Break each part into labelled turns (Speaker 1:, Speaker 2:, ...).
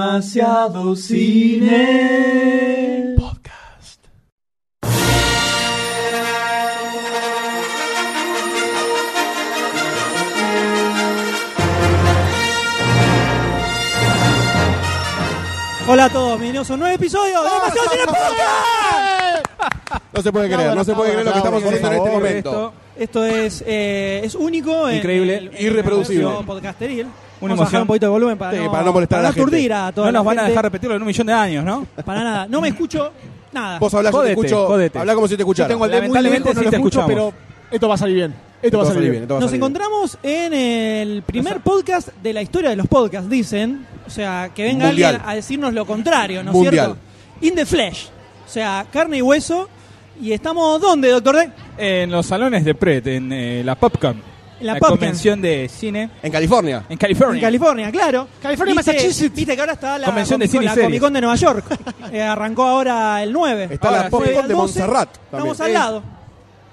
Speaker 1: Demasiado cine. Podcast.
Speaker 2: Hola a todos, bienvenidos a un nuevo episodio de Demasiado
Speaker 3: Ah,
Speaker 2: Cine Podcast.
Speaker 3: No se puede creer, no se puede creer lo que estamos viendo en este momento.
Speaker 2: Esto es, eh, es único. en
Speaker 4: Increíble.
Speaker 2: el- en el
Speaker 3: Irreproducible.
Speaker 2: universo podcasteril. Vamos a
Speaker 4: emoción.
Speaker 2: bajar un poquito de volumen para,
Speaker 3: Sí,
Speaker 2: no,
Speaker 3: para no molestar a
Speaker 2: para
Speaker 3: la gente.
Speaker 2: aturdir a toda
Speaker 4: No
Speaker 2: la
Speaker 4: nos van a
Speaker 2: gente.
Speaker 4: dejar repetirlo en un millón de años, ¿no?
Speaker 2: Para nada, no me escucho nada.
Speaker 3: Vos hablás, yo te
Speaker 4: Jódete,
Speaker 3: escucho.
Speaker 4: jódete.
Speaker 3: Hablá como si te escuchara.
Speaker 5: Tengo el dedo muy
Speaker 4: Lamentablemente
Speaker 5: lejos, no
Speaker 4: sí
Speaker 5: lo
Speaker 4: te
Speaker 5: escucho,
Speaker 4: escuchamos.
Speaker 5: pero esto va a salir bien. Esto va a salir bien.
Speaker 3: esto va a
Speaker 2: Nos
Speaker 3: salir bien.
Speaker 2: encontramos en el primer podcast de la historia de los podcasts, dicen. O sea, que venga
Speaker 3: Mundial.
Speaker 2: alguien a decirnos lo contrario, ¿no es
Speaker 3: Mundial.
Speaker 2: cierto? In the flesh. O sea, carne y hueso. ¿Y estamos dónde, doctor D?
Speaker 4: En los salones de Pret, en eh, la PopCon.
Speaker 2: La PopCon.
Speaker 4: convención de cine
Speaker 3: En California.
Speaker 4: en California.
Speaker 2: En California, claro.
Speaker 5: California,
Speaker 2: Viste-
Speaker 5: Massachusetts.
Speaker 2: Viste que ahora está la
Speaker 4: Convención de
Speaker 2: Comic Con,
Speaker 4: cine y
Speaker 2: la
Speaker 4: series.
Speaker 2: Comic Con de Nueva York. Eh, arrancó ahora el 9.
Speaker 3: Está
Speaker 4: Ahora,
Speaker 3: la
Speaker 4: sí.
Speaker 3: Popcorn
Speaker 2: Jueves
Speaker 3: de
Speaker 2: 12,
Speaker 3: Montserrat. también.
Speaker 2: Estamos al lado.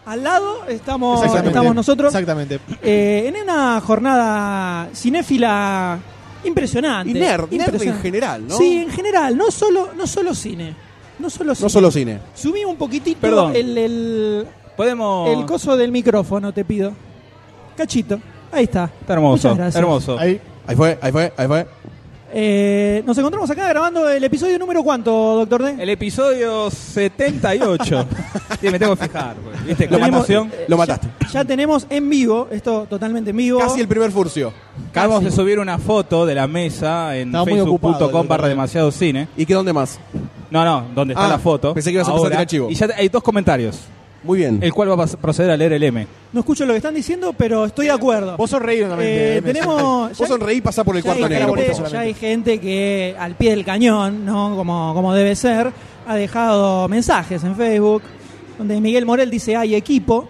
Speaker 2: Al lado estamos,
Speaker 5: Exactamente.
Speaker 2: estamos nosotros.
Speaker 5: Exactamente.
Speaker 2: Eh, en una jornada cinéfila impresionante.
Speaker 3: Y nerd, nerd en
Speaker 2: Impresionante.
Speaker 3: general, ¿no?
Speaker 2: Sí, en general, no solo, no solo cine. No solo cine.
Speaker 3: No solo cine.
Speaker 2: Subí un poquitito
Speaker 4: Perdón.
Speaker 2: El, el,
Speaker 4: Podemos.
Speaker 2: el coso del micrófono, te pido. Cachito. Ahí está.
Speaker 4: Está hermoso,
Speaker 2: Muchas gracias.
Speaker 4: hermoso.
Speaker 5: Ahí.
Speaker 3: Ahí fue, ahí fue, ahí fue.
Speaker 2: Eh, nos encontramos acá grabando el episodio número cuánto, doctor D.
Speaker 4: El episodio 78. sí, me tengo que fijar. pues, ¿Viste? Con
Speaker 2: Tenemos-
Speaker 4: emoción.
Speaker 3: Lo mataste.
Speaker 2: Ya, ya tenemos en vivo, esto totalmente en vivo.
Speaker 3: Casi el primer furcio.
Speaker 4: Acabamos de subir una foto de la mesa en
Speaker 5: Estaba muy ocupado,
Speaker 4: facebook.com
Speaker 5: el
Speaker 4: barra
Speaker 5: doctor.
Speaker 4: demasiado cine.
Speaker 3: ¿Y qué dónde más?
Speaker 4: No, no, donde está
Speaker 3: Ah,
Speaker 4: la foto.
Speaker 3: pensé que ibas a empezar a tirar chivo.
Speaker 4: Y ya te- hay dos comentarios.
Speaker 3: Muy bien.
Speaker 4: El cual va a pas- proceder a leer el M.
Speaker 2: No escucho lo que están diciendo, pero estoy de acuerdo.
Speaker 5: Vos sonreído también.
Speaker 2: Eh,
Speaker 5: de- de-
Speaker 2: tenemos.
Speaker 3: Vos sonreí y pasá por el
Speaker 2: ya hay
Speaker 3: cuarto
Speaker 2: gente-
Speaker 3: negro, por
Speaker 2: ya
Speaker 3: favor.
Speaker 2: hay gente que al pie del cañón, ¿no? Como, como debe ser, ha dejado mensajes en Facebook donde Miguel Morel dice hay equipo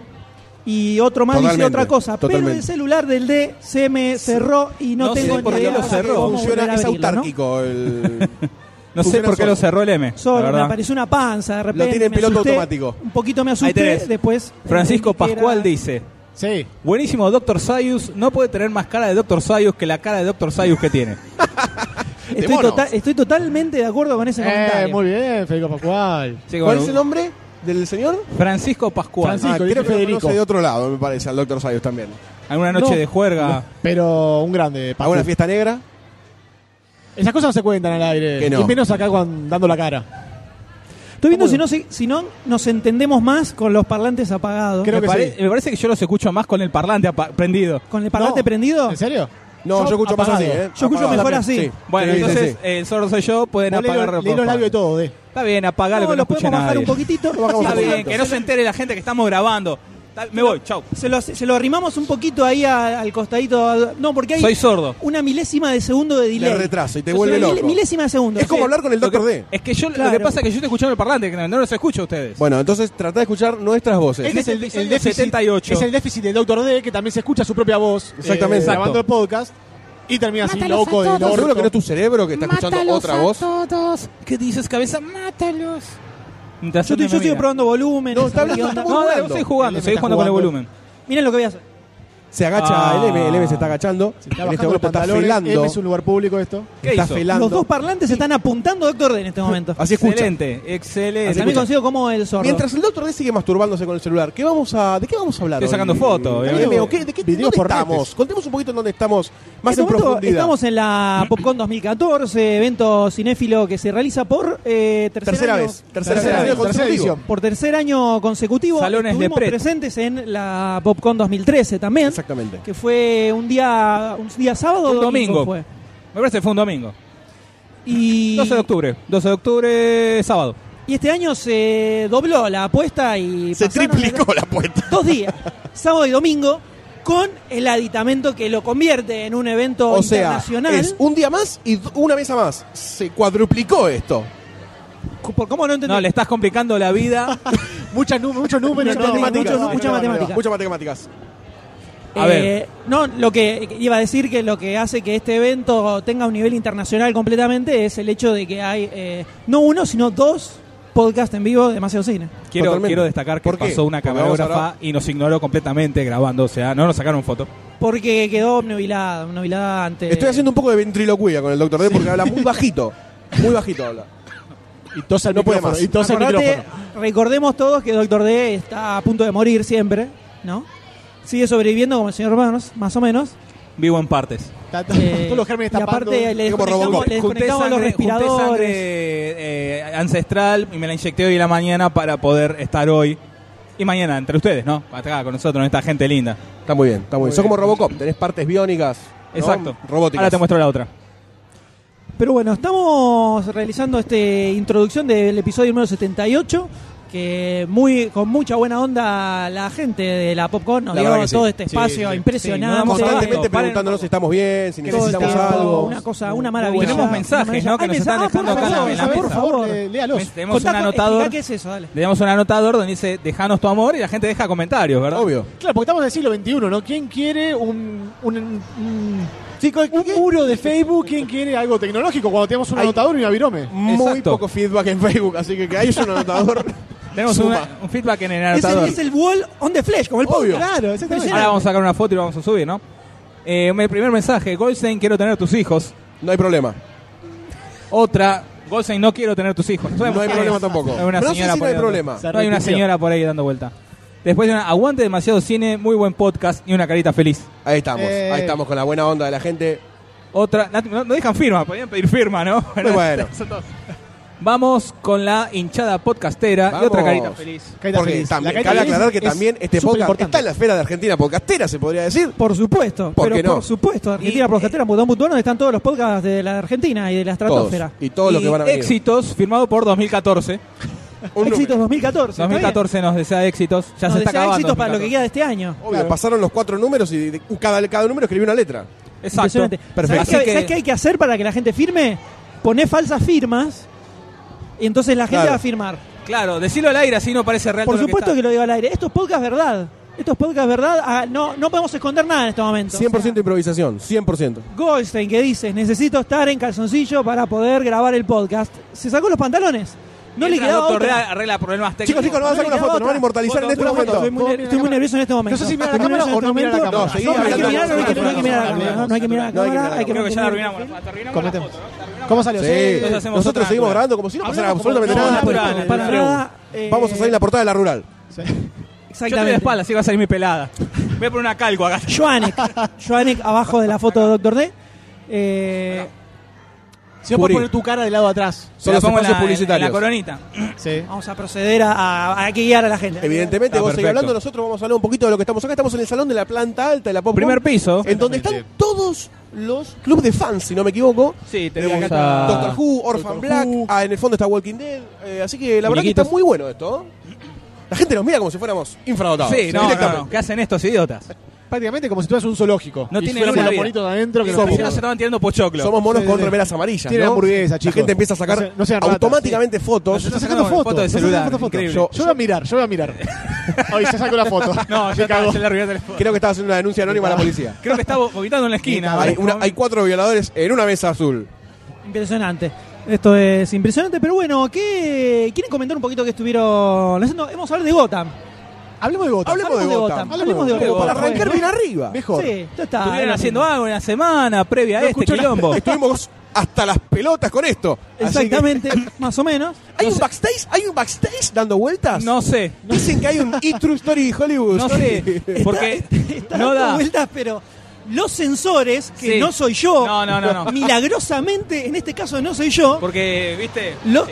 Speaker 2: y otro más dice
Speaker 3: Totalmente,
Speaker 2: otra cosa. Pero
Speaker 3: totalmente.
Speaker 2: el celular del D se me cerró y no,
Speaker 4: No sé
Speaker 2: tengo ni
Speaker 4: por qué
Speaker 2: idea
Speaker 4: lo
Speaker 2: de
Speaker 4: cerró.
Speaker 2: cómo volver
Speaker 3: Funciona,
Speaker 2: a
Speaker 3: es
Speaker 2: abrirlo, ¿no?
Speaker 3: autárquico. el-
Speaker 4: No sé
Speaker 3: Funciona
Speaker 4: por qué lo
Speaker 3: solo.
Speaker 4: cerró el M. la
Speaker 2: Solo, me
Speaker 4: verdad.
Speaker 2: apareció una panza de repente.
Speaker 3: tiene en
Speaker 2: me
Speaker 3: piloto
Speaker 2: asusté,
Speaker 3: automático.
Speaker 2: Un poquito me
Speaker 4: Ahí
Speaker 2: asusté,
Speaker 4: tenés.
Speaker 2: después.
Speaker 4: Francisco
Speaker 2: entendí que era-
Speaker 4: Pascual dice:
Speaker 5: Sí.
Speaker 4: Buenísimo, Dr. Sayus. No puede tener más cara de Dr. Sayus que la cara de Dr. Sayus que tiene.
Speaker 2: Estoy,
Speaker 3: Demonos.
Speaker 2: tota- estoy totalmente de acuerdo con ese
Speaker 5: Eh,
Speaker 2: comentario.
Speaker 5: muy bien, Federico Pascual.
Speaker 4: Sí,
Speaker 3: ¿Cuál
Speaker 4: bueno,
Speaker 3: es el nombre del señor?
Speaker 4: Francisco Pascual.
Speaker 5: Francisco.
Speaker 3: Ah,
Speaker 5: dije
Speaker 3: creo que lo
Speaker 5: Federico.
Speaker 3: conoce de otro lado, me parece, al Dr. Sayos también.
Speaker 4: Ah, Alguna noche
Speaker 2: No.
Speaker 4: de juerga.
Speaker 5: Pero un grande. Pascu.
Speaker 3: ¿Alguna fiesta negra?
Speaker 5: Esas cosas no se cuentan al aire.
Speaker 3: Que no.
Speaker 5: Y menos acá cuando, dando la cara.
Speaker 2: Estoy viendo si no, se- si no nos entendemos más con los parlantes apagados.
Speaker 5: Creo
Speaker 4: me,
Speaker 5: que
Speaker 4: pare-
Speaker 5: sí.
Speaker 4: me parece que yo los escucho más con el parlante apa- prendido.
Speaker 2: ¿Con el parlante
Speaker 5: No.
Speaker 2: prendido?
Speaker 5: ¿En serio?
Speaker 3: No, yo, escucho más así,
Speaker 5: apagado.
Speaker 3: ¿eh?
Speaker 2: Yo escucho
Speaker 3: Apagado.
Speaker 2: mejor así.
Speaker 4: Bueno,
Speaker 3: Sí, sí,
Speaker 4: entonces eh,
Speaker 3: sí.
Speaker 4: el sordo soy yo. Pueden
Speaker 5: Vos leí
Speaker 4: apagar
Speaker 5: los- leí los labios de todo, de.
Speaker 4: Está bien, apagalo
Speaker 2: No,
Speaker 4: que no
Speaker 2: lo
Speaker 4: escuche
Speaker 2: podemos bajar un
Speaker 4: nadie.
Speaker 2: poquitito.
Speaker 3: Lo bajamos
Speaker 4: Está
Speaker 3: un
Speaker 2: Sí,
Speaker 3: poquito.
Speaker 4: bien, que no se entere la gente que estamos grabando. Está- Me voy, chau.
Speaker 2: Se lo, se lo arrimamos un poquito ahí a- al costadito. No, porque hay
Speaker 4: Soy sordo.
Speaker 2: una milésima de segundo de delay.
Speaker 3: Le retraso y te
Speaker 2: Es
Speaker 3: vuelve
Speaker 2: una mil-
Speaker 3: loco.
Speaker 2: Milésima de segundo.
Speaker 3: Es como hablar con el
Speaker 4: Lo que-
Speaker 3: Dr. D.
Speaker 4: Es que yo lo
Speaker 2: Claro.
Speaker 4: que pasa es que yo estoy escuchando el parlante, que no no los escucho a ustedes.
Speaker 3: Bueno, entonces tratá de escuchar nuestras voces.
Speaker 4: Este es el- el déficit- 78.
Speaker 5: Es el déficit del Doctor D, que también se escucha su propia voz.
Speaker 3: Exactamente.
Speaker 5: eh, grabando el podcast. Y termina así,
Speaker 6: Mátalos
Speaker 5: loco
Speaker 6: a
Speaker 5: de
Speaker 6: todos.
Speaker 3: ¿Seguro que no es
Speaker 5: orto.
Speaker 3: tu cerebro que está escuchando
Speaker 6: Mátalos
Speaker 3: otra
Speaker 6: a
Speaker 3: voz?
Speaker 6: todos.
Speaker 4: ¿Qué dices, cabeza? Mátalos. Mientras
Speaker 2: Yo, estoy-
Speaker 4: Sony
Speaker 2: yo
Speaker 4: me
Speaker 2: estoy
Speaker 4: mira.
Speaker 2: probando volumen.
Speaker 3: No, está hablando, está
Speaker 4: No, dale, vos seguís jugando,
Speaker 5: El
Speaker 4: seguís
Speaker 5: M
Speaker 4: jugando
Speaker 5: está
Speaker 4: con el
Speaker 5: jugando.
Speaker 4: volumen.
Speaker 2: Miren lo que voy a hacer.
Speaker 3: Se agacha
Speaker 4: Ah.
Speaker 3: el M, el M se está agachando.
Speaker 5: Está
Speaker 3: en este
Speaker 5: bajando los
Speaker 3: momento está
Speaker 5: pantalones.
Speaker 3: felando.
Speaker 5: M es un lugar público esto.
Speaker 4: ¿Qué
Speaker 3: está
Speaker 4: hizo?
Speaker 3: felando.
Speaker 2: Los dos parlantes se están apuntando a Doctor D en este momento.
Speaker 3: Así escucha.
Speaker 4: Excelente, excelente.
Speaker 2: También consigo como el sordo.
Speaker 3: Mientras el doctor D sigue masturbándose con el celular, ¿qué vamos a, ¿de qué vamos a hablar?
Speaker 4: Estoy sacando
Speaker 3: hoy?
Speaker 4: foto,
Speaker 3: ¿De
Speaker 4: obviamente.
Speaker 3: M o qué- ¿De qué
Speaker 5: Videos
Speaker 3: dónde
Speaker 5: por
Speaker 3: estamos?
Speaker 5: redes.
Speaker 3: Contemos un poquito en dónde estamos más
Speaker 2: este
Speaker 3: en
Speaker 2: momento
Speaker 3: profundidad.
Speaker 2: Estamos en la PopCon 2014, evento cinéfilo que se realiza por eh, tercer
Speaker 3: tercera
Speaker 2: año-
Speaker 3: vez. Tercera,
Speaker 5: Tercera
Speaker 3: vez.
Speaker 5: vez,
Speaker 3: consecutivo.
Speaker 5: tercera edición.
Speaker 2: Por tercer año consecutivo
Speaker 4: Salones de
Speaker 2: estuvimos
Speaker 4: Pret.
Speaker 2: presentes en la PopCon 2013 también,
Speaker 3: Exactamente.
Speaker 2: que fue un día un día sábado
Speaker 4: Un
Speaker 2: o domingo,
Speaker 4: domingo.
Speaker 2: fue.
Speaker 4: Me parece que fue un domingo.
Speaker 2: Y,
Speaker 4: 12 de octubre. 12 de octubre, sábado.
Speaker 2: y este año se dobló la apuesta y
Speaker 3: Se
Speaker 2: pasaron
Speaker 3: triplicó la apuesta.
Speaker 2: dos días, sábado y domingo, con el aditamento que lo convierte en un evento
Speaker 3: O sea,
Speaker 2: internacional.
Speaker 3: es un día más y d- una mesa más. Se cuadruplicó esto.
Speaker 2: ¿Por cómo no entendí?
Speaker 4: No, le estás complicando la vida.
Speaker 5: Muchas nu- muchos números.
Speaker 2: No, no,
Speaker 5: matemáticas.
Speaker 2: mucho- mucha matemática.
Speaker 3: Muchas matemáticas.
Speaker 4: A
Speaker 2: Eh, No, lo que iba a decir que lo que hace que este evento tenga un nivel internacional completamente es el hecho de que hay eh, no uno, sino dos podcast en vivo de Demasiado Cine.
Speaker 4: Quiero,
Speaker 3: Totalmente.
Speaker 4: quiero destacar que
Speaker 3: ¿Por qué?
Speaker 4: pasó una
Speaker 3: Porque vamos a
Speaker 4: camarógrafa y nos ignoró completamente grabando. O sea, no nos sacaron foto.
Speaker 2: Porque quedó obnubilada, obnubilada ante...
Speaker 3: Estoy haciendo un poco de ventriloquía con el doctor D porque habla muy bajito. Muy bajito habla.
Speaker 5: Y tosa el
Speaker 3: No puede
Speaker 5: micrófono.
Speaker 3: más.
Speaker 5: Y tosa el
Speaker 2: Acordate,
Speaker 5: micrófono.
Speaker 2: recordemos todos que Doctor D está a punto de morir siempre, ¿no? Sigue sobreviviendo como el señor Burns, más o menos.
Speaker 4: Vivo en partes.
Speaker 5: Está-
Speaker 2: Eh,
Speaker 5: Todos los gérmenes
Speaker 2: y
Speaker 5: tapando.
Speaker 2: aparte le
Speaker 3: Es como
Speaker 2: desconectamos,
Speaker 3: Robocop.
Speaker 2: le desconectamos los
Speaker 4: junté
Speaker 2: respiradores.
Speaker 4: sangre, eh, ancestral y me la inyecté hoy en la mañana para poder estar hoy y mañana entre ustedes, ¿no? Acá con nosotros, con esta gente linda.
Speaker 3: Está muy bien, está muy bien. Son como Robocop, tenés partes biónicas. ¿no?
Speaker 4: Exacto.
Speaker 3: Robóticas.
Speaker 4: Ahora te muestro la otra.
Speaker 2: Pero bueno, estamos realizando esta introducción del episodio número 78, que muy con mucha buena onda la gente de la Popcorn nos
Speaker 3: La
Speaker 2: dio
Speaker 3: verdad que sí.
Speaker 2: todo este espacio
Speaker 4: Sí, sí, sí. Sí, nos
Speaker 2: impresionante.
Speaker 4: damos
Speaker 2: Todo
Speaker 3: Constantemente
Speaker 4: Paren,
Speaker 3: preguntándonos si estamos bien, si
Speaker 2: el
Speaker 3: necesitamos
Speaker 2: tiempo,
Speaker 3: algo.
Speaker 2: Una cosa, una maravilla.
Speaker 4: Tenemos
Speaker 2: Una
Speaker 4: mensajes,
Speaker 2: maravilla.
Speaker 4: ¿no? que
Speaker 2: Hay
Speaker 4: nos están
Speaker 2: mensajes, ah,
Speaker 4: dejando
Speaker 2: por
Speaker 4: acá en la-
Speaker 2: favor,
Speaker 4: en la
Speaker 2: por
Speaker 4: mesa.
Speaker 2: favor.
Speaker 5: eh, léalos.
Speaker 4: Tenemos un
Speaker 2: Contá,
Speaker 4: anotador.
Speaker 2: explicá qué es eso, dale.
Speaker 4: Tenemos un anotador donde dice, dejanos tu amor y la gente deja comentarios, ¿verdad?
Speaker 3: Obvio.
Speaker 5: Claro, porque estamos en el siglo XXI, ¿no? ¿Quién quiere un, un, un, un muro de Facebook? ¿Quién quiere algo tecnológico cuando tenemos un
Speaker 3: Ay. Mm.
Speaker 5: anotador y una virome?
Speaker 3: Muy
Speaker 4: Exacto.
Speaker 3: poco feedback en Facebook, así que que hay un anotador.
Speaker 4: Tenemos
Speaker 3: Suma.
Speaker 4: una- un feedback en
Speaker 2: Es
Speaker 4: el
Speaker 2: el,
Speaker 4: anotador.
Speaker 2: es el wall on the flesh, como el
Speaker 3: Obvio.
Speaker 2: podcast.
Speaker 5: Claro, exactamente.
Speaker 4: Ahora vamos a sacar una foto y lo vamos a subir, ¿no? Eh, el primer mensaje, Goldstein, quiero tener tus hijos.
Speaker 3: No hay problema.
Speaker 4: Otra, Goldstein, no quiero tener tus hijos. No, sabemos
Speaker 3: No hay
Speaker 4: quién
Speaker 3: problema
Speaker 4: es.
Speaker 3: tampoco.
Speaker 4: Hay una
Speaker 3: No sé
Speaker 4: señora
Speaker 3: si no
Speaker 4: por
Speaker 3: hay
Speaker 4: ahí dando-
Speaker 3: problema.
Speaker 5: Se
Speaker 4: No hay una
Speaker 5: repitió.
Speaker 4: señora por ahí dando vuelta. Después una, aguante demasiado cine, muy buen podcast y una carita feliz.
Speaker 3: Ahí estamos,
Speaker 5: Eh.
Speaker 3: ahí estamos con la buena onda de la gente.
Speaker 4: Otra, no, no dejan firma, podían pedir firma, ¿no?
Speaker 3: Muy bueno.
Speaker 4: Vamos con la hinchada podcastera y
Speaker 3: Vamos.
Speaker 4: otra carita feliz.
Speaker 5: Caída
Speaker 3: Porque
Speaker 5: feliz. La
Speaker 3: también,
Speaker 5: caída
Speaker 3: cabe
Speaker 5: feliz
Speaker 3: aclarar que
Speaker 5: es
Speaker 3: también este podcast
Speaker 5: superimportante.
Speaker 3: está en la esfera de Argentina podcastera, se podría decir.
Speaker 2: Por supuesto,
Speaker 3: ¿Por
Speaker 2: pero
Speaker 3: qué no?
Speaker 2: por supuesto, Argentina
Speaker 4: Y-
Speaker 2: Podcastera, porque Don Butuano, donde están todos los podcasts de la Argentina y de la
Speaker 3: Todos.
Speaker 2: estratosfera.
Speaker 3: Y todos los
Speaker 4: Y
Speaker 3: que van a venir.
Speaker 4: Éxitos, firmado por 2014.
Speaker 3: Un número.
Speaker 2: Éxitos 2014. ¿está bien?
Speaker 4: 2014 nos desea éxitos. Ya
Speaker 2: Nos
Speaker 4: se
Speaker 2: desea
Speaker 4: está acabando.
Speaker 2: éxitos para lo que
Speaker 4: 2014.
Speaker 2: queda de este año.
Speaker 3: Obvio, pasaron los cuatro números y de- cada, cada número escribió una letra.
Speaker 4: Exacto.
Speaker 2: Impresionante.
Speaker 4: Perfecto.
Speaker 2: ¿Sabés,
Speaker 4: Así
Speaker 2: qué,
Speaker 4: que-
Speaker 2: sabés qué hay que hacer para que la gente firme? Poner falsas firmas y entonces la gente
Speaker 3: Claro.
Speaker 2: va a firmar.
Speaker 4: Claro, decirlo al aire así no parece real.
Speaker 2: Por
Speaker 4: todo lo
Speaker 2: supuesto que,
Speaker 4: está.
Speaker 2: lo digo al aire. Esto es podcast verdad. Esto es podcast verdad. Ah, no, no podemos esconder nada en este momento.
Speaker 3: 100% improvisación, 1100%.
Speaker 2: Goldstein que dice, necesito estar en calzoncillo para poder grabar el podcast. Se sacó los pantalones. No le
Speaker 4: Mientras
Speaker 2: quedaba
Speaker 4: Doctor D
Speaker 2: otra.
Speaker 4: arregla problemas
Speaker 3: Chicos,
Speaker 4: técnicos.
Speaker 3: chicos, nos van a sacar una
Speaker 2: no,
Speaker 3: foto,
Speaker 2: otra.
Speaker 3: nos van a inmortalizar en este
Speaker 5: Foto,
Speaker 3: momento.
Speaker 2: Estoy muy,
Speaker 5: Vos
Speaker 2: ner-
Speaker 5: mira
Speaker 2: estoy muy
Speaker 5: la cámara.
Speaker 2: nervioso en este momento.
Speaker 5: No sé si mirar a la
Speaker 2: Estoy muy
Speaker 5: cámara
Speaker 2: nervioso
Speaker 5: o no
Speaker 2: en
Speaker 5: mirar
Speaker 2: este momento.
Speaker 5: a la cámara.
Speaker 3: No, seguí
Speaker 2: No, hay que mirar, no hay
Speaker 3: hablando,
Speaker 2: que- no hay que mirar a la
Speaker 5: no,
Speaker 2: cámara.
Speaker 5: no,
Speaker 2: No hay que mirar a la
Speaker 3: no hay que
Speaker 2: cámara. hay que
Speaker 3: mirar a la
Speaker 4: Creo que ya
Speaker 2: mantener-
Speaker 4: arruinamos. Terminamos la
Speaker 5: Cometemos.
Speaker 4: foto, ¿no? Terminamos
Speaker 5: ¿Cómo
Speaker 4: la
Speaker 5: salió?
Speaker 3: Sí,
Speaker 5: Sí.
Speaker 4: Entonces hacemos
Speaker 3: nosotros
Speaker 4: otra
Speaker 3: seguimos
Speaker 4: cosa.
Speaker 3: grabando como si no pasara
Speaker 5: Hablamos como
Speaker 3: absolutamente
Speaker 5: no,
Speaker 3: nada.
Speaker 5: no,
Speaker 2: Para
Speaker 5: natural,
Speaker 2: nada, para
Speaker 5: natural.
Speaker 2: nada. eh,
Speaker 3: Vamos a salir en la portada de la rural.
Speaker 5: Sí.
Speaker 4: foto. Yo te voy
Speaker 2: Exactamente.
Speaker 4: de espalda, así va a salir mi pelada. Voy a poner una calco acá.
Speaker 2: Joanek. Joanek abajo de la foto de Doctor D. Eh,
Speaker 5: Si no
Speaker 3: Cubrí.
Speaker 5: puedes poner tu cara de lado atrás.
Speaker 3: Son
Speaker 4: Te la
Speaker 3: los
Speaker 4: pongo en
Speaker 3: espacios
Speaker 4: la- en- en
Speaker 3: publicitarios.
Speaker 4: la coronita.
Speaker 5: Sí.
Speaker 2: vamos a proceder a, a- a guiar a la gente.
Speaker 3: Evidentemente,
Speaker 4: Está
Speaker 3: vos seguís
Speaker 4: perfecto.
Speaker 3: hablando, nosotros vamos a hablar un poquito de lo que estamos acá. Estamos en el salón de la planta alta de la Pop.
Speaker 4: Primer piso.
Speaker 3: En donde están todos los clubes de fans, si no me equivoco.
Speaker 4: Sí,
Speaker 3: Acá
Speaker 4: tenemos
Speaker 3: está Doctor
Speaker 4: a...
Speaker 3: Who, Orphan Black, ah, en el fondo está Walking Dead. eh, así que la verdad que
Speaker 4: Muñequitos.
Speaker 3: está muy bueno esto. ¿eh? La gente nos mira como si fuéramos infradotados.
Speaker 4: Sí, no, no,
Speaker 3: directamente.
Speaker 4: no. ¿Qué hacen estos idiotas?
Speaker 5: Prácticamente como si tuvieras un zoológico.
Speaker 4: No
Speaker 5: Y
Speaker 4: tiene
Speaker 5: suena
Speaker 4: ninguna
Speaker 5: los
Speaker 4: vida.
Speaker 5: monitos de adentro que
Speaker 4: Y
Speaker 5: nos
Speaker 3: Somos-
Speaker 4: recién
Speaker 5: piden.
Speaker 4: nos estaban tirando pochoclo.
Speaker 3: Somos monos
Speaker 5: Sí,
Speaker 3: con
Speaker 5: sí.
Speaker 3: remeras amarillas.
Speaker 5: Tienen
Speaker 3: ¿no?
Speaker 5: hamburguesa,
Speaker 3: La
Speaker 5: chicos.
Speaker 3: gente empieza a sacar
Speaker 5: No sean- no sean ratas. eh.
Speaker 3: automáticamente fotos.
Speaker 5: No se está
Speaker 4: sacando
Speaker 5: sacando fotos.
Speaker 4: foto de
Speaker 5: no se está
Speaker 4: celular,
Speaker 5: sacando fotos.
Speaker 4: increíble.
Speaker 5: Yo, yo voy a mirar, yo voy a mirar. Hoy ya saco la foto.
Speaker 4: No,
Speaker 5: Me
Speaker 4: ya está,
Speaker 5: cago.
Speaker 4: ya le arruinaste la foto.
Speaker 3: Creo que estaba haciendo una denuncia anónima a la policía.
Speaker 4: Creo que estaba vomitando en la esquina.
Speaker 3: Hay, una- hay cuatro violadores en una mesa azul.
Speaker 2: Impresionante. Esto es impresionante, pero bueno, ¿qué quieren comentar un poquito que estuvieron haciendo? Hemos hablado de Gotham.
Speaker 5: Hablemos de Gotham.
Speaker 3: Hablemos de Gotham.
Speaker 2: Hablemos de
Speaker 4: Hablemos de
Speaker 2: Gotham.
Speaker 3: Para
Speaker 4: Gotham.
Speaker 2: Bueno,
Speaker 3: arrancar bien arriba.
Speaker 5: Oh, Mejor.
Speaker 2: Sí, ya está.
Speaker 4: Estuvieron
Speaker 2: Era
Speaker 4: haciendo
Speaker 2: lindo.
Speaker 4: algo en la semana previa a este quilombo.
Speaker 3: Estuvimos hasta las pelotas con esto. Así
Speaker 2: Exactamente, más o menos.
Speaker 3: que- ¿Hay un backstage? ¿Hay un backstage dando vueltas?
Speaker 4: No sé,
Speaker 3: Dicen que hay un E-True Story de Hollywood.
Speaker 4: no sé, porque
Speaker 2: Está
Speaker 4: no
Speaker 2: dando
Speaker 4: da.
Speaker 2: vueltas, pero los sensores, que
Speaker 4: Sí.
Speaker 2: no soy yo,
Speaker 4: No, no, no, no.
Speaker 2: milagrosamente, en este caso no soy yo,
Speaker 4: Porque, ¿viste?
Speaker 2: lo-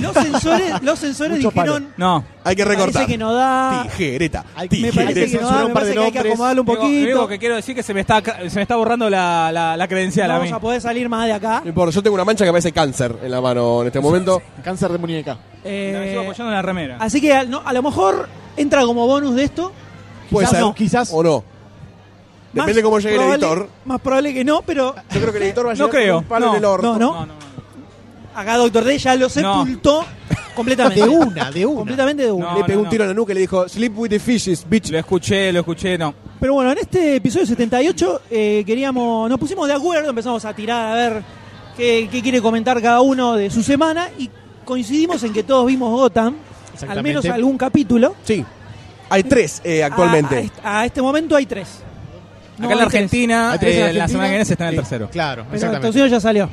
Speaker 2: los sensores, los sensores
Speaker 5: Mucho palo.
Speaker 2: dijeron,
Speaker 4: No.
Speaker 3: Hay que
Speaker 2: parece
Speaker 3: recortar.
Speaker 2: que no da,
Speaker 3: Tijereta.
Speaker 5: Ay, me
Speaker 2: me
Speaker 3: Tijereta.
Speaker 2: parece que no
Speaker 5: Censurar
Speaker 2: da,
Speaker 5: un
Speaker 2: me
Speaker 5: par de
Speaker 2: parece que hay que
Speaker 5: nombres.
Speaker 2: acomodarlo un
Speaker 4: Lo único- Lo único
Speaker 2: poquito,
Speaker 4: que quiero decir es que se me está, se me está borrando la, la, la credencial
Speaker 2: no
Speaker 4: a
Speaker 2: vamos
Speaker 4: mí.
Speaker 2: a poder salir más de acá.
Speaker 3: No importa, yo tengo una mancha que parece cáncer en la mano en este momento.
Speaker 5: Cáncer de muñeca.
Speaker 4: Me sigo
Speaker 2: Eh,
Speaker 4: apoyando en la remera.
Speaker 2: Así que al- no, a lo mejor entra como bonus de esto.
Speaker 3: Puede
Speaker 5: Quizás
Speaker 3: ser.
Speaker 5: no, quizás.
Speaker 3: O no. Depende
Speaker 2: Más
Speaker 3: de cómo llegue el
Speaker 2: probable-
Speaker 3: editor.
Speaker 2: Más probable que no, pero
Speaker 3: Yo creo que el editor va a
Speaker 4: No
Speaker 3: llegar con
Speaker 4: creo,
Speaker 3: un palo
Speaker 4: no,
Speaker 3: en el orto.
Speaker 2: no, no.
Speaker 4: no, no.
Speaker 2: Acá Doctor D ya lo sepultó completamente.
Speaker 5: De una, de una.
Speaker 2: Completamente de una.
Speaker 4: No.
Speaker 3: Le pegó un tiro en la nuca y le dijo, sleep with the fishes, bitch.
Speaker 4: Lo escuché, lo escuché, no.
Speaker 2: Pero bueno, en este episodio 78 eh, queríamos, nos pusimos de acuerdo, empezamos a tirar a ver qué, qué quiere comentar cada uno de su semana y coincidimos en que todos vimos Gotham, al
Speaker 5: Exactamente.
Speaker 2: menos algún capítulo.
Speaker 3: Sí. Hay tres eh, actualmente.
Speaker 2: A, a est- a este momento hay tres. No,
Speaker 4: Acá en la
Speaker 2: hay tres.
Speaker 4: Argentina,
Speaker 5: Hay tres en
Speaker 4: eh,
Speaker 5: Argentina.
Speaker 4: la semana que viene se está en el
Speaker 5: Sí,
Speaker 4: tercero.
Speaker 5: Claro,
Speaker 2: Pero
Speaker 5: exactamente.
Speaker 2: Estados Unidos ya salió.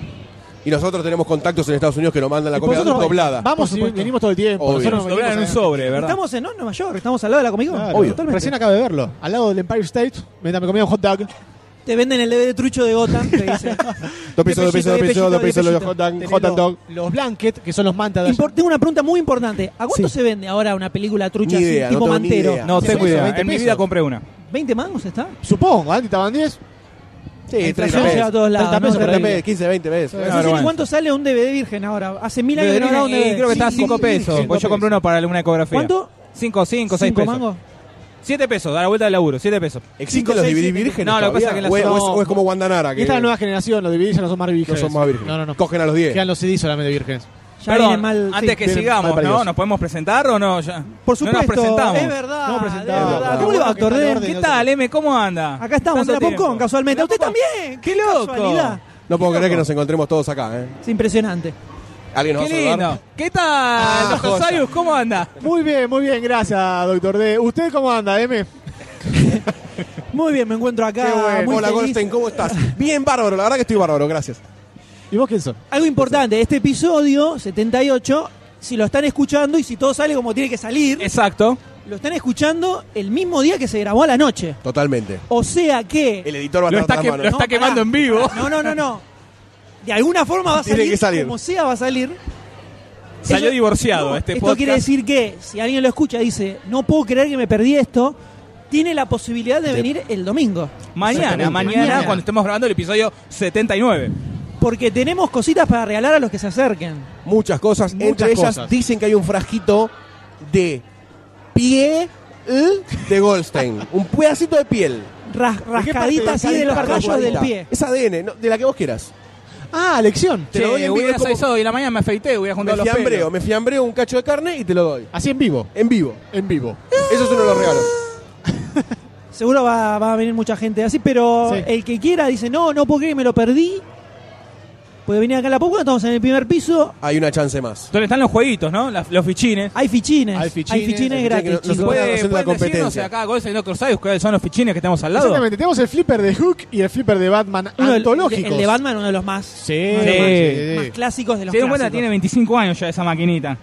Speaker 3: Y nosotros tenemos contactos en Estados Unidos que nos mandan la
Speaker 2: ah, Y
Speaker 3: copia
Speaker 2: vosotros-
Speaker 3: doblada.
Speaker 5: Vamos
Speaker 2: Por
Speaker 5: y
Speaker 2: supuesto.
Speaker 5: venimos todo el tiempo.
Speaker 3: Obvio.
Speaker 5: Nosotros
Speaker 4: Doblar en un
Speaker 5: venimos a-
Speaker 4: sobre, ¿verdad?
Speaker 2: Estamos en ¿no? Nueva York, estamos al lado de la Comic Con.
Speaker 5: Claro,
Speaker 2: Totalmente.
Speaker 5: Recién acabo de verlo. Al lado del Empire State, mientras me comía un hot dog.
Speaker 2: Te venden el DVD trucho de Gotham, te dice.
Speaker 3: Dos pesos, dos pesos, dos pesos, dos pesos, los hot dog,
Speaker 5: Tenés
Speaker 3: hot
Speaker 5: los-
Speaker 3: dog.
Speaker 5: Los blankets, que son los mantas de allá.
Speaker 2: Impor- Tengo una pregunta muy importante. ¿A cuánto se vende ahora una película trucha así,
Speaker 3: Ni idea, no
Speaker 2: tipo
Speaker 3: tengo ni
Speaker 2: mantero?
Speaker 3: idea.
Speaker 4: No
Speaker 5: Hace
Speaker 4: tengo
Speaker 5: pesos,
Speaker 4: idea.
Speaker 5: 20
Speaker 4: En mi
Speaker 5: pesos.
Speaker 4: vida compré una.
Speaker 2: ¿20 mangos está?
Speaker 5: Supongo, antes estaban 10.
Speaker 2: La
Speaker 3: Sí, 30
Speaker 2: inflación llega a
Speaker 3: pesos.
Speaker 2: todos lados.
Speaker 5: 30
Speaker 2: ¿no?
Speaker 5: pesos,
Speaker 2: Terrible.
Speaker 3: 30 pesos, 15, 20 pesos.
Speaker 2: No
Speaker 4: Claro,
Speaker 2: sé ni
Speaker 4: bueno.
Speaker 2: cuánto sale un DVD virgen ahora. Hace mil años que no hago un
Speaker 4: Eh,
Speaker 2: DVD.
Speaker 4: creo que está a 5 pesos.
Speaker 5: cinco
Speaker 4: Pues yo compré
Speaker 5: pesos.
Speaker 4: uno para alguna ecografía.
Speaker 2: ¿Cuánto?
Speaker 4: 5, 5, 6
Speaker 2: ¿Cinco
Speaker 4: pesos.
Speaker 2: mangos?
Speaker 4: 7 pesos, da la vuelta de laburo, 7 pesos.
Speaker 3: ¿Existen los
Speaker 2: seis,
Speaker 3: DVDs
Speaker 2: siete.
Speaker 3: vírgenes
Speaker 4: No, lo que
Speaker 3: todavía?
Speaker 4: pasa es que la
Speaker 3: o, es,
Speaker 4: zona-
Speaker 3: o es- o es como Guandanara,
Speaker 5: Y
Speaker 3: que
Speaker 5: esta es la nueva generación, los de Virgen ya no son más
Speaker 3: no
Speaker 5: vírgenes.
Speaker 3: son más vírgenes.
Speaker 5: No, no, no.
Speaker 3: Cogen a los 10.
Speaker 5: Quedan los CDs solamente vírgenes.
Speaker 2: Ya viene
Speaker 4: Perdón,
Speaker 2: mal, sí.
Speaker 4: antes que
Speaker 3: viene mal
Speaker 4: sigamos,
Speaker 3: paridos.
Speaker 4: ¿no? ¿Nos podemos presentar o no? Ya.
Speaker 2: Por
Speaker 4: No
Speaker 2: supuesto,
Speaker 4: nos presentamos.
Speaker 2: es verdad.
Speaker 5: No presentamos.
Speaker 2: es verdad.
Speaker 3: Qué
Speaker 2: ¿Cómo le va,
Speaker 5: bueno que
Speaker 2: doctor
Speaker 5: está
Speaker 2: D?
Speaker 5: el orden.
Speaker 4: ¿Qué tal, M? ¿Cómo anda?
Speaker 2: Acá estamos, en
Speaker 4: Tanto
Speaker 2: la
Speaker 4: tiempo.
Speaker 2: PopCon, casualmente.
Speaker 4: En la
Speaker 2: ¿Usted
Speaker 4: Popcorn.
Speaker 2: también? ¡Qué
Speaker 4: Qué loco.
Speaker 2: casualidad!
Speaker 3: No puedo creer que nos encontremos todos acá, ¿eh?
Speaker 2: Es impresionante.
Speaker 3: ¿Alguien nos
Speaker 4: Qué
Speaker 3: va a saludar?
Speaker 4: lindo. ¿Qué
Speaker 2: Ah,
Speaker 4: tal, doctor
Speaker 3: joya.
Speaker 4: Sayus? ¿Cómo anda?
Speaker 5: Muy bien, muy bien, gracias, doctor D. ¿Usted cómo anda, M?
Speaker 2: Muy bien, me encuentro acá.
Speaker 5: Qué bueno.
Speaker 2: muy
Speaker 3: Eh, Hola,
Speaker 2: feliz.
Speaker 3: Goldstein, ¿cómo estás? Bien, bárbaro. La verdad que estoy bárbaro, gracias.
Speaker 5: ¿Y vos quién sos?
Speaker 2: Algo importante, este episodio 78, si lo están escuchando y si todo sale como tiene que salir,
Speaker 4: Exacto.
Speaker 2: lo están escuchando el mismo día que se grabó a la noche.
Speaker 3: Totalmente.
Speaker 2: O sea que...
Speaker 3: El editor va a
Speaker 4: Lo
Speaker 3: estar
Speaker 4: está,
Speaker 3: tan
Speaker 4: que-
Speaker 3: malo.
Speaker 4: lo está
Speaker 2: No,
Speaker 4: quemando
Speaker 2: pará.
Speaker 4: en vivo.
Speaker 2: No, no, no, no. De alguna forma va a
Speaker 3: Tiene
Speaker 2: salir,
Speaker 3: que salir.
Speaker 2: como sea va a salir.
Speaker 4: Salió
Speaker 2: Eso-
Speaker 4: divorciado
Speaker 2: no,
Speaker 4: este
Speaker 2: Esto
Speaker 4: podcast.
Speaker 2: quiere decir que si alguien lo escucha y dice, no puedo creer que me perdí esto, tiene la posibilidad de venir el domingo.
Speaker 4: Mañana, mañana,
Speaker 2: Mañana.
Speaker 4: cuando estemos grabando el episodio 79.
Speaker 2: Porque tenemos cositas para regalar a los que se acerquen.
Speaker 3: Muchas cosas.
Speaker 5: Muchas
Speaker 3: Entre ellas
Speaker 5: cosas.
Speaker 3: dicen que hay un frasquito de piel de Goldstein. un pedacito de piel.
Speaker 2: Ras- rascadita así de los
Speaker 3: rayos
Speaker 2: rayos del pie.
Speaker 3: Es ADN, no, de la que vos quieras.
Speaker 5: Ah, lección.
Speaker 3: Te lo doy en vivo,
Speaker 4: hubiera
Speaker 3: es como-
Speaker 4: seis hoy, y la mañana me afeité, hubiera
Speaker 3: Me
Speaker 4: juntado los
Speaker 3: fiambreo,
Speaker 4: pelos.
Speaker 3: me fiambreo un cacho de carne y te lo doy.
Speaker 5: Así en vivo.
Speaker 3: En vivo.
Speaker 5: En vivo.
Speaker 3: Eso es uno de los regalos.
Speaker 2: Seguro va, va a venir mucha gente así, pero
Speaker 5: Sí.
Speaker 2: el que quiera dice, no, no puedo creer que me lo perdí. Puede venir acá a la Popcorn, estamos en el primer piso.
Speaker 3: Hay una chance más.
Speaker 4: Donde están los jueguitos, ¿no? Las- los fichines.
Speaker 2: Hay fichines.
Speaker 5: Hay fichines, hay
Speaker 2: gratis,
Speaker 3: fichines que no- no se
Speaker 2: chicos.
Speaker 3: pueden hacer la
Speaker 4: ¿Pueden decirnos
Speaker 3: competencia.
Speaker 4: acá, Golsa y Doctor Sayus, cuáles son los fichines que tenemos al lado?
Speaker 5: Exactamente, tenemos el flipper de Hook y el flipper de Batman
Speaker 2: Uno del-
Speaker 5: antológicos.
Speaker 2: El de Batman, uno de los más, eh,
Speaker 5: Sí,
Speaker 4: Sí.
Speaker 2: más clásicos de los
Speaker 4: Se dieron cuenta,
Speaker 2: clásicos.
Speaker 4: tiene 25 años ya esa maquinita.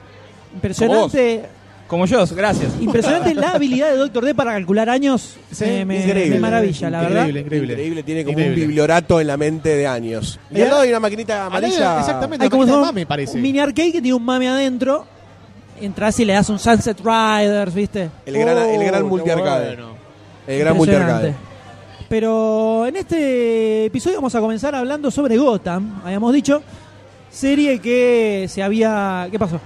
Speaker 2: Impresionante,
Speaker 4: Como yo, gracias.
Speaker 2: impresionante la habilidad de Doctor D para calcular años.
Speaker 5: Sí,
Speaker 2: Eh, me,
Speaker 3: increíble.
Speaker 2: me maravilla, la verdad.
Speaker 5: Increíble, increíble.
Speaker 3: Increíble, tiene como
Speaker 5: Increíble.
Speaker 3: un bibliorato en la mente de años. Y
Speaker 5: Eh,
Speaker 3: al lado hay una maquinita
Speaker 5: Al lado,
Speaker 3: amarilla.
Speaker 5: exactamente.
Speaker 2: Hay como
Speaker 5: Una
Speaker 2: un,
Speaker 5: máquina de mame, parece.
Speaker 2: un mini arcade que tiene un mame adentro. Entras y le das un Sunset Riders, ¿viste?
Speaker 3: El gran, el gran
Speaker 5: Oh,
Speaker 3: multiarcade.
Speaker 5: qué bueno.
Speaker 3: El gran multiarcade.
Speaker 2: Impresionante. Pero en este episodio vamos a comenzar hablando sobre Gotham, habíamos dicho. Serie que se había. ¿Qué pasó?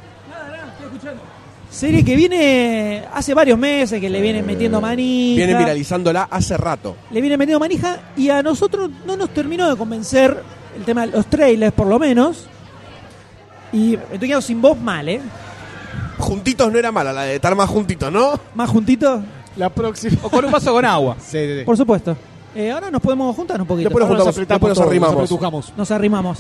Speaker 2: Serie que viene hace varios meses, que le vienen metiendo manija.
Speaker 3: Vienen viralizándola hace rato.
Speaker 2: Le vienen metiendo manija y a nosotros no nos terminó de convencer el tema de los trailers, por lo menos. Y me estoy quedando sin voz mal, ¿eh?
Speaker 3: Juntitos no era mala, la de estar más juntitos, ¿no?
Speaker 2: Más juntitos,
Speaker 5: La próxima.
Speaker 4: O con un vaso con agua.
Speaker 5: Sí, sí, sí.
Speaker 2: por supuesto. Eh, ahora nos podemos juntar un poquito.
Speaker 3: Después nos
Speaker 5: Ahora
Speaker 3: juntamos,
Speaker 5: apretamos
Speaker 3: después nos
Speaker 5: todos,
Speaker 3: arrimamos.
Speaker 5: apretujamos.
Speaker 2: nos arrimamos.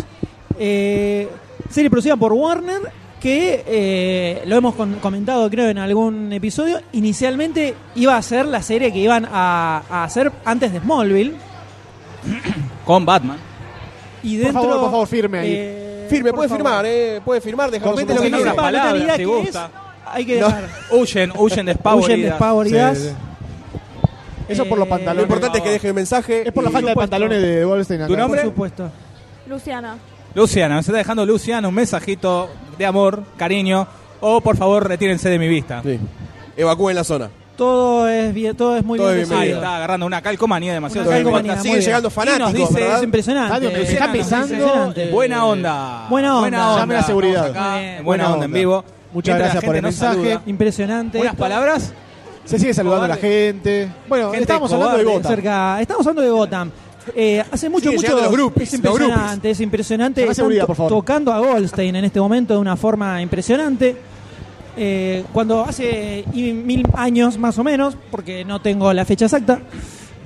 Speaker 2: Eh, serie producida por Warner, que eh, lo hemos con- comentado creo en algún episodio, inicialmente iba a ser la serie que iban a, a hacer antes de Smallville.
Speaker 4: Con Batman.
Speaker 2: Y
Speaker 5: Por
Speaker 2: dentro,
Speaker 5: favor, por favor, firme ahí.
Speaker 2: eh,
Speaker 3: Firme,
Speaker 2: por
Speaker 3: puede
Speaker 2: favor.
Speaker 3: firmar, ¿eh? Puede firmar, dejamos
Speaker 5: Comete
Speaker 3: un
Speaker 5: lo que
Speaker 2: Que
Speaker 3: mensaje.
Speaker 5: quiera.
Speaker 2: sepa la
Speaker 4: palabra,
Speaker 2: mentalidad
Speaker 4: si
Speaker 2: que
Speaker 4: gusta.
Speaker 2: es, hay que
Speaker 3: No.
Speaker 2: dejar.
Speaker 4: Huyen, huyen
Speaker 2: Huyen
Speaker 4: despavoridas.
Speaker 2: despavoridas.
Speaker 5: Sí, sí, sí. Eso por los
Speaker 2: Eh,
Speaker 5: pantalones.
Speaker 3: Lo importante es que
Speaker 4: favor.
Speaker 3: deje el mensaje.
Speaker 5: Es por la
Speaker 3: y-
Speaker 5: falta de
Speaker 2: supuesto.
Speaker 5: pantalones de Goldstein acá.
Speaker 4: ¿Tu nombre?
Speaker 2: Por supuesto.
Speaker 7: Luciana.
Speaker 4: Luciana, nos está dejando Luciana un mensajito de amor, cariño. O por favor, retírense de mi vista.
Speaker 3: Sí. Evacúen la zona.
Speaker 2: Todo es, bien, todo es muy
Speaker 3: Todo
Speaker 2: bien
Speaker 3: es
Speaker 4: Ahí
Speaker 2: recibido.
Speaker 4: está agarrando una calcomanía demasiado.
Speaker 2: Una
Speaker 4: Sigue
Speaker 2: calcomanía,
Speaker 4: llegando-
Speaker 2: muy
Speaker 3: Siguen
Speaker 2: bien.
Speaker 3: llegando fanáticos,
Speaker 4: Y nos dice
Speaker 3: ¿verdad?
Speaker 2: Es impresionante.
Speaker 5: Estadio que
Speaker 2: eh,
Speaker 5: me está
Speaker 2: es
Speaker 5: pisando,
Speaker 2: impresionante.
Speaker 4: Buena onda.
Speaker 2: Buena onda.
Speaker 5: Llame a la seguridad.
Speaker 4: Estamos acá,
Speaker 2: Muy bien.
Speaker 4: en buena, onda, en vivo.
Speaker 5: Muchas
Speaker 4: Mientras la
Speaker 5: gracias por
Speaker 4: gente
Speaker 5: el
Speaker 4: nos
Speaker 5: mensaje.
Speaker 4: saluda.
Speaker 2: Impresionante.
Speaker 4: Unas
Speaker 2: Esto-
Speaker 4: palabras.
Speaker 5: Se sigue saludando a la
Speaker 4: Cobarde.
Speaker 5: gente. Bueno,
Speaker 4: Gente
Speaker 5: estábamos hablando de
Speaker 4: cobarde,
Speaker 5: Gota.
Speaker 2: Cerca- estamos hablando de Gotham. Eh, hace mucho,
Speaker 3: Siguen
Speaker 2: mucho.
Speaker 3: llegando los groupies,
Speaker 2: es
Speaker 3: los
Speaker 2: impresionante, es impresionante.
Speaker 5: Llama a
Speaker 2: Están
Speaker 5: seguridad,
Speaker 2: to-
Speaker 5: por favor.
Speaker 2: Tocando a Goldstein en este momento de una forma impresionante. Eh, cuando hace y- mil años más o menos, porque no tengo la fecha exacta,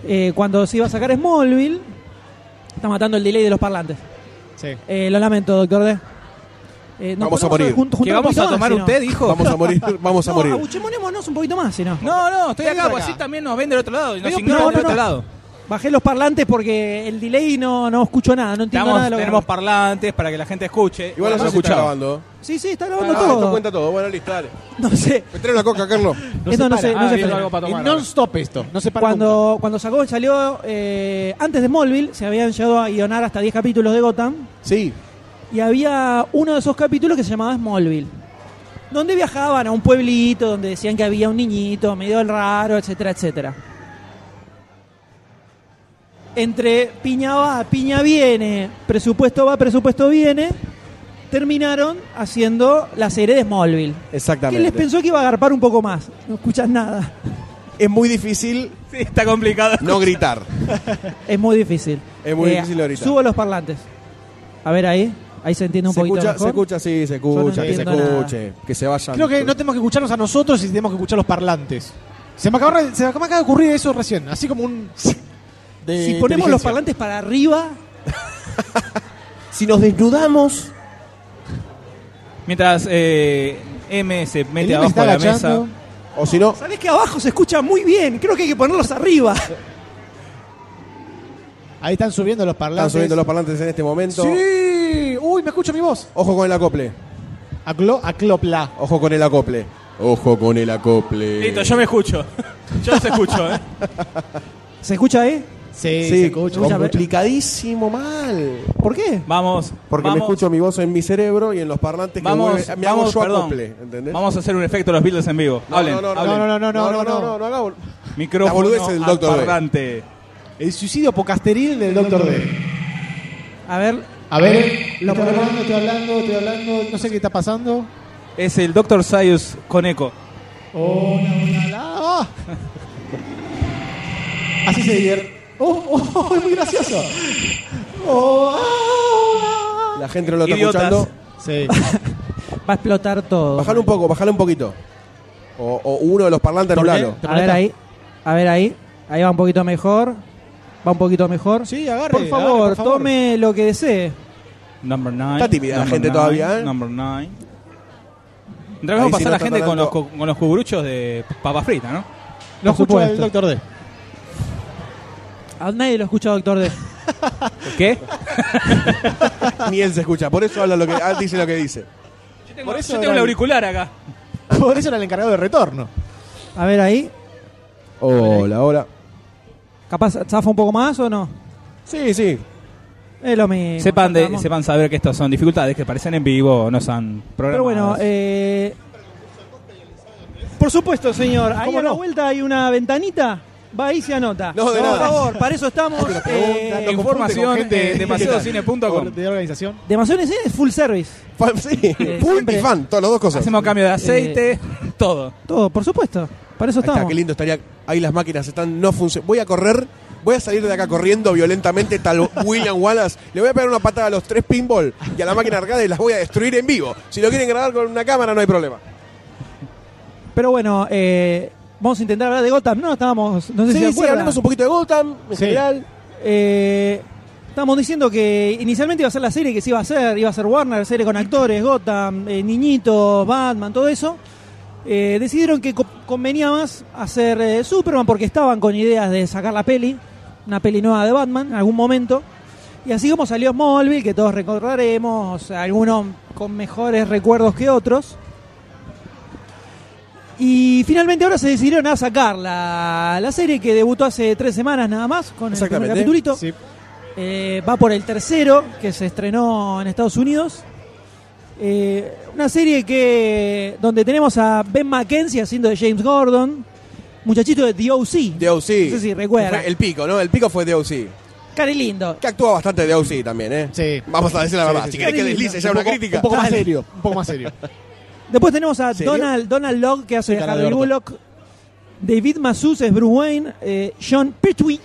Speaker 2: eh, cuando se iba a sacar Smallville, está matando el delay de los parlantes.
Speaker 5: Sí.
Speaker 2: Eh, lo lamento, doctor D. eh, nos
Speaker 3: Vamos a
Speaker 2: ponemos
Speaker 3: morir.
Speaker 2: jun- juntar
Speaker 4: ¿Que
Speaker 2: un
Speaker 4: vamos
Speaker 2: poquito
Speaker 4: a
Speaker 2: más,
Speaker 4: tomar
Speaker 2: si no.
Speaker 4: usted, hijo?
Speaker 3: Vamos a morir, vamos a
Speaker 2: No,
Speaker 3: morir.
Speaker 2: abuchemonémonos un poquito más, si no.
Speaker 4: No, no, estoy acá,
Speaker 5: Estoy
Speaker 4: pues
Speaker 5: acá.
Speaker 4: así también nos ven del otro lado y nos
Speaker 2: Pero-
Speaker 4: ignoran
Speaker 2: no,
Speaker 4: del
Speaker 2: no,
Speaker 4: otro
Speaker 2: no.
Speaker 4: lado.
Speaker 2: Bajé los parlantes porque el delay no, no escucho nada, no entiendo
Speaker 4: Estamos-
Speaker 2: nada de lo que-
Speaker 4: tenemos parlantes para que la gente escuche.
Speaker 3: Igual no sé
Speaker 4: Bueno,
Speaker 3: si está
Speaker 4: escuchaba.
Speaker 3: grabando.
Speaker 2: Sí, sí, está
Speaker 3: Ah,
Speaker 2: grabando
Speaker 3: esto
Speaker 2: todo.
Speaker 3: cuenta todo. Bueno, listo, dale.
Speaker 2: No sé.
Speaker 3: Me trae una coca, Carlos.
Speaker 2: Esto no
Speaker 5: para.
Speaker 2: se- no
Speaker 5: Ah,
Speaker 2: se
Speaker 5: bien,
Speaker 2: frena.
Speaker 5: algo para tomar
Speaker 4: Y
Speaker 5: ahora. non-stop esto. No se para nunca.
Speaker 2: Cuando, cuando sacó, salió eh, antes de Smallville, se habían llegado a guionar hasta 10 capítulos de Gotham.
Speaker 3: Sí.
Speaker 2: Y había uno de esos capítulos que se llamaba Smallville. Donde viajaban a un pueblito, donde decían que había un niñito medio raro, etcétera, etcétera. Entre piña va, piña viene, presupuesto va, presupuesto viene, terminaron haciendo la serie de Smallville. ¿Quién les
Speaker 3: Exactamente.
Speaker 2: pensó que iba a agarpar un poco más? No escuchas nada.
Speaker 3: Es muy difícil
Speaker 4: Sí, está complicado.
Speaker 3: no gritar.
Speaker 2: Es muy difícil. Eh,
Speaker 3: Es muy difícil ahorita.
Speaker 2: Subo los parlantes. A ver ahí. Ahí se entiende un
Speaker 3: Se
Speaker 2: poquito
Speaker 3: escucha,
Speaker 2: mejor.
Speaker 3: se escucha, sí, se
Speaker 2: no
Speaker 3: escucha, que se
Speaker 2: entiendo nada.
Speaker 3: escuche. Que se vayan.
Speaker 5: Creo que no tenemos que escucharnos a nosotros y tenemos que escuchar los parlantes. Se me acaba, se me acaba de ocurrir eso recién, así como un...
Speaker 3: De
Speaker 2: si ponemos los
Speaker 3: inteligencia.
Speaker 2: parlantes para arriba,
Speaker 3: Si nos desnudamos.
Speaker 4: Mientras eh, M se mete
Speaker 5: El M
Speaker 4: abajo
Speaker 5: está
Speaker 4: de la
Speaker 5: agachando.
Speaker 4: mesa.
Speaker 3: O si no,
Speaker 2: sabés que abajo se escucha muy bien. Creo que hay que ponerlos arriba.
Speaker 5: Ahí están subiendo los
Speaker 3: están
Speaker 5: parlantes.
Speaker 3: subiendo los parlantes en este momento.
Speaker 5: Sí, uy, me escucho mi voz.
Speaker 3: Ojo con el acople.
Speaker 5: A, clo, a clopla.
Speaker 3: Ojo con el acople. Ojo con el acople.
Speaker 4: Listo, yo me escucho. Yo los escucho, ¿eh?
Speaker 2: ¿Se escucha, eh?
Speaker 5: Sí,
Speaker 3: Sí,
Speaker 5: se escucha.
Speaker 3: complicadísimo mal.
Speaker 2: ¿Por qué?
Speaker 4: Vamos.
Speaker 3: Porque me
Speaker 4: vamos,
Speaker 3: escucho mi voz en mi cerebro y en los parlantes que
Speaker 4: Vamos,
Speaker 3: mueve- me hago
Speaker 4: vamos,
Speaker 3: yo
Speaker 4: perdón.
Speaker 3: acople. ¿Entendés?
Speaker 4: Vamos a hacer un efecto de los Beatles en vivo.
Speaker 3: No,
Speaker 4: hablen,
Speaker 3: no, no, no,
Speaker 4: hablen.
Speaker 5: No, no, no, no, no,
Speaker 3: no,
Speaker 5: no.
Speaker 3: no hagamos-
Speaker 4: Micrófono
Speaker 3: La boludez del
Speaker 4: al
Speaker 3: Dr. D.
Speaker 4: parlante.
Speaker 5: El suicidio pocasteril del Doctor D.
Speaker 2: A ver,
Speaker 5: A ver,
Speaker 2: Lo
Speaker 5: lo estoy
Speaker 2: ponemos.
Speaker 5: hablando, estoy hablando, estoy hablando, no sé qué está pasando.
Speaker 4: Es el Dr. Sayus con eco.
Speaker 5: Oh, la, la, la, oh. Así se divierte. Oh, oh, oh, es muy gracioso. Oh, ah, ah.
Speaker 3: La gente no lo está
Speaker 4: Idiotas.
Speaker 3: escuchando.
Speaker 5: Sí.
Speaker 2: va a explotar todo.
Speaker 3: Bajalo un poco, bajalo un poquito. O, o uno de los parlantes
Speaker 5: ¿Por qué?
Speaker 3: anulalo.
Speaker 5: ¿Te
Speaker 2: A ver
Speaker 5: molesta?
Speaker 2: ahí. A ver ahí. Ahí va un poquito mejor. Va un poquito mejor.
Speaker 5: Sí, agarre.
Speaker 2: por, favor,
Speaker 5: agarre, por favor.
Speaker 2: tome lo que desee.
Speaker 4: Number 9.
Speaker 3: Está tímida la gente todavía, ¿eh?
Speaker 4: Number 9. Mientras vamos
Speaker 3: Ahí
Speaker 4: a
Speaker 3: sí
Speaker 4: pasar
Speaker 3: no
Speaker 4: a la
Speaker 3: está
Speaker 4: gente con los,
Speaker 3: tardando.
Speaker 4: cu- con los cucuruchos de papa frita, ¿no?
Speaker 5: Lo
Speaker 2: Por
Speaker 5: escucho al
Speaker 2: supuesto.
Speaker 5: Doctor D.
Speaker 2: A nadie lo escucha, doctor D.
Speaker 4: ¿Qué?
Speaker 3: Ni él se escucha. Por eso habla lo que, ah, dice lo que dice.
Speaker 4: Yo tengo,
Speaker 5: Por eso
Speaker 4: yo tengo
Speaker 5: era
Speaker 4: el
Speaker 5: el-
Speaker 4: auricular acá.
Speaker 5: Por eso era el encargado de retorno.
Speaker 2: A ver ahí.
Speaker 3: Hola, hola.
Speaker 2: Capaz zafa un poco más o no.
Speaker 3: Sí, sí.
Speaker 2: Es lo mismo.
Speaker 4: Sepan, de-
Speaker 2: Estamos-
Speaker 4: sepan saber que estas son dificultades que parecen en vivo, no son programas.
Speaker 2: Pero bueno, eh... por supuesto, señor. Ahí
Speaker 5: ¿Cómo
Speaker 2: a la
Speaker 5: no?
Speaker 2: vuelta hay una ventanita. Va ahí y se anota.
Speaker 3: No, de
Speaker 2: por
Speaker 3: nada.
Speaker 2: favor, para eso estamos.
Speaker 3: Otra pregunta,
Speaker 2: eh,
Speaker 3: no
Speaker 4: información
Speaker 5: gente-
Speaker 4: en demasiadocine.com.
Speaker 5: De organización.
Speaker 2: Demasiado en escena es full service.
Speaker 3: Fan, sí. Full y
Speaker 2: siempre-
Speaker 3: fan, todas las dos cosas.
Speaker 4: Hacemos cambio de aceite, todo.
Speaker 2: Todo, por supuesto. Para eso
Speaker 3: Ahí está,
Speaker 2: estamos.
Speaker 3: qué lindo estaría. Ahí las máquinas están, no funcionan. Voy a correr, voy a salir de acá corriendo violentamente, tal William Wallace. Le voy a pegar una patada a los tres pinball y a la máquina arcade y las voy a destruir en vivo. Si lo quieren grabar con una cámara, no hay problema.
Speaker 2: Pero bueno, eh, vamos a intentar hablar de Gotham. No, estábamos. No sé si
Speaker 3: Sí,
Speaker 2: se
Speaker 3: sí,
Speaker 2: acuerdan.
Speaker 3: hablemos un poquito de Gotham, en
Speaker 5: Sí.
Speaker 3: general.
Speaker 2: Eh, estábamos diciendo que inicialmente iba a ser la serie que se iba a hacer, iba a ser Warner, serie con actores, Gotham, eh, Niñito, Batman, todo eso. Eh, decidieron que co- convenía más hacer eh, Superman porque estaban con ideas de sacar la peli, una peli nueva de Batman en algún momento. Y así como salió Smallville, que todos recordaremos, algunos con mejores recuerdos que otros. Y finalmente ahora se decidieron a sacar la, la serie que debutó hace tres semanas nada más con el primer
Speaker 3: Exactamente.
Speaker 2: capitulito.
Speaker 5: Sí.
Speaker 2: Eh, va por el tercero, que se estrenó en Estados Unidos. Eh, una serie que donde tenemos a Ben Mackenzie haciendo de James Gordon, muchachito de The OC.
Speaker 3: The O.C.
Speaker 2: No sé si recuerda.
Speaker 3: Fue El pico, ¿no? El pico fue The O.C.
Speaker 2: Cari lindo.
Speaker 3: Que actúa bastante The O.C. también, ¿eh?
Speaker 5: Sí.
Speaker 3: Vamos a decir la
Speaker 5: Sí,
Speaker 3: verdad.
Speaker 5: sí,
Speaker 3: si
Speaker 5: sí.
Speaker 3: querés que deslice ya una
Speaker 5: poco-
Speaker 3: crítica.
Speaker 5: Un poco más
Speaker 2: Dale.
Speaker 5: serio. Un poco más serio.
Speaker 2: Después tenemos a
Speaker 3: ¿Serio?
Speaker 2: Donald, Donald Locke, que hace de
Speaker 5: cara de
Speaker 2: Harry
Speaker 5: orto.
Speaker 2: Bullock. David Masus es Bruce Wayne. Eh, John Pertwee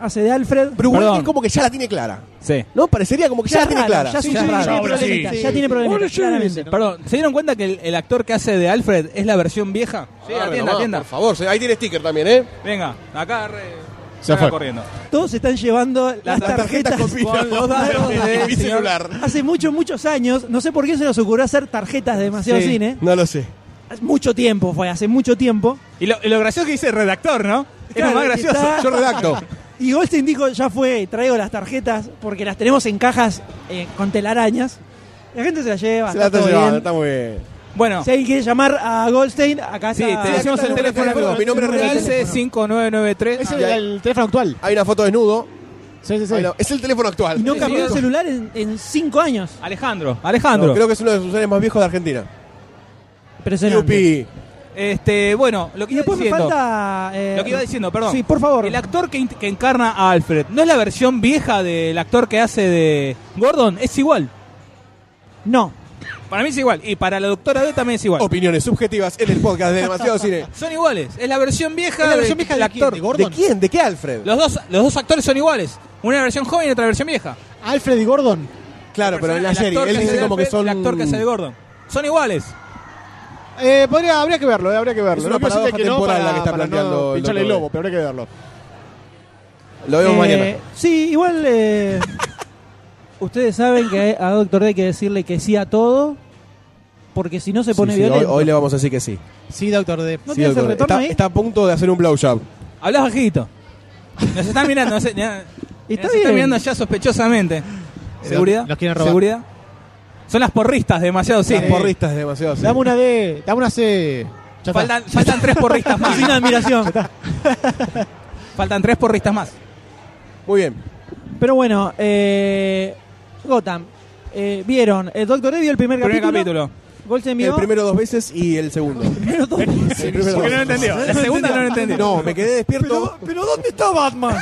Speaker 2: hace de Alfred.
Speaker 3: Bruce Wayne
Speaker 4: Perdón.
Speaker 3: es como que ya la tiene clara.
Speaker 4: Sí.
Speaker 3: ¿No? Parecería como que ya, la
Speaker 2: es
Speaker 3: tiene
Speaker 2: raro,
Speaker 3: clara.
Speaker 2: Ya,
Speaker 3: Sí,
Speaker 2: sí,
Speaker 3: sí,
Speaker 2: sí,
Speaker 3: sí,
Speaker 2: tiene
Speaker 3: sí.
Speaker 2: problemita, ya tiene problemas. claramente.
Speaker 4: Perdón, ¿se dieron cuenta que el, el actor que hace de Alfred es la versión vieja? Sí,
Speaker 3: Agarre
Speaker 4: atienda,
Speaker 3: nomás,
Speaker 4: atienda.
Speaker 3: Por favor, ahí tiene sticker también, ¿eh?
Speaker 4: Venga, acá. arre.
Speaker 5: Se fue.
Speaker 4: corriendo.
Speaker 2: Todos se están llevando las,
Speaker 3: las tarjetas
Speaker 2: tarjetas,
Speaker 3: con filo.
Speaker 2: con los dados
Speaker 3: De
Speaker 2: de-
Speaker 3: mi celular.
Speaker 2: Hace muchos, muchos años, no sé por qué se nos ocurrió hacer tarjetas de demasiado
Speaker 4: Sí.
Speaker 2: cine.
Speaker 3: No lo sé.
Speaker 2: Hace mucho tiempo fue, hace mucho tiempo.
Speaker 4: Y lo, y lo gracioso que dice redactor, ¿no? Es lo
Speaker 2: Claro,
Speaker 4: más gracioso.
Speaker 2: está-
Speaker 3: Yo redacto.
Speaker 2: Y Goldstein dijo, ya fue, traigo las tarjetas porque las tenemos en cajas eh, con telarañas. La gente se las lleva.
Speaker 3: Se la
Speaker 2: está
Speaker 3: está
Speaker 2: todo
Speaker 3: llevando,
Speaker 2: bien.
Speaker 3: está muy bien.
Speaker 4: Bueno,
Speaker 2: Si alguien quiere llamar a Goldstein, acá
Speaker 4: Sí,
Speaker 2: está-
Speaker 4: te decimos
Speaker 2: acá está
Speaker 4: el
Speaker 2: número de
Speaker 4: teléfono,
Speaker 3: mi nombre es
Speaker 2: Número de
Speaker 3: Real,
Speaker 2: teléfono.
Speaker 4: 1593.
Speaker 5: Ese
Speaker 4: Ah,
Speaker 5: era el teléfono actual.
Speaker 3: Hay una foto desnudo.
Speaker 5: Sí, sí, sí.
Speaker 3: Hay una- Es el teléfono actual.
Speaker 2: Y no
Speaker 3: Sí,
Speaker 2: cambió el
Speaker 3: sí.
Speaker 2: celular en, en cinco años.
Speaker 4: Alejandro,
Speaker 3: No,
Speaker 4: Alejandro.
Speaker 3: creo que es uno de sus años más viejos de Argentina.
Speaker 2: Impresionante.
Speaker 3: Yupi.
Speaker 4: Este, bueno, lo que
Speaker 2: Y
Speaker 4: iba
Speaker 2: después me
Speaker 4: diciendo.
Speaker 2: falta... eh,
Speaker 4: Lo que iba diciendo, perdón.
Speaker 2: Sí, por favor.
Speaker 4: El actor que, in- que encarna a Alfred, ¿no es la versión vieja del actor que hace de Gordon? Es igual.
Speaker 2: No.
Speaker 4: Para mí es igual. Y para la doctora D también es igual.
Speaker 3: Opiniones subjetivas en el podcast de Demasiado Cine.
Speaker 4: Son iguales. Es la versión vieja,
Speaker 5: ¿Es la versión
Speaker 4: de-
Speaker 5: vieja
Speaker 4: del
Speaker 5: de quién?
Speaker 4: actor.
Speaker 5: ¿De Gordon?
Speaker 3: ¿De quién? ¿De qué Alfred?
Speaker 4: Los dos, los dos actores son iguales. Una versión joven y otra versión vieja.
Speaker 5: Alfred y Gordon.
Speaker 3: Claro, pero en la
Speaker 4: El actor
Speaker 3: serie.
Speaker 4: que
Speaker 3: Él
Speaker 4: hace
Speaker 3: dice
Speaker 4: de
Speaker 3: como que
Speaker 4: Alfred,
Speaker 3: son.
Speaker 4: El actor que hace de Gordon. Son iguales.
Speaker 5: Eh, podría, habría que verlo, eh, habría que verlo.
Speaker 3: Es una
Speaker 5: quiero
Speaker 3: paradoja
Speaker 5: decirle que
Speaker 3: temporal
Speaker 5: para-
Speaker 3: la que está
Speaker 5: para no
Speaker 3: planteando el
Speaker 5: pincharle el
Speaker 3: doctor.
Speaker 5: lobo, pero habría que verlo.
Speaker 3: Lo vemos
Speaker 2: Eh,
Speaker 3: mañana.
Speaker 2: Sí, igual... eh, ustedes saben que a Doctor D hay que decirle que sí a todo porque si no se pone
Speaker 3: Sí, sí, hoy,
Speaker 2: violento.
Speaker 3: hoy le vamos a decir que sí.
Speaker 8: Sí, doctor D.
Speaker 2: ¿No
Speaker 3: Sí,
Speaker 2: tienes el
Speaker 3: doctor.
Speaker 2: retorno
Speaker 3: está,
Speaker 2: ahí?
Speaker 3: está a punto de hacer un blowjob.
Speaker 4: Hablas bajito. Nos están mirando. nos, nos
Speaker 2: Está
Speaker 4: están
Speaker 2: bien.
Speaker 4: mirando ya sospechosamente. ¿Seguridad?
Speaker 8: Los quieren robar.
Speaker 4: ¿Seguridad? Son las porristas demasiado
Speaker 3: Sí.
Speaker 4: sí.
Speaker 3: Las porristas de demasiado cine.
Speaker 5: Dame una D, dame una C. Ya está.
Speaker 4: Faltan, faltan tres porristas más.
Speaker 2: Sin admiración.
Speaker 4: Faltan tres porristas más.
Speaker 3: Muy bien.
Speaker 2: Pero bueno, eh, Gotham. eh, vieron, el Doctor D vio el primer,
Speaker 4: Primer
Speaker 2: capítulo.
Speaker 4: capítulo.
Speaker 2: Goldstein
Speaker 3: El
Speaker 2: vio
Speaker 3: primero dos veces y el segundo.
Speaker 2: primero dos veces.
Speaker 3: El primero dos veces.
Speaker 4: entendió. La segunda no lo entendió.
Speaker 3: No, me quedé despierto.
Speaker 2: ¿dónde está Batman?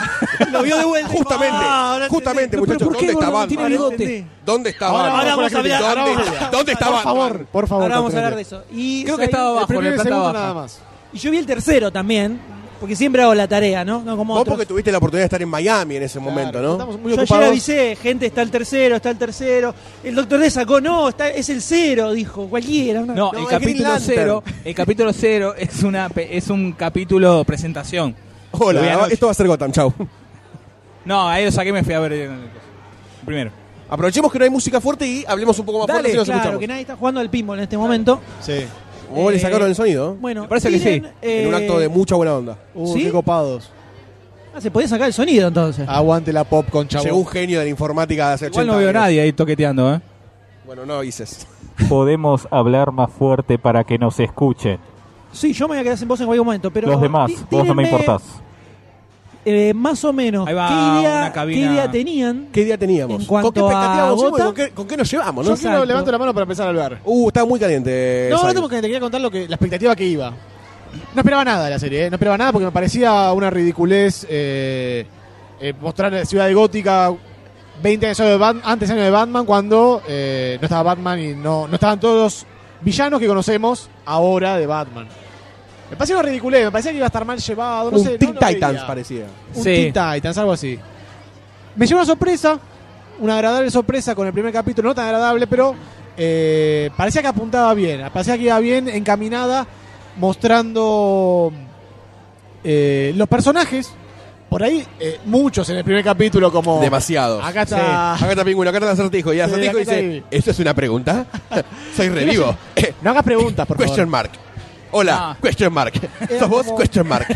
Speaker 2: Lo vio de vuelta. "Ah,
Speaker 3: Justamente, justamente,
Speaker 2: No, pero
Speaker 3: muchachos,
Speaker 2: ¿por qué
Speaker 3: ¿dónde está
Speaker 2: Gordon tiene
Speaker 3: Batman?
Speaker 2: bigote?
Speaker 3: ¿Dónde está
Speaker 5: Ahora-
Speaker 3: Batman?
Speaker 2: ahora vamos a hablar-
Speaker 3: ¿Dónde,
Speaker 5: ahora vamos a
Speaker 3: está-
Speaker 5: hablar.
Speaker 3: ¿dónde está
Speaker 5: Por
Speaker 3: Batman?
Speaker 5: favor, por favor.
Speaker 2: Ahora vamos a
Speaker 5: doctor
Speaker 2: hablar
Speaker 5: D.
Speaker 2: de eso. Y
Speaker 4: Creo que
Speaker 2: Zion-
Speaker 4: estaba
Speaker 5: El
Speaker 4: abajo,
Speaker 5: primero y
Speaker 4: en
Speaker 5: el
Speaker 4: el planta
Speaker 5: segundo
Speaker 4: baja.
Speaker 5: nada más.
Speaker 2: Y yo vi el tercero también, porque siempre hago la tarea, ¿no? No como
Speaker 3: Vos
Speaker 2: otros.
Speaker 3: porque tuviste la oportunidad de estar en Miami en ese momento,
Speaker 5: Claro,
Speaker 3: ¿no?
Speaker 5: Estamos muy
Speaker 2: Yo ayer
Speaker 5: ocupados.
Speaker 2: avisé, gente, está el tercero, está el tercero. El doctor D sacó, no, está, es el cero, dijo, cualquiera. una-
Speaker 4: No,
Speaker 3: No,
Speaker 4: el
Speaker 3: es Green
Speaker 4: capítulo
Speaker 3: Lantern.
Speaker 4: cero, el capítulo cero es una pe- es un capítulo presentación. Lo vi
Speaker 3: Hola,
Speaker 4: anoche.
Speaker 3: esto va a ser Gotham, chau.
Speaker 4: No, ahí lo saqué y me fui a ver el primero.
Speaker 3: Aprovechemos que no hay música fuerte y hablemos un poco más
Speaker 2: Dale,
Speaker 3: fuerte si nos
Speaker 2: claro,
Speaker 3: escuchamos.
Speaker 2: que nadie está jugando al pinball en este momento.
Speaker 5: Sí.
Speaker 3: Vos le sacaron el sonido. ¿no?
Speaker 2: Bueno,
Speaker 4: Me parece que
Speaker 2: tiren,
Speaker 4: sí,
Speaker 3: En un
Speaker 2: eh,
Speaker 3: acto de mucha buena onda.
Speaker 5: Uh,
Speaker 2: ¿Sí?
Speaker 5: qué copados.
Speaker 2: Ah, se podía sacar el sonido entonces.
Speaker 5: Aguante la pop con
Speaker 3: Llegó un
Speaker 5: chavo.
Speaker 3: genio de la informática de hace 80
Speaker 4: Igual no veo a
Speaker 3: años.
Speaker 4: nadie ahí toqueteando, ¿eh?
Speaker 3: Bueno, no dices.
Speaker 9: Podemos hablar más fuerte para que nos escuchen.
Speaker 2: Sí, yo me voy a quedar sin voz en cualquier momento, pero...
Speaker 9: Los demás,
Speaker 2: tí-
Speaker 9: vos no
Speaker 2: tírenme,
Speaker 9: me importás.
Speaker 2: eh, más o menos,
Speaker 4: Ahí va
Speaker 2: ¿qué
Speaker 4: una
Speaker 2: idea,
Speaker 4: cabina.
Speaker 2: qué idea tenían?
Speaker 3: ¿Qué día teníamos?
Speaker 2: En cuanto
Speaker 3: ¿Con qué
Speaker 2: a
Speaker 3: expectativas vos
Speaker 2: Gotham-
Speaker 3: ¿Con qué, con qué nos llevamos?
Speaker 5: Yo
Speaker 3: ¿no?
Speaker 5: quiero
Speaker 2: Exacto.
Speaker 5: levanto la mano para empezar a hablar.
Speaker 3: Uh, está muy caliente.
Speaker 5: No, no
Speaker 3: Simon.
Speaker 5: tengo que te quería contar lo que, la expectativa que iba. No esperaba nada de la serie, ¿eh? no esperaba nada porque me parecía una ridiculez eh, eh, mostrar la ciudad de gótica 20 años de Bat- antes años de Batman cuando eh, no estaba Batman y no, no estaban todos los villanos que conocemos ahora de Batman. Me parecía una ridiculez, me parecía que iba a estar mal llevado, no
Speaker 3: Un
Speaker 5: sé. no
Speaker 3: Teen
Speaker 5: lo
Speaker 3: Titans
Speaker 5: veía.
Speaker 3: parecía.
Speaker 5: Un
Speaker 4: Sí.
Speaker 5: Teen Titans, algo así. Me llevó una sorpresa, una agradable sorpresa con el primer capítulo, no tan agradable, pero eh, parecía que apuntaba bien, parecía que iba bien encaminada, mostrando eh, los personajes. Por ahí, eh, muchos en el primer capítulo, como.
Speaker 3: Demasiados.
Speaker 5: Acá está.
Speaker 3: Acá está Pingüino, acá está el acertijo. Y el
Speaker 5: Sí,
Speaker 3: acertijo
Speaker 5: acá está
Speaker 3: dice:
Speaker 5: Ivy.
Speaker 3: ¿Esto es una pregunta? Soy revivo. Eh,
Speaker 5: No hagas preguntas, por
Speaker 3: question
Speaker 5: favor.
Speaker 3: mark. Hola,
Speaker 4: Ah.
Speaker 3: question mark. ¿Sos vos?
Speaker 5: como-
Speaker 3: Question mark.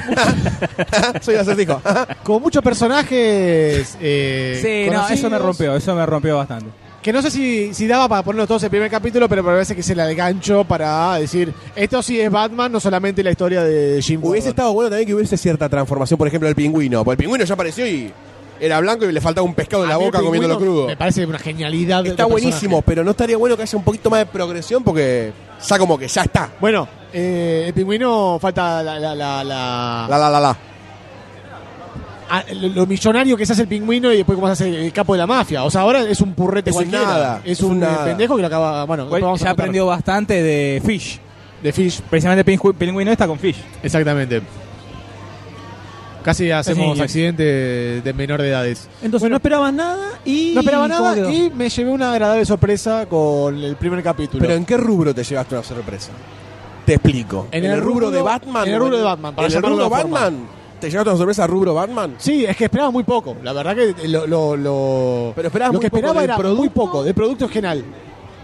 Speaker 3: Soy el acertijo.
Speaker 5: Con muchos personajes. eh,
Speaker 4: Sí, no, eso me
Speaker 5: conocidos.
Speaker 4: rompió, eso me rompió bastante.
Speaker 5: Que no sé si, si daba para ponerlos todos en el primer capítulo, pero parece que se la gancho para decir, esto sí es Batman, no solamente la historia de Jim
Speaker 3: Hubiese
Speaker 5: Gordon.
Speaker 3: estado bueno también que hubiese cierta transformación, por ejemplo, del pingüino. Porque el pingüino ya apareció y era blanco y le faltaba un pescado en la
Speaker 5: A mí el
Speaker 3: boca comiéndolo
Speaker 5: pingüino
Speaker 3: crudo.
Speaker 5: Me parece una genialidad. de-
Speaker 3: Está
Speaker 5: de
Speaker 3: buenísimo,
Speaker 5: personaje.
Speaker 3: pero no estaría bueno que haya un poquito más de progresión porque ya como que ya está.
Speaker 5: Bueno, eh, el pingüino falta la, la, la- la-
Speaker 3: La, la, la, la.
Speaker 5: a- lo, lo millonario que se hace el pingüino y después cómo se hace el capo de la mafia. O sea, ahora es un purrete
Speaker 3: Es un
Speaker 5: cualquiera.
Speaker 3: nada,
Speaker 5: Es,
Speaker 3: es un
Speaker 5: un, eh,
Speaker 3: nada.
Speaker 5: pendejo que lo acaba. Bueno, después
Speaker 4: Bueno,
Speaker 5: vamos a
Speaker 4: ya
Speaker 5: contar.
Speaker 4: aprendió bastante de Fish.
Speaker 5: de Fish.
Speaker 4: Precisamente Pingü- Pingüino está con Fish.
Speaker 5: Exactamente. Casi hacemos
Speaker 4: Sí.
Speaker 5: accidente de menor de edades.
Speaker 2: Entonces no esperabas nada y...
Speaker 5: No esperaba
Speaker 2: ¿cómo
Speaker 5: nada
Speaker 2: quedó?
Speaker 5: y me llevé una agradable sorpresa con el primer capítulo.
Speaker 3: Pero ¿en qué rubro te llevaste una sorpresa? Te explico.
Speaker 5: En el rubro- en el rubro de Batman,
Speaker 3: En el rubro de Batman.
Speaker 5: para
Speaker 3: En el
Speaker 5: llamarlo
Speaker 3: rubro
Speaker 5: de forma.
Speaker 3: Batman
Speaker 1: ¿Te llegaste una sorpresa rubro Batman?
Speaker 5: Sí, es que esperaba muy poco. La verdad que eh, lo, lo, lo-
Speaker 1: Pero esperabas
Speaker 5: lo
Speaker 1: muy
Speaker 5: que
Speaker 1: poco
Speaker 5: esperaba
Speaker 1: del
Speaker 5: era
Speaker 1: producto.
Speaker 5: muy poco, de producto general.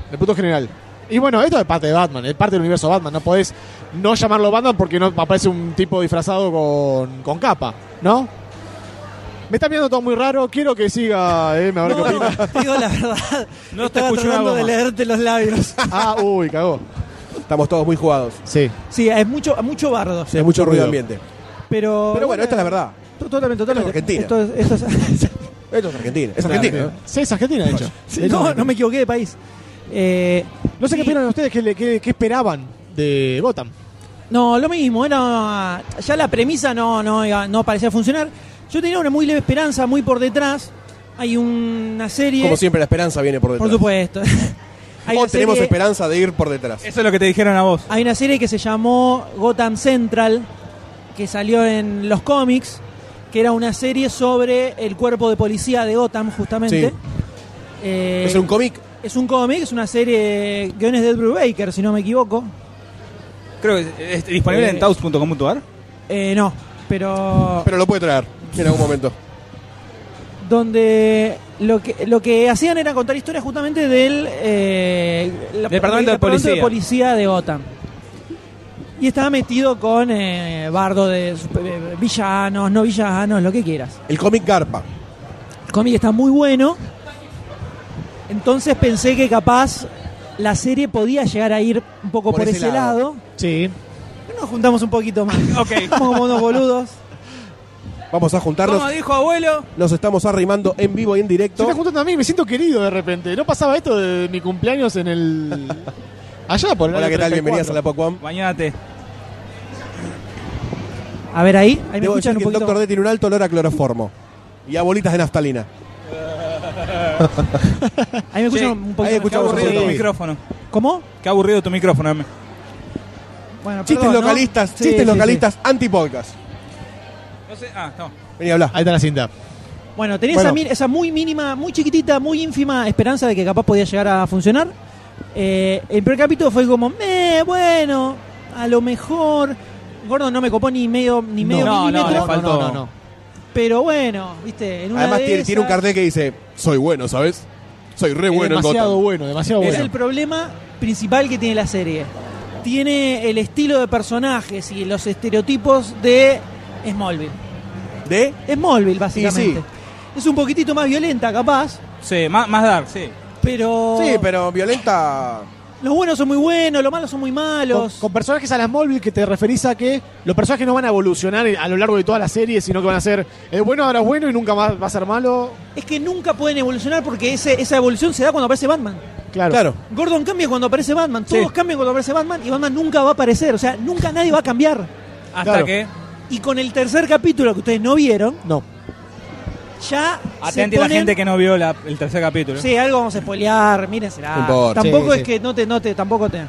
Speaker 5: De producto general. Y bueno, esto es parte de Batman, es parte del universo Batman. No podés no llamarlo Batman porque no aparece un tipo disfrazado con, con capa, ¿no? Me está mirando todo muy raro, quiero que siga, eh, a ver qué opina.
Speaker 2: te digo la verdad.
Speaker 4: No te
Speaker 2: estaba
Speaker 4: escucho una
Speaker 2: tratando de
Speaker 4: goma.
Speaker 2: leerte los labios.
Speaker 5: Ah, uy, cagó.
Speaker 1: Estamos todos muy jugados.
Speaker 5: Sí.
Speaker 2: Sí, es mucho, mucho bardo.
Speaker 1: Sí, mucho ruido
Speaker 5: ruido.
Speaker 1: ambiente.
Speaker 2: Pero,
Speaker 1: Pero bueno, esta es la verdad.
Speaker 2: To- Totalmente, totalmente.
Speaker 1: Argentina.
Speaker 2: Esto es- esto es-
Speaker 1: Esto es Argentina. Es Argentina. ¿no?
Speaker 5: Sí, es Argentina, de hecho.
Speaker 2: Sí, no, no me equivoqué de país. Eh,
Speaker 5: No sé qué
Speaker 2: sí,
Speaker 5: opinan ustedes, qué, le- qué- qué esperaban de Gotham.
Speaker 2: No, lo mismo, era ya la premisa no, no, iba- no parecía funcionar. Yo tenía una muy leve esperanza, muy por detrás. Hay una serie.
Speaker 1: Como siempre, la esperanza viene por detrás.
Speaker 2: por supuesto. Hay
Speaker 1: O
Speaker 2: una
Speaker 1: tenemos
Speaker 2: serie-
Speaker 1: esperanza de ir por detrás.
Speaker 4: Eso es lo que te dijeron a vos.
Speaker 2: Hay una serie que se llamó Gotham Central, que salió en los cómics, que era una serie sobre el cuerpo de policía de Gotham, justamente.
Speaker 1: Sí.
Speaker 2: Eh,
Speaker 1: ¿Es un cómic?
Speaker 2: es un cómic, es una serie guiones de Ed Brubaker, si no me equivoco.
Speaker 4: Creo que es disponible
Speaker 2: Eh,
Speaker 4: en taus.com.ar.
Speaker 2: Eh, no, pero,
Speaker 1: Pero lo puede traer en algún momento.
Speaker 2: donde lo que, lo que hacían era contar historias justamente del eh, la-
Speaker 4: Departamento de
Speaker 2: de policía de Gotham. Y estaba metido con eh, bardo de super- eh, villanos, no villanos, lo que quieras.
Speaker 1: El cómic Garpa.
Speaker 2: El cómic está muy bueno. Entonces pensé que capaz la serie podía llegar a ir un poco por, ese, lado.
Speaker 5: Sí.
Speaker 2: Pero Nos juntamos un poquito más.
Speaker 4: Ok.
Speaker 2: Somos como unos boludos.
Speaker 1: Vamos a juntarnos.
Speaker 2: Como dijo abuelo.
Speaker 1: Nos estamos arrimando en vivo y en
Speaker 5: Se
Speaker 1: directo.
Speaker 5: está juntando a mí, me siento querido de repente. No pasaba esto de mi cumpleaños en el. Allá, por el
Speaker 1: Hola,
Speaker 5: año
Speaker 1: ¿qué tal? Bienvenidas a
Speaker 5: 34.
Speaker 1: la Pocuam.
Speaker 4: Bañate.
Speaker 2: A ver ahí, ahí me
Speaker 1: Debo decir
Speaker 2: escuchan un
Speaker 1: que el
Speaker 2: poquito.
Speaker 1: Doctor D tiene un alto olor a cloroformo. Y a bolitas de naftalina.
Speaker 2: Ahí me escuchan
Speaker 4: Che,
Speaker 2: un
Speaker 1: ahí
Speaker 2: poquito.
Speaker 4: Qué
Speaker 1: escuchamos
Speaker 2: mejor.
Speaker 4: aburrido tu
Speaker 5: nosotros.
Speaker 4: micrófono.
Speaker 2: ¿Cómo?
Speaker 4: Qué aburrido tu micrófono. Ame.
Speaker 2: Bueno,
Speaker 1: Chistes
Speaker 2: perdón, ¿no?
Speaker 1: localistas,
Speaker 2: Sí,
Speaker 1: chistes
Speaker 2: sí,
Speaker 1: localistas anti-podcast.
Speaker 4: No sé. Ah, no.
Speaker 1: Vení a hablar.
Speaker 5: Ahí está la cinta.
Speaker 2: sí. Bueno, tenía
Speaker 1: Bueno.
Speaker 2: Esa, min- esa muy mínima, muy chiquitita, muy ínfima esperanza de que capaz podía llegar a funcionar. Eh, el primer capítulo fue como, eh, bueno, a lo mejor. Gordon no me copó ni medio, ni medio
Speaker 4: No, no,
Speaker 2: milímetro.
Speaker 4: le faltó.
Speaker 5: No, no, no.
Speaker 2: Pero bueno, viste, en una
Speaker 1: Además
Speaker 2: de
Speaker 1: tiene, tiene un
Speaker 2: esas-
Speaker 1: cartel que dice, soy bueno, ¿sabes? Soy re
Speaker 5: Es
Speaker 1: bueno en
Speaker 5: demasiado
Speaker 1: Gotham.
Speaker 5: bueno, demasiado
Speaker 2: Es
Speaker 5: bueno.
Speaker 2: el problema principal que tiene la serie. Tiene el estilo de personajes y los estereotipos de Smallville.
Speaker 1: ¿De?
Speaker 2: Smallville, básicamente.
Speaker 1: sí.
Speaker 2: Es un poquitito más violenta, capaz,
Speaker 4: Sí, más, más dark, sí.
Speaker 2: pero...
Speaker 1: Sí, pero violenta...
Speaker 2: Los buenos son muy buenos, los malos son muy
Speaker 5: Con,
Speaker 2: malos.
Speaker 5: con personajes a las móviles que te referís a que los personajes no van a evolucionar a lo largo de toda la serie, sino que van a ser eh, bueno ahora es bueno y nunca más va a ser malo.
Speaker 2: Es que nunca pueden evolucionar porque ese- esa evolución se da cuando aparece Batman.
Speaker 5: Claro.
Speaker 1: Claro.
Speaker 2: Gordon cambia cuando aparece Batman, todos
Speaker 4: Sí.
Speaker 2: cambian cuando aparece Batman y Batman nunca va a aparecer, o sea, nunca nadie va a cambiar.
Speaker 4: Hasta
Speaker 5: Claro.
Speaker 4: que.
Speaker 2: Y con el tercer capítulo que ustedes no vieron,
Speaker 5: No.
Speaker 2: ya
Speaker 4: Atente
Speaker 2: se
Speaker 4: a la
Speaker 2: ponen-
Speaker 4: gente que no vio la- el tercer capítulo.
Speaker 2: Sí, algo vamos a spoilear, mírensela.
Speaker 1: ¿eh? No importa.
Speaker 2: Tampoco
Speaker 5: Sí,
Speaker 2: es
Speaker 5: sí.
Speaker 2: que no te note, tampoco te.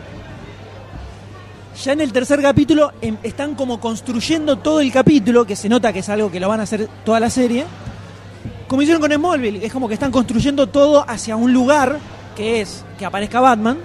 Speaker 2: Ya en el tercer capítulo em- están como construyendo todo el capítulo, que se nota que es algo que lo van a hacer toda la serie. Como hicieron con Smallville, es como que están construyendo todo hacia un lugar que es que aparezca Batman,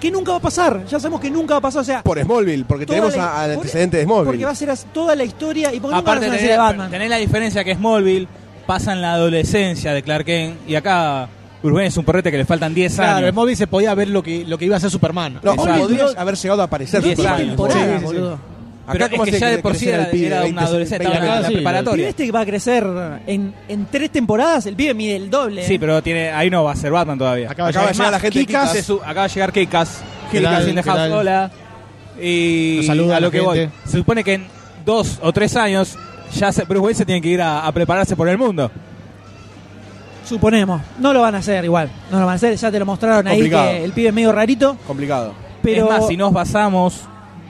Speaker 2: que nunca va a pasar. Ya sabemos que nunca va a pasar, o sea,
Speaker 1: Por Smallville, porque
Speaker 2: toda
Speaker 1: tenemos
Speaker 2: la-
Speaker 1: a- al
Speaker 2: por-
Speaker 1: antecedente de
Speaker 2: porque
Speaker 1: Smallville.
Speaker 2: va a ser as- toda la historia y porque nunca va a
Speaker 4: Aparte,
Speaker 2: ser una
Speaker 4: tenés,
Speaker 2: serie de Batman.
Speaker 4: tenés la diferencia que Smallville pasa en la adolescencia de Clark Kent. Y acá Bruce Wayne es un porrete que le faltan 10
Speaker 5: Claro, el
Speaker 4: años.
Speaker 5: móvil se podía ver lo que, lo que iba a ser Superman.
Speaker 1: No,
Speaker 4: Exacto.
Speaker 1: podría haber llegado a aparecer.
Speaker 4: Diez
Speaker 1: Superman.
Speaker 4: años.
Speaker 2: Temporada,
Speaker 5: Sí, sí, sí.
Speaker 2: boludo.
Speaker 4: Pero es
Speaker 1: ¿cómo
Speaker 4: que
Speaker 1: se
Speaker 4: ya de
Speaker 1: cre-
Speaker 4: por sí
Speaker 1: crecer
Speaker 4: era,
Speaker 1: el pibe
Speaker 4: era
Speaker 1: de
Speaker 4: un
Speaker 1: 20,
Speaker 4: adolescente, estaba
Speaker 5: 20,
Speaker 4: en la
Speaker 5: sí,
Speaker 2: El pibe
Speaker 4: preparatoria.
Speaker 2: este que va a crecer en, en tres temporadas, el pibe mide el doble.
Speaker 4: Sí,
Speaker 2: ¿eh?
Speaker 4: pero tiene, ahí no va a ser Batman todavía.
Speaker 5: Acaba,
Speaker 1: Acaba de
Speaker 5: de
Speaker 1: llegar la
Speaker 5: llegar.
Speaker 1: gente de
Speaker 4: Kikas
Speaker 1: Kikas.
Speaker 4: se su- acaba de llegar Kikas.
Speaker 5: ¿Qué
Speaker 4: Kikas
Speaker 5: tal?
Speaker 4: in the
Speaker 5: ¿Qué
Speaker 4: house,
Speaker 5: tal?
Speaker 4: hola. Y
Speaker 5: Nos saluda
Speaker 4: a lo
Speaker 5: la
Speaker 4: que voy.
Speaker 5: gente.
Speaker 4: Se supone que en dos o tres años ya se, Bruce Wayne se tiene que ir a, a prepararse por el mundo.
Speaker 2: Suponemos. No lo van a hacer igual. No lo van a hacer. Ya te lo mostraron ahí
Speaker 1: Complicado.
Speaker 2: que el pibe es medio rarito.
Speaker 1: Complicado.
Speaker 2: Pero
Speaker 4: Es más, si nos basamos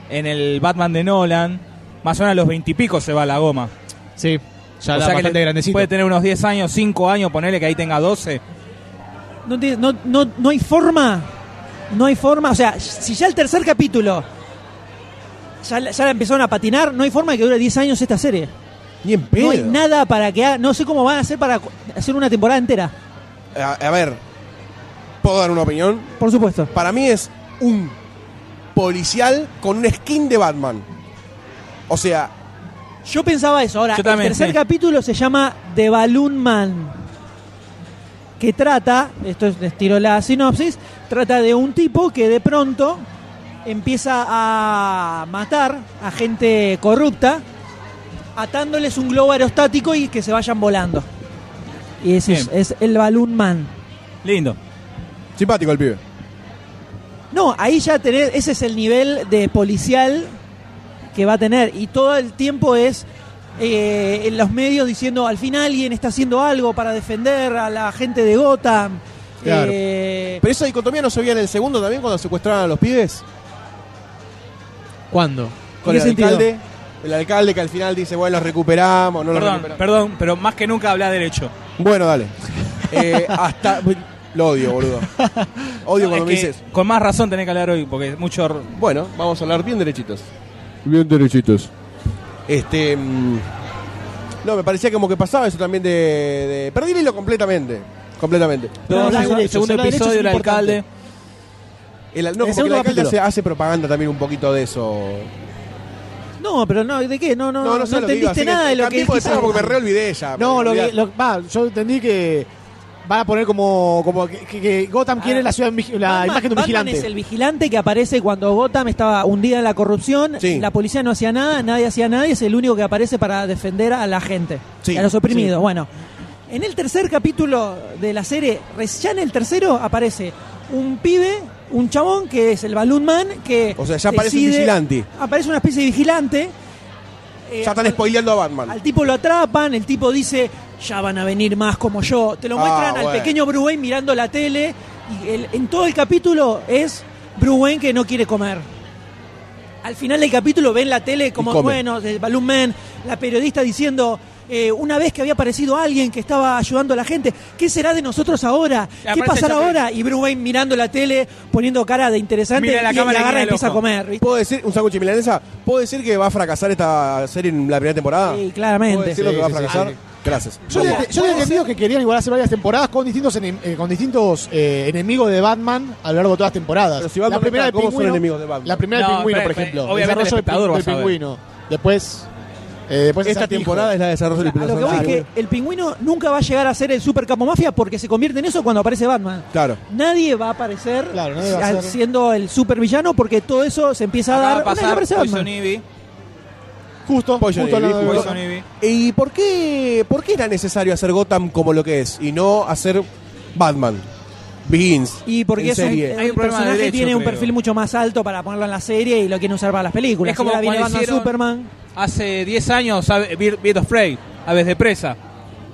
Speaker 4: en el Batman de Nolan, más o menos a los veintipico se va la goma.
Speaker 5: Sí, ya
Speaker 4: o sea que
Speaker 5: era Ah, bastante
Speaker 4: le-
Speaker 5: grandecito.
Speaker 4: puede tener unos 10 años, 5 años, ponerle que ahí tenga 12.
Speaker 2: no, tiene- no, no, no hay forma. No hay forma. O sea, si ya el tercer capítulo ya, la- ya la empezaron a patinar, no hay forma de que dure 10 años esta serie.
Speaker 1: Ni en
Speaker 2: No hay
Speaker 1: pedo.
Speaker 2: nada para que. ha- No sé cómo van a hacer para cu- hacer una temporada entera.
Speaker 1: A, a ver, ¿puedo dar una opinión?
Speaker 2: Por supuesto.
Speaker 1: Para mí es un policial con un skin de Batman. O sea,
Speaker 2: Yo pensaba eso. Ahora,
Speaker 4: Yo también,
Speaker 2: el tercer
Speaker 4: sí.
Speaker 2: capítulo se llama The Balloon Man. Que trata, esto es, les tiro la sinopsis, trata de un tipo que de pronto empieza a matar a gente corrupta atándoles un globo aerostático y que se vayan volando. Y ese es,
Speaker 4: Bien.
Speaker 2: es el Balloon Man.
Speaker 4: Lindo.
Speaker 3: Simpático el pibe.
Speaker 2: No, ahí ya tenés, ese es el nivel de policial que va a tener. Y todo el tiempo es eh, en los medios diciendo, al final alguien está haciendo algo para defender a la gente de Gotham.
Speaker 3: Claro.
Speaker 2: Eh,
Speaker 3: Pero esa dicotomía no se veía en el segundo también cuando secuestraron a los pibes.
Speaker 5: ¿Cuándo?
Speaker 3: Con
Speaker 2: qué
Speaker 3: el
Speaker 2: sentido?
Speaker 3: alcalde. El alcalde que al final dice, bueno, los recuperamos, no los
Speaker 4: Perdón,
Speaker 3: recuperamos.
Speaker 4: perdón, pero más que nunca habla derecho.
Speaker 3: Bueno, dale. Eh, hasta. Lo odio, boludo. Odio
Speaker 4: No, es
Speaker 3: cuando me
Speaker 4: que
Speaker 3: dices.
Speaker 4: Con más razón tenés que hablar hoy, porque es mucho. r-
Speaker 3: Bueno, vamos a hablar bien derechitos. Bien derechitos. Este. mm, No, me parecía como que pasaba eso también de. de perdí el hilo completamente. Completamente.
Speaker 2: Pero
Speaker 4: No,
Speaker 2: habla
Speaker 4: segundo,
Speaker 2: derecho,
Speaker 4: segundo
Speaker 5: habla derecho
Speaker 4: episodio,
Speaker 5: es
Speaker 4: el alcalde.
Speaker 3: El, al-
Speaker 2: El
Speaker 3: no, como que el
Speaker 2: segundo
Speaker 3: alcalde
Speaker 2: capítulo.
Speaker 3: hace, hace propaganda también un poquito de eso.
Speaker 2: no, pero no, ¿de qué? No, no, no,
Speaker 3: sé lo que digo,
Speaker 2: entendiste
Speaker 3: así que
Speaker 2: nada de lo que
Speaker 3: cambiemos de
Speaker 2: dijiste.
Speaker 3: tema porque me reolvidé ya.
Speaker 5: No,
Speaker 3: me
Speaker 5: lo
Speaker 3: olvidé.
Speaker 5: que, lo- va, yo entendí que van a poner como, como que, que- que Gotham quiere la ciudad en vigi- la
Speaker 2: Batman-
Speaker 5: imagen de un
Speaker 2: Batman
Speaker 5: vigilante.
Speaker 2: es el vigilante que aparece cuando Gotham estaba hundida en la corrupción,
Speaker 3: Sí.
Speaker 2: la policía no hacía nada, nadie hacía nada, y es el único que aparece para defender a la gente,
Speaker 3: Sí,
Speaker 2: a los oprimidos.
Speaker 3: sí.
Speaker 2: Bueno, en el tercer capítulo de la serie, res- ya en el tercero aparece un pibe, un chabón que es el Balloon Man, que
Speaker 3: O sea, ya aparece un vigilante.
Speaker 2: aparece una especie de vigilante. eh,
Speaker 3: Ya están spoileando a Batman.
Speaker 2: al tipo lo atrapan, el tipo dice, ya van a venir más como yo. Te lo
Speaker 3: Ah,
Speaker 2: muestran al
Speaker 3: bueno.
Speaker 2: pequeño Bruin mirando la tele y el- en todo el capítulo es Bruin que no quiere comer. Al final del capítulo ven la tele
Speaker 3: Y
Speaker 2: como,
Speaker 3: come.
Speaker 2: bueno, el Balloon Man, la periodista diciendo... eh, una vez que había aparecido alguien que estaba ayudando a la gente, ¿qué será de nosotros ahora? ¿Qué
Speaker 4: Aparece
Speaker 2: pasará
Speaker 4: Chaplin.
Speaker 2: ahora? Y Bruin mirando la tele, poniendo cara de interesante,
Speaker 4: Mira la
Speaker 2: y,
Speaker 4: cámara
Speaker 2: y
Speaker 4: y
Speaker 2: agarra
Speaker 4: mira
Speaker 2: y
Speaker 4: el
Speaker 2: empieza a
Speaker 4: ojo.
Speaker 2: comer. ¿viste?
Speaker 3: ¿Puedo decir, un sándwich de milanesa, ¿puedo decir que va a fracasar esta serie en la primera temporada?
Speaker 2: Sí,
Speaker 3: ¿Puedo
Speaker 2: claramente.
Speaker 3: decir lo que
Speaker 5: Sí,
Speaker 3: va a
Speaker 5: sí, sí,
Speaker 3: fracasar?
Speaker 5: sí.
Speaker 3: Gracias.
Speaker 5: Yo
Speaker 3: Vamos.
Speaker 5: tenía yo tenía entendido que querían igual hacer varias temporadas con distintos, enem- eh, con distintos eh, enemigos de Batman a lo largo de todas las temporadas.
Speaker 3: Pero si Batman
Speaker 5: la primera
Speaker 3: está,
Speaker 5: del
Speaker 3: ¿cómo son
Speaker 5: pingüino-
Speaker 3: enemigos de Batman?
Speaker 5: La primera
Speaker 4: No,
Speaker 5: del pingüino,
Speaker 4: espera,
Speaker 5: por
Speaker 4: espera,
Speaker 5: ejemplo.
Speaker 4: obviamente
Speaker 5: Desarrollo
Speaker 4: el
Speaker 5: del
Speaker 4: espectador
Speaker 5: pingü-
Speaker 4: va a
Speaker 5: del
Speaker 4: saber.
Speaker 5: pingüino. Después, eh, después
Speaker 3: Esta
Speaker 5: Acertijo.
Speaker 3: temporada es la de desarrollo del
Speaker 2: A lo que voy es que el pingüino nunca va a llegar a ser el super capo mafia porque se convierte en eso cuando aparece Batman.
Speaker 3: Claro.
Speaker 2: Nadie va a aparecer
Speaker 5: Claro, nadie va a
Speaker 2: al-
Speaker 5: ser-
Speaker 2: siendo el super villano porque todo eso se empieza a
Speaker 4: Acaba
Speaker 2: dar
Speaker 4: de
Speaker 2: una vez que
Speaker 4: pasar
Speaker 2: aparece
Speaker 4: Poison
Speaker 2: Batman.
Speaker 4: Ivy.
Speaker 5: Justo,
Speaker 3: Poison
Speaker 5: justo
Speaker 3: Ivy,
Speaker 5: hablando de
Speaker 3: justo.
Speaker 5: Batman.
Speaker 4: Poison Ivy.
Speaker 3: ¿Y por qué, por qué era necesario hacer Gotham como lo que es y no hacer Batman? Begins.
Speaker 2: Y porque
Speaker 3: en
Speaker 2: es un,
Speaker 3: serie.
Speaker 2: el
Speaker 4: Hay un problema de
Speaker 2: personaje
Speaker 4: derecho,
Speaker 2: tiene un
Speaker 4: creo.
Speaker 2: perfil mucho más alto para ponerlo en la serie y lo quieren usar para las películas.
Speaker 4: Es como
Speaker 2: Ahora viene
Speaker 4: cuando
Speaker 2: Batman
Speaker 4: hicieron-
Speaker 2: Superman.
Speaker 4: Hace 10 años, sabe- Bird Bird of Prey, Aves de Presa,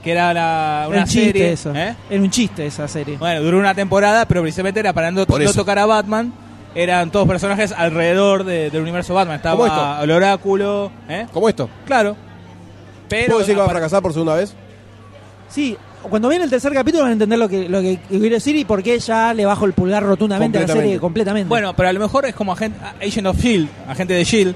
Speaker 4: que era la-
Speaker 2: Era
Speaker 4: una
Speaker 2: un chiste
Speaker 4: serie.
Speaker 2: eso.
Speaker 4: ¿eh?
Speaker 2: Era un chiste esa serie.
Speaker 4: Bueno, duró una temporada, pero precisamente era para no,
Speaker 3: Por
Speaker 4: no
Speaker 3: eso.
Speaker 4: tocar a Batman. Eran todos personajes alrededor de- del universo Batman.
Speaker 3: Como esto.
Speaker 4: Estaba el oráculo. ¿eh?
Speaker 3: Como esto.
Speaker 4: Claro. Pero
Speaker 3: ¿Puedo decir que va a
Speaker 4: apar-
Speaker 3: fracasar por segunda vez?
Speaker 2: Sí, cuando vean el tercer capítulo van a entender lo que, lo que quiero decir y por qué ya le bajo el pulgar rotundamente a la
Speaker 3: Completamente.
Speaker 2: serie completamente.
Speaker 4: Bueno, pero a lo mejor es como agent, Agent of Shield, E agente de Shield,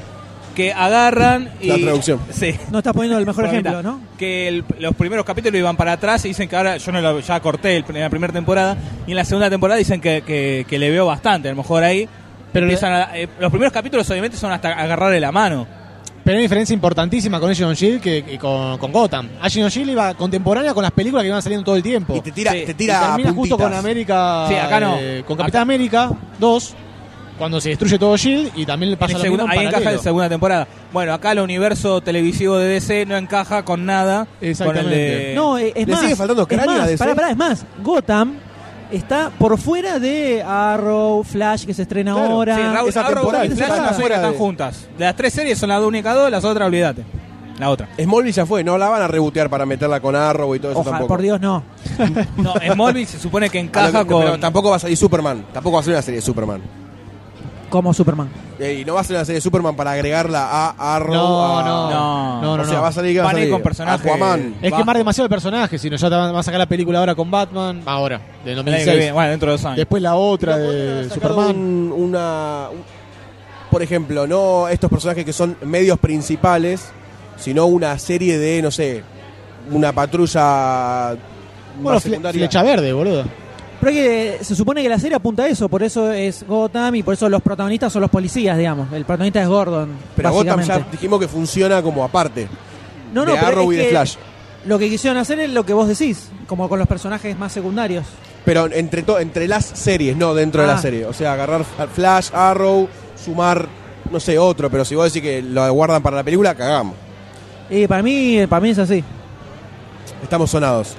Speaker 4: que agarran y.
Speaker 3: La traducción.
Speaker 4: Sí.
Speaker 2: no estás poniendo el mejor
Speaker 4: Por la
Speaker 2: ejemplo,
Speaker 4: mitad.
Speaker 2: ¿no?
Speaker 4: Que el- los primeros capítulos iban para atrás y dicen que ahora yo no lo- ya corté el- en la primera temporada y en la segunda temporada dicen que, que- que le veo bastante, a lo mejor ahí. Pero los primeros capítulos obviamente son hasta agarrarle la mano.
Speaker 5: Pero hay una diferencia importantísima con Agent of Shield E que, que con, con Gotham. Agent of Shield E iba contemporánea con las películas que iban saliendo todo el tiempo.
Speaker 3: Y te tira,
Speaker 4: Sí.
Speaker 3: te
Speaker 5: Y
Speaker 3: tira
Speaker 5: termina justo
Speaker 3: puntitas.
Speaker 5: con América.
Speaker 4: Sí, acá no.
Speaker 5: eh, con Capitán América 2, cuando se destruye todo Shield y también le
Speaker 4: En
Speaker 5: pasa
Speaker 4: el
Speaker 5: lo
Speaker 4: segun-
Speaker 5: mismo en
Speaker 4: ahí encaja
Speaker 5: paralelo.
Speaker 4: la segunda temporada. Bueno, acá el universo televisivo de DC no encaja con nada. Con el de...
Speaker 5: Exactamente.
Speaker 2: No, eh, es
Speaker 3: ¿Le
Speaker 2: más.
Speaker 3: sigue faltando
Speaker 2: es
Speaker 3: cráneo a
Speaker 2: más,
Speaker 3: DC?
Speaker 2: pará, pará, es más. Gotham está por fuera de Arrow, Flash, que se estrena
Speaker 3: Claro,
Speaker 2: ahora.
Speaker 4: Sí, Raúl,
Speaker 3: Esa
Speaker 4: Arrow
Speaker 3: temporada
Speaker 4: y Flash
Speaker 3: está
Speaker 4: están
Speaker 3: fuera
Speaker 4: están
Speaker 3: de-
Speaker 4: juntas. De las tres series son las dos únicas dos, las otras olvídate. La otra.
Speaker 3: Smallville ya fue, no la van a rebotear para meterla con Arrow y todo eso
Speaker 2: Ojalá,
Speaker 3: tampoco.
Speaker 2: por Dios, no.
Speaker 4: No, Smallville se supone que
Speaker 3: A lo
Speaker 4: encaja
Speaker 3: que-
Speaker 4: con...
Speaker 3: Pero tampoco va a salir Superman. Tampoco va a ser una serie de Superman.
Speaker 2: Como Superman.
Speaker 3: Eh, Y no va a ser una serie de Superman para agregarla a Arrow.
Speaker 5: No,
Speaker 3: a-
Speaker 5: no,
Speaker 4: No.
Speaker 5: no, no,
Speaker 3: O sea, va a salir que va a
Speaker 4: Van a ir
Speaker 3: salir
Speaker 4: con personajes.
Speaker 3: Aquaman.
Speaker 5: Es
Speaker 4: Va.
Speaker 5: quemar demasiado el personaje, si no ya te van van a sacar la película ahora con Batman. Ahora, de
Speaker 4: El año que viene,
Speaker 5: 2006.
Speaker 4: Bueno, dentro de dos años.
Speaker 5: Después la otra
Speaker 3: No, podrían
Speaker 5: de
Speaker 3: haber sacado
Speaker 5: Superman.
Speaker 3: un- una, un- por ejemplo, no estos personajes que son medios principales, sino una serie de, no sé, una patrulla
Speaker 5: Bueno,
Speaker 3: más
Speaker 5: fle-
Speaker 3: secundaria.
Speaker 5: flecha verde, boludo.
Speaker 2: Pero es que se supone que la serie apunta a eso, por eso es Gotham y por eso los protagonistas son los policías, digamos. El protagonista es Gordon.
Speaker 3: Pero Gotham ya
Speaker 2: básicamente.
Speaker 3: dijimos que funciona como aparte.
Speaker 2: No, no,
Speaker 3: de
Speaker 2: pero
Speaker 3: Arrow
Speaker 2: es
Speaker 3: y de
Speaker 2: que
Speaker 3: Flash.
Speaker 2: Lo que quisieron hacer es lo que vos decís, como con los personajes más secundarios.
Speaker 3: Pero entre, to- entre las series, no dentro de
Speaker 2: Ah.
Speaker 3: la serie. O sea, agarrar a Flash, Arrow, sumar, no sé, otro. Pero si vos decís que lo guardan para la película, cagamos.
Speaker 2: Y para mí, para mí es así.
Speaker 3: Estamos sonados.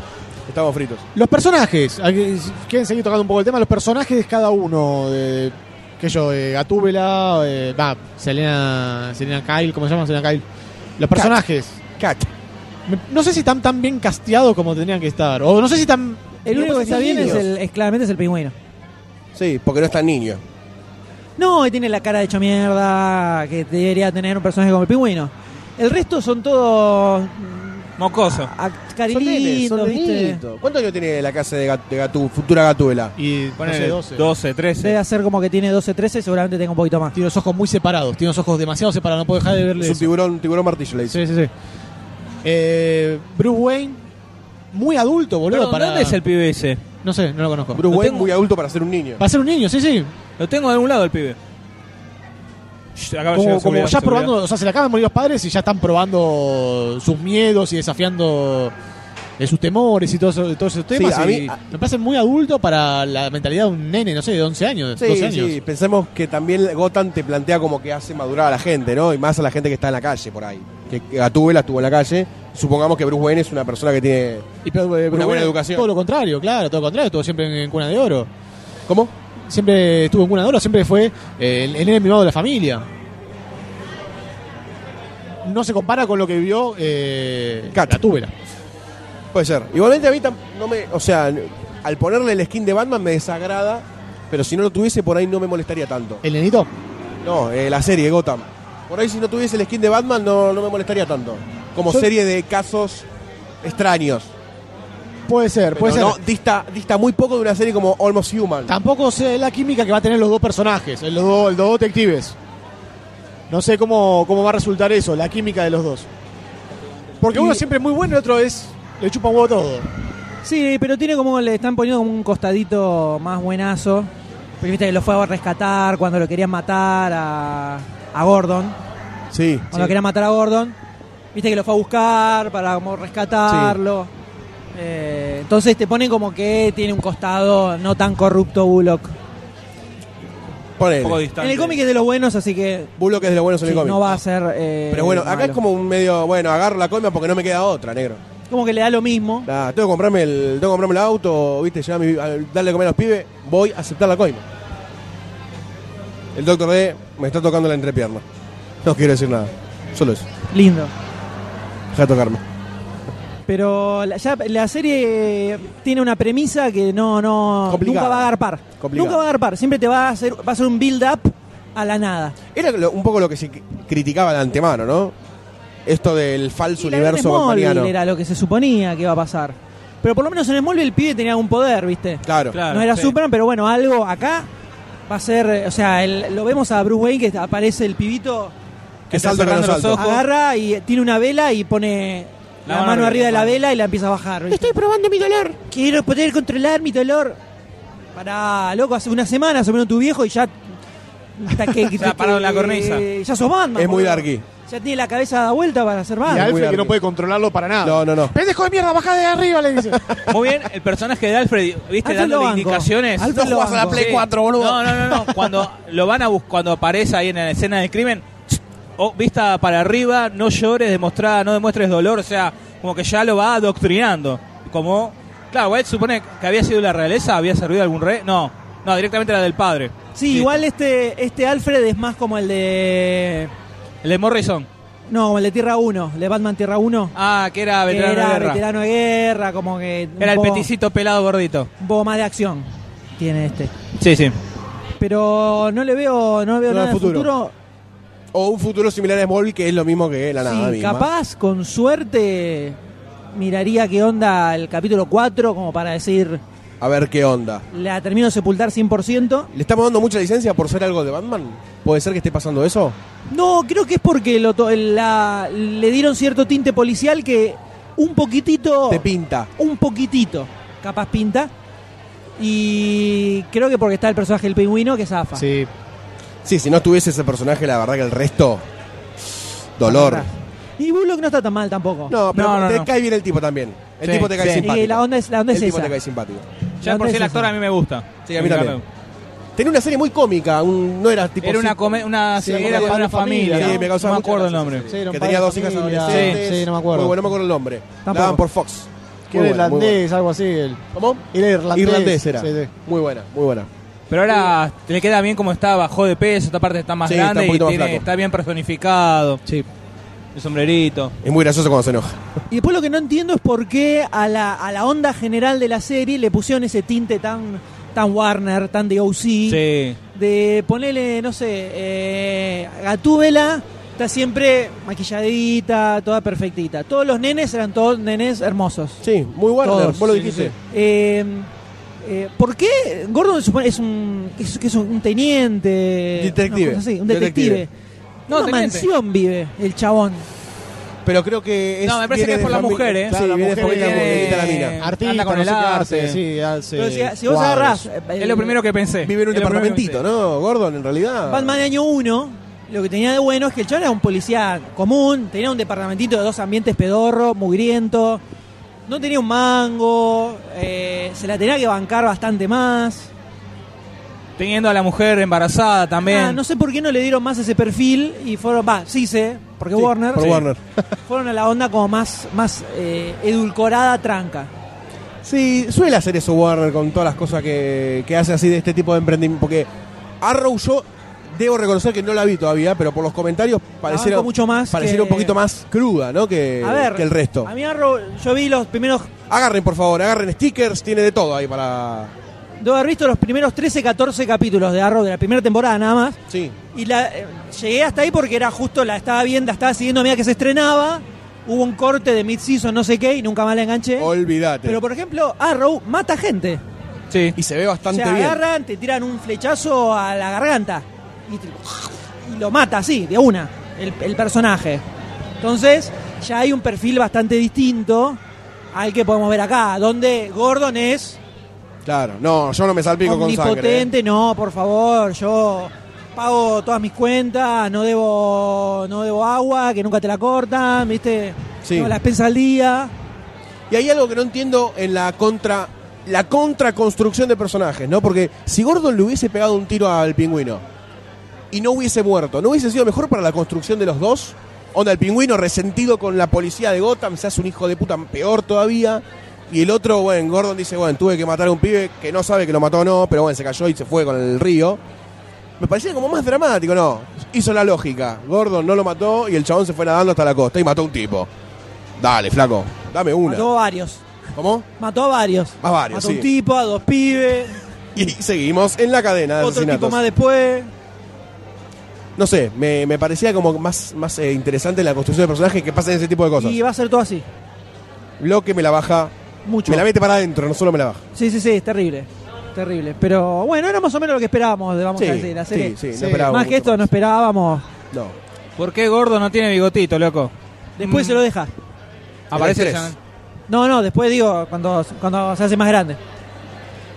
Speaker 3: Estamos fritos.
Speaker 5: Los personajes, hay que- quieren seguir tocando un poco el tema, los personajes cada uno, de, que yo, de Gatúbela, eh, va, Selena, Selena Kyle, ¿cómo se llama Selena Kyle? Los personajes,
Speaker 3: Cat.
Speaker 5: me- no sé si están tan bien casteados como tendrían que estar, o no sé si están...
Speaker 2: El único que está bien es, el, es claramente es el pingüino.
Speaker 3: Sí, porque no es tan niño.
Speaker 2: No, y tiene la cara de hecha mierda que debería tener un personaje como el pingüino. El resto son todos
Speaker 4: Mocoso.
Speaker 2: act-
Speaker 3: Son nenes, son
Speaker 2: carilindos, ¿viste?
Speaker 3: nenitos. ¿Cuántos años tiene la casa de, Gat- de Gatú, futura Gatuela?
Speaker 5: Y
Speaker 4: Ponele
Speaker 5: 12.
Speaker 4: 12, 13.
Speaker 2: Debe hacer como que tiene 12, 13, seguramente tenga un poquito más.
Speaker 5: Tiene los ojos muy separados, tiene los ojos demasiado separados, no puedo dejar de verle
Speaker 3: Es un
Speaker 5: eso.
Speaker 3: tiburón, tiburón martillo, le dice.
Speaker 5: Sí, sí, sí. Eh, Bruce Wayne, muy adulto, boludo,
Speaker 4: Perdón,
Speaker 5: para...
Speaker 4: ¿Dónde es el pibe ese?
Speaker 5: No sé, no lo conozco.
Speaker 3: Bruce
Speaker 4: Lo
Speaker 3: Wayne,
Speaker 4: tengo-
Speaker 3: muy adulto para ser un niño.
Speaker 5: Va a ser un niño, sí, sí.
Speaker 4: Lo tengo de algún lado el pibe. Shh,
Speaker 3: Ah,
Speaker 4: acá
Speaker 5: Como,
Speaker 4: llegó
Speaker 5: como
Speaker 4: seguridad,
Speaker 5: ya
Speaker 4: seguridad.
Speaker 5: probando, o sea, se le acaban de morir los padres y ya están probando sus miedos y desafiando eh, sus temores y todo eso- todos esos temas.
Speaker 3: Sí, a
Speaker 5: y
Speaker 3: mí- a-
Speaker 5: me parece muy adulto para la mentalidad de un nene, no sé, de 11 años,
Speaker 3: Sí,
Speaker 5: 12 años.
Speaker 3: sí, pensemos que también Gotham te plantea como que hace madurar a la gente, ¿no? Y más a la gente que está en la calle por ahí. Que que Gatúbela estuvo en la calle. Supongamos que Bruce Wayne es una persona que tiene.
Speaker 5: Y pero, eh,
Speaker 3: buena
Speaker 5: bueno,
Speaker 3: educación.
Speaker 5: Todo lo contrario, claro, todo lo contrario, estuvo siempre en cuna de oro.
Speaker 3: ¿Cómo?
Speaker 5: Siempre estuvo en cuna de oro, siempre fue eh, el, el nene mimado de la familia. No se compara con lo que vivió eh,
Speaker 3: Cat.
Speaker 5: la túbela.
Speaker 3: Puede ser. Igualmente a mí tam- no me. O sea, n- al ponerle el skin de Batman me desagrada. Pero si no lo tuviese por ahí no me molestaría tanto.
Speaker 5: El nenito.
Speaker 3: No, eh, la serie Gotham. Por ahí si no tuviese el skin de Batman no, no me molestaría tanto. Como
Speaker 5: Yo-
Speaker 3: serie de casos extraños.
Speaker 5: Puede ser,
Speaker 3: Pues
Speaker 5: puede ser.
Speaker 3: no, dista, dista muy poco de una serie como Almost Human.
Speaker 5: Tampoco sé la química que va a tener los dos personajes, los dos, los dos detectives. No sé cómo, cómo va a resultar eso, la química de los dos. Porque
Speaker 3: Y-
Speaker 5: uno siempre es muy bueno y otro es. le chupa un huevo todo.
Speaker 2: Sí, pero tiene como, le están poniendo como un costadito más buenazo. Porque viste que lo fue a rescatar cuando lo querían matar a, a Gordon.
Speaker 3: Sí.
Speaker 2: Cuando lo querían matar a Gordon, viste que lo fue a buscar para como rescatarlo. Eh, entonces te ponen como que tiene un costado no tan corrupto Bullock.
Speaker 3: Ponele.
Speaker 4: Un poco distante.
Speaker 2: En el cómic es de los buenos, así que
Speaker 3: Bullock es de lo bueno en
Speaker 2: sí,
Speaker 3: el cómic.
Speaker 2: no va a ser. eh,
Speaker 3: Pero bueno, acá
Speaker 2: malo.
Speaker 3: es como un medio, bueno, agarro la coima porque no me queda otra, negro.
Speaker 2: Como que le da lo mismo.
Speaker 3: Nah, tengo que comprarme el, tengo que comprarme el auto, viste, llevar a mi- a darle de comer a los pibes, voy a aceptar la coima. El doctor D me está tocando la entrepierna. No quiero decir nada. Solo eso.
Speaker 2: Lindo.
Speaker 3: Deja de tocarme.
Speaker 2: Pero la, ya la serie tiene una premisa que no, no
Speaker 3: Complicada.
Speaker 2: nunca va a agarpar.
Speaker 3: Complicada.
Speaker 2: Nunca va a agarpar. Siempre te va a hacer, va a ser un build up a la nada.
Speaker 3: Era lo- un poco lo que se cri- criticaba de antemano, ¿no? Esto del falso
Speaker 2: Y la gran
Speaker 3: universo
Speaker 2: Smallville
Speaker 3: batmaniano.
Speaker 2: era lo que se suponía que iba a pasar. Pero por lo menos en Smallville el pibe tenía algún poder, ¿viste?
Speaker 3: Claro.
Speaker 4: Claro,
Speaker 2: no era
Speaker 4: sí.
Speaker 2: Superman, pero bueno, algo acá va a ser, eh, o sea, el- lo vemos a Bruce Wayne que aparece el pibito,
Speaker 3: Que
Speaker 4: Está
Speaker 3: salto que no
Speaker 4: cerrando los
Speaker 3: salto.
Speaker 4: ojos. Ojo.
Speaker 2: agarra y tiene una vela y pone la, mano, arriba de la vela y la empieza a bajar. ¿viste?
Speaker 3: probando mi dolor.
Speaker 2: Quiero poder controlar mi dolor. Pará, loco, hace una semana se murió tu viejo y ya. Hasta que,
Speaker 4: Ya parado en la cornisa.
Speaker 2: Ya sos Batman.
Speaker 3: Es muy
Speaker 2: boludo.
Speaker 3: darky.
Speaker 2: Ya tiene la cabeza dada vuelta para ser
Speaker 5: y
Speaker 2: Batman.
Speaker 5: Alfred que
Speaker 3: cuidarte.
Speaker 5: no puede controlarlo para nada.
Speaker 3: No, no, no.
Speaker 5: ¡Pendejo de mierda, baja de arriba! le dice.
Speaker 4: Muy bien, el personaje de Alfred, ¿viste?
Speaker 2: Alfred lo
Speaker 4: dándole
Speaker 2: banco.
Speaker 4: indicaciones.
Speaker 2: Alfred lo banco.
Speaker 4: Sí. No, no, no, no. Cuando lo van a bus- cuando aparece ahí en la escena del crimen, oh, vista para arriba, no llores, demostrá, no demuestres dolor, o sea, como que ya lo va adoctrinando. Como, claro, White supone que había sido la realeza, había servido algún rey. No, no, directamente la del padre.
Speaker 2: Sí,
Speaker 4: Listo.
Speaker 2: igual este, este Alfred es más como el de.
Speaker 4: El de Morrison.
Speaker 2: No, como el de Tierra 1, el de Batman Tierra 1.
Speaker 4: Ah, que era
Speaker 2: que
Speaker 4: veterano
Speaker 2: era
Speaker 4: de guerra.
Speaker 2: veterano de guerra, como que. un
Speaker 4: Era el
Speaker 2: poco-
Speaker 4: peticito pelado gordito.
Speaker 2: Un poco más de acción tiene este.
Speaker 4: Sí, sí.
Speaker 2: Pero no le veo, no le veo
Speaker 3: No,
Speaker 2: nada
Speaker 3: el
Speaker 2: de
Speaker 3: futuro.
Speaker 2: futuro.
Speaker 3: O un futuro similar a Smallville que es lo mismo que la nada
Speaker 2: sí,
Speaker 3: misma.
Speaker 2: capaz, con suerte, miraría qué onda el capítulo 4, como para decir,
Speaker 3: A ver qué onda.
Speaker 2: la termino de sepultar 100%.
Speaker 3: ¿Le estamos dando mucha licencia por ser algo de Batman? ¿Puede ser que esté pasando eso?
Speaker 2: No, creo que es porque lo to- la- le dieron cierto tinte policial que un poquitito,
Speaker 3: Te pinta.
Speaker 2: un poquitito, capaz pinta. Y creo que porque está el personaje del pingüino que zafa.
Speaker 5: sí.
Speaker 3: Sí, si no estuviese ese personaje, la verdad que el resto. Dolor.
Speaker 2: Y Bullock no está tan mal tampoco.
Speaker 3: No, pero
Speaker 4: No, no,
Speaker 3: te
Speaker 4: no.
Speaker 3: cae bien el tipo también. El
Speaker 4: Sí,
Speaker 3: tipo te cae
Speaker 4: sí.
Speaker 3: simpático.
Speaker 2: Y la onda es, la onda es
Speaker 3: el tipo
Speaker 2: esa.
Speaker 3: te cae simpático.
Speaker 4: Ya por si el actor a mí me gusta.
Speaker 3: Sí, a mí también. Tenía una serie muy cómica, un- no era tipo...
Speaker 4: Era una, come- una
Speaker 5: Sí,
Speaker 4: ceguera
Speaker 5: como
Speaker 4: con una
Speaker 5: de familia,
Speaker 4: familia.
Speaker 5: ¿no?
Speaker 3: Sí, me causaba
Speaker 4: no me
Speaker 3: mucha
Speaker 4: acuerdo el
Speaker 3: gracia
Speaker 4: nombre.
Speaker 3: esa
Speaker 5: Sí,
Speaker 3: serie.
Speaker 5: era un
Speaker 3: que
Speaker 5: padre
Speaker 3: tenía
Speaker 5: de
Speaker 3: dos hijas
Speaker 5: familia.
Speaker 3: adolescentes.
Speaker 5: Sí, sí, no me acuerdo.
Speaker 3: Muy bueno, no me acuerdo el nombre.
Speaker 2: Tampoco.
Speaker 3: Daban por Fox.
Speaker 5: Que
Speaker 3: Muy
Speaker 5: era
Speaker 3: buena, muy buena.
Speaker 5: irlandés, algo así. él.
Speaker 3: ¿Cómo?
Speaker 5: Era irlandés.
Speaker 3: Irlandés era.
Speaker 5: Sí, sí.
Speaker 3: Muy buena, muy buena.
Speaker 4: Pero ahora le queda bien como está, bajó de peso, esta parte está más
Speaker 3: Sí, está
Speaker 4: grande
Speaker 3: un poquito
Speaker 4: y
Speaker 3: más
Speaker 4: tiene-
Speaker 3: flaco.
Speaker 4: está bien personificado.
Speaker 3: Sí.
Speaker 4: El sombrerito.
Speaker 3: Es muy gracioso cuando se enoja.
Speaker 2: Y después lo que no entiendo es por qué a la, a la onda general de la serie le pusieron ese tinte tan, tan Warner, tan de OC.
Speaker 4: Sí.
Speaker 2: de ponerle, no sé, eh, Gatúbela está siempre maquilladita, toda perfectita. Todos los nenes eran todos nenes hermosos.
Speaker 3: Sí, muy Warner,
Speaker 2: Todos,
Speaker 3: vos lo
Speaker 2: sí,
Speaker 3: dijiste.
Speaker 2: Eh, eh, ¿Por qué Gordon se supone- es un, que es, que es un teniente?
Speaker 3: Detective.
Speaker 2: una cosa así, un detective.
Speaker 3: Detective.
Speaker 2: No,
Speaker 4: No,
Speaker 2: una
Speaker 4: teniente.
Speaker 2: mansión vive el chabón.
Speaker 3: Pero creo que es.
Speaker 4: No, me parece
Speaker 3: viene
Speaker 4: que es por
Speaker 3: de
Speaker 4: la
Speaker 3: familia-
Speaker 4: mujer, ¿eh?
Speaker 3: Sí,
Speaker 5: Claro, la
Speaker 3: viene de
Speaker 5: mujer
Speaker 3: familia
Speaker 5: viene-
Speaker 3: burguesita la mina.
Speaker 5: Artista,
Speaker 4: Anda con
Speaker 5: no
Speaker 4: el
Speaker 5: sé qué
Speaker 4: arte.
Speaker 5: hace, sí, hace
Speaker 2: Pero si, si vos
Speaker 5: cuadros.
Speaker 2: agarrás... eh,
Speaker 4: es lo primero que pensé.
Speaker 3: Vive en un
Speaker 4: Es lo primero que
Speaker 3: departamentito, ¿no? Gordon, en realidad.
Speaker 2: Batman de año 1, lo que tenía de bueno es que el chabón era un policía común, tenía un departamentito de dos ambientes pedorro, mugriento, no tenía un mango, eh, se la tenía que bancar bastante más.
Speaker 4: pensé. Teniendo a la mujer embarazada también.
Speaker 2: Ah, no sé por qué no le dieron más ese perfil y fueron, va, sí sé, porque
Speaker 3: Sí,
Speaker 2: Warner,
Speaker 3: Por
Speaker 2: sí,
Speaker 3: Warner.
Speaker 2: fueron a la onda como más, más eh, edulcorada tranca.
Speaker 3: Sí, suele hacer eso Warner con todas las cosas que, que hace así de este tipo de emprendimiento. Porque Arrow yo debo reconocer que no la vi todavía, pero por los comentarios pareciera,
Speaker 2: banco mucho más
Speaker 3: pareciera
Speaker 2: que-
Speaker 3: un poquito más cruda, ¿no? Que,
Speaker 2: A ver,
Speaker 3: Eh, que el resto.
Speaker 2: A mí Arrow, yo vi los primeros,
Speaker 3: Agarren, por favor, agarren stickers, tiene de todo ahí para.
Speaker 2: debo haber visto los primeros 13, 14 capítulos de Arrow de la primera temporada nada más.
Speaker 3: Sí.
Speaker 2: Y la, eh, llegué hasta ahí porque era justo, la estaba viendo, la estaba siguiendo a medida que se estrenaba. Hubo un corte de mid-season, no sé qué, y nunca más la enganché.
Speaker 3: Olvídate.
Speaker 2: ¿Eh? Pero, por ejemplo, Arrow mata gente.
Speaker 4: Sí.
Speaker 3: Y se ve
Speaker 2: Se
Speaker 3: bastante bien.
Speaker 2: agarran, te tiran un flechazo a la garganta. Y, te- y lo mata así, de una, el, el personaje. Entonces, ya hay un perfil bastante distinto al que podemos ver acá, donde Gordon es
Speaker 3: Claro, no, yo no me salpico con sangre. ¿eh?
Speaker 2: Omnipotente, no, por favor, yo pago todas mis cuentas, no debo no debo agua, que nunca te la cortan, ¿viste?
Speaker 3: Sí.
Speaker 2: Tengo las expensas al día.
Speaker 3: Y hay algo que no entiendo en la contra la contraconstrucción de personajes, ¿no? Porque si Gordon le hubiese pegado un tiro al pingüino y no hubiese muerto, ¿no hubiese sido mejor para la construcción de los dos? Onda, el pingüino resentido con la policía de Gotham, se hace un hijo de puta peor todavía. Y el otro, bueno, Gordon dice, bueno, tuve que matar a un pibe que no sabe que lo mató o no, pero bueno, se cayó y se fue con el río. Me parecía como más dramático, no. Hizo la lógica. Gordon no lo mató y el chabón se fue nadando hasta la costa y mató a un tipo. Dale, flaco, dame una.
Speaker 2: Mató a varios.
Speaker 3: ¿Cómo?
Speaker 2: Mató a varios.
Speaker 3: A varios,
Speaker 2: Mató a
Speaker 3: sí.
Speaker 2: un tipo, a dos pibes,
Speaker 3: Y seguimos en la cadena de
Speaker 2: otro
Speaker 3: asesinatos.
Speaker 2: tipo más después.
Speaker 3: No sé, me, me parecía como más, más eh, interesante la construcción de personajes que pasen ese tipo de cosas.
Speaker 2: Y va a ser todo así.
Speaker 3: Lo que me la baja,
Speaker 2: Mucho.
Speaker 3: me la mete para adentro, no solo me la baja.
Speaker 2: Sí, sí, sí, es terrible. Terrible. Pero bueno, era más o menos lo que esperábamos, vamos
Speaker 3: Sí,
Speaker 2: a decir. La
Speaker 3: sí,
Speaker 2: serie.
Speaker 3: sí, no
Speaker 5: Sí.
Speaker 3: esperaba
Speaker 2: Más
Speaker 3: mucho
Speaker 2: que esto no esperábamos.
Speaker 3: No.
Speaker 4: ¿Por qué Gordo no tiene bigotito, loco?
Speaker 2: Después
Speaker 4: Mm.
Speaker 2: se lo deja.
Speaker 4: Aparece
Speaker 3: Era el
Speaker 4: ya-
Speaker 2: No, no, después digo, cuando, cuando se hace más grande.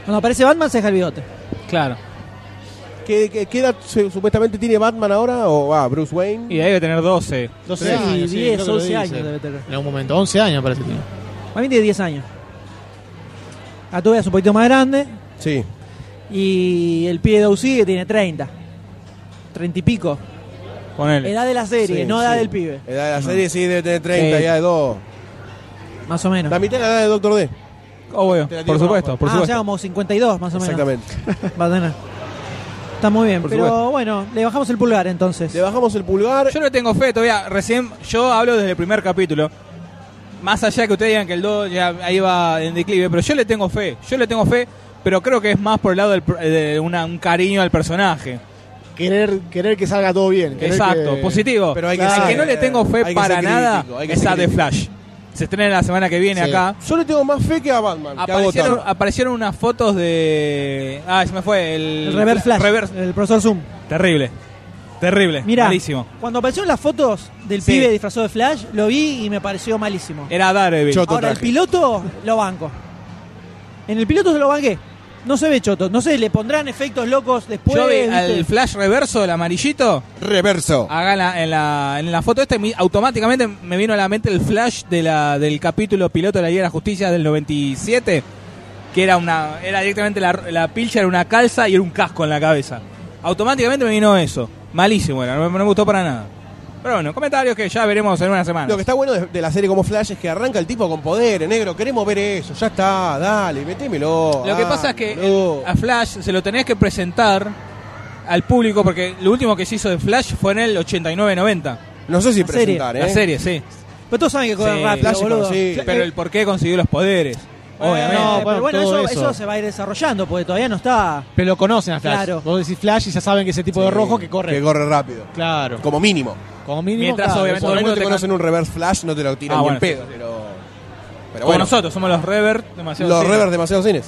Speaker 2: Cuando aparece Batman se deja el bigote.
Speaker 4: Claro.
Speaker 3: ¿Qué, qué, qué edad se- supuestamente tiene Batman ahora? ¿O ah, Bruce Wayne?
Speaker 4: Y debe tener 12.
Speaker 5: 12
Speaker 2: Sí,
Speaker 5: años, sí,
Speaker 2: 10,
Speaker 5: creo que lo
Speaker 2: 11
Speaker 5: dice.
Speaker 2: años debe tener.
Speaker 5: En algún momento, 11 años parece que tiene.
Speaker 2: Para mí tiene 10 años. Gatúbela es un poquito más grande.
Speaker 3: Sí.
Speaker 2: Y el pibe de Uzi que tiene 30. 30 y pico.
Speaker 4: Ponele.
Speaker 2: Edad de la serie,
Speaker 3: Sí,
Speaker 2: no edad
Speaker 3: sí.
Speaker 2: del pibe.
Speaker 3: Edad de la serie sí debe tener 30,
Speaker 4: Sí.
Speaker 3: ya de 2.
Speaker 2: Más o menos.
Speaker 3: La mitad de la edad de Doctor D.
Speaker 4: Obvio.
Speaker 3: Te la tiro
Speaker 4: Por
Speaker 3: para
Speaker 4: supuesto, por
Speaker 2: ah, ya
Speaker 4: supuesto.
Speaker 2: como 52 más o menos.
Speaker 3: Exactamente.
Speaker 2: Va a tener. Está muy bien.
Speaker 3: Por
Speaker 2: pero
Speaker 3: supuesto.
Speaker 2: bueno, le bajamos el pulgar entonces.
Speaker 3: Le bajamos el pulgar.
Speaker 4: Yo no tengo fe todavía. Recién, yo hablo desde el primer capítulo. Más allá que ustedes digan que el 2 ya ahí va en declive, pero yo le tengo fe. Yo le tengo fe, pero creo que es más por el lado del pr- de una- un cariño al personaje.
Speaker 5: Querer, querer que salga todo bien. querer
Speaker 4: Exacto,
Speaker 5: que-
Speaker 4: positivo.
Speaker 3: Pero hay que
Speaker 4: Al
Speaker 3: ser-
Speaker 4: que no le tengo
Speaker 3: hay
Speaker 4: fe
Speaker 3: que
Speaker 4: para
Speaker 3: ser
Speaker 4: nada
Speaker 3: crítico, hay que
Speaker 4: es
Speaker 3: ser
Speaker 4: a The
Speaker 3: crítico.
Speaker 4: Flash. Se estrena la semana que viene
Speaker 5: Sí.
Speaker 4: acá.
Speaker 3: Yo le tengo más fe que a Batman. que a
Speaker 4: Aparecieron,
Speaker 3: Gotham.
Speaker 4: aparecieron unas fotos de. Ah, se me fue. El,
Speaker 2: el Reverse Flash.
Speaker 4: Reverse.
Speaker 2: El profesor Zoom.
Speaker 4: Terrible. Terrible.
Speaker 2: Mirá,
Speaker 4: Malísimo.
Speaker 2: cuando aparecieron las fotos del
Speaker 4: Sí.
Speaker 2: pibe disfrazado de Flash, lo vi y me pareció malísimo.
Speaker 4: Era Daredevil.
Speaker 3: Choto
Speaker 2: Ahora, el
Speaker 3: traje.
Speaker 2: piloto lo banco. En el piloto se lo banqué. no se ve choto. No sé, le pondrán efectos locos después.
Speaker 4: Yo vi
Speaker 2: Pues, ¿viste?
Speaker 4: al flash reverso del amarillito,
Speaker 3: Reverso.
Speaker 4: acá en la, en la, en la foto esta, y mi- automáticamente me vino a la mente el flash de la, del capítulo piloto de la Liga de la Justicia del 97, que era una era directamente la, la pilcha, era una calza y era un casco en la cabeza. Automáticamente me vino eso. Malísimo era, no me, no me gustó para nada. Pero bueno, comentarios que ya veremos en una semana.
Speaker 3: Lo que está bueno de, de la serie como Flash es que arranca el tipo con poder, negro. Queremos ver eso. Ya está, dale, metémelo.
Speaker 4: Lo que
Speaker 3: ah,
Speaker 4: pasa es que
Speaker 3: boludo.
Speaker 4: el- a Flash se lo tenés que presentar al público porque lo último que se hizo de Flash fue en el 89-90.
Speaker 3: No sé si
Speaker 2: la serie,
Speaker 3: presentar, ¿eh?
Speaker 4: La serie, sí.
Speaker 2: Pero todos saben que corren
Speaker 4: Sí,
Speaker 2: rápido,
Speaker 3: Flash y
Speaker 2: boludo.
Speaker 3: conocí.
Speaker 2: Fla-
Speaker 4: Pero el por qué consiguió los poderes.
Speaker 2: Bueno,
Speaker 4: Obviamente.
Speaker 5: No, bueno,
Speaker 2: pero bueno,
Speaker 5: todo
Speaker 2: eso,
Speaker 5: eso.
Speaker 2: eso se va a ir desarrollando porque todavía no está.
Speaker 5: Pero lo conocen a Flash.
Speaker 2: Claro.
Speaker 5: Vos decís Flash y ya saben que ese tipo de
Speaker 3: Sí,
Speaker 5: rojo que corre.
Speaker 3: Que corre rápido.
Speaker 5: claro.
Speaker 3: Como mínimo.
Speaker 5: Como mínimo.
Speaker 4: Mientras,
Speaker 5: claro,
Speaker 4: obviamente,
Speaker 5: eso.
Speaker 4: todo el
Speaker 3: Como
Speaker 4: mundo
Speaker 3: te
Speaker 4: te
Speaker 3: conocen un reverse Flash, no te lo tiran
Speaker 4: Ah,
Speaker 3: ni
Speaker 4: bueno,
Speaker 3: en
Speaker 4: sí,
Speaker 3: pedo.
Speaker 4: sí.
Speaker 3: Pero, pero
Speaker 4: Como
Speaker 3: bueno.
Speaker 4: nosotros, somos los Rever demasiado.
Speaker 3: Los
Speaker 4: sí.
Speaker 3: Revers demasiados cines.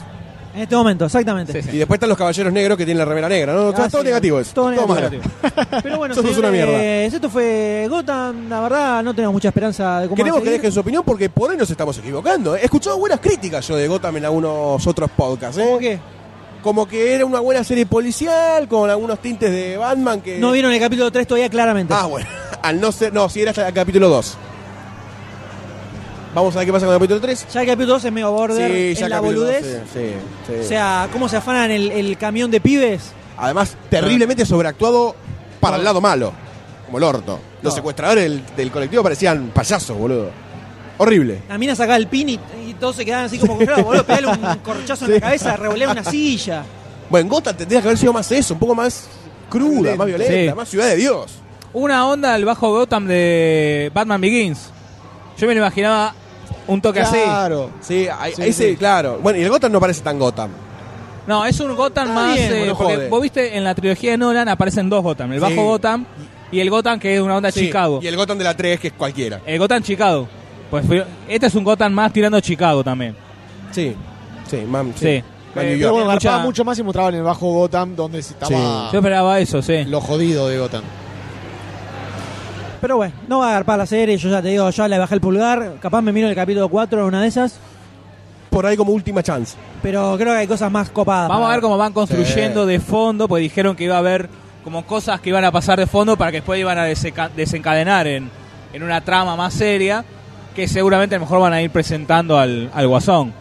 Speaker 2: En este momento, exactamente.
Speaker 4: Sí, sí.
Speaker 3: Y después están los caballeros negros que tienen la remera negra. ¿no? O sea,
Speaker 2: Ah,
Speaker 3: todo
Speaker 2: sí,
Speaker 3: negativo eso.
Speaker 2: todo negativo.
Speaker 3: malo.
Speaker 4: Negativo.
Speaker 2: Pero bueno,
Speaker 3: Sos una
Speaker 2: señores,
Speaker 3: mierda.
Speaker 2: esto fue Gotham. La verdad, no tenemos mucha esperanza de cómo va a
Speaker 3: Queremos que
Speaker 2: seguir.
Speaker 3: dejen su opinión porque por ahí nos estamos equivocando. ¿eh? He escuchado buenas críticas yo de Gotham en algunos otros podcasts. ¿eh?
Speaker 2: ¿Cómo qué?
Speaker 3: Como que era una buena serie policial con algunos tintes de Batman que...
Speaker 2: No vieron el capítulo 3 todavía claramente.
Speaker 3: eh, Ah, bueno. Al no ser... No, si era hasta el capítulo 2. Vamos a ver qué pasa con el capítulo 3.
Speaker 2: Ya el capítulo 2 es medio border, es la
Speaker 3: capítulo dos,
Speaker 2: boludez.
Speaker 3: sí, sí, sí.
Speaker 2: O sea, cómo se afanan el, el camión de pibes.
Speaker 3: Además, terriblemente sobreactuado para el lado malo. Como el orto. Los secuestradores del, del colectivo parecían payasos, boludo. Horrible.
Speaker 2: La mina sacaba el pin y, y todos se quedaban así como congelados, boludo. Pegarle un corchazo en la cabeza, revolear una silla.
Speaker 3: Bueno, en Gotham tendría que haber sido más eso, un poco más cruda, más violenta,
Speaker 4: Sí.
Speaker 3: más ciudad de Dios.
Speaker 4: Una onda al bajo Gotham de Batman Begins. Yo me lo imaginaba un toque así.
Speaker 5: Claro.
Speaker 3: Sí, ahí
Speaker 5: Sí,
Speaker 3: ahí sí,
Speaker 5: sí.
Speaker 3: claro. Bueno, y el Gotham no parece tan Gotham.
Speaker 4: No, es un Gotham
Speaker 3: Está
Speaker 4: más.
Speaker 3: bien,
Speaker 4: eh,
Speaker 3: bueno,
Speaker 4: porque
Speaker 3: jode.
Speaker 4: vos viste en la trilogía de Nolan aparecen dos Gotham: el bajo
Speaker 3: Sí.
Speaker 4: Gotham y el Gotham que es una onda
Speaker 3: Sí,
Speaker 4: Chicago.
Speaker 3: Y el Gotham de la 3, que es cualquiera.
Speaker 4: El Gotham Chicago. Pues fui- este es un Gotham más tirando a Chicago también.
Speaker 3: Sí, sí, mam.
Speaker 4: Sí. Eh,
Speaker 3: Más New
Speaker 4: pero
Speaker 5: Pero
Speaker 3: York.
Speaker 5: bueno,
Speaker 4: Mucha-
Speaker 5: garpaba mucho más y mostraban el bajo Gotham, donde se estaba
Speaker 4: Yo esperaba eso, sí.
Speaker 5: lo jodido de Gotham.
Speaker 2: Pero bueno, no va a agarpar la serie, yo ya te digo, ya le bajé el pulgar. Capaz me miro el capítulo 4 una de esas.
Speaker 3: Por ahí como última chance.
Speaker 2: Pero creo que hay cosas más copadas.
Speaker 4: Vamos a
Speaker 2: para
Speaker 4: ver cómo van construyendo de fondo, porque dijeron que iba a haber como cosas que iban a pasar de fondo para que después iban a deseca- desencadenar en, en una trama más seria, que seguramente a lo mejor van a ir presentando al, al guasón.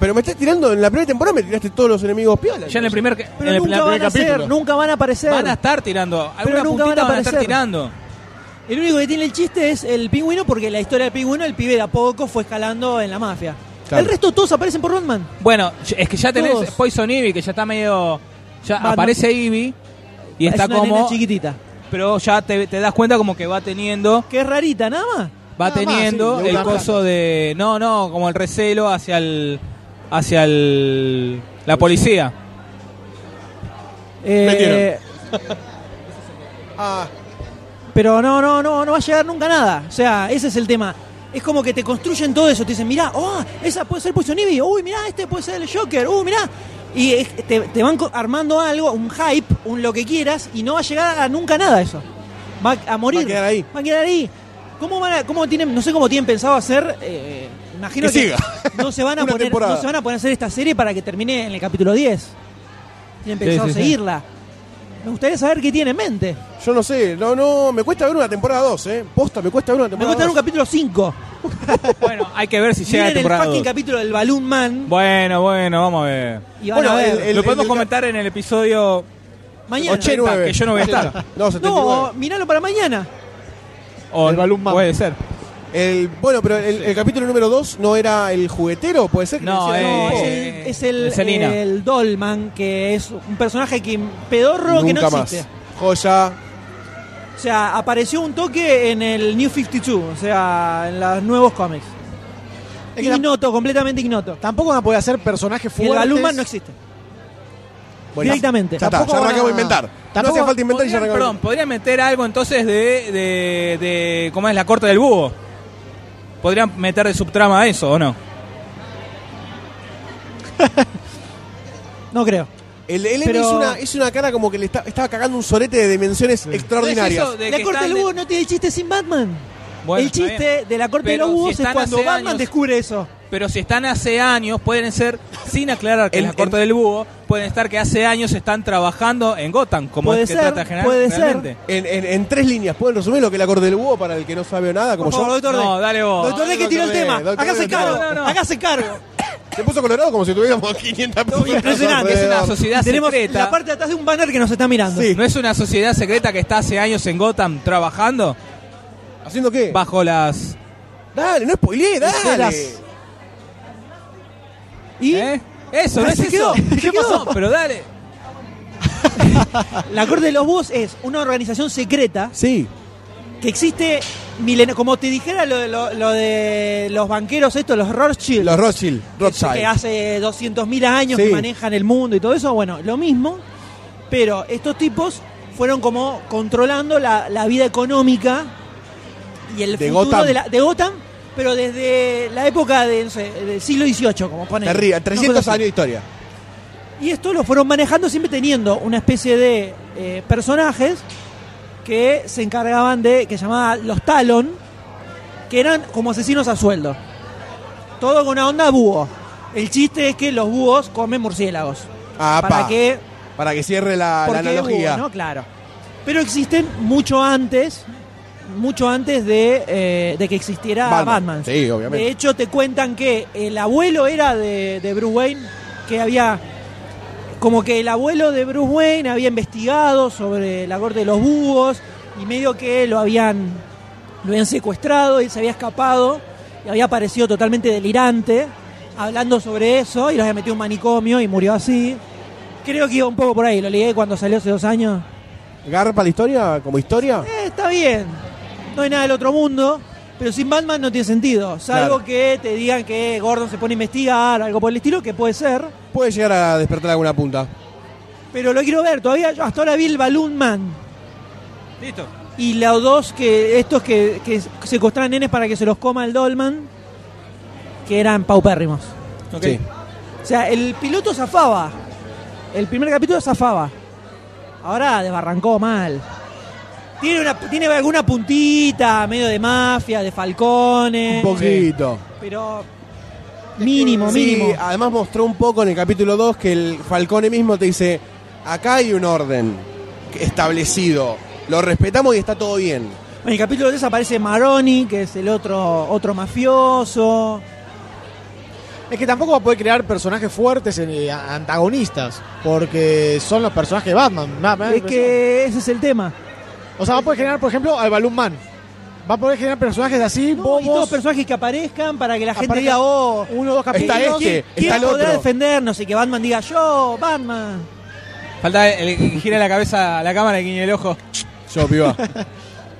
Speaker 3: Pero me estás tirando, en la primera temporada me tiraste todos los enemigos piola.
Speaker 4: Ya en el primer, que-
Speaker 2: Pero
Speaker 4: en el-
Speaker 2: nunca
Speaker 4: la-
Speaker 2: van a
Speaker 5: capítulo.
Speaker 2: ser, nunca van a aparecer.
Speaker 4: van a estar tirando, alguna
Speaker 2: nunca
Speaker 4: puntita
Speaker 2: van
Speaker 4: van
Speaker 2: a
Speaker 4: a, estar
Speaker 2: aparecer.
Speaker 4: tirando.
Speaker 2: El único que tiene el chiste es el pingüino, porque la historia del pingüino, el pibe de a poco fue escalando en la mafia.
Speaker 3: Claro.
Speaker 2: El resto todos aparecen por Rodman.
Speaker 4: Bueno, es que ya tenés
Speaker 2: Todos.
Speaker 4: Poison Ivy, que ya está medio... Ya
Speaker 2: Batman.
Speaker 4: aparece Ivy y
Speaker 2: es
Speaker 4: está
Speaker 2: una nena
Speaker 4: como...
Speaker 2: chiquitita.
Speaker 4: Pero ya te, te das cuenta como que va teniendo...
Speaker 2: Que es rarita, nada más.
Speaker 4: va
Speaker 5: Nada más,
Speaker 4: teniendo
Speaker 5: sí, de
Speaker 4: el
Speaker 5: una
Speaker 4: coso de no no como el recelo hacia el hacia el la policía
Speaker 2: Eh,
Speaker 3: Ah,
Speaker 2: pero no, no, no, no va a llegar nunca nada. O sea, ese es el tema. Es como que te construyen todo eso. Te dicen, mirá, oh, esa puede ser Poison Ivy. Uy, mirá, este puede ser el Joker. Uy, mirá. Y es- te, te van co- armando algo, un hype, un lo que quieras, y no va a llegar a nunca nada eso. Va a morir.
Speaker 3: Va a quedar ahí.
Speaker 2: Va a quedar ahí. ¿Cómo van a, cómo tienen, no sé cómo tienen pensado hacer. eh, imagino
Speaker 3: Que
Speaker 2: que
Speaker 3: siga.
Speaker 2: No, se van a
Speaker 3: Una
Speaker 2: poner,
Speaker 3: temporada.
Speaker 2: no se van a poner a hacer esta serie para que termine en el capítulo 10. Tienen pensado
Speaker 4: sí, sí.
Speaker 2: seguirla. Me gustaría saber qué tiene en mente.
Speaker 3: yo no sé, no, no, me cuesta ver una temporada 2, ¿eh? Posta, me cuesta ver una
Speaker 2: Me
Speaker 3: temporada
Speaker 2: gustaría un
Speaker 3: 2.
Speaker 2: capítulo 5.
Speaker 4: bueno hay que ver si llega la
Speaker 2: Miren el
Speaker 4: temporada
Speaker 2: fucking
Speaker 4: dos.
Speaker 2: capítulo del Balloon Man
Speaker 4: bueno bueno vamos a ver
Speaker 2: y van
Speaker 3: Bueno,
Speaker 2: a ver.
Speaker 3: el- el-
Speaker 4: lo podemos
Speaker 3: el-
Speaker 4: comentar en el episodio
Speaker 2: mañana.
Speaker 4: 80.
Speaker 3: 79.
Speaker 4: que yo no voy a estar.
Speaker 3: No, 79.
Speaker 2: No, miralo para mañana.
Speaker 4: o
Speaker 5: El Balloon Man.
Speaker 4: puede ser
Speaker 3: El, bueno, pero el, el capítulo número 2 no era el juguetero, puede ser. que
Speaker 4: No,
Speaker 3: le decían,
Speaker 2: No, es
Speaker 4: eh,
Speaker 3: tipo,
Speaker 2: el, es el,
Speaker 4: es el Nina.
Speaker 2: el Dollman, que es un personaje que pedorro que no
Speaker 3: nunca
Speaker 2: existe.
Speaker 3: más. Joya.
Speaker 2: O sea, apareció un toque en el New 52, o sea, en los nuevos cómics.
Speaker 5: Es que la-
Speaker 2: Ignoto, completamente ignoto.
Speaker 5: Tampoco van a poder hacer personajes
Speaker 2: Y el
Speaker 5: fuertes.
Speaker 2: Balloon Man no existe.
Speaker 3: Bueno,
Speaker 2: Directamente.
Speaker 3: Ya está,
Speaker 5: Tampoco
Speaker 3: ya arrancamos a
Speaker 5: van a-
Speaker 3: inventar. No
Speaker 5: tampoco
Speaker 3: hacía falta inventar y ya
Speaker 4: Podrían-
Speaker 3: arrancamos. a
Speaker 4: perdón podrían meter algo entonces de, de, de cómo es la corte del búho podrían meter de subtrama eso o no
Speaker 2: No creo.
Speaker 3: El, el M
Speaker 2: Pero-
Speaker 3: hizo, una, hizo una cara como que le está- estaba cagando un sorete de dimensiones
Speaker 4: ¿No es
Speaker 3: extraordinarias.
Speaker 4: eso de
Speaker 2: La
Speaker 4: que
Speaker 2: corte
Speaker 4: están
Speaker 2: del
Speaker 4: de-
Speaker 2: búho no tiene chiste sin Batman.
Speaker 4: Bueno,
Speaker 2: el
Speaker 4: está bien.
Speaker 2: chiste de la corte
Speaker 4: Pero
Speaker 2: de los búhos
Speaker 4: si
Speaker 2: es
Speaker 4: están
Speaker 2: cuando
Speaker 4: hace
Speaker 2: Batman
Speaker 4: años-
Speaker 2: descubre eso.
Speaker 4: Pero si están hace años, pueden ser, sin aclarar que
Speaker 3: En-
Speaker 4: en la corte del búho, pueden estar que hace años están trabajando en Gotham, como
Speaker 2: Puede
Speaker 4: es que
Speaker 2: ser,
Speaker 4: trata general,
Speaker 2: puede ser.
Speaker 4: realmente.
Speaker 3: En, en- en tres líneas, ¿pueden resumir lo que es la corte del búho para el que no sabe nada? Como
Speaker 2: Por favor,
Speaker 3: yo.
Speaker 2: doctor D.
Speaker 4: No, dale vos.
Speaker 2: Doctor D que
Speaker 3: Doctor
Speaker 2: tiró el
Speaker 3: D,
Speaker 2: tema.
Speaker 3: doctor
Speaker 2: Hágase
Speaker 3: D,
Speaker 2: cargo.
Speaker 4: no, no.
Speaker 2: Hágase cargo.
Speaker 3: Se puso colorado como si tuviéramos 500 personas
Speaker 2: impresionante.
Speaker 4: Es una
Speaker 3: alrededor.
Speaker 4: sociedad
Speaker 2: Tenemos
Speaker 4: secreta.
Speaker 2: la parte de atrás de un banner que nos está mirando.
Speaker 3: Sí.
Speaker 4: ¿No es una sociedad secreta que está hace años en Gotham trabajando
Speaker 3: ¿Haciendo qué?
Speaker 4: bajo las...
Speaker 3: Dale, no spoileé, dale.
Speaker 2: Las- Y
Speaker 4: ¿Eh? Eso,
Speaker 2: Pero
Speaker 4: ¿no es
Speaker 2: se
Speaker 4: eso?
Speaker 2: quedó, se
Speaker 4: ¿Qué
Speaker 2: quedó.
Speaker 4: pasó? Pero dale.
Speaker 2: la Corte de los Búhos es una organización secreta
Speaker 3: Sí.
Speaker 2: que existe milen- Como te dijera lo de, lo, lo de los banqueros estos, los Rothschild.
Speaker 3: Los Rothschild,
Speaker 2: que
Speaker 3: Rothschild.
Speaker 2: hace 200.000 años
Speaker 3: Sí.
Speaker 2: que manejan el mundo y todo eso, bueno, lo mismo, pero estos tipos fueron como controlando la, la vida económica y el
Speaker 3: De
Speaker 2: futuro
Speaker 3: Gotham.
Speaker 2: De, la, de Gotham, pero desde la época de, no sé, del siglo XVIII, como ponen.
Speaker 3: Terrible, 300 años de historia.
Speaker 2: Y esto lo fueron manejando siempre teniendo una especie de eh, personajes que se encargaban de, que se llamaba los Talon, que eran como asesinos a sueldo. Todo con una onda búho. El chiste es que los búhos comen murciélagos.
Speaker 3: Ah,
Speaker 2: ¿Para
Speaker 3: pa.
Speaker 2: qué?
Speaker 3: Para que cierre Ah, la, la
Speaker 2: Porque
Speaker 3: analogía.
Speaker 2: búho, ¿no? Claro. Pero existen mucho antes, mucho antes de, eh, de que existiera
Speaker 3: Batman.
Speaker 2: Batman.
Speaker 3: Sí, obviamente.
Speaker 2: De hecho, te cuentan que el abuelo era de, de Bruce Wayne, que había. Como que el abuelo de Bruce Wayne había investigado sobre la corte de los búhos y medio que lo habían, lo habían secuestrado, él se había escapado y había aparecido totalmente delirante hablando sobre eso y los había metido en un manicomio y murió así. Creo que iba un poco por ahí, lo leí cuando salió hace dos años.
Speaker 3: ¿Garpa la historia como historia?
Speaker 2: Eh, está bien. No hay nada del otro mundo. Pero sin Batman no tiene sentido. Salvo
Speaker 3: Claro.
Speaker 2: que te digan que Gordon se pone a investigar, algo por el estilo, que puede ser.
Speaker 3: Puede llegar a despertar alguna punta.
Speaker 2: Pero lo quiero ver. Todavía yo hasta ahora vi el Balloon Man.
Speaker 4: Listo.
Speaker 2: Y los dos que. estos que, que secuestran nenes para que se los coma el Dolman. Que eran paupérrimos.
Speaker 4: Ok.
Speaker 3: Sí.
Speaker 2: O sea, el piloto zafaba. El primer capítulo zafaba. Ahora desbarrancó mal. Tiene, una, tiene alguna puntita, medio de mafia, de
Speaker 3: Un
Speaker 2: falcones.
Speaker 3: poquito.
Speaker 2: Pero mínimo,
Speaker 3: Sí, ah.
Speaker 2: mínimo.
Speaker 3: además mostró un poco en el capítulo 2 que el Falcone mismo te dice, acá hay un orden establecido, lo respetamos y está todo bien.
Speaker 2: En el capítulo 3 aparece Maroni, que es el otro, otro mafioso.
Speaker 5: Es que tampoco va a poder crear personajes fuertes eh, antagonistas, porque son los personajes de Batman. Me da- me da la
Speaker 2: Es que ese es el tema.
Speaker 5: impresión. O sea, va a poder generar, por ejemplo, al Balloon Man. Va a poder generar personajes así,
Speaker 2: No, y todos
Speaker 5: bobos.
Speaker 2: personajes que aparezcan para que la gente
Speaker 5: Aparezca-
Speaker 2: diga, oh,
Speaker 5: Uno o dos capítulos.
Speaker 3: Está este,
Speaker 2: ¿quién
Speaker 3: está el
Speaker 2: podrá
Speaker 3: otro.
Speaker 2: defendernos? Y que Batman diga, yo, Batman.
Speaker 4: Falta el que gira la cabeza a la cámara y guiñe el ojo.
Speaker 3: Yo, piba.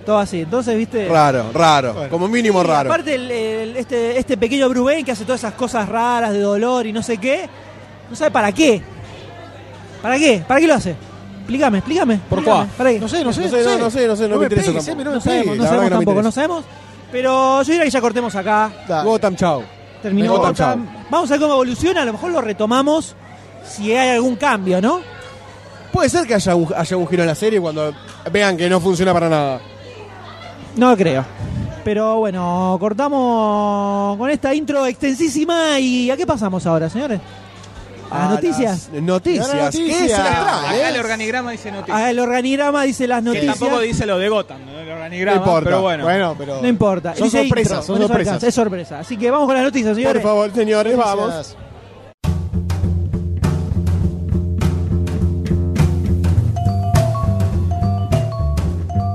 Speaker 2: Todo así. Entonces, viste.
Speaker 3: raro, raro.
Speaker 5: Bueno.
Speaker 3: Como mínimo
Speaker 2: Y
Speaker 3: raro.
Speaker 2: Eh, Aparte, el- el- este, este pequeño Bruce Wayne que hace todas esas cosas raras de dolor y no sé qué, no sabe para qué. ¿Para qué? ¿Para qué lo hace? Explícame, explícame.
Speaker 4: ¿Por
Speaker 2: explícame.
Speaker 4: cuá?
Speaker 2: ¿Para qué?
Speaker 5: No sé, no sé.
Speaker 3: No sé, no, no sé, no sé, no me interesa
Speaker 5: pegues,
Speaker 3: tampoco.
Speaker 5: Emi,
Speaker 2: eh, No,
Speaker 5: me
Speaker 2: sabemos,
Speaker 5: pegues.
Speaker 2: no
Speaker 3: la verdad
Speaker 2: sabemos
Speaker 3: que no me
Speaker 2: tampoco, no
Speaker 3: interesa.
Speaker 2: sabemos. Pero yo diría que ya cortemos acá.
Speaker 5: Da-
Speaker 3: Gotham, chao.
Speaker 2: Terminó.
Speaker 3: Gotham, chao.
Speaker 2: Vamos a ver cómo evoluciona, a lo mejor lo retomamos si hay algún cambio, ¿no?
Speaker 3: Puede ser que haya, un- haya un giro en la serie cuando vean que no funciona para nada.
Speaker 2: No creo. Pero bueno, cortamos con esta intro extensísima y ¿a qué pasamos ahora, señores? ¿A,
Speaker 3: Ah, las
Speaker 2: Ah, noticias?
Speaker 3: noticias.
Speaker 5: A las
Speaker 3: ¿Qué se
Speaker 5: noticias.
Speaker 3: las trae,
Speaker 4: Acá
Speaker 3: eh?
Speaker 4: el organigrama dice noticias.
Speaker 2: Ah, el organigrama dice las
Speaker 4: Que
Speaker 2: noticias.
Speaker 4: tampoco dice lo de Gotham, ¿no? el organigrama.
Speaker 3: No importa.
Speaker 4: Pero
Speaker 5: Bueno,
Speaker 4: bueno.
Speaker 5: pero.
Speaker 2: No importa.
Speaker 5: Son
Speaker 2: Dice
Speaker 5: sorpresas,
Speaker 2: intro.
Speaker 5: son
Speaker 2: Bueno, eso
Speaker 5: sorpresas.
Speaker 2: alcanza, Es sorpresa. Así que vamos con las noticias,
Speaker 3: Por
Speaker 2: señores.
Speaker 3: favor, señores, vamos.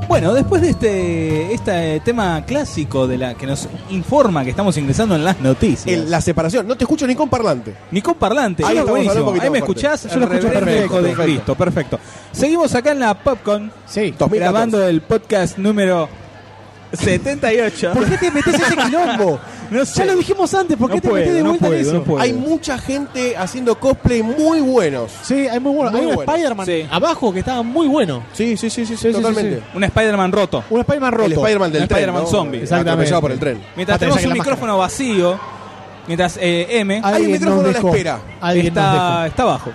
Speaker 4: Bueno, después de este, este tema clásico de la que nos informa que estamos ingresando en las noticias.
Speaker 3: El- la separación. No te escucho ni con parlante.
Speaker 4: Ni con parlante.
Speaker 3: Ahí
Speaker 4: Ahí,
Speaker 3: estamos hablando un
Speaker 4: buenísimo.
Speaker 3: poquito
Speaker 4: Ahí me
Speaker 3: más fuerte.
Speaker 4: escuchás.
Speaker 5: Yo lo
Speaker 4: el
Speaker 5: escucho
Speaker 4: reverendo
Speaker 5: perfecto,
Speaker 4: hijo de
Speaker 3: perfecto.
Speaker 4: Cristo. Perfecto. Seguimos acá en la Popcorn
Speaker 5: Sí.
Speaker 3: 2014.
Speaker 4: grabando el podcast número 78.
Speaker 5: ¿Por qué te metes ese quilombo?
Speaker 4: No sé.
Speaker 5: Ya lo dijimos antes, ¿por qué
Speaker 4: No
Speaker 5: te
Speaker 4: puedo,
Speaker 5: metes de
Speaker 4: no
Speaker 5: vuelta en
Speaker 4: puedo,
Speaker 5: eso?
Speaker 4: no puedo.
Speaker 3: Hay mucha gente haciendo cosplay muy buenos.
Speaker 5: Sí, hay muy bueno.
Speaker 3: Muy
Speaker 5: hay un
Speaker 3: bueno.
Speaker 5: Spider-Man
Speaker 4: Sí.
Speaker 5: abajo que estaba muy bueno.
Speaker 3: Sí, sí, sí, sí,
Speaker 5: sí,
Speaker 3: totalmente.
Speaker 5: sí,
Speaker 4: Un Spider-Man roto.
Speaker 5: Un Spider-Man roto.
Speaker 3: El Spider-Man del
Speaker 4: Un
Speaker 3: tren.
Speaker 4: Spider-Man
Speaker 3: ¿no?
Speaker 4: zombie.
Speaker 5: Exactamente.
Speaker 3: Atropellado por el tren.
Speaker 4: Mientras
Speaker 5: Hasta
Speaker 4: tenemos
Speaker 5: que
Speaker 4: un
Speaker 5: saque la
Speaker 4: micrófono vacío, mientras eh, M
Speaker 3: Hay un
Speaker 5: Alguien
Speaker 3: micrófono
Speaker 5: nos
Speaker 3: a la
Speaker 5: dejó.
Speaker 3: espera.
Speaker 5: Alguien nos
Speaker 4: está, está abajo.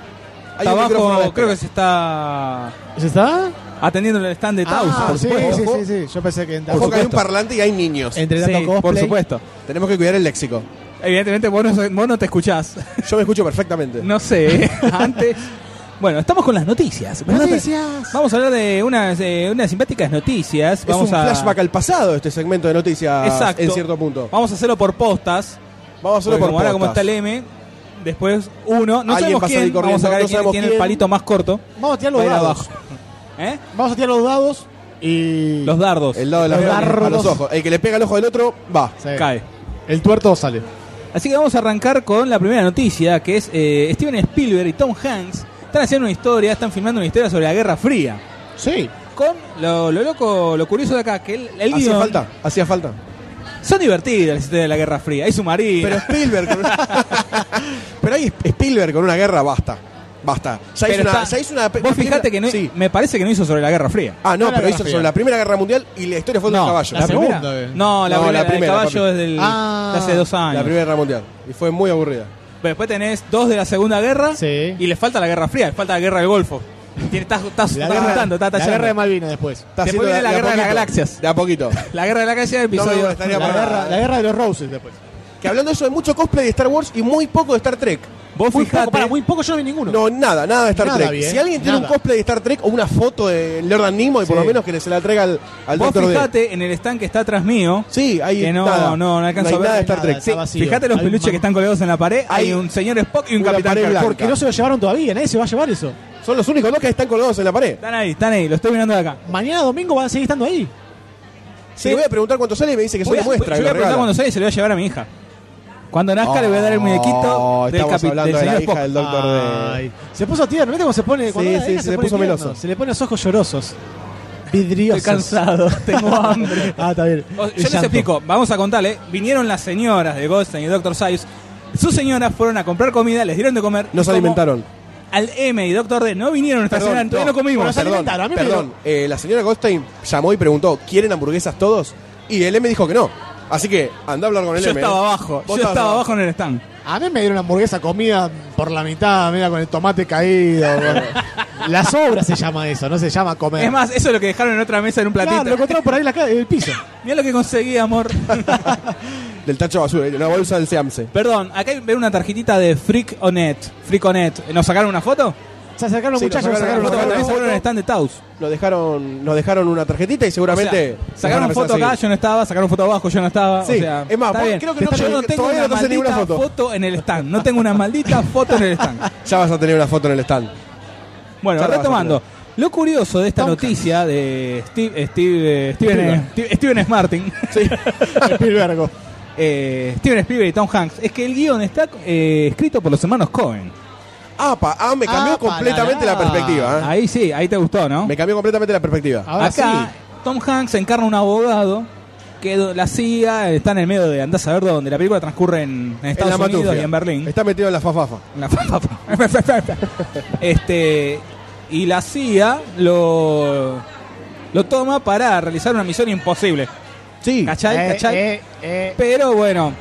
Speaker 3: Hay
Speaker 4: está
Speaker 3: un micrófono este. a la
Speaker 4: abajo,
Speaker 3: espera.
Speaker 4: creo que se está.
Speaker 5: dejó. ¿Ya está?
Speaker 4: atendiendo el stand de Taos,
Speaker 5: Ah,
Speaker 4: por
Speaker 5: sí,
Speaker 4: supuesto.
Speaker 5: sí,
Speaker 3: Ojo.
Speaker 5: sí, sí. Yo pensé que en
Speaker 3: Ojo que hay un parlante y hay niños.
Speaker 10: Entre tanto
Speaker 4: Sí,
Speaker 10: cosplay.
Speaker 4: por supuesto.
Speaker 3: Tenemos que cuidar el léxico.
Speaker 4: Evidentemente vos no, vos no te escuchás.
Speaker 3: Yo me escucho perfectamente.
Speaker 4: No sé, antes. Bueno, estamos con las noticias. ¿verdad?
Speaker 5: Noticias.
Speaker 4: Vamos a hablar de unas, eh, unas simpáticas noticias.
Speaker 3: es
Speaker 4: Vamos
Speaker 3: un
Speaker 4: a...
Speaker 3: flashback al pasado este segmento de noticias
Speaker 4: Exacto.
Speaker 3: en cierto punto.
Speaker 4: Vamos a hacerlo por postas.
Speaker 3: Vamos a hacerlo
Speaker 4: Porque
Speaker 3: por
Speaker 4: como ahora como
Speaker 3: postas.
Speaker 4: está el M, después uno. No
Speaker 3: Alguien
Speaker 4: sabemos
Speaker 3: va a salir
Speaker 4: quién. Vamos
Speaker 3: corriendo,
Speaker 4: a sacar
Speaker 3: no
Speaker 4: quién
Speaker 3: sabemos
Speaker 4: tiene el
Speaker 3: quién.
Speaker 4: palito más corto.
Speaker 5: Vamos a tirar los
Speaker 4: Ahí
Speaker 5: dados.
Speaker 4: abajo. ¿Eh?
Speaker 5: Vamos a tirar los dados y.
Speaker 4: Los dardos.
Speaker 3: El lado de
Speaker 5: Los
Speaker 3: las
Speaker 5: dardos.
Speaker 3: a los ojos. El que le pega el ojo del otro, va.
Speaker 5: Sí.
Speaker 4: Cae.
Speaker 5: El tuerto sale.
Speaker 4: Así que vamos a arrancar con la primera noticia, que es eh, Steven Spielberg y Tom Hanks están haciendo una historia, están filmando una historia sobre la Guerra Fría.
Speaker 5: Sí.
Speaker 4: Con lo, lo loco, lo curioso de acá, que el, el
Speaker 3: Hacía
Speaker 4: guión-
Speaker 3: falta, hacía falta.
Speaker 4: Son divertidas las historias de la Guerra Fría. Hay submarinos.
Speaker 3: Pero Spielberg. con una- Pero ahí Spielberg con una guerra, basta. Basta. Ya hizo
Speaker 4: Pero
Speaker 3: una.
Speaker 4: está-
Speaker 3: ya hizo una pe-
Speaker 4: Vos
Speaker 3: una
Speaker 4: fijate que no,
Speaker 3: Sí.
Speaker 4: me parece que no hizo sobre la Guerra Fría.
Speaker 3: Ah, no,
Speaker 5: No, la
Speaker 3: pero
Speaker 5: Guerra
Speaker 3: hizo
Speaker 5: Fría.
Speaker 3: sobre la Primera Guerra Mundial y la historia fue de
Speaker 4: No,
Speaker 3: los caballos.
Speaker 5: la
Speaker 4: primera.
Speaker 5: segunda, eh.
Speaker 4: No, la,
Speaker 3: No,
Speaker 4: primera,
Speaker 3: la
Speaker 4: la de
Speaker 3: primera,
Speaker 4: caballo
Speaker 3: papi.
Speaker 4: es del,
Speaker 5: Ah.
Speaker 4: de hace dos
Speaker 3: La
Speaker 4: años.
Speaker 3: Primera Guerra Mundial. Y fue muy aburrida.
Speaker 4: Pero Después tenés dos de la Segunda Guerra
Speaker 5: Sí.
Speaker 4: y le falta la Guerra Fría, le falta la Guerra del Golfo. Tiene- Estás, estás
Speaker 5: La,
Speaker 4: estás
Speaker 5: guerra,
Speaker 4: juntando, estás
Speaker 5: la
Speaker 4: tallando.
Speaker 5: guerra de Malvinas después.
Speaker 3: Está
Speaker 4: Después viene
Speaker 3: haciendo
Speaker 4: la
Speaker 3: de a
Speaker 4: Guerra de las
Speaker 3: poquito.
Speaker 4: Galaxias.
Speaker 3: De a poquito.
Speaker 4: La Guerra de la Galaxia del
Speaker 3: No me
Speaker 4: episodio.
Speaker 3: molestaría
Speaker 5: La
Speaker 3: para
Speaker 5: guerra,
Speaker 3: nada.
Speaker 5: la guerra de los Roses después.
Speaker 3: Que hablando de eso, hay mucho cosplay de Star Wars y muy poco de Star Trek.
Speaker 4: Vos
Speaker 5: Muy
Speaker 4: fijate.
Speaker 5: poco, para, muy poco yo no vi ninguno.
Speaker 3: No, nada, nada ¿eh? de Star
Speaker 5: Nada
Speaker 3: Trek.
Speaker 5: bien,
Speaker 3: si alguien tiene
Speaker 5: nada.
Speaker 3: un cosplay de Star Trek o una foto de Leonard Nimoy, por
Speaker 5: Sí.
Speaker 3: lo menos que se la traiga al, al
Speaker 4: vos
Speaker 3: Dr. D.
Speaker 4: fijate en el stand que está atrás mío.
Speaker 3: Sí, ahí
Speaker 4: Que no,
Speaker 3: nada.
Speaker 4: no, no alcanzo
Speaker 3: hay
Speaker 4: a ver.
Speaker 3: nada de Star Trek.
Speaker 5: Nada, está
Speaker 3: Sí.
Speaker 5: vacío.
Speaker 4: Fíjate los
Speaker 5: Hay un
Speaker 4: peluches
Speaker 5: man-
Speaker 4: que están colgados en la pared. Hay,
Speaker 3: Hay
Speaker 4: un señor Spock y un
Speaker 3: una
Speaker 4: Capitán
Speaker 3: pared
Speaker 4: Kirk.
Speaker 3: blanca.
Speaker 5: Porque no se lo llevaron todavía, nadie se va a llevar eso.
Speaker 3: Son los únicos dos que están colgados en la pared.
Speaker 4: Están ahí, están ahí. Lo estoy mirando de acá.
Speaker 5: Mañana domingo van a seguir estando ahí.
Speaker 3: Si le voy a preguntar cuánto sale y me dice que
Speaker 4: Voy
Speaker 3: soy
Speaker 4: a-
Speaker 3: una muestra.
Speaker 4: Yo
Speaker 3: que
Speaker 4: voy a
Speaker 3: lo
Speaker 4: preguntar
Speaker 3: regala.
Speaker 4: cuando sale y se lo voy a llevar a mi hija. Cuando nazca le voy a dar el muñequito
Speaker 3: Oh,
Speaker 4: del,
Speaker 3: estamos
Speaker 4: capi-
Speaker 3: hablando
Speaker 4: del
Speaker 3: de
Speaker 4: señor
Speaker 3: la
Speaker 4: Spock.
Speaker 3: hija del Doctor D.
Speaker 5: Ay, Se puso tierno, ¿viste cómo se pone? cuando
Speaker 3: Ah. Sí,
Speaker 5: la
Speaker 3: sí,
Speaker 5: deja,
Speaker 3: se le puso
Speaker 5: pone tierno?
Speaker 3: meloso.
Speaker 5: Se le pone los ojos llorosos. Vidriosos.
Speaker 4: Estoy cansado, tengo hambre.
Speaker 5: Ah, está bien.
Speaker 4: O-
Speaker 5: El
Speaker 4: Yo les
Speaker 5: llanto.
Speaker 4: explico, vamos a contarle. Vinieron las señoras de Goldstein y Dr. Sives. Sus señoras fueron a comprar comida, les dieron de comer.
Speaker 3: Nos
Speaker 4: y como
Speaker 3: alimentaron.
Speaker 4: Al M y Dr. D no vinieron a esta cena, todavía no, comimos.
Speaker 5: Nos
Speaker 3: perdón,
Speaker 5: alimentaron, a mí me
Speaker 3: perdón. Eh, la señora Goldstein llamó y preguntó, ¿quieren hamburguesas todos? Y el M dijo que no. Así que anda a hablar con el
Speaker 4: Yo
Speaker 3: M.
Speaker 4: estaba
Speaker 3: ¿eh?
Speaker 4: abajo, yo
Speaker 3: Vos
Speaker 4: estaba
Speaker 3: estabas
Speaker 4: abajo en el stand.
Speaker 5: A mí me dieron una hamburguesa comida por la mitad, mira, con el tomate caído. bueno. Las obras se llama eso, no se llama comer.
Speaker 4: Es más, eso es lo que dejaron en otra mesa en un
Speaker 5: Claro,
Speaker 4: platito.
Speaker 5: lo encontraron por ahí en la ca- en el piso.
Speaker 4: Mira lo que conseguí, amor.
Speaker 3: Del tacho de basura, ¿eh? una bolsa del Seamse.
Speaker 4: Perdón, acá hay- veo una tarjetita de Freak Onet. Freak Onet. ¿Nos sacaron una foto?
Speaker 5: Se acercaron los
Speaker 3: Sí,
Speaker 5: muchachos,
Speaker 3: nos
Speaker 5: sacaron
Speaker 3: sacaron
Speaker 5: una
Speaker 3: una
Speaker 5: foto.
Speaker 3: foto.
Speaker 4: También sacaron en el stand de Taos.
Speaker 3: Lo dejaron, nos dejaron una tarjetita y seguramente.
Speaker 4: O sea,
Speaker 3: nos
Speaker 4: sacaron
Speaker 3: van a
Speaker 4: foto
Speaker 3: empezar a
Speaker 4: acá, yo no estaba, sacaron foto abajo, yo no estaba.
Speaker 3: Sí,
Speaker 4: o sea,
Speaker 3: es más,
Speaker 4: está
Speaker 3: vos-
Speaker 4: bien.
Speaker 3: creo que no-
Speaker 4: yo no
Speaker 3: que
Speaker 4: tengo
Speaker 3: todavía
Speaker 4: una
Speaker 3: no te hace ninguna
Speaker 4: maldita foto.
Speaker 3: foto.
Speaker 4: en el stand. No tengo una maldita foto en el stand.
Speaker 3: seguir. Ya vas a tener una foto en el stand.
Speaker 4: Bueno,
Speaker 3: Ya la vas a
Speaker 4: retomando. Lo curioso de esta noticia de Steve, Steve, eh, Steven, eh, Steve- Steven Smarting,
Speaker 5: Spielbergo.
Speaker 4: eh, Steven Spielberg y Tom Hanks, es que el guión está eh, escrito por los hermanos Cohen.
Speaker 3: Ah, pa, ah, me cambió
Speaker 5: Ah, pa,
Speaker 3: completamente
Speaker 5: la,
Speaker 3: la,
Speaker 5: la.
Speaker 3: perspectiva. ¿eh?
Speaker 4: Ahí sí, ahí te gustó, ¿no?
Speaker 3: Me cambió completamente la perspectiva.
Speaker 5: Ahora
Speaker 4: Acá
Speaker 5: sí.
Speaker 4: Tom Hanks encarna a un abogado que do- la CIA está en el medio de andás a ver dónde. La película transcurre en, en Estados
Speaker 3: En la
Speaker 4: Unidos y
Speaker 3: matufia.
Speaker 4: en Berlín.
Speaker 3: Está metido en la fafafa.
Speaker 4: Una fa- fa- fa- este y la CIA lo lo toma para realizar una misión imposible.
Speaker 3: Sí.
Speaker 4: ¿Cachai?
Speaker 5: Eh,
Speaker 4: ¿Cachai?
Speaker 5: eh, eh.
Speaker 4: Pero bueno,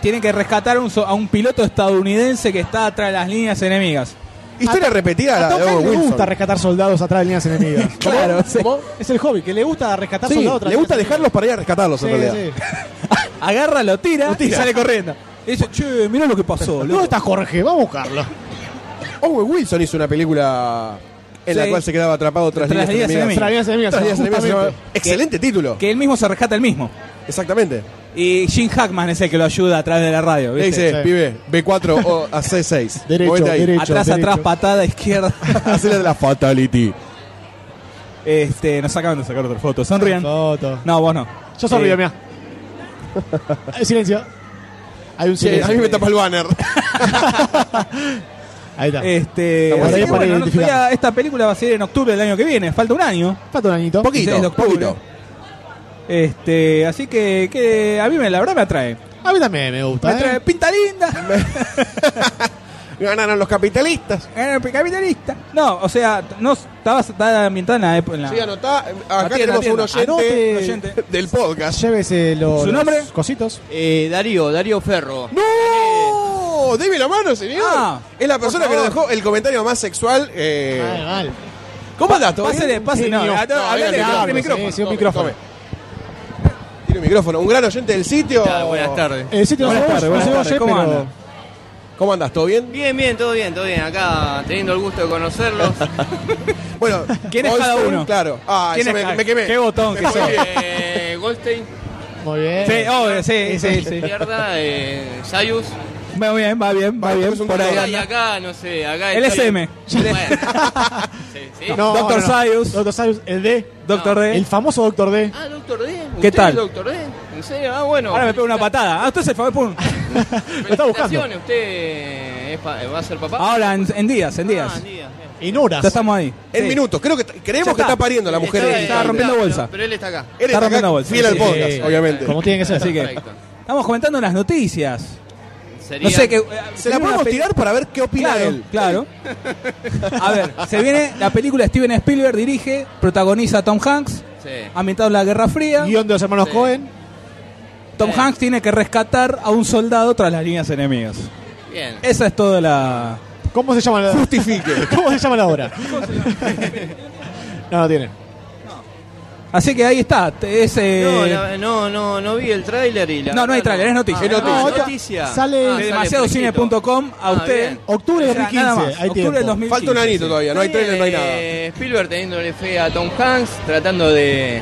Speaker 4: tienen que rescatar a un so- a un piloto estadounidense que está atrás de las líneas enemigas.
Speaker 3: Historia repetida
Speaker 5: A
Speaker 3: la
Speaker 5: Tom
Speaker 3: de
Speaker 5: Hanks
Speaker 3: Owen
Speaker 5: le
Speaker 3: Wilson.
Speaker 5: gusta rescatar soldados atrás de líneas enemigas.
Speaker 4: Claro, sí.
Speaker 3: ¿Cómo?
Speaker 5: Es el hobby, que le gusta rescatar
Speaker 3: Sí,
Speaker 5: soldados atrás
Speaker 3: le
Speaker 5: de
Speaker 3: gusta
Speaker 5: líneas
Speaker 3: dejarlos para ir a rescatarlos en
Speaker 5: enemigas.
Speaker 3: realidad.
Speaker 5: Sí, sí.
Speaker 4: Agarra, lo tira,
Speaker 3: Lo
Speaker 4: y
Speaker 3: tira.
Speaker 4: sale corriendo. Y dice, che, mirá lo que pasó. loco".
Speaker 5: ¿Dónde está Jorge? Vamos a buscarlo.
Speaker 3: Owen Wilson hizo una película en
Speaker 4: Sí.
Speaker 3: la cual se quedaba atrapado tras
Speaker 4: Tras
Speaker 3: líneas
Speaker 4: líneas
Speaker 3: enemigas.
Speaker 5: Tras líneas enemigas,
Speaker 3: Tras líneas enemigas se
Speaker 5: justamente.
Speaker 3: llama- Excelente título.
Speaker 4: Que él mismo se rescata el mismo.
Speaker 3: Exactamente.
Speaker 4: Y Jim Hackman es el que lo ayuda a través de la radio.
Speaker 3: Le
Speaker 4: ¿viste?
Speaker 3: dice,
Speaker 5: Sí.
Speaker 3: pibe, B4 o a C6.
Speaker 5: Derecho,
Speaker 3: Movete ahí.
Speaker 5: derecho.
Speaker 4: atrás, atrás,
Speaker 5: derecho.
Speaker 4: patada, izquierda.
Speaker 3: Hacele la fatality.
Speaker 4: este, nos acaban de sacar otra foto. Sonrían.
Speaker 5: Foto.
Speaker 4: No, vos no.
Speaker 5: Yo sonrío,
Speaker 4: Eh,
Speaker 5: mira. Eh, Silencio. Hay un
Speaker 3: Sí,
Speaker 5: silencio.
Speaker 3: a mí me tapa el banner.
Speaker 5: Ahí está. Eh,
Speaker 4: Este,
Speaker 5: Está bueno,
Speaker 4: así
Speaker 5: ahí
Speaker 4: que
Speaker 5: para
Speaker 4: bueno,
Speaker 5: identificar.
Speaker 4: todavía esta película va a ser en octubre del año que viene, falta un año.
Speaker 5: Falta un añito.
Speaker 4: Poquito,
Speaker 3: 16 de octubre.
Speaker 4: poquito. Este, así que, que a mí me, la verdad me atrae.
Speaker 5: A mí también me
Speaker 4: Me
Speaker 5: gusta.
Speaker 4: atrae
Speaker 5: ¿eh?
Speaker 4: pinta linda,
Speaker 3: Ganaron los capitalistas.
Speaker 4: eh, capitalista. No, o sea, no estaba, estaba ambientada en la época- en la-
Speaker 3: Sí, anotá. Acá
Speaker 4: Atienda,
Speaker 3: tenemos un
Speaker 4: atienda.
Speaker 3: oyente,
Speaker 5: Anote.
Speaker 4: un oyente.
Speaker 3: del podcast.
Speaker 5: Llévese los,
Speaker 4: ¿Su nombre?
Speaker 5: los cositos.
Speaker 2: Eh, Darío, Darío Ferro.
Speaker 3: ¡No! ¡Deme Oh, la mano, señor!
Speaker 4: Ah,
Speaker 3: es la persona que nos dejó el comentario más sexual. eh,
Speaker 5: Mal, mal.
Speaker 3: ¿Cómo andás? ¿Todo bien?
Speaker 4: Pásele, pásele. No,
Speaker 3: Genio.
Speaker 4: a- a-
Speaker 3: venga,
Speaker 4: hablale,
Speaker 3: te
Speaker 4: tiene
Speaker 3: hablo,
Speaker 4: micrófono.
Speaker 5: Sí, sí, un
Speaker 3: Tome,
Speaker 5: micrófono.
Speaker 3: tome. Tiene micrófono. Un gran oyente del sitio.
Speaker 11: Ah, buenas tardes.
Speaker 5: Eh, sí, te lo
Speaker 4: Buenas
Speaker 5: sabemos,
Speaker 4: tardes, buenas
Speaker 5: no se
Speaker 4: tardes,
Speaker 5: oye,
Speaker 4: ¿cómo
Speaker 5: pero-
Speaker 4: andan?
Speaker 3: ¿Cómo andás? ¿Todo bien?
Speaker 11: Bien, bien, todo bien, todo bien. Acá teniendo el gusto de conocerlos.
Speaker 3: Bueno,
Speaker 4: ¿Quién es
Speaker 3: hoy
Speaker 4: cada
Speaker 3: soy-
Speaker 4: uno?
Speaker 3: Claro. Ah,
Speaker 4: ¿Quién
Speaker 3: eso
Speaker 4: es
Speaker 3: me,
Speaker 4: cada-
Speaker 3: me quemé.
Speaker 4: qué botón
Speaker 3: Me
Speaker 4: que
Speaker 3: fue
Speaker 4: sos?
Speaker 3: bien.
Speaker 11: eh, Goldstein,
Speaker 5: Muy bien.
Speaker 4: Sí, oh, obvio, sí, sí, sí.
Speaker 11: izquierda, eh, Sayus.
Speaker 4: Va bien, va bien, va
Speaker 3: Vale,
Speaker 4: bien.
Speaker 3: es un
Speaker 4: Por ahí
Speaker 3: doctor.
Speaker 11: Y
Speaker 4: anda.
Speaker 11: acá, no sé, acá...
Speaker 4: El SM.
Speaker 11: Bueno. Sí, sí.
Speaker 5: No,
Speaker 4: Doctor
Speaker 5: no, no.
Speaker 4: Sayus.
Speaker 5: Doctor Sayus, el D.
Speaker 4: Doctor
Speaker 11: No,
Speaker 4: D.
Speaker 5: El famoso Doctor D.
Speaker 11: Ah, Doctor D. ¿Usted
Speaker 4: ¿Qué tal?
Speaker 11: es Doctor D? ¿En serio? Ah, bueno.
Speaker 4: Ahora me pega una patada. Ah, usted es el favor, pum.
Speaker 5: Lo está buscando.
Speaker 11: Felicitaciones, ¿Usted es pa- va a ser papá?
Speaker 4: Ahora, en, en días, en días.
Speaker 11: Ah, en días, bien.
Speaker 5: En horas.
Speaker 4: Ya estamos ahí.
Speaker 3: En
Speaker 4: Sí.
Speaker 3: minutos. Creo que creemos
Speaker 4: está.
Speaker 3: que está pariendo la mujer.
Speaker 11: Está-
Speaker 3: en el
Speaker 11: está
Speaker 3: instante.
Speaker 4: rompiendo
Speaker 11: pero-
Speaker 4: bolsa.
Speaker 11: Pero él está acá.
Speaker 3: Él
Speaker 4: está
Speaker 3: está
Speaker 4: rompiendo
Speaker 3: acá
Speaker 4: bolsa.
Speaker 3: Fiel al
Speaker 4: Sí,
Speaker 3: podcast,
Speaker 5: sí.
Speaker 3: obviamente.
Speaker 5: Como tiene que ser.
Speaker 4: Así que
Speaker 11: Perfecto.
Speaker 4: estamos comentando las noticias.
Speaker 11: Sería-
Speaker 4: No sé qué. eh,
Speaker 3: Se la
Speaker 4: una
Speaker 3: podemos
Speaker 4: pe-
Speaker 3: tirar para ver qué opina
Speaker 4: Claro,
Speaker 3: él.
Speaker 4: claro. A ver, se viene la película Steven Spielberg dirige, protagoniza a Tom Hanks,
Speaker 11: Sí.
Speaker 4: ambientado en la Guerra Fría.
Speaker 5: Guión de los hermanos
Speaker 11: Sí.
Speaker 5: Cohen.
Speaker 4: Tom
Speaker 11: Sí.
Speaker 4: Hanks tiene que rescatar a un soldado tras las líneas enemigas.
Speaker 11: Bien.
Speaker 4: Esa es toda la.
Speaker 5: ¿Cómo se llama la
Speaker 3: Justifique.
Speaker 5: ¿Cómo se llama la obra? no, no tiene.
Speaker 4: Así que ahí está. te- Es, eh,
Speaker 11: No, la- no, no, no vi el tráiler y la...
Speaker 4: No, no hay
Speaker 11: verdad
Speaker 4: tráiler, es noticia.
Speaker 11: Ah,
Speaker 3: Es noticia.
Speaker 11: ah,
Speaker 5: Otra-
Speaker 11: noticia.
Speaker 5: sale-
Speaker 11: Ah,
Speaker 4: de
Speaker 11: fresquito.
Speaker 4: demasiadocine.com a
Speaker 11: Ah,
Speaker 4: usted.
Speaker 11: bien.
Speaker 5: Octubre de
Speaker 4: O sea, nada
Speaker 5: 2015.
Speaker 4: más,
Speaker 5: Hay
Speaker 4: octubre del
Speaker 5: tiempo.
Speaker 4: 2015.
Speaker 3: Falta un anito
Speaker 4: sí.
Speaker 3: todavía. No hay
Speaker 11: Está
Speaker 3: trailer, no hay
Speaker 11: bien,
Speaker 3: nada.
Speaker 11: eh, Spielberg teniéndole fe a Tom Hanks, tratando de,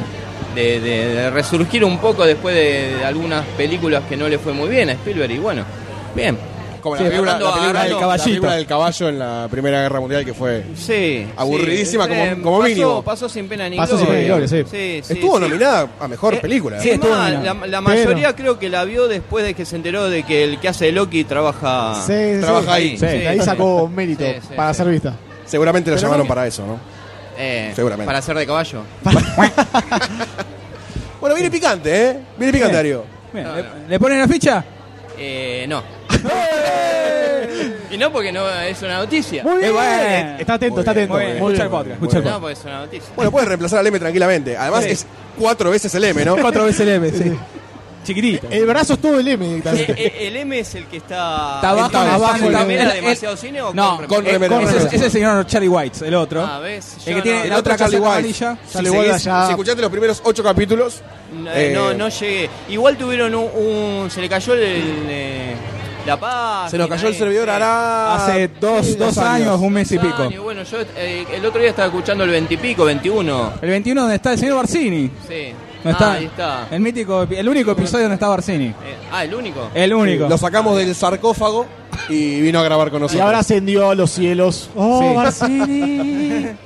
Speaker 11: de- de- de resurgir un poco después de, de algunas películas que no le fue muy bien a Spielberg. Y bueno, bien.
Speaker 3: Como
Speaker 11: Sí,
Speaker 3: la película,
Speaker 11: agarrando-
Speaker 3: la película del
Speaker 11: agarrando-
Speaker 3: caballito.
Speaker 4: la película
Speaker 3: del caballo en la Primera Guerra Mundial que fue...
Speaker 11: Sí.
Speaker 3: Aburridísima
Speaker 11: sí,
Speaker 3: como-
Speaker 11: eh,
Speaker 3: como
Speaker 11: pasó-
Speaker 3: mínimo.
Speaker 11: Pasó sin pena ni
Speaker 5: Pasó sin
Speaker 11: gloria.
Speaker 5: pena ni gloria, sí.
Speaker 11: sí,
Speaker 3: Estuvo
Speaker 11: sí.
Speaker 3: nominada a Mejor
Speaker 11: Eh,
Speaker 3: Película.
Speaker 4: sí.
Speaker 11: es
Speaker 4: estuvo
Speaker 11: más,
Speaker 4: nominada.
Speaker 11: la, la
Speaker 5: Pero-
Speaker 11: mayoría creo que la vio después de que se enteró de que el que hace Loki trabaja.
Speaker 5: Sí, sí,
Speaker 3: Ah, Trabaja
Speaker 5: sí.
Speaker 3: ahí.
Speaker 5: Sí,
Speaker 11: Sí,
Speaker 5: ahí
Speaker 11: sí.
Speaker 5: sacó un mérito
Speaker 11: Sí, sí,
Speaker 5: para
Speaker 11: sí.
Speaker 5: ser vista.
Speaker 3: Seguramente lo
Speaker 5: Pero
Speaker 3: llamaron
Speaker 5: no-
Speaker 3: para eso, ¿no?
Speaker 11: Eh,
Speaker 3: Seguramente.
Speaker 11: Para ser de caballo.
Speaker 3: Bueno, viene picante, ¿eh? Viene picante, Darío.
Speaker 4: Bien,
Speaker 11: No,
Speaker 4: ¿le,
Speaker 11: no.
Speaker 4: le ponen la ficha?
Speaker 11: Eh, no. y no porque no es una noticia.
Speaker 5: Muy
Speaker 4: Eh,
Speaker 5: bien.
Speaker 4: bueno.
Speaker 5: Está atento,
Speaker 3: Muy
Speaker 5: está
Speaker 3: bien,
Speaker 5: atento.
Speaker 4: muy bien.
Speaker 5: Muy
Speaker 4: Escucha el
Speaker 5: bien.
Speaker 4: podcast, escucha el
Speaker 11: no,
Speaker 4: podcast.
Speaker 11: porque es una noticia.
Speaker 3: Bueno, puedes reemplazar al M tranquilamente. Además,
Speaker 4: Sí.
Speaker 3: es cuatro veces el M, ¿no?
Speaker 4: Cuatro veces el M, sí. Chiquitito.
Speaker 5: El brazo es todo el M directamente.
Speaker 11: Eh, eh, el M es el que está.
Speaker 4: Está abajo,
Speaker 11: ¿Está
Speaker 5: abajo,
Speaker 11: en
Speaker 5: el-
Speaker 11: la remera
Speaker 4: el-
Speaker 11: demasiado cine o
Speaker 4: No,
Speaker 11: remera?
Speaker 3: con
Speaker 4: Eh,
Speaker 3: remera, con
Speaker 4: ese, es-
Speaker 3: remera.
Speaker 4: ese es el señor Charlie White, el otro.
Speaker 11: Ah, ¿ves?
Speaker 4: el
Speaker 11: Yo
Speaker 4: que tiene
Speaker 11: no-
Speaker 4: la
Speaker 3: otro
Speaker 4: otra
Speaker 3: Charlie
Speaker 4: casaca
Speaker 3: White.
Speaker 4: amarilla.
Speaker 5: Charlie
Speaker 3: si,
Speaker 5: Ward
Speaker 3: seguís-
Speaker 5: ya-
Speaker 3: si escuchaste los primeros ocho capítulos,
Speaker 11: No,
Speaker 3: eh,
Speaker 11: no, no llegué. Igual tuvieron un. un- se le cayó el. eh, la eh, paz.
Speaker 3: se nos cayó el servidor hará...
Speaker 4: Hace dos,
Speaker 3: Ah, Sí,
Speaker 4: dos años, un mes y pico.
Speaker 11: Ah, Bueno, yo eh, el otro día estaba escuchando el 20 y pico, 21.
Speaker 4: El 21 donde está el señor Barcini.
Speaker 11: Sí.
Speaker 4: No
Speaker 11: ah,
Speaker 4: está, Eh.
Speaker 11: ahí está.
Speaker 4: El mítico, el único episodio donde está Barcini.
Speaker 11: Eh, ah, el único.
Speaker 4: El único.
Speaker 3: Lo sacamos del sarcófago y vino a grabar con
Speaker 5: Y
Speaker 3: nosotros.
Speaker 5: ahora ascendió a los cielos. Oh,
Speaker 4: Sí.
Speaker 5: Barcini.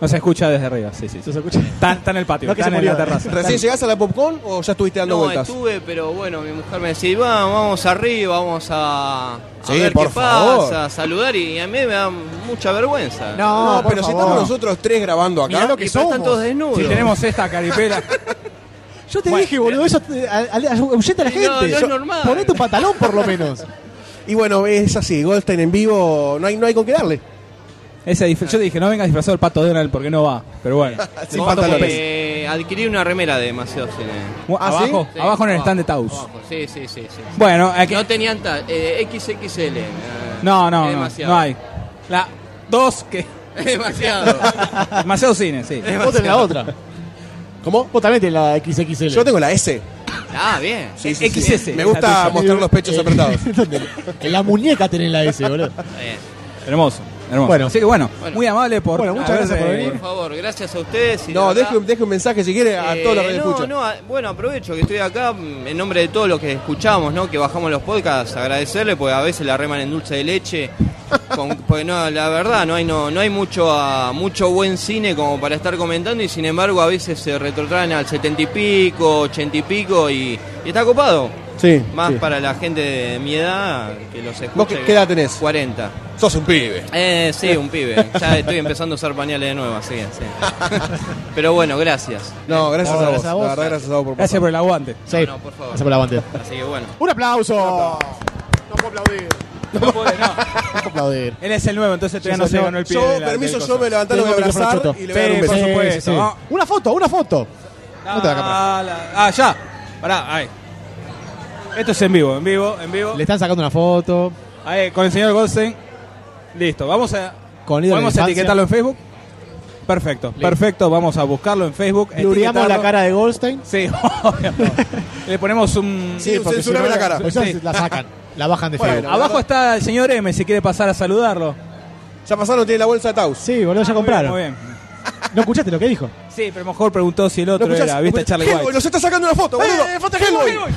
Speaker 4: No se escucha desde arriba, sí, sí.
Speaker 5: ¿Se escucha?
Speaker 4: Está, está en el patio,
Speaker 5: No, que
Speaker 4: está
Speaker 5: se
Speaker 4: en la
Speaker 5: murió.
Speaker 4: terraza.
Speaker 3: ¿Recién llegás a la Popcorn o ya estuviste dando
Speaker 11: No,
Speaker 3: vueltas?
Speaker 11: estuve, pero bueno, mi mujer me decía, vamos, vamos arriba, vamos a, a
Speaker 3: Sí,
Speaker 11: ver
Speaker 3: por
Speaker 11: qué
Speaker 3: favor.
Speaker 11: pasa, a saludar, y a mí me da mucha vergüenza.
Speaker 5: No,
Speaker 3: No,
Speaker 5: por
Speaker 3: pero si
Speaker 5: favor.
Speaker 3: estamos nosotros tres grabando acá...
Speaker 5: Mirá lo
Speaker 11: Y
Speaker 5: que
Speaker 11: pero
Speaker 5: somos.
Speaker 11: están todos desnudos.
Speaker 4: Si tenemos esta caripela.
Speaker 5: Yo te
Speaker 4: Bueno,
Speaker 5: dije, boludo, eso te- a- a- ahuyenta a la
Speaker 11: Sí, no,
Speaker 5: gente.
Speaker 11: no es
Speaker 5: Yo-
Speaker 11: normal.
Speaker 5: Ponete un pantalón por lo menos.
Speaker 3: Y bueno, es así, Goldstein en vivo, no hay, no hay con qué darle.
Speaker 4: Ese dif- yo dije, no vengas disfrazado del pato Donald porque no va. Pero bueno.
Speaker 3: Sin
Speaker 11: Vamos,
Speaker 3: pantalones.
Speaker 11: eh, adquirí una remera de demasiado cine.
Speaker 4: Bueno,
Speaker 3: ¿Ah, sí?
Speaker 4: abajo,
Speaker 11: Sí,
Speaker 4: abajo en el stand de Taus.
Speaker 11: abajo. Sí, sí, sí. sí.
Speaker 4: Bueno, aquí-
Speaker 11: No tenían tal, eh, XXL. eh,
Speaker 4: no, no,
Speaker 11: es
Speaker 4: no,
Speaker 11: demasiado.
Speaker 4: no hay. La dos que
Speaker 11: Es demasiado.
Speaker 4: demasiado cine, sí.
Speaker 5: Vos tenés la otra.
Speaker 3: ¿Cómo?
Speaker 5: Vos también tenés la XXL.
Speaker 3: Yo tengo la S.
Speaker 11: ah, bien.
Speaker 4: XS.
Speaker 3: Me
Speaker 4: la
Speaker 3: gusta
Speaker 4: tuya.
Speaker 3: mostrar los pechos apretados.
Speaker 5: ¿Dónde? En la muñeca tenés la S, boludo.
Speaker 11: Está bien.
Speaker 4: Hermoso, hermoso.
Speaker 5: Bueno.
Speaker 4: Así que bueno,
Speaker 11: Bueno.
Speaker 4: muy amable por.
Speaker 5: Bueno, muchas gracias por
Speaker 4: haberse-
Speaker 5: venir.
Speaker 11: Por favor, gracias a ustedes. y
Speaker 3: No,
Speaker 11: de verdad-
Speaker 3: deje, un- deje un mensaje si quiere a
Speaker 11: Eh,
Speaker 3: todos los que
Speaker 11: no,
Speaker 3: escuchan.
Speaker 11: no, a- bueno, aprovecho que estoy acá mm, en nombre de todos los que escuchamos, ¿no? Que bajamos los podcasts, agradecerle, porque a veces la reman en dulce de leche. con- porque no, la verdad, no hay, no, no hay mucho, ah, mucho buen cine como para estar comentando y sin embargo a veces se retrotraen al setenta y pico, ochenta y pico y, y está copado.
Speaker 3: Sí.
Speaker 11: Más
Speaker 3: sí.
Speaker 11: para la gente de mi edad que los escucha.
Speaker 3: ¿Vos qué- qué edad tenés?
Speaker 11: 40.
Speaker 3: Sos un pibe.
Speaker 11: Eh, sí, un pibe. Ya estoy empezando a usar pañales de nuevo, así, sí. Pero bueno, gracias.
Speaker 3: No, gracias,
Speaker 5: No,
Speaker 3: a, vos.
Speaker 5: gracias a vos.
Speaker 3: La verdad, gracias a vos por
Speaker 4: Gracias por el aguante.
Speaker 5: Sí.
Speaker 11: No, no, por favor.
Speaker 5: Gracias por la bandera.
Speaker 11: Así que bueno.
Speaker 5: Un aplauso. No puedo aplaudir.
Speaker 4: No puede, no.
Speaker 5: No puedo aplaudir.
Speaker 4: Él es el nuevo, entonces todavía
Speaker 5: Sí,
Speaker 4: no se
Speaker 5: señor.
Speaker 4: ganó el pie.
Speaker 3: Yo,
Speaker 4: de la-
Speaker 3: permiso,
Speaker 4: del
Speaker 3: yo
Speaker 4: coso.
Speaker 3: me levanté, lo voy a
Speaker 5: Tengo el
Speaker 3: abrazar
Speaker 5: micrófono
Speaker 3: y le
Speaker 4: choto.
Speaker 3: voy a dar un
Speaker 4: Sí,
Speaker 3: beso.
Speaker 4: por
Speaker 5: Sí,
Speaker 4: supuesto,
Speaker 5: sí.
Speaker 4: ¿no?
Speaker 5: Una foto, una foto. No te la cámara.
Speaker 4: Ah, la- ah, ya. Pará, ahí. Esto es en vivo, en vivo, en vivo.
Speaker 5: Ah. Le están sacando una foto.
Speaker 4: Ahí, con el señor Goldstein. Listo, vamos a.
Speaker 5: Con ídolo de
Speaker 4: ¿Podemos
Speaker 5: infancia.
Speaker 4: etiquetarlo en Facebook? Perfecto, perfecto. Vamos a buscarlo en Facebook.
Speaker 5: Lureamos la
Speaker 4: etiquetarlo.
Speaker 5: cara de Goldstein.
Speaker 4: Sí, obvio. Le ponemos un.
Speaker 1: Sí,
Speaker 5: porque
Speaker 1: censurame
Speaker 5: si no,
Speaker 1: la cara.
Speaker 5: o sea,
Speaker 4: Sí.
Speaker 5: la sacan, la bajan de
Speaker 1: Bueno.
Speaker 5: Facebook.
Speaker 4: Abajo está el señor M, si quiere pasar a saludarlo.
Speaker 1: Ya pasaron, tiene la bolsa de Taus.
Speaker 5: Sí, boludo, ya
Speaker 4: Muy
Speaker 5: compraron.
Speaker 4: bien, muy bien.
Speaker 5: ¿No escuchaste lo que dijo?
Speaker 4: Sí, pero mejor preguntó si el otro
Speaker 1: ¿No escuchás?
Speaker 4: era. ¿Viste a Charlie
Speaker 1: Hellboy,
Speaker 4: White?
Speaker 1: ¡Nos está sacando una foto, boludo! Hellboy.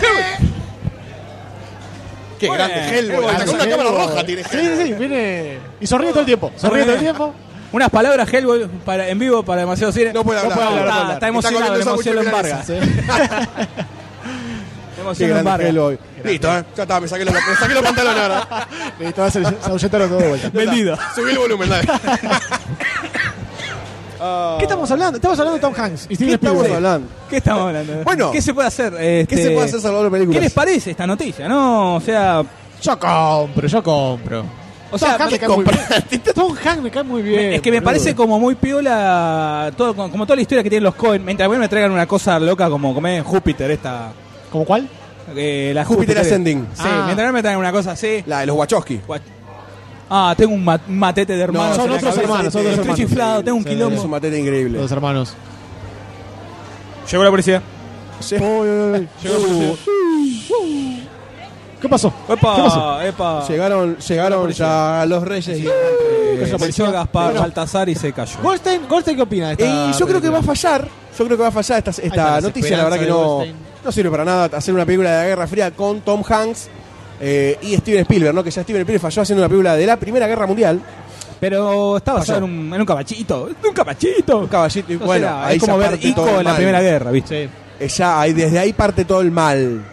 Speaker 1: ¡Qué
Speaker 4: Bueno,
Speaker 1: grande Hellboy!
Speaker 4: Hellboy.
Speaker 1: Hasta con una cámara roja tiene
Speaker 5: Sí, sí, sí, viene. Y sonríe todo el tiempo. Sonríe todo el tiempo.
Speaker 4: Unas palabras, Hellboy, para, en vivo para demasiado cine.
Speaker 1: No puede hablar.
Speaker 5: puede hablar,
Speaker 4: Está,
Speaker 5: no puede hablar.
Speaker 4: está emocionado, la
Speaker 1: Está
Speaker 4: emoción
Speaker 1: comiendo
Speaker 4: lo
Speaker 1: sándwich de
Speaker 4: embarga.
Speaker 5: Sí.
Speaker 4: La
Speaker 1: ¿eh? Qué
Speaker 4: emoción lo
Speaker 1: grande
Speaker 4: embarga.
Speaker 1: Hellboy. Listo, ¿eh? Ya está, me saqué los, me saqué los pantalones ahora.
Speaker 5: Listo, se ahuyentaron todo de vuelta.
Speaker 4: Vendido.
Speaker 1: Subí el volumen, dale.
Speaker 5: ¿Qué estamos hablando? Estamos hablando de Tom Hanks y Steven
Speaker 1: ¿Qué estamos
Speaker 5: Spielberg.
Speaker 1: hablando?
Speaker 4: ¿Qué estamos hablando?
Speaker 1: Bueno.
Speaker 4: ¿qué se puede hacer?
Speaker 1: ¿Qué
Speaker 4: Este,
Speaker 1: se puede hacer salvando películas?
Speaker 4: ¿Qué les parece esta noticia? No, o sea,
Speaker 5: Yo compro, yo compro.
Speaker 4: O sea,
Speaker 5: Tom Hanks me cae muy bien. Tom Hanks me cae muy bien.
Speaker 4: es que me
Speaker 5: boludo.
Speaker 4: parece como muy piola todo, como toda la historia que tienen los Cohen. Mientras a mí me traigan una cosa loca como comer Júpiter esta
Speaker 5: ¿Como cuál?
Speaker 4: eh, la
Speaker 1: Júpiter
Speaker 4: Júpiter
Speaker 1: Ascending.
Speaker 4: Sí,
Speaker 5: Ah.
Speaker 4: mientras me traigan una cosa así.
Speaker 1: La de los Wachowski.
Speaker 4: Guat- Ah, tengo un ma- un matete de hermanos.
Speaker 5: son
Speaker 4: en la
Speaker 5: otros
Speaker 4: cabeza.
Speaker 5: hermanos, son otros
Speaker 4: Estoy
Speaker 5: hermanos.
Speaker 4: chiflado, tengo un
Speaker 5: Sí,
Speaker 1: Es un
Speaker 4: quilombo.
Speaker 1: matete increíble.
Speaker 5: Los hermanos.
Speaker 4: Llegó la policía.
Speaker 5: Uy, uy, uy.
Speaker 1: Uh,
Speaker 5: ¿Qué pasó? ¿Qué pasó?
Speaker 4: Epa, epa.
Speaker 1: Llegaron, llegaron ya los reyes. y- Eh,
Speaker 4: Se apareció Eh, Gaspar Baltasar y se cayó.
Speaker 5: Goldstein, Goldstein, ¿qué opina de esta
Speaker 1: Y yo creo que va a fallar. Yo creo que va a fallar esta, esta
Speaker 5: está, las
Speaker 1: noticia. La
Speaker 5: esperanzas
Speaker 1: verdad que
Speaker 5: de
Speaker 1: no,
Speaker 5: Goldstein.
Speaker 1: no sirve para nada hacer una película de la Guerra Fría con Tom Hanks eh, y Steven Spielberg, ¿no? Que ya Steven Spielberg falló haciendo una película de la Primera Guerra Mundial.
Speaker 4: Pero estaba basado en
Speaker 1: Falló.
Speaker 4: un, en un cabachito. En un cabachito.
Speaker 1: Un caballito. Y
Speaker 4: Entonces
Speaker 1: bueno,
Speaker 4: era-
Speaker 1: ahí
Speaker 4: es como
Speaker 1: ya
Speaker 4: ver
Speaker 1: parte todo
Speaker 4: Ico
Speaker 1: el
Speaker 4: en la
Speaker 1: mal.
Speaker 4: Primera Guerra, ¿viste?
Speaker 1: Eh, Ya, ahí, desde ahí parte todo el mal.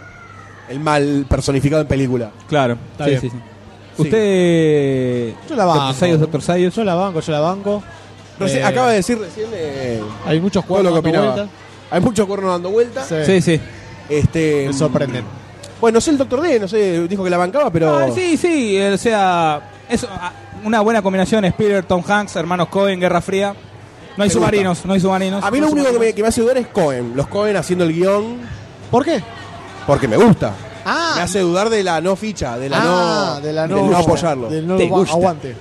Speaker 1: El mal personificado en película.
Speaker 4: Claro,
Speaker 5: Está
Speaker 4: sí,
Speaker 5: bien.
Speaker 4: sí, sí. Usted.
Speaker 5: Yo la banco.
Speaker 4: Doctor Sayos, Doctor Sayos.
Speaker 5: Yo la banco, yo la banco.
Speaker 1: Reci-
Speaker 5: Eh,
Speaker 1: acaba de decir recién eh,
Speaker 5: Hay muchos
Speaker 1: todo lo
Speaker 5: cuernos
Speaker 1: que
Speaker 5: dando
Speaker 1: opinaba.
Speaker 5: vueltas.
Speaker 1: Hay muchos cuernos dando vueltas.
Speaker 4: Sí, sí.
Speaker 1: Este,
Speaker 5: Me sorprenden.
Speaker 1: Bueno, no sé el Doctor D, no sé, dijo que la bancaba, pero.
Speaker 4: Ah, sí, sí. eh, O sea, es ah, una buena combinación. Spielberg, Tom Hanks, hermanos Cohen, Guerra Fría. No hay
Speaker 1: Me
Speaker 4: submarinos, no hay submarinos.
Speaker 1: A mí lo
Speaker 4: No
Speaker 1: único que me,
Speaker 4: submarinos.
Speaker 1: que me hace dudar es Cohen. Los Cohen haciendo el guión
Speaker 5: ¿Por qué?
Speaker 1: porque me gusta.
Speaker 5: Ah,
Speaker 1: Me hace dudar de la no ficha, de la
Speaker 5: ah,
Speaker 1: no.
Speaker 5: de la no,
Speaker 1: del apoyarlo.
Speaker 5: Del no
Speaker 4: Te
Speaker 5: gua-
Speaker 4: gusta.
Speaker 5: aguante.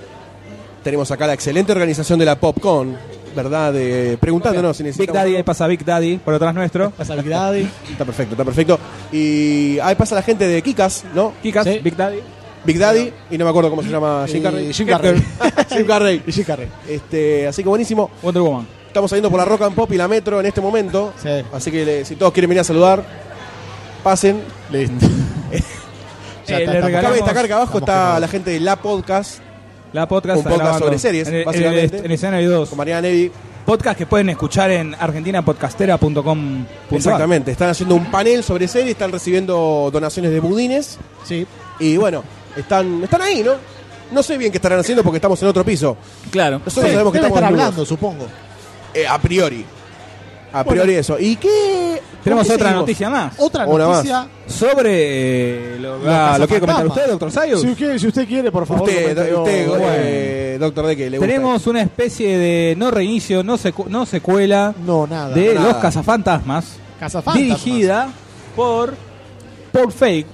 Speaker 1: Tenemos acá la excelente organización de la PopCon, ¿verdad? De, preguntándonos si
Speaker 4: Big
Speaker 1: necesitamos.
Speaker 4: Daddy, ahí pasa Big Daddy por atrás nuestro.
Speaker 5: Pasabilidad.
Speaker 1: Está perfecto, está perfecto. Y ahí pasa la gente de Kikas, ¿no?
Speaker 4: Kikas,
Speaker 5: Sí.
Speaker 4: Big Daddy.
Speaker 1: Big Daddy, y no me acuerdo cómo se llama Jim Carrey.
Speaker 5: Eh, Jim Carrey.
Speaker 1: Jim Carrey.
Speaker 5: Y Jim Carrey.
Speaker 1: Este, así que buenísimo.
Speaker 4: Wonder Woman.
Speaker 1: Estamos saliendo por la Rock and Pop y la Metro en este momento.
Speaker 5: Sí.
Speaker 1: Así que le- si todos quieren venir a saludar, pasen.
Speaker 5: Listo. Ya
Speaker 4: Eh,
Speaker 5: está,
Speaker 4: le
Speaker 5: estamos.
Speaker 1: Cabe
Speaker 4: regalamos
Speaker 1: destacar que abajo
Speaker 5: estamos
Speaker 1: está
Speaker 5: quemados.
Speaker 1: la gente de La Podcast
Speaker 4: la podcast.
Speaker 1: un podcast
Speaker 4: grabando
Speaker 1: sobre series,
Speaker 4: en el- en el-
Speaker 1: básicamente.
Speaker 4: En el escenario hay dos.
Speaker 1: con Mariana Nevi.
Speaker 4: Podcast que pueden escuchar en argentinapodcastera.com.
Speaker 1: Exactamente, están haciendo un panel sobre series, están recibiendo donaciones de budines
Speaker 5: Sí.
Speaker 1: y bueno, están, están ahí, ¿no? No sé bien qué estarán haciendo porque estamos en otro piso.
Speaker 4: Claro.
Speaker 1: Nosotros
Speaker 5: Sí,
Speaker 1: sabemos que
Speaker 5: debe
Speaker 1: estamos
Speaker 5: estar
Speaker 1: desnudos.
Speaker 5: hablando, supongo.
Speaker 1: Eh, a priori. A priori eso. ¿Y qué?
Speaker 4: Tenemos
Speaker 1: ¿con qué
Speaker 4: otra
Speaker 1: seguimos?
Speaker 4: noticia más.
Speaker 5: Otra
Speaker 1: Una
Speaker 5: noticia.
Speaker 4: Sobre. eh, lo, ah,
Speaker 5: Los
Speaker 4: ¿lo quiere comentar
Speaker 5: cazafantasmas.
Speaker 4: usted, doctor Sayus?
Speaker 5: Si usted, si usted quiere, por favor.
Speaker 1: Usted,
Speaker 5: comente-
Speaker 1: usted,
Speaker 5: Bueno.
Speaker 1: eh, doctor D, que le gusta.
Speaker 4: Tenemos una especie de no reinicio, no, secu- no secuela
Speaker 5: No, nada.
Speaker 4: de
Speaker 1: nada.
Speaker 4: Los Cazafantasmas,
Speaker 5: Cazafantasmas.
Speaker 4: dirigida por Paul Fake,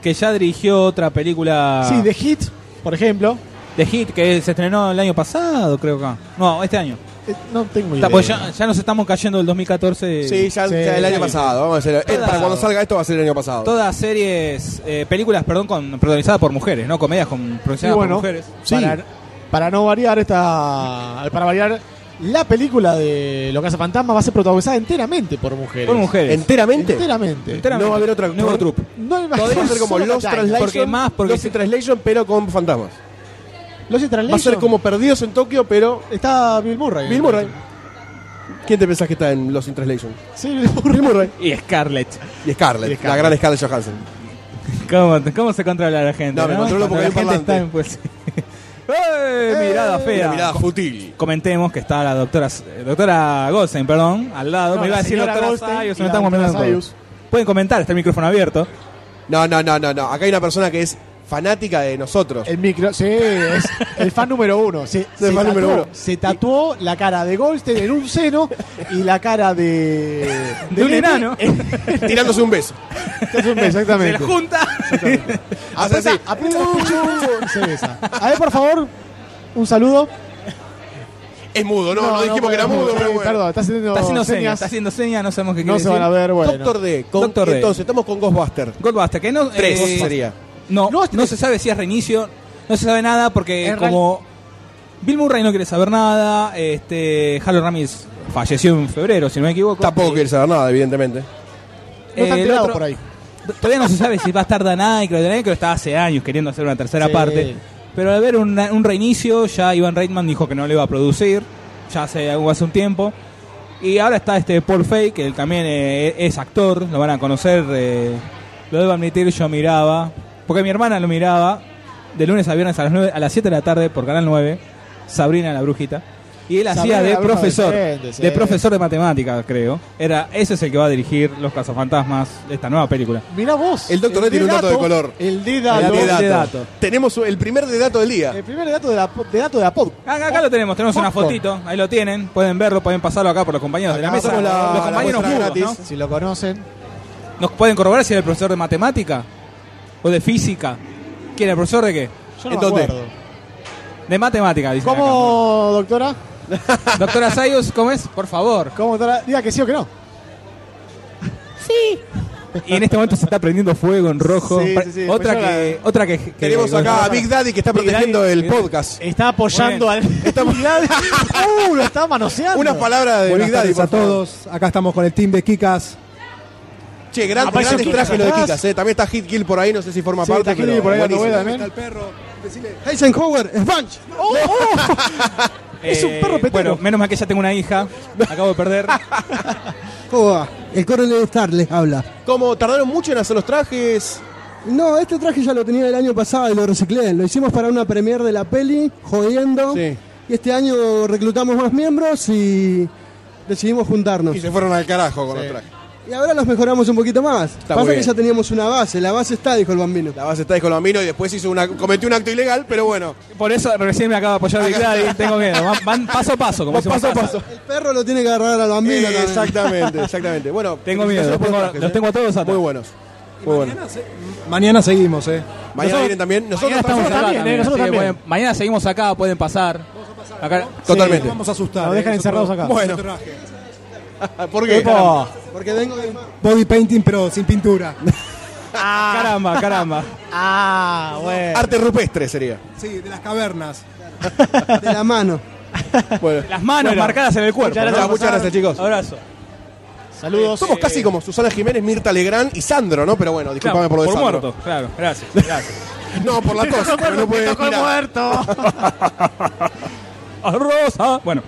Speaker 4: que ya dirigió otra película
Speaker 5: Sí, de Hit, por ejemplo.
Speaker 4: de Hit que se estrenó el año pasado, creo que. No, este año.
Speaker 5: Eh, No tengo idea.
Speaker 4: Está, pues ya, ya nos estamos cayendo del 2014.
Speaker 1: Sí, ya,
Speaker 5: Sí,
Speaker 1: ya el año
Speaker 5: sí.
Speaker 1: pasado. Vamos a hacer, eh,
Speaker 4: Toda-
Speaker 1: para cuando salga esto va a ser el año pasado.
Speaker 4: Todas series, eh, películas, perdón, con, protagonizadas por mujeres, ¿no? Comedias con,
Speaker 5: Sí,
Speaker 4: protagonizadas
Speaker 5: bueno,
Speaker 4: por mujeres.
Speaker 5: sí. Para, para no variar esta. Para variar, la película de Lo Casa Fantasma va a ser protagonizada enteramente por mujeres.
Speaker 4: Por mujeres.
Speaker 1: ¿Enteramente?
Speaker 5: Enteramente.
Speaker 4: Enteramente.
Speaker 1: No va a haber otra
Speaker 4: No hubo trupe.
Speaker 5: No hay más
Speaker 1: Podría
Speaker 5: que
Speaker 1: ser como
Speaker 5: solo
Speaker 1: Lost
Speaker 5: cachaña.
Speaker 1: Translation,
Speaker 4: Porque más, porque
Speaker 1: Lost
Speaker 4: si-
Speaker 1: in Translation, pero con fantasmas.
Speaker 5: Lost in
Speaker 1: Va a ser
Speaker 5: Translation.
Speaker 1: como Perdidos en Tokio, pero
Speaker 5: Está Bill Murray.
Speaker 1: Bill Murray. ¿Quién te pensás que está en Los in Translation?
Speaker 5: Sí, Bill Murray.
Speaker 1: Bill Murray.
Speaker 4: Y Scarlett.
Speaker 1: Y Scarlett,
Speaker 5: Y
Speaker 1: la
Speaker 5: Scarlett.
Speaker 1: gran Scarlett Johansson.
Speaker 4: ¿Cómo, cómo se controla la gente?
Speaker 1: No, me controlo porque
Speaker 4: Cuando la
Speaker 1: hay un
Speaker 4: gente está en pues. ¡Eh, mirada fea.
Speaker 1: Una mirada
Speaker 4: Co-
Speaker 1: futil.
Speaker 4: Comentemos que está la doctora eh, doctora Goldstein, perdón, al lado.
Speaker 5: No,
Speaker 4: me iba a
Speaker 5: la
Speaker 4: decir
Speaker 5: señora
Speaker 4: doctora
Speaker 5: Goldstein
Speaker 4: Sayus,
Speaker 5: y
Speaker 4: me
Speaker 5: la
Speaker 4: estamos
Speaker 5: doctora
Speaker 4: mirando todos.
Speaker 5: Sayus.
Speaker 4: Pueden comentar, está el micrófono abierto.
Speaker 1: No, no, no, no, no. Acá hay una persona que es fanática de nosotros.
Speaker 5: El micro, sí, es el fan número uno. Se, se
Speaker 1: fan
Speaker 5: tatuó,
Speaker 1: número uno.
Speaker 5: se tatuó la cara de Goldstein en un seno y la cara de.
Speaker 4: De un
Speaker 5: Leti
Speaker 4: enano.
Speaker 5: en-
Speaker 1: Tirándose un beso.
Speaker 5: Entonces, un beso,
Speaker 4: Se la
Speaker 5: exactamente.
Speaker 4: junta.
Speaker 1: Hace
Speaker 5: Aprieta,
Speaker 1: así.
Speaker 5: aprieta el cuchillo y se besa. A ver, por favor, un saludo.
Speaker 1: Es mudo, no, no, dijimos que era
Speaker 5: podemos,
Speaker 1: mudo,
Speaker 5: sí,
Speaker 1: pero bueno.
Speaker 5: eh, Perdón, está haciendo,
Speaker 4: Está haciendo señas,
Speaker 5: señas.
Speaker 4: está haciendo señas, no sabemos qué
Speaker 5: no
Speaker 4: quiere
Speaker 5: se van a
Speaker 4: decir.
Speaker 5: ver, bueno.
Speaker 1: Doctor D. con-
Speaker 4: Doctor D.
Speaker 1: Entonces, estamos con Ghostbuster.
Speaker 4: Ghostbuster, que no.
Speaker 1: Tres
Speaker 4: eh,
Speaker 1: sería.
Speaker 4: No,
Speaker 5: No,
Speaker 4: no,
Speaker 5: es
Speaker 4: se sabe si es reinicio, no se sabe nada porque
Speaker 5: Es
Speaker 4: como Bill Murray no quiere saber nada, este Harold Ramis falleció en febrero, si no me equivoco.
Speaker 1: Tampoco quiere saber nada, evidentemente.
Speaker 5: No
Speaker 4: Eh,
Speaker 5: están
Speaker 4: el
Speaker 5: tirados
Speaker 4: otro-
Speaker 5: por ahí.
Speaker 4: Todavía no se sabe si va a estar Dan Aykroyd. Dan Aykroyd está hace años queriendo hacer una tercera
Speaker 5: Sí.
Speaker 4: parte. Pero al haber una- un reinicio, ya Ivan Reitman dijo que no le iba a producir. Ya hace, hace un tiempo. Y ahora está este Paul Fay, que él también eh, es actor. Lo van a conocer. eh, lo debo admitir, yo miraba. Porque mi hermana lo miraba de lunes a viernes a las, 9, a las 7 de la tarde por Canal 9. Sabrina la Brujita. Y él
Speaker 5: Sabrina
Speaker 4: hacía de
Speaker 5: la Bruja
Speaker 4: profesor.
Speaker 5: decente, sí.
Speaker 4: De profesor de matemáticas, creo. Era, ese es el que va a dirigir Los Cazafantasmas, esta nueva película.
Speaker 5: Mirá vos.
Speaker 1: El Dr. D tiene un dato de color.
Speaker 5: El
Speaker 4: El
Speaker 5: D-Dato.
Speaker 4: D-Dato.
Speaker 1: Tenemos el primer de dato del día.
Speaker 5: El primer dato de la, de dato de la pod.
Speaker 4: Acá, acá lo tenemos, tenemos una
Speaker 5: Popcorn.
Speaker 4: fotito, ahí lo tienen, pueden verlo, pueden pasarlo acá por los compañeros de la
Speaker 5: Acá
Speaker 4: mesa.
Speaker 5: Ah, somos la-
Speaker 4: los
Speaker 5: la
Speaker 4: compañeros
Speaker 1: muestra
Speaker 4: mudos,
Speaker 1: gratis.
Speaker 4: ¿no?
Speaker 5: Si lo conocen.
Speaker 4: ¿Nos pueden corroborar si era el profesor de matemática? ¿O de física? ¿Quién era el profesor de qué?
Speaker 5: Yo
Speaker 1: ¿En
Speaker 5: no me
Speaker 1: dónde?
Speaker 5: acuerdo.
Speaker 4: De matemática, dice.
Speaker 5: ¿Cómo, doctora?
Speaker 4: acá. Doctora Sayos, ¿cómo es? Por favor.
Speaker 5: ¿Cómo, doctora? Diga que sí o que no.
Speaker 4: Y en este momento se está prendiendo fuego en rojo.
Speaker 5: Sí, sí, sí,
Speaker 4: Otra
Speaker 5: pues yo
Speaker 4: que, otra que, que-
Speaker 1: Tenemos
Speaker 4: que-
Speaker 1: acá a Big Daddy que está
Speaker 2: Big
Speaker 1: protegiendo
Speaker 2: Daddy,
Speaker 1: el
Speaker 4: Big Daddy.
Speaker 1: podcast.
Speaker 2: Está apoyando al.
Speaker 5: ¡Uh! Lo está manoseando.
Speaker 1: Una palabra de
Speaker 12: Buenas
Speaker 1: Big Daddy
Speaker 12: tardes a
Speaker 1: por favor.
Speaker 12: todos. Acá estamos con el team de Kikas.
Speaker 1: Che, gran-
Speaker 5: Aparece
Speaker 1: grandes
Speaker 5: Kikas
Speaker 1: trajes lo de
Speaker 5: atrás.
Speaker 1: Kikas, eh. También está Hit Kill por ahí, no sé si forma
Speaker 5: Sí,
Speaker 1: parte.
Speaker 5: está Hit
Speaker 1: pero
Speaker 5: Kill por ahí dando
Speaker 1: buenísimo.
Speaker 5: vuelta,
Speaker 12: Está el perro. Decile, Eisenhower, Sponge.
Speaker 5: ¡Oh! oh!
Speaker 4: Eh,
Speaker 5: Es un perro petero.
Speaker 4: Bueno, menos mal que ya tengo una hija. Acabo de perder.
Speaker 12: Joa, el coronel Star les habla.
Speaker 1: ¿Cómo tardaron mucho en hacer los trajes?
Speaker 12: No, este traje ya lo tenía el año pasado y lo reciclé. Lo hicimos para una premiere de la peli, jodiendo.
Speaker 1: Sí.
Speaker 12: Y este año reclutamos más miembros y decidimos juntarnos.
Speaker 1: Y se fueron al carajo con los trajes.
Speaker 12: Y ahora los mejoramos un poquito más. Pasa
Speaker 1: muy
Speaker 12: que
Speaker 1: bien.
Speaker 12: ya teníamos una base, la base está, dijo el bambino.
Speaker 1: La base está de Colombino y después hizo una, cometió un acto ilegal, pero bueno.
Speaker 4: Por eso recién me acabo de apoyar Big Daddy. Tengo miedo. Van, van paso a paso, como decimos acá.
Speaker 12: El perro lo tiene que agarrar al bambino.
Speaker 1: Eh,
Speaker 12: también.
Speaker 1: exactamente, exactamente. Bueno,
Speaker 4: Tengo miedo,
Speaker 1: felicitaciones
Speaker 4: los
Speaker 1: por
Speaker 4: tengo-
Speaker 1: trajes,
Speaker 4: los
Speaker 1: eh.
Speaker 4: tengo a todos atrás.
Speaker 1: Muy buenos. Muy buenos. Mañana,
Speaker 12: Mañana seguimos, eh.
Speaker 1: vienen también. Nosotros
Speaker 4: Mañana estamos
Speaker 1: estamos
Speaker 4: acá
Speaker 5: también,
Speaker 4: también,
Speaker 5: eh, nosotros
Speaker 4: así que
Speaker 5: también.
Speaker 4: pueden- mañana seguimos acá, pueden pasar. Acá-
Speaker 1: Totalmente.
Speaker 12: Sí, vamos a asustar.
Speaker 5: Nos
Speaker 12: eh,
Speaker 5: dejan
Speaker 12: eso
Speaker 5: encerrados
Speaker 12: por-
Speaker 5: acá.
Speaker 12: Bueno.
Speaker 1: Ah, ¿Por qué?
Speaker 5: Epa.
Speaker 12: Porque vengo de body painting, pero sin pintura.
Speaker 4: Caramba, caramba.
Speaker 5: Ah, bueno.
Speaker 1: Arte rupestre sería.
Speaker 12: Sí, de las cavernas. De la mano.
Speaker 1: Bueno.
Speaker 4: Las manos
Speaker 5: Bueno,
Speaker 4: marcadas en el cuerpo.
Speaker 5: muchas gracias
Speaker 4: ¿no?
Speaker 5: por
Speaker 1: Muchas gracias, chicos.
Speaker 4: Abrazo.
Speaker 5: Saludos.
Speaker 1: Somos
Speaker 5: Eh,
Speaker 1: casi como Susana Jiménez, Mirta Legrand y Sandro, ¿no? Pero bueno, discúlpame
Speaker 4: Claro,
Speaker 1: por lo de
Speaker 4: por
Speaker 1: Sandro.
Speaker 4: muerto. Claro, gracias. gracias.
Speaker 1: No, por la tos. porque Eh, no puede
Speaker 5: Tocó el
Speaker 1: respirar.
Speaker 5: muerto.
Speaker 4: Ah, Rosa. Bueno.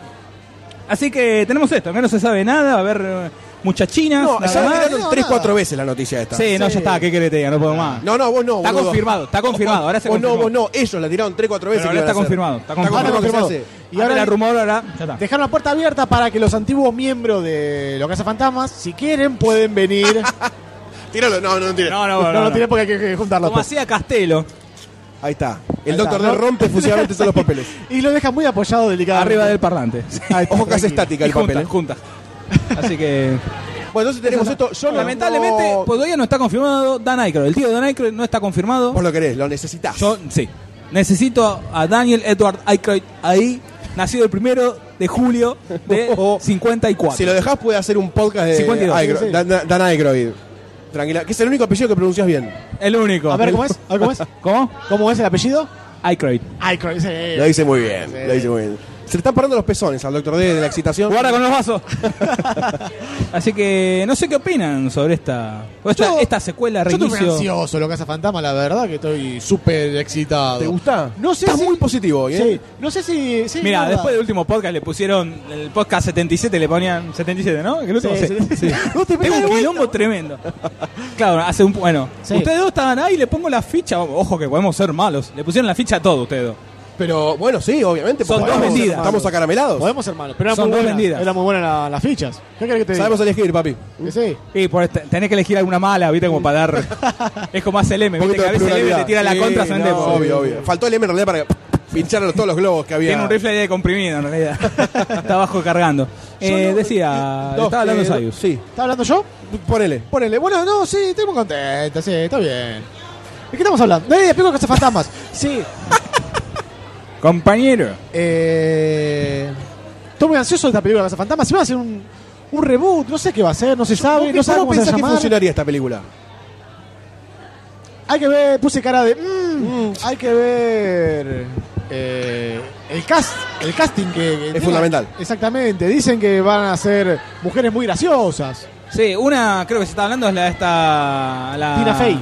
Speaker 4: Así que tenemos esto, acá no se sabe nada, va a haber eh, muchachinas.
Speaker 1: No,
Speaker 4: nada
Speaker 1: ya
Speaker 4: más.
Speaker 1: tiraron 3, 4 veces la noticia esta.
Speaker 4: Sí, no, ya está, ¿qué querés que te diga? No puedo más.
Speaker 1: No, no, vos no.
Speaker 4: Está
Speaker 1: boludo.
Speaker 4: confirmado, está confirmado, ahora se
Speaker 1: Vos no,
Speaker 4: confirmó.
Speaker 1: vos no. Ellos la tiraron 3, 4 veces.
Speaker 4: Pero
Speaker 1: que
Speaker 4: ahora está
Speaker 1: iban a hacer.
Speaker 4: confirmado, está confirmado.
Speaker 5: Ahora
Speaker 1: que se
Speaker 5: confirmado.
Speaker 1: hace.
Speaker 5: Y ahora
Speaker 4: el rumor ahora. Ya está.
Speaker 5: Dejar la puerta abierta para que los antiguos miembros de los Cazafantasmas, si quieren, pueden venir.
Speaker 1: Tíralo, no, no, no tires.
Speaker 4: No, no, no.
Speaker 5: no, no,
Speaker 4: no.
Speaker 5: tiene porque hay que juntarlos.
Speaker 4: Como hacía Castelo,
Speaker 1: Ahí está. El
Speaker 5: Ahí
Speaker 1: doctor
Speaker 5: está,
Speaker 1: D
Speaker 5: ¿no?
Speaker 1: rompe efusivamente todos los papeles.
Speaker 5: pues. Y lo deja muy apoyado delicadamente.
Speaker 4: arriba del parlante.
Speaker 5: Ahí está,
Speaker 1: Ojo que hace
Speaker 5: tranquilo.
Speaker 1: estática el papel.
Speaker 4: juntas,
Speaker 1: ¿eh?
Speaker 4: juntas. Así que.
Speaker 1: Bueno, entonces tenemos esto. Yo no-
Speaker 4: Lamentablemente,
Speaker 1: no-
Speaker 4: pues todavía no está confirmado Dan Aykroyd. El tío de Dan Aykroyd no está confirmado.
Speaker 1: Vos lo querés, lo necesitas.
Speaker 4: Yo, sí. Necesito a Daniel Edward Aykroyd ahí, nacido el primero de julio de
Speaker 5: Oh.
Speaker 4: 54.
Speaker 1: Si lo dejás, puede hacer un podcast de
Speaker 4: 52,
Speaker 1: Aykroyd,
Speaker 5: sí, sí.
Speaker 1: Dan, Dan- Dan Aykroyd. Tranquila, que es el único apellido que pronuncias bien.
Speaker 4: El único.
Speaker 5: A ver, ¿cómo es? A ver, ¿cómo es?
Speaker 4: ¿Cómo?
Speaker 5: ¿Cómo es el apellido?
Speaker 4: Aykroyd.
Speaker 5: Ay, eh. creo que sí.
Speaker 1: Lo dice muy bien, lo dice muy bien. Se le están parando los pezones al doctor D de la excitación.
Speaker 4: Guarda con los vasos. Así que no sé qué opinan sobre esta esta,
Speaker 5: Yo-
Speaker 4: esta secuela
Speaker 5: Yo estoy muy
Speaker 4: reinicio.
Speaker 5: ansioso, lo Cazafantasma, la verdad, que estoy súper excitado.
Speaker 1: ¿Te gusta?
Speaker 5: No sé
Speaker 1: Estás
Speaker 5: si-
Speaker 1: muy positivo hoy, ¿eh?
Speaker 5: Sí. No sé si. sí,
Speaker 4: Mira,
Speaker 5: nada.
Speaker 4: después del último podcast le pusieron el podcast 77 le ponían 77, ¿no? El último,
Speaker 5: Sí, sí, sí. No te
Speaker 4: Es
Speaker 5: metas
Speaker 4: un
Speaker 5: de vuelta.
Speaker 4: quilombo tremendo. Claro, hace un bueno.
Speaker 5: Sí.
Speaker 4: Ustedes dos estaban ahí, le pongo la ficha. Ojo que podemos ser malos. Le pusieron la ficha a todos ustedes. dos.
Speaker 1: Pero bueno, sí, obviamente.
Speaker 4: Son
Speaker 1: porque
Speaker 4: dos
Speaker 1: estamos-
Speaker 4: vendidas.
Speaker 1: Estamos acaramelados.
Speaker 5: Podemos ser malos, pero eran
Speaker 4: Son
Speaker 5: muy
Speaker 4: dos
Speaker 5: buenas.
Speaker 4: vendidas.
Speaker 5: Eran muy buenas la- las fichas. ¿Qué querés que te diga?
Speaker 1: Sabemos elegir, papi.
Speaker 5: Sí.
Speaker 4: Y por este- tenés que elegir alguna mala, viste, como para dar. es como hace el M,
Speaker 1: Un poquito
Speaker 4: viste, que a
Speaker 1: de
Speaker 4: veces el M
Speaker 1: pluralidad.
Speaker 4: te tira la
Speaker 1: Sí,
Speaker 4: contra, solamente
Speaker 1: no,
Speaker 4: por-
Speaker 1: Obvio, obvio. Faltó el M en realidad para que pinchar a todos los globos que había.
Speaker 4: Tiene un rifle de comprimido en realidad. Está abajo cargando. Eh, decía,
Speaker 1: Dos,
Speaker 4: estaba hablando
Speaker 1: eh,
Speaker 4: Sayus.
Speaker 1: Sí,
Speaker 5: ¿Está hablando yo?
Speaker 1: ponele.
Speaker 5: Ponele. Bueno, no, sí, estoy muy contento, sí, está bien. ¿De qué estamos hablando? Eh, explico Cazafantasmas. sí.
Speaker 4: Compañero.
Speaker 5: Eh. Estoy muy ansioso de esta película de Cazafantasmas. Si va a hacer un, un reboot, no sé qué va a hacer, no se sabe, no sabe
Speaker 1: ¿Cómo
Speaker 5: cómo se
Speaker 1: pensás que
Speaker 5: llama.
Speaker 1: funcionaría esta película?
Speaker 5: Hay que ver, puse cara de. mm, hay que ver. eh, el, cast, el casting que. que tiene.
Speaker 1: fundamental.
Speaker 5: Exactamente. Dicen que van a ser mujeres muy graciosas.
Speaker 4: Sí, una creo que se está hablando es la esta. La,
Speaker 5: Tina Fey.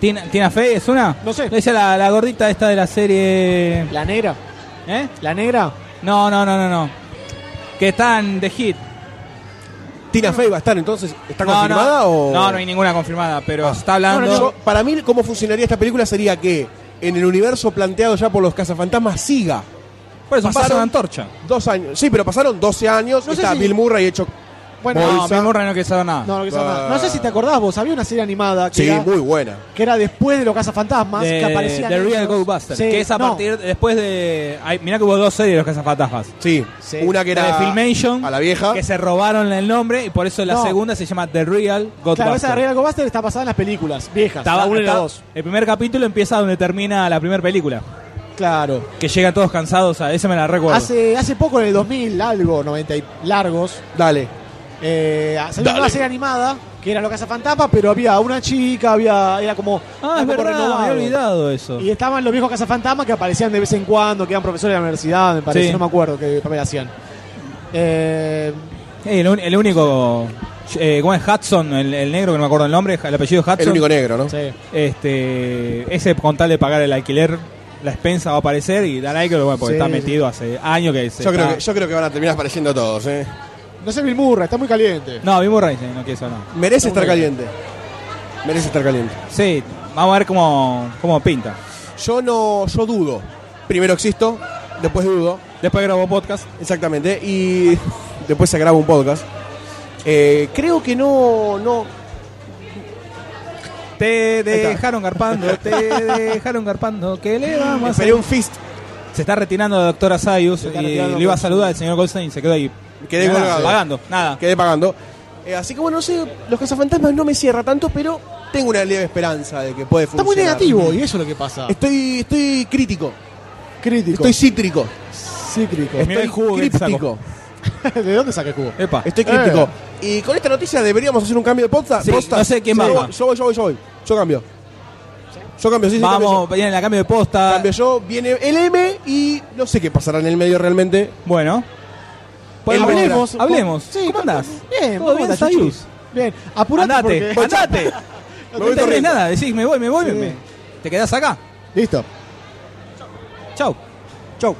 Speaker 4: Tina, Tina Fey es una?
Speaker 5: No sé.
Speaker 4: Ella la, la gordita esta de la serie.
Speaker 5: La negra.
Speaker 4: ¿Eh?
Speaker 5: La negra.
Speaker 4: No, no, no, no, no. Que están de hit.
Speaker 1: Tina Fey va a estar entonces, ¿está
Speaker 4: No,
Speaker 1: confirmada
Speaker 4: no,
Speaker 1: o.?
Speaker 4: No, no hay ninguna confirmada,
Speaker 5: Ah.
Speaker 4: pero se está hablando.
Speaker 1: Yo- para mí, cómo funcionaría esta película sería que en el universo planteado ya por los cazafantasmas siga
Speaker 4: por
Speaker 5: pues,
Speaker 4: eso
Speaker 1: pasaron-
Speaker 4: pasa una antorcha.
Speaker 1: dos años. Sí, pero pasaron 12 años.
Speaker 5: No sé
Speaker 1: está
Speaker 5: si-
Speaker 1: Bill Murray hecho.
Speaker 5: Bueno,
Speaker 4: No, Bill Murray no quiere saber nada.
Speaker 5: No, no, que se llama-
Speaker 1: Ah.
Speaker 5: no sé si te acordás vos, había una serie animada que,
Speaker 1: Sí,
Speaker 5: era,
Speaker 1: muy buena.
Speaker 5: que era después de los cazafantasmas,
Speaker 4: de,
Speaker 5: que aparecía.
Speaker 4: de Real Ghostbusters, que es a partir después de ay, mirá que hubo dos series de los cazafantasmas.
Speaker 1: Sí,
Speaker 5: Sí.
Speaker 1: una que
Speaker 4: La
Speaker 1: era.
Speaker 4: de Filmation
Speaker 1: A la vieja.
Speaker 4: que se robaron el nombre y por eso la
Speaker 5: No.
Speaker 4: segunda se llama The Real
Speaker 5: Claro, esa de
Speaker 4: Ghostbusters.
Speaker 5: Real Ghostbusters está basada en las películas viejas.
Speaker 4: Estaba-
Speaker 5: la 1 y la
Speaker 4: estaba-
Speaker 5: 2.
Speaker 4: el primer capítulo empieza donde termina la primera película.
Speaker 5: Claro.
Speaker 4: Que llegan todos cansados, a ese me la recuerdo.
Speaker 5: Hace, hace poco, en el 2000, algo, 90 y largos,
Speaker 1: Dale.
Speaker 5: eh, salió
Speaker 1: Dale.
Speaker 5: una serie animada que era Los Cazafantasmas, pero había una chica, había era como.
Speaker 4: Ah, es
Speaker 5: era como
Speaker 4: verdad, me
Speaker 5: renovado.
Speaker 4: había olvidado eso.
Speaker 5: Y estaban los viejos cazafantasmas que aparecían de vez en cuando, que eran profesores de la universidad, me parece,
Speaker 4: Sí.
Speaker 5: no me acuerdo qué papel hacían. Eh,
Speaker 4: Eh, el, un- el único eh, ¿cómo es? Hudson, el, el negro que no me acuerdo el nombre, el apellido es Hudson.
Speaker 1: El único negro, ¿no?
Speaker 5: sí.
Speaker 4: Este, ese con tal de pagar el alquiler, la expensa va a aparecer y Dan Aykroyd, bueno, porque
Speaker 5: Sí,
Speaker 4: está
Speaker 5: sí.
Speaker 4: metido hace años que se
Speaker 1: Yo creo,
Speaker 4: está-
Speaker 1: que, yo creo que van a terminar apareciendo todos, ¿eh?
Speaker 5: No sé, Bill Murray, está muy caliente.
Speaker 4: No, Bill Murray sí, no quiere eso, no.
Speaker 1: Merece estar caliente. Merece estar caliente.
Speaker 4: Sí, vamos a ver cómo, cómo pinta.
Speaker 1: Yo no. Yo dudo. Primero existo, después dudo.
Speaker 4: Después grabó podcast.
Speaker 1: Exactamente. Y después se graba un podcast. Eh, creo que no, no.
Speaker 4: Te
Speaker 1: está.
Speaker 4: dejaron garpando, te dejaron garpando, ¿qué le vamos a
Speaker 1: Esperé
Speaker 4: hacer?
Speaker 1: un fist.
Speaker 4: Se está retirando la doctora Sayus
Speaker 5: está
Speaker 4: y
Speaker 5: retirando
Speaker 4: le iba a
Speaker 5: Goldstein.
Speaker 4: saludar al señor Goldstein y se quedó ahí.
Speaker 1: Quedé
Speaker 4: Nada,
Speaker 1: colgado.
Speaker 4: Pagando, nada.
Speaker 1: Quedé pagando. Eh, así que bueno, no sé, los cazafantasmas no me cierra tanto, pero tengo una leve esperanza de que puede
Speaker 5: Está
Speaker 1: funcionar.
Speaker 5: muy negativo y eso es lo que pasa.
Speaker 1: Estoy, estoy crítico.
Speaker 5: crítico.
Speaker 1: Estoy cítrico.
Speaker 5: cítrico.
Speaker 4: Mirá el
Speaker 1: Estoy
Speaker 4: jugo que te saco.
Speaker 1: críptico.
Speaker 5: ¿De dónde saqué el jugo?
Speaker 4: Epa.
Speaker 1: Estoy críptico. Y con esta noticia deberíamos hacer un cambio de posta.
Speaker 4: Sí,
Speaker 1: posta.
Speaker 4: no sé quién va.
Speaker 1: Yo voy, yo voy, yo voy, yo voy. Yo cambio. Yo cambio, sí, sí,
Speaker 4: Vamos,
Speaker 1: cambio
Speaker 4: viene la cambio de
Speaker 1: yo.
Speaker 4: posta.
Speaker 1: Cambio yo, viene el M y no sé qué pasará en el medio realmente.
Speaker 4: Bueno. Podemos-
Speaker 5: Hablemos.
Speaker 4: Hablemos.
Speaker 5: Sí,
Speaker 4: ¿Cómo andás?
Speaker 5: Bien,
Speaker 4: ¿Todo
Speaker 5: ¿cómo
Speaker 4: bien,
Speaker 5: andás,
Speaker 4: Sayus?
Speaker 5: Chuchi? Bien, apurate
Speaker 4: Andate,
Speaker 5: porque-
Speaker 4: andate.
Speaker 5: No
Speaker 4: No
Speaker 5: te
Speaker 4: entendés
Speaker 5: interesa.
Speaker 4: nada, decís me voy, me voy,
Speaker 5: Sí.
Speaker 4: me- te quedás acá.
Speaker 5: Listo.
Speaker 4: Chau. Chau.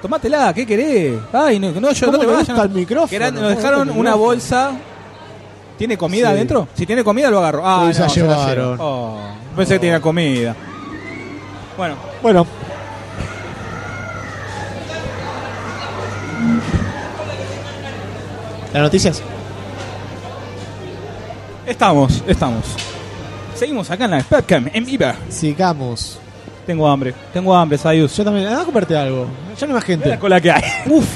Speaker 4: Tomátela, ¿qué querés? Ay, no, no, yo
Speaker 5: ¿Cómo
Speaker 4: no te
Speaker 5: le
Speaker 4: vayas.
Speaker 5: gusta el micrófono?
Speaker 4: Que eran-
Speaker 5: ¿Cómo
Speaker 4: nos
Speaker 5: le
Speaker 4: dejaron
Speaker 5: gusta el
Speaker 4: una
Speaker 5: micrófono?
Speaker 4: bolsa. ¿Tiene comida
Speaker 5: Sí.
Speaker 4: adentro? Si tiene comida lo agarro. Ah,
Speaker 5: Uy,
Speaker 4: no,
Speaker 5: se la
Speaker 4: se la
Speaker 5: llevaron.
Speaker 4: llevo. Oh, pensé que tenía comida. Bueno,
Speaker 5: Bueno, las noticias.
Speaker 4: estamos, estamos. Seguimos acá en la Spectrum, en viva.
Speaker 5: Sigamos.
Speaker 4: Tengo hambre, tengo hambre, Sayus.
Speaker 5: Yo también. Anda a comprarte algo. Ya no hay más
Speaker 4: La
Speaker 5: gente.
Speaker 4: cola que hay.
Speaker 5: Uf.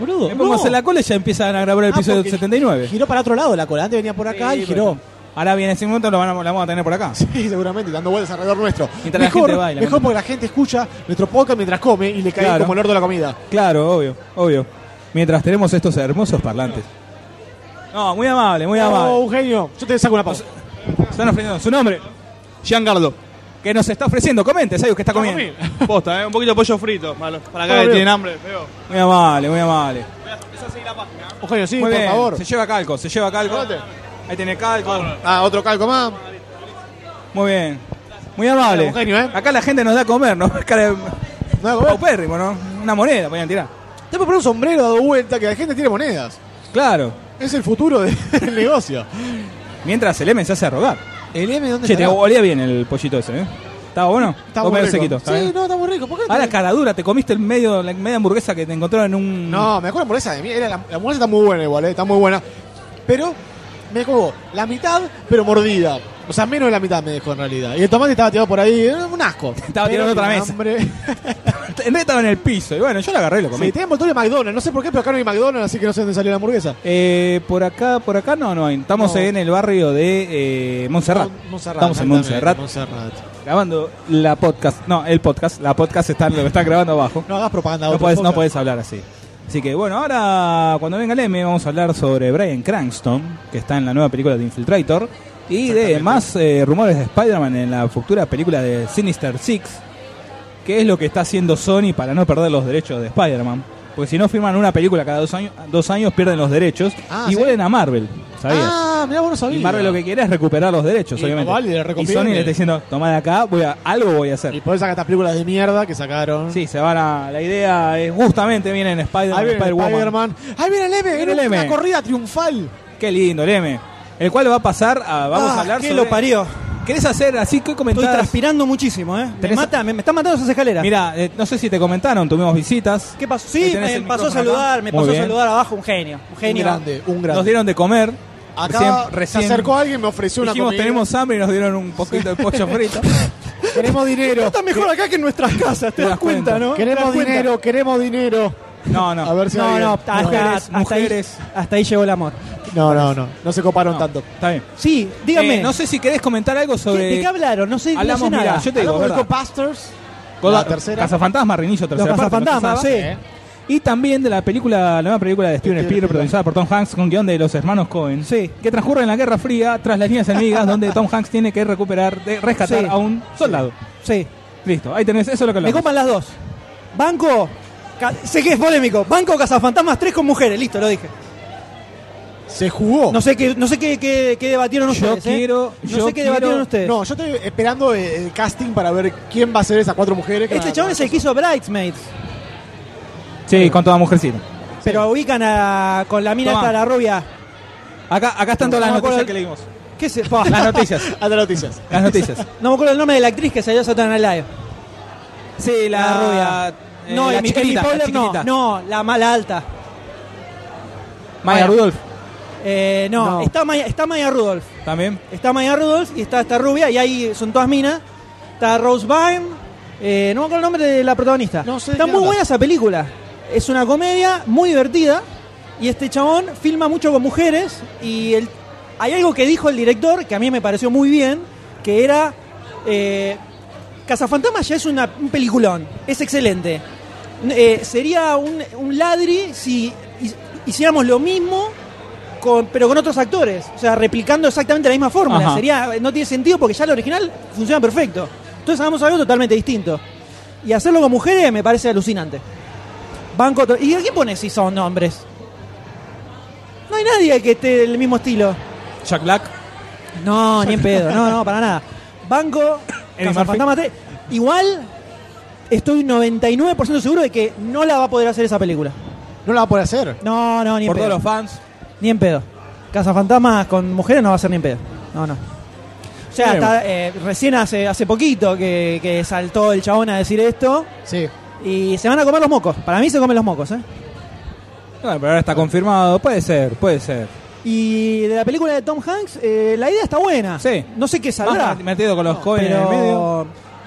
Speaker 5: Boludo.
Speaker 4: Me pongo a hacer la cola y ya empiezan a grabar el
Speaker 5: Ah,
Speaker 4: episodio
Speaker 5: porque
Speaker 4: 79.
Speaker 5: Giró para otro lado la cola. Antes venía por acá y
Speaker 4: Sí,
Speaker 5: giró.
Speaker 4: bueno. Ahora viene ese momento, lo van a- la vamos a tener por acá.
Speaker 5: Sí, seguramente, dando vueltas alrededor nuestro.
Speaker 4: Mientras la gente baila,
Speaker 5: mejor
Speaker 4: mientras-
Speaker 5: porque la gente escucha nuestro podcast mientras come y le cae
Speaker 4: Claro.
Speaker 5: como el orto la comida.
Speaker 4: Claro, obvio, obvio. Mientras tenemos estos hermosos parlantes. No, muy amable, muy
Speaker 5: Oh,
Speaker 4: amable.
Speaker 5: un genio. Yo te saco una pausa.
Speaker 4: Están ofreciendo su nombre.
Speaker 13: Giancarlo.
Speaker 4: Que nos está ofreciendo, comente, ¿sabes qué está comiendo?
Speaker 13: Posta, ¿eh? Un poquito de pollo frito. Malo. Para acá
Speaker 5: Ah,
Speaker 13: que
Speaker 5: bien.
Speaker 13: tienen hambre, feo.
Speaker 4: Muy amable, muy amable.
Speaker 5: Un genio, sí,
Speaker 4: muy
Speaker 5: por
Speaker 4: bien,
Speaker 5: favor.
Speaker 4: se lleva calco, se lleva calco.
Speaker 5: Aguante.
Speaker 4: Ahí tiene calco.
Speaker 5: Ah, otro calco más.
Speaker 4: Muy bien. Muy amable.
Speaker 5: Un genio, ¿eh?
Speaker 4: Acá la gente nos da a comer, ¿no? Cara de-
Speaker 5: No, como-
Speaker 4: Paupérrimo, ¿no? Una moneda, podían tirar.
Speaker 5: Te voy a poner un sombrero dado vuelta que la gente tiene monedas.
Speaker 4: Claro.
Speaker 5: Es el futuro de- del negocio.
Speaker 4: Mientras el M se hace rogar.
Speaker 5: El M, ¿dónde
Speaker 4: Che, te
Speaker 5: estará?
Speaker 4: olía bien el pollito ese, ¿eh? ¿Estaba bueno?
Speaker 5: Está
Speaker 4: ¿O
Speaker 5: muy
Speaker 4: medio
Speaker 5: rico.
Speaker 4: sequito? ¿Está
Speaker 5: Sí,
Speaker 4: bien?
Speaker 5: no, está muy rico. ¿Por qué no
Speaker 4: Ah, la
Speaker 5: te-
Speaker 4: cara dura, te comiste el medio, la media hamburguesa que te encontraron en un.
Speaker 5: No, me acuerdo por esa de mí. Era la, la hamburguesa está muy buena igual, eh, está muy buena. Pero me dejó la mitad, pero mordida. O sea, menos de la mitad me dejó en realidad. Y el tomate estaba tirado por ahí, era un asco.
Speaker 4: Estaba
Speaker 5: Pero
Speaker 4: tirado en otra
Speaker 5: tenía
Speaker 4: mesa.
Speaker 5: hambre.
Speaker 4: En realidad estaba en el piso. Y bueno, yo la agarré y lo comí.
Speaker 5: Sí, tenía envoltorio de McDonald's, no sé por qué, pero acá no hay McDonald's, así que no sé dónde salió la hamburguesa.
Speaker 4: Eh, por acá, por acá no, no hay. Estamos
Speaker 5: No.
Speaker 4: en el barrio de eh, Montserrat.
Speaker 5: Mon- Montserrat,
Speaker 4: Estamos en
Speaker 5: exactamente,
Speaker 4: Montserrat grabando la podcast. No, el podcast. La podcast está, lo están grabando abajo.
Speaker 5: No hagas propaganda a
Speaker 4: No
Speaker 5: otro
Speaker 4: puedes, no
Speaker 5: podcast.
Speaker 4: puedes hablar así. Así que bueno, ahora cuando venga el M vamos a hablar sobre Brian Cranston, que está en la nueva película de Infiltrator, y de más eh, rumores de Spider-Man en la futura película de Sinister Six, que es lo que está haciendo Sony para no perder los derechos de Spider-Man. Porque si no firman una película cada dos años, dos años pierden los derechos
Speaker 5: Ah,
Speaker 4: y
Speaker 5: ¿sí?
Speaker 4: vuelven a Marvel, ¿sabías?
Speaker 5: Ah, mirá, vos no
Speaker 4: y
Speaker 5: sabías.
Speaker 4: Marvel lo que quiere es recuperar los derechos,
Speaker 5: Y
Speaker 4: obviamente.
Speaker 5: vale, le
Speaker 4: y
Speaker 5: reconviene.
Speaker 4: Sony le está diciendo, tomá de acá, voy a, algo voy a hacer.
Speaker 5: Y por eso sacar estas películas de mierda que sacaron.
Speaker 4: Sí, se van a. La idea es justamente vienen Spider-Man,
Speaker 5: Ahí viene
Speaker 4: Spider-Woman.
Speaker 5: Spider-Man. Ahí viene el M,
Speaker 4: Viene
Speaker 5: viene
Speaker 4: el M.
Speaker 5: una corrida triunfal.
Speaker 4: Qué lindo, el M. El cual va a pasar a. Vamos
Speaker 5: Ah,
Speaker 4: a hablar
Speaker 2: ¿Qué
Speaker 4: sobre-
Speaker 2: lo parió?
Speaker 4: ¿Querés hacer así? ¿Qué
Speaker 2: Estoy
Speaker 4: comentás?
Speaker 2: transpirando muchísimo, ¿eh? Me,
Speaker 4: Tenés-
Speaker 2: mata, me, me están matando esas escaleras.
Speaker 4: Mira, eh, no sé si te comentaron, tuvimos visitas.
Speaker 2: ¿Qué pasó?
Speaker 4: Ahí
Speaker 2: Sí,
Speaker 4: tenés
Speaker 2: me
Speaker 4: el
Speaker 2: pasó a
Speaker 4: micrófono acá.
Speaker 2: saludar, me
Speaker 4: Muy
Speaker 2: pasó a
Speaker 4: bien.
Speaker 2: saludar abajo un genio. Un genio.
Speaker 5: Un grande, un grande.
Speaker 4: Nos dieron de comer.
Speaker 5: Acá
Speaker 4: recién,
Speaker 5: se acercó alguien, me ofreció una
Speaker 4: Dijimos,
Speaker 5: comida.
Speaker 4: tenemos hambre y nos dieron un poquito de pollo frito.
Speaker 5: Queremos dinero.
Speaker 2: Está mejor acá que en nuestras casas, te
Speaker 4: das
Speaker 2: das cuenta,
Speaker 4: cuenta.
Speaker 2: ¿no? ¿Te das
Speaker 5: Queremos
Speaker 2: cuenta?
Speaker 5: dinero, queremos dinero.
Speaker 4: No, no.
Speaker 5: A ver si
Speaker 2: No,
Speaker 5: alguien-
Speaker 2: no, hasta,
Speaker 4: Mujeres,
Speaker 2: hasta
Speaker 4: mujeres.
Speaker 2: Ahí, hasta ahí llegó el amor.
Speaker 5: No, no, no. No se coparon
Speaker 4: No,
Speaker 5: tanto.
Speaker 4: Está bien.
Speaker 2: Sí, dígame.
Speaker 4: Eh, no sé si querés comentar algo
Speaker 2: ¿qué-
Speaker 4: sobre.
Speaker 2: ¿De qué hablaron? No sé, no sé
Speaker 4: Hablamos, mirá,
Speaker 2: nada.
Speaker 4: yo te digo,
Speaker 5: Hablamos
Speaker 4: ¿verdad?
Speaker 5: de Copasters.
Speaker 4: Goda-
Speaker 5: La tercera.
Speaker 4: Cazafantasma, reinicio, tercera
Speaker 2: Los
Speaker 4: parte, ¿no?
Speaker 2: cazafantasmas, sí.
Speaker 5: ¿eh?
Speaker 4: Y también de la película, la nueva película de Steven Spielberg protagonizada por Tom Hanks con guión de los hermanos Cohen.
Speaker 2: Sí.
Speaker 4: Que transcurre en la Guerra Fría tras las líneas enemigas donde Tom Hanks tiene que recuperar, de- rescatar
Speaker 2: Sí.
Speaker 4: a un soldado.
Speaker 2: Sí.
Speaker 4: Listo, ahí tenés, eso es lo que
Speaker 2: Me
Speaker 4: hablamos.
Speaker 2: copan las dos. Banco. ca- Sé que es polémico. Banco Cazafantasmas 3 con mujeres. Listo, lo dije.
Speaker 5: Se jugó.
Speaker 2: No sé qué, no sé qué, qué- qué debatieron
Speaker 4: Oh. Yo
Speaker 2: ustedes. ¿eh?
Speaker 4: quiero-
Speaker 2: No
Speaker 4: yo
Speaker 2: sé qué debatieron
Speaker 4: quiero-
Speaker 2: ustedes.
Speaker 5: No, yo estoy esperando eh, el casting para ver quién va a ser esas cuatro mujeres. que van
Speaker 2: Este
Speaker 5: a-
Speaker 2: chabón es el que hizo Bridesmaids.
Speaker 4: Sí, con toda mujercita.
Speaker 2: Pero ubican a, con la mina
Speaker 4: Tomá.
Speaker 2: esta, la rubia.
Speaker 4: Acá, acá están todas
Speaker 2: No
Speaker 4: las
Speaker 2: me
Speaker 4: noticias
Speaker 2: acuerdo
Speaker 4: que
Speaker 2: el-
Speaker 4: leímos.
Speaker 2: ¿Qué se fa?
Speaker 4: Las noticias,
Speaker 5: Anda noticias.
Speaker 4: las noticias.
Speaker 2: No me acuerdo el nombre de la actriz que salió a Saturday Night Live.
Speaker 4: Sí,
Speaker 2: La, rubia.
Speaker 4: no,
Speaker 2: no, Amy-
Speaker 4: la
Speaker 2: Amy
Speaker 4: chiquitita, la
Speaker 2: Poehler
Speaker 4: chiquitita.
Speaker 2: no. No, la mala alta.
Speaker 4: Maya Rudolph
Speaker 2: Eh, no,
Speaker 5: No.
Speaker 2: Está, Maya, está Maya Rudolph.
Speaker 4: también.
Speaker 2: Está Maya Rudolph y está esta rubia y ahí son todas minas. Está Rose Byrne. eh, no me acuerdo el nombre de la protagonista.
Speaker 5: No sé de
Speaker 2: está
Speaker 5: qué
Speaker 2: muy
Speaker 5: hablas.
Speaker 2: buena esa película. Es una comedia muy divertida y este chabón filma mucho con mujeres y el- hay algo que dijo el director que a mí me pareció muy bien, que era... Eh, Cazafantasmas ya es una- un peliculón, es excelente. Eh, sería un, un ladri si hi- hiciéramos lo mismo, con- pero con otros actores. O sea, replicando exactamente la misma fórmula.
Speaker 4: Ajá.
Speaker 2: Sería, no tiene sentido porque ya el original funciona perfecto. Entonces hagamos algo totalmente distinto. Y hacerlo con mujeres me parece alucinante. Banco to- ¿Y a quién pones si son hombres? No hay nadie que esté del mismo estilo.
Speaker 4: Jack Black.
Speaker 2: No, ni en pedo, no, no, para nada. Banco,
Speaker 4: Eddie
Speaker 2: Cazafantasma 3. Igual, estoy 99% seguro de que no la va a poder hacer esa película.
Speaker 5: No la va a poder hacer.
Speaker 2: No, no, ni en
Speaker 4: Por todos
Speaker 2: pedo.
Speaker 4: los fans.
Speaker 2: Ni en pedo. Cazafantasmas con mujeres no va a ser ni en pedo. No, no. O sea,
Speaker 4: Veremos.
Speaker 2: hasta, eh, recién hace, hace poquito que, que saltó el chabón a decir esto.
Speaker 5: Sí.
Speaker 2: Y se van a comer los mocos. Para mí se comen los mocos, ¿eh?
Speaker 4: Bueno, pero ahora está confirmado. Puede ser, puede ser.
Speaker 2: Y de la película de Tom Hanks, eh, la idea está buena.
Speaker 4: Sí. Ah,
Speaker 2: No sé qué saldrá.
Speaker 4: Más metido con los jóvenes
Speaker 2: pero,
Speaker 4: en el medio.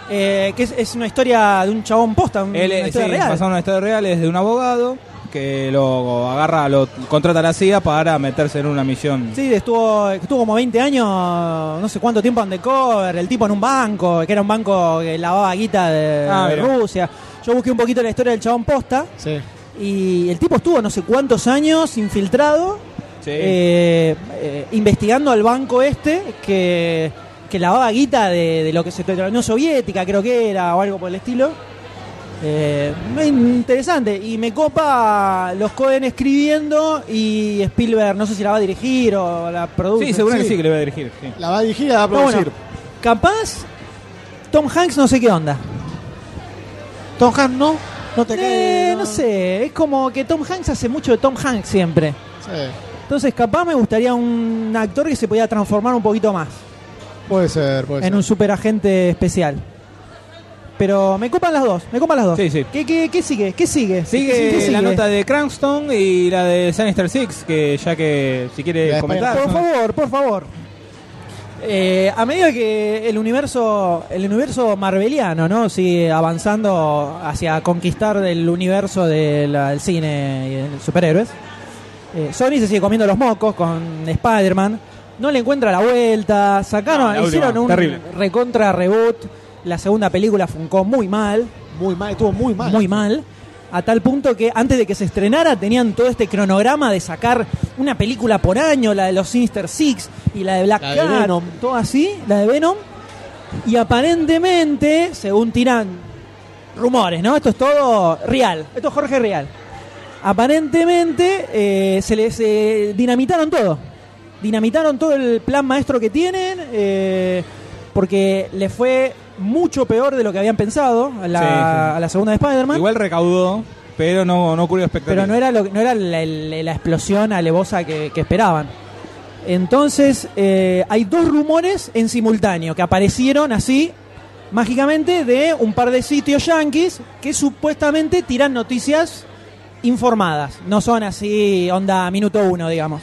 Speaker 2: eh, que es, es una historia de un chabón posta, un-
Speaker 4: Él
Speaker 2: Mm, una
Speaker 4: es, sí,
Speaker 2: historia real.
Speaker 4: pasaron a historia real es de un abogado que lo agarra, lo contrata a la CIA para meterse en una misión.
Speaker 2: Sí, estuvo, estuvo como 20 años, no sé cuánto tiempo undercover, el tipo en un banco, que era un banco que lavaba guita de,
Speaker 4: Ah,
Speaker 2: de
Speaker 4: mira.
Speaker 2: Rusia. Yo busqué un poquito la historia del chabón posta
Speaker 5: Sí.
Speaker 2: y el tipo estuvo no sé cuántos años infiltrado,
Speaker 4: Sí.
Speaker 2: eh, eh, investigando al banco este que, que lavaba guita de, de lo que se de la Unión Soviética, creo que era, o algo por el estilo. Eh, muy interesante, y me copa los Cohen escribiendo y Spielberg, no sé si la va a dirigir o la produce.
Speaker 4: Sí, seguro que sí que le va a dirigir. sí.
Speaker 5: La va a dirigir y la va a
Speaker 2: Pero bueno,
Speaker 5: producir.
Speaker 2: capaz Tom Hanks no sé qué onda.
Speaker 5: Tom Hanks no. No te
Speaker 2: Eh,
Speaker 5: cae.
Speaker 2: no sé, es como que Tom Hanks hace mucho de Tom Hanks siempre.
Speaker 5: Sí.
Speaker 2: Entonces, capaz me gustaría un actor que se podía transformar un poquito más
Speaker 5: Puede ser, puede
Speaker 2: en
Speaker 5: ser.
Speaker 2: un superagente especial. Pero me copan las dos, me copan las dos.
Speaker 4: Sí, sí.
Speaker 2: ¿Qué, qué, qué sigue? ¿Qué sigue? ¿Qué-
Speaker 4: Sigue
Speaker 2: qué
Speaker 4: la nota de Cranston y la de Sinister Six, que ya que si
Speaker 5: La
Speaker 4: quiere
Speaker 5: de
Speaker 4: comentar.
Speaker 2: Por
Speaker 4: ¿no?
Speaker 2: favor, por favor. Eh, a medida que el universo, el universo marveliano, ¿no? Sigue avanzando hacia conquistar el universo del al cine y de superhéroes. eh, Sony se sigue comiendo los mocos con Spider-Man. No le encuentra la vuelta. Sacaron,
Speaker 4: No, la
Speaker 2: hicieron
Speaker 4: última,
Speaker 2: un
Speaker 4: terrible.
Speaker 2: recontra reboot. La segunda película funcó muy mal
Speaker 5: Muy mal, estuvo muy mal.
Speaker 2: muy mal. a tal punto que antes de que se estrenara tenían todo este cronograma de sacar una película por año, la de los Sinister Six y la de Black
Speaker 5: La de
Speaker 2: Cat,
Speaker 5: Venom.
Speaker 2: todo así, la de Venom. Y aparentemente, según tiran rumores, ¿no? Esto es todo real, esto es Jorge Real. Aparentemente eh, se les eh, dinamitaron todo. Dinamitaron todo el plan maestro que tienen eh, porque les fue mucho peor de lo que habían pensado a la,
Speaker 4: Sí, sí.
Speaker 2: a la segunda de Spider-Man.
Speaker 4: Igual recaudó, pero no, no cubrió expectativas.
Speaker 2: Pero no era, lo, que- no era la, la- la explosión alevosa que, que esperaban. Entonces, eh, hay dos rumores en simultáneo que aparecieron así, mágicamente, de un par de sitios yanquis que supuestamente tiran noticias informadas. No son así, onda minuto uno, digamos.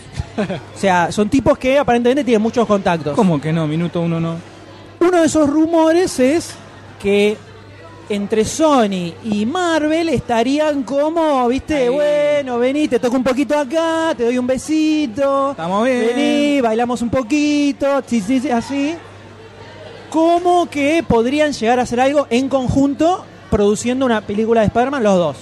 Speaker 2: O sea, son tipos que aparentemente tienen muchos contactos.
Speaker 4: ¿Cómo que no? Minuto uno no.
Speaker 2: Uno de esos rumores es que entre Sony y Marvel estarían como, viste, bueno, vení, te toco un poquito acá, te doy un besito,
Speaker 4: Estamos bien.
Speaker 2: vení, bailamos un poquito, sí, sí, sí, así. Como que podrían llegar a hacer algo en conjunto produciendo una película de Spider-Man los dos.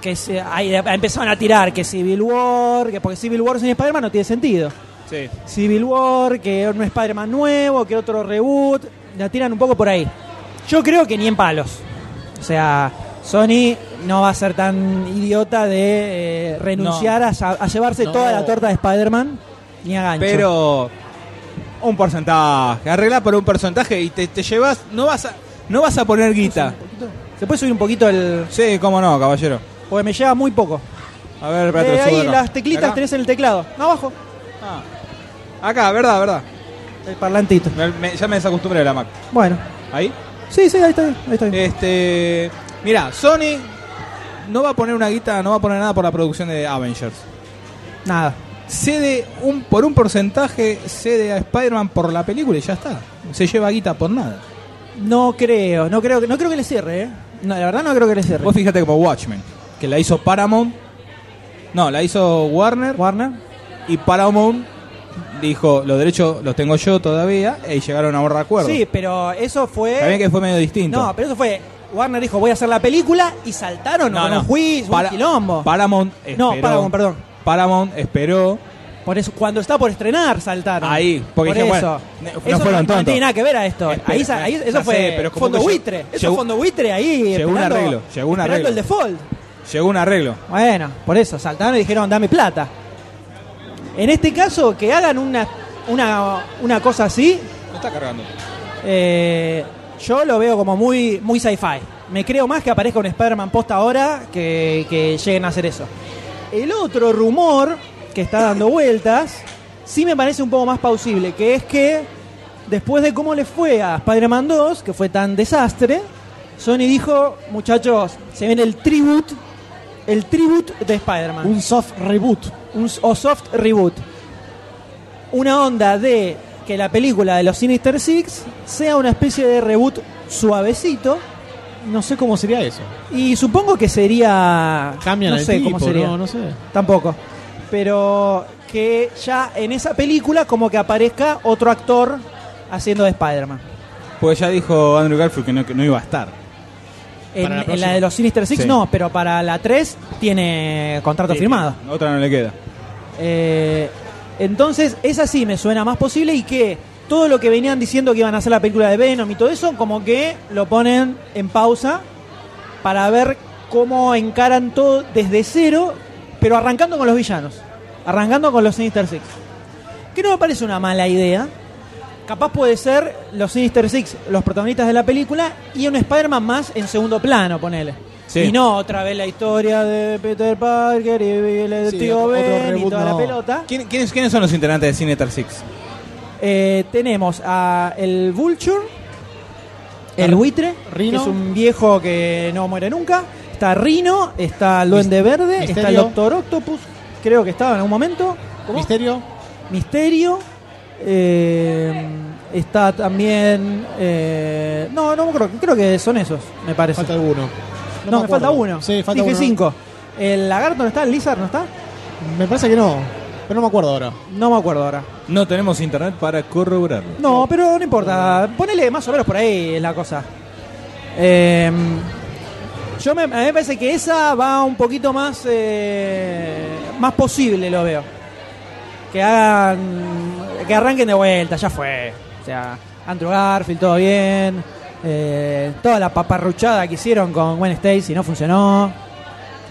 Speaker 2: Que se, ahí empezaron a tirar que Civil War, que porque Civil War sin Spider-Man no tiene sentido.
Speaker 4: Sí.
Speaker 2: Civil War, que un Spider-Man nuevo, que otro reboot. La tiran un poco por ahí. Yo creo que ni en palos. O sea, Sony no va a ser tan idiota de eh, renunciar a, sa- a llevarse
Speaker 4: No.
Speaker 2: toda la torta de Spider-Man ni a gancho.
Speaker 4: Pero un porcentaje, arregla por un porcentaje y te, te llevas, no vas a, no vas a poner guita.
Speaker 2: ¿Se puede subir un poquito el...?
Speaker 4: Sí, cómo no, caballero.
Speaker 2: Porque me lleva muy poco.
Speaker 4: A ver, espera, te
Speaker 2: Eh,
Speaker 4: lo
Speaker 2: ahí
Speaker 4: subo acá.
Speaker 2: las teclitas
Speaker 4: Acá.
Speaker 2: tenés en el teclado. Abajo.
Speaker 4: Ah. Acá, verdad, verdad.
Speaker 2: El parlantito.
Speaker 4: Me- me- ya me desacostumbré de la Mac.
Speaker 2: Bueno.
Speaker 4: Ahí.
Speaker 2: Sí, sí, ahí está. Ahí está.
Speaker 4: Este, mira, Sony no va a poner una guita, no va a poner nada por la producción de Avengers.
Speaker 2: Nada.
Speaker 4: Cede un por un porcentaje cede a Spider-Man por la película y ya está. Se lleva guita por nada.
Speaker 2: No creo. No creo, que- no creo que le cierre, ¿eh? No, la verdad no creo que le cierre.
Speaker 4: Vos fíjate como Watchmen, que la hizo Paramount. No, la hizo Warner.
Speaker 2: Warner.
Speaker 4: Y Paramount dijo, los derechos los tengo yo todavía, y llegaron a un acuerdo.
Speaker 2: Sí, pero eso fue.
Speaker 4: También que fue medio distinto.
Speaker 2: Eh, No, pero eso fue. Warner dijo, voy a hacer la película y saltaron con un juicio,
Speaker 4: Para-
Speaker 2: un quilombo.
Speaker 4: Paramount
Speaker 2: no,
Speaker 4: esperó-
Speaker 2: Paramount, perdón.
Speaker 4: Paramount esperó.
Speaker 2: Por eso, cuando está por estrenar, saltaron.
Speaker 4: Ahí, porque
Speaker 2: por
Speaker 4: dije,
Speaker 2: eso.
Speaker 4: bueno, ne- no
Speaker 2: Eso
Speaker 4: fueron tontos.
Speaker 2: tiene nada que ver a esto.
Speaker 4: Espera,
Speaker 2: ahí, sa- ahí-
Speaker 4: ya
Speaker 2: eso
Speaker 4: sé,
Speaker 2: fue
Speaker 4: pero como
Speaker 2: fondo
Speaker 4: que llegó-
Speaker 2: buitre. Eso
Speaker 4: llegó-
Speaker 2: fondo buitre ahí.
Speaker 4: llegó un
Speaker 2: esperando-
Speaker 4: arreglo, llegó un
Speaker 2: esperando
Speaker 4: arreglo.
Speaker 2: el default.
Speaker 4: Llegó un arreglo.
Speaker 2: Bueno, por eso, saltaron y dijeron, dame plata. En este caso, que hagan una, una, una cosa así,
Speaker 4: No está cargando.
Speaker 2: Eh, yo lo veo como muy, muy sci-fi. Me creo más que aparezca un Spider-Man post ahora que, que lleguen a hacer eso. El otro rumor que está dando vueltas, sí me parece un poco más plausible, que es que después de cómo le fue a Spider-Man 2, que fue tan desastre, Sony dijo, muchachos, se viene el tribute, el tribute de Spider-Man
Speaker 12: Un soft reboot.
Speaker 2: un, o soft reboot. Una onda de que la película de los Sinister Six sea una especie de reboot suavecito.
Speaker 5: No sé cómo sería eso.
Speaker 2: Y supongo que sería.
Speaker 5: Cambian
Speaker 2: no
Speaker 5: el
Speaker 2: sé
Speaker 5: tipo,
Speaker 2: cómo sería.
Speaker 5: No, no sé.
Speaker 2: Tampoco. Pero que ya en esa película, como que aparezca otro actor haciendo de Spider-Man.
Speaker 4: Pues ya dijo Andrew Garfield que no, que no iba a estar.
Speaker 2: En
Speaker 5: Para la
Speaker 2: en la,
Speaker 5: próxima.
Speaker 2: de los Sinister Six
Speaker 4: Sí.
Speaker 2: no, pero para la 3 tiene contrato firmado.
Speaker 4: Otra no le queda.
Speaker 2: Eh, entonces, esa sí me suena más posible y que todo lo que venían diciendo que iban a hacer la película de Venom y todo eso, como que lo ponen en pausa para ver cómo encaran todo desde cero, pero arrancando con los villanos, arrancando con los Sinister Six. Que no me parece una mala idea. Capaz puede ser los Sinister Six, los protagonistas de la película, y un Spider-Man más en segundo plano, ponele.
Speaker 4: Sí.
Speaker 2: Y no otra vez la historia de Peter Parker y el
Speaker 5: Sí,
Speaker 2: tío
Speaker 5: otro- otro
Speaker 2: Ben y
Speaker 5: reboot,
Speaker 2: toda
Speaker 5: no.
Speaker 2: la pelota.
Speaker 4: ¿Quién- quiénes, quiénes son los integrantes de Cinetar Six?
Speaker 2: Eh, tenemos a el Vulture, el
Speaker 5: Ar-
Speaker 2: buitre,
Speaker 5: Rhino.
Speaker 2: que es un viejo que no muere nunca. Está Rino, está el Duende Verde, está el
Speaker 5: Misterio.
Speaker 2: Doctor Octopus, creo que estaba en algún momento. ¿Cómo?
Speaker 5: Misterio.
Speaker 2: Misterio. eh, está también. eh, no, no creo, creo que son esos, me parece.
Speaker 5: Falta alguno.
Speaker 2: no,
Speaker 5: me
Speaker 2: me, falta
Speaker 5: acuerdo.
Speaker 2: uno.
Speaker 5: Sí, falta
Speaker 2: Dije
Speaker 5: uno.
Speaker 2: cinco. El lagarto no está, el lizard no está.
Speaker 5: Me parece que no. Pero no me acuerdo ahora.
Speaker 2: No me acuerdo ahora.
Speaker 4: No tenemos internet para corroborarlo.
Speaker 2: No, pero no importa. Ponele más o menos por ahí la cosa. Eh, Em, Yo me, a mí me parece que esa va un poquito más, eh, más posible, lo veo. Que hagan. Que arranquen de vuelta, ya fue. O sea, Andrew Garfield, todo bien. Eh, toda la paparruchada que hicieron con Gwen Stacy no funcionó.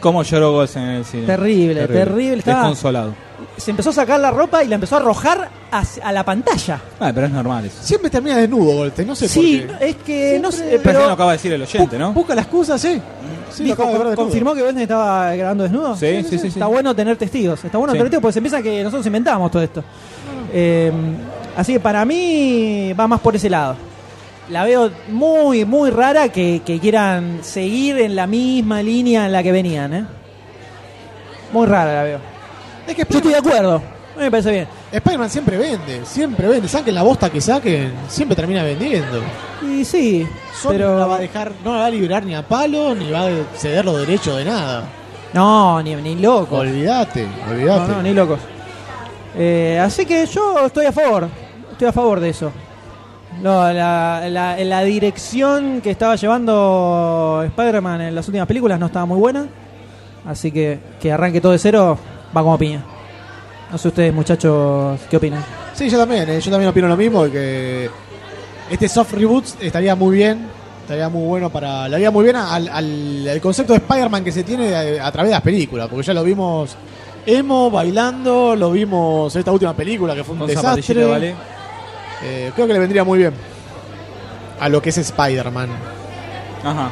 Speaker 4: ¿Cómo lloró Goss en el cine?
Speaker 2: Terrible, terrible. Estaba-
Speaker 4: Desconsolado.
Speaker 2: se empezó a sacar la ropa y la empezó a arrojar hacia- a la pantalla.
Speaker 4: Ah, pero es normal eso.
Speaker 5: Siempre termina desnudo, Golte, no sé
Speaker 2: sí,
Speaker 5: por qué.
Speaker 2: es que no sé.
Speaker 4: Pero
Speaker 2: Pero
Speaker 4: lo acaba de decir el oyente, ¿no?
Speaker 5: Busca la excusa, sí. Sí,
Speaker 2: dijo,
Speaker 5: lo acabo de ver desnudo.
Speaker 2: confirmó que Golden estaba grabando desnudo.
Speaker 4: Sí, sí, sí, sí.
Speaker 2: Está bueno tener testigos. Está bueno
Speaker 4: Sí.
Speaker 2: tener testigos porque se piensa que nosotros inventamos todo esto. Eh, así que para mí va más por ese lado. La veo muy, muy rara que, que quieran seguir en la misma línea en la que venían. ¿eh? Muy rara la veo.
Speaker 5: Es que
Speaker 2: Yo estoy de
Speaker 5: Spider-Man,
Speaker 2: acuerdo. A mí Me parece bien.
Speaker 5: Spider-Man siempre vende, siempre vende. Saquen la bosta que saquen, siempre termina vendiendo.
Speaker 2: Y sí,
Speaker 5: Sony
Speaker 2: pero...
Speaker 5: no la va a dejar, no la va a liberar ni a palo, ni va a ceder los derechos de nada.
Speaker 2: No, ni, ni loco.
Speaker 5: Olvídate,
Speaker 2: No,
Speaker 5: olvídate.
Speaker 2: no, ni locos. Eh, así que yo estoy a favor. Estoy a favor de eso. No, la, la- la dirección que estaba llevando Spider-Man en las últimas películas no estaba muy buena. Así que que arranque todo de cero va como piña. No sé ustedes, muchachos, qué opinan.
Speaker 5: Sí, yo también, eh, yo también opino lo mismo, que este soft reboot estaría muy bien, estaría muy bueno para, le haría muy bien al, al- al concepto de Spider-Man que se tiene a, a través de las películas, porque ya lo vimos emo bailando, lo vimos en esta última película que fue un
Speaker 4: Con
Speaker 5: desastre.
Speaker 4: zapatillita, ¿vale?
Speaker 5: Eh, creo que le vendría muy bien a lo que es Spider-Man.
Speaker 4: Ajá.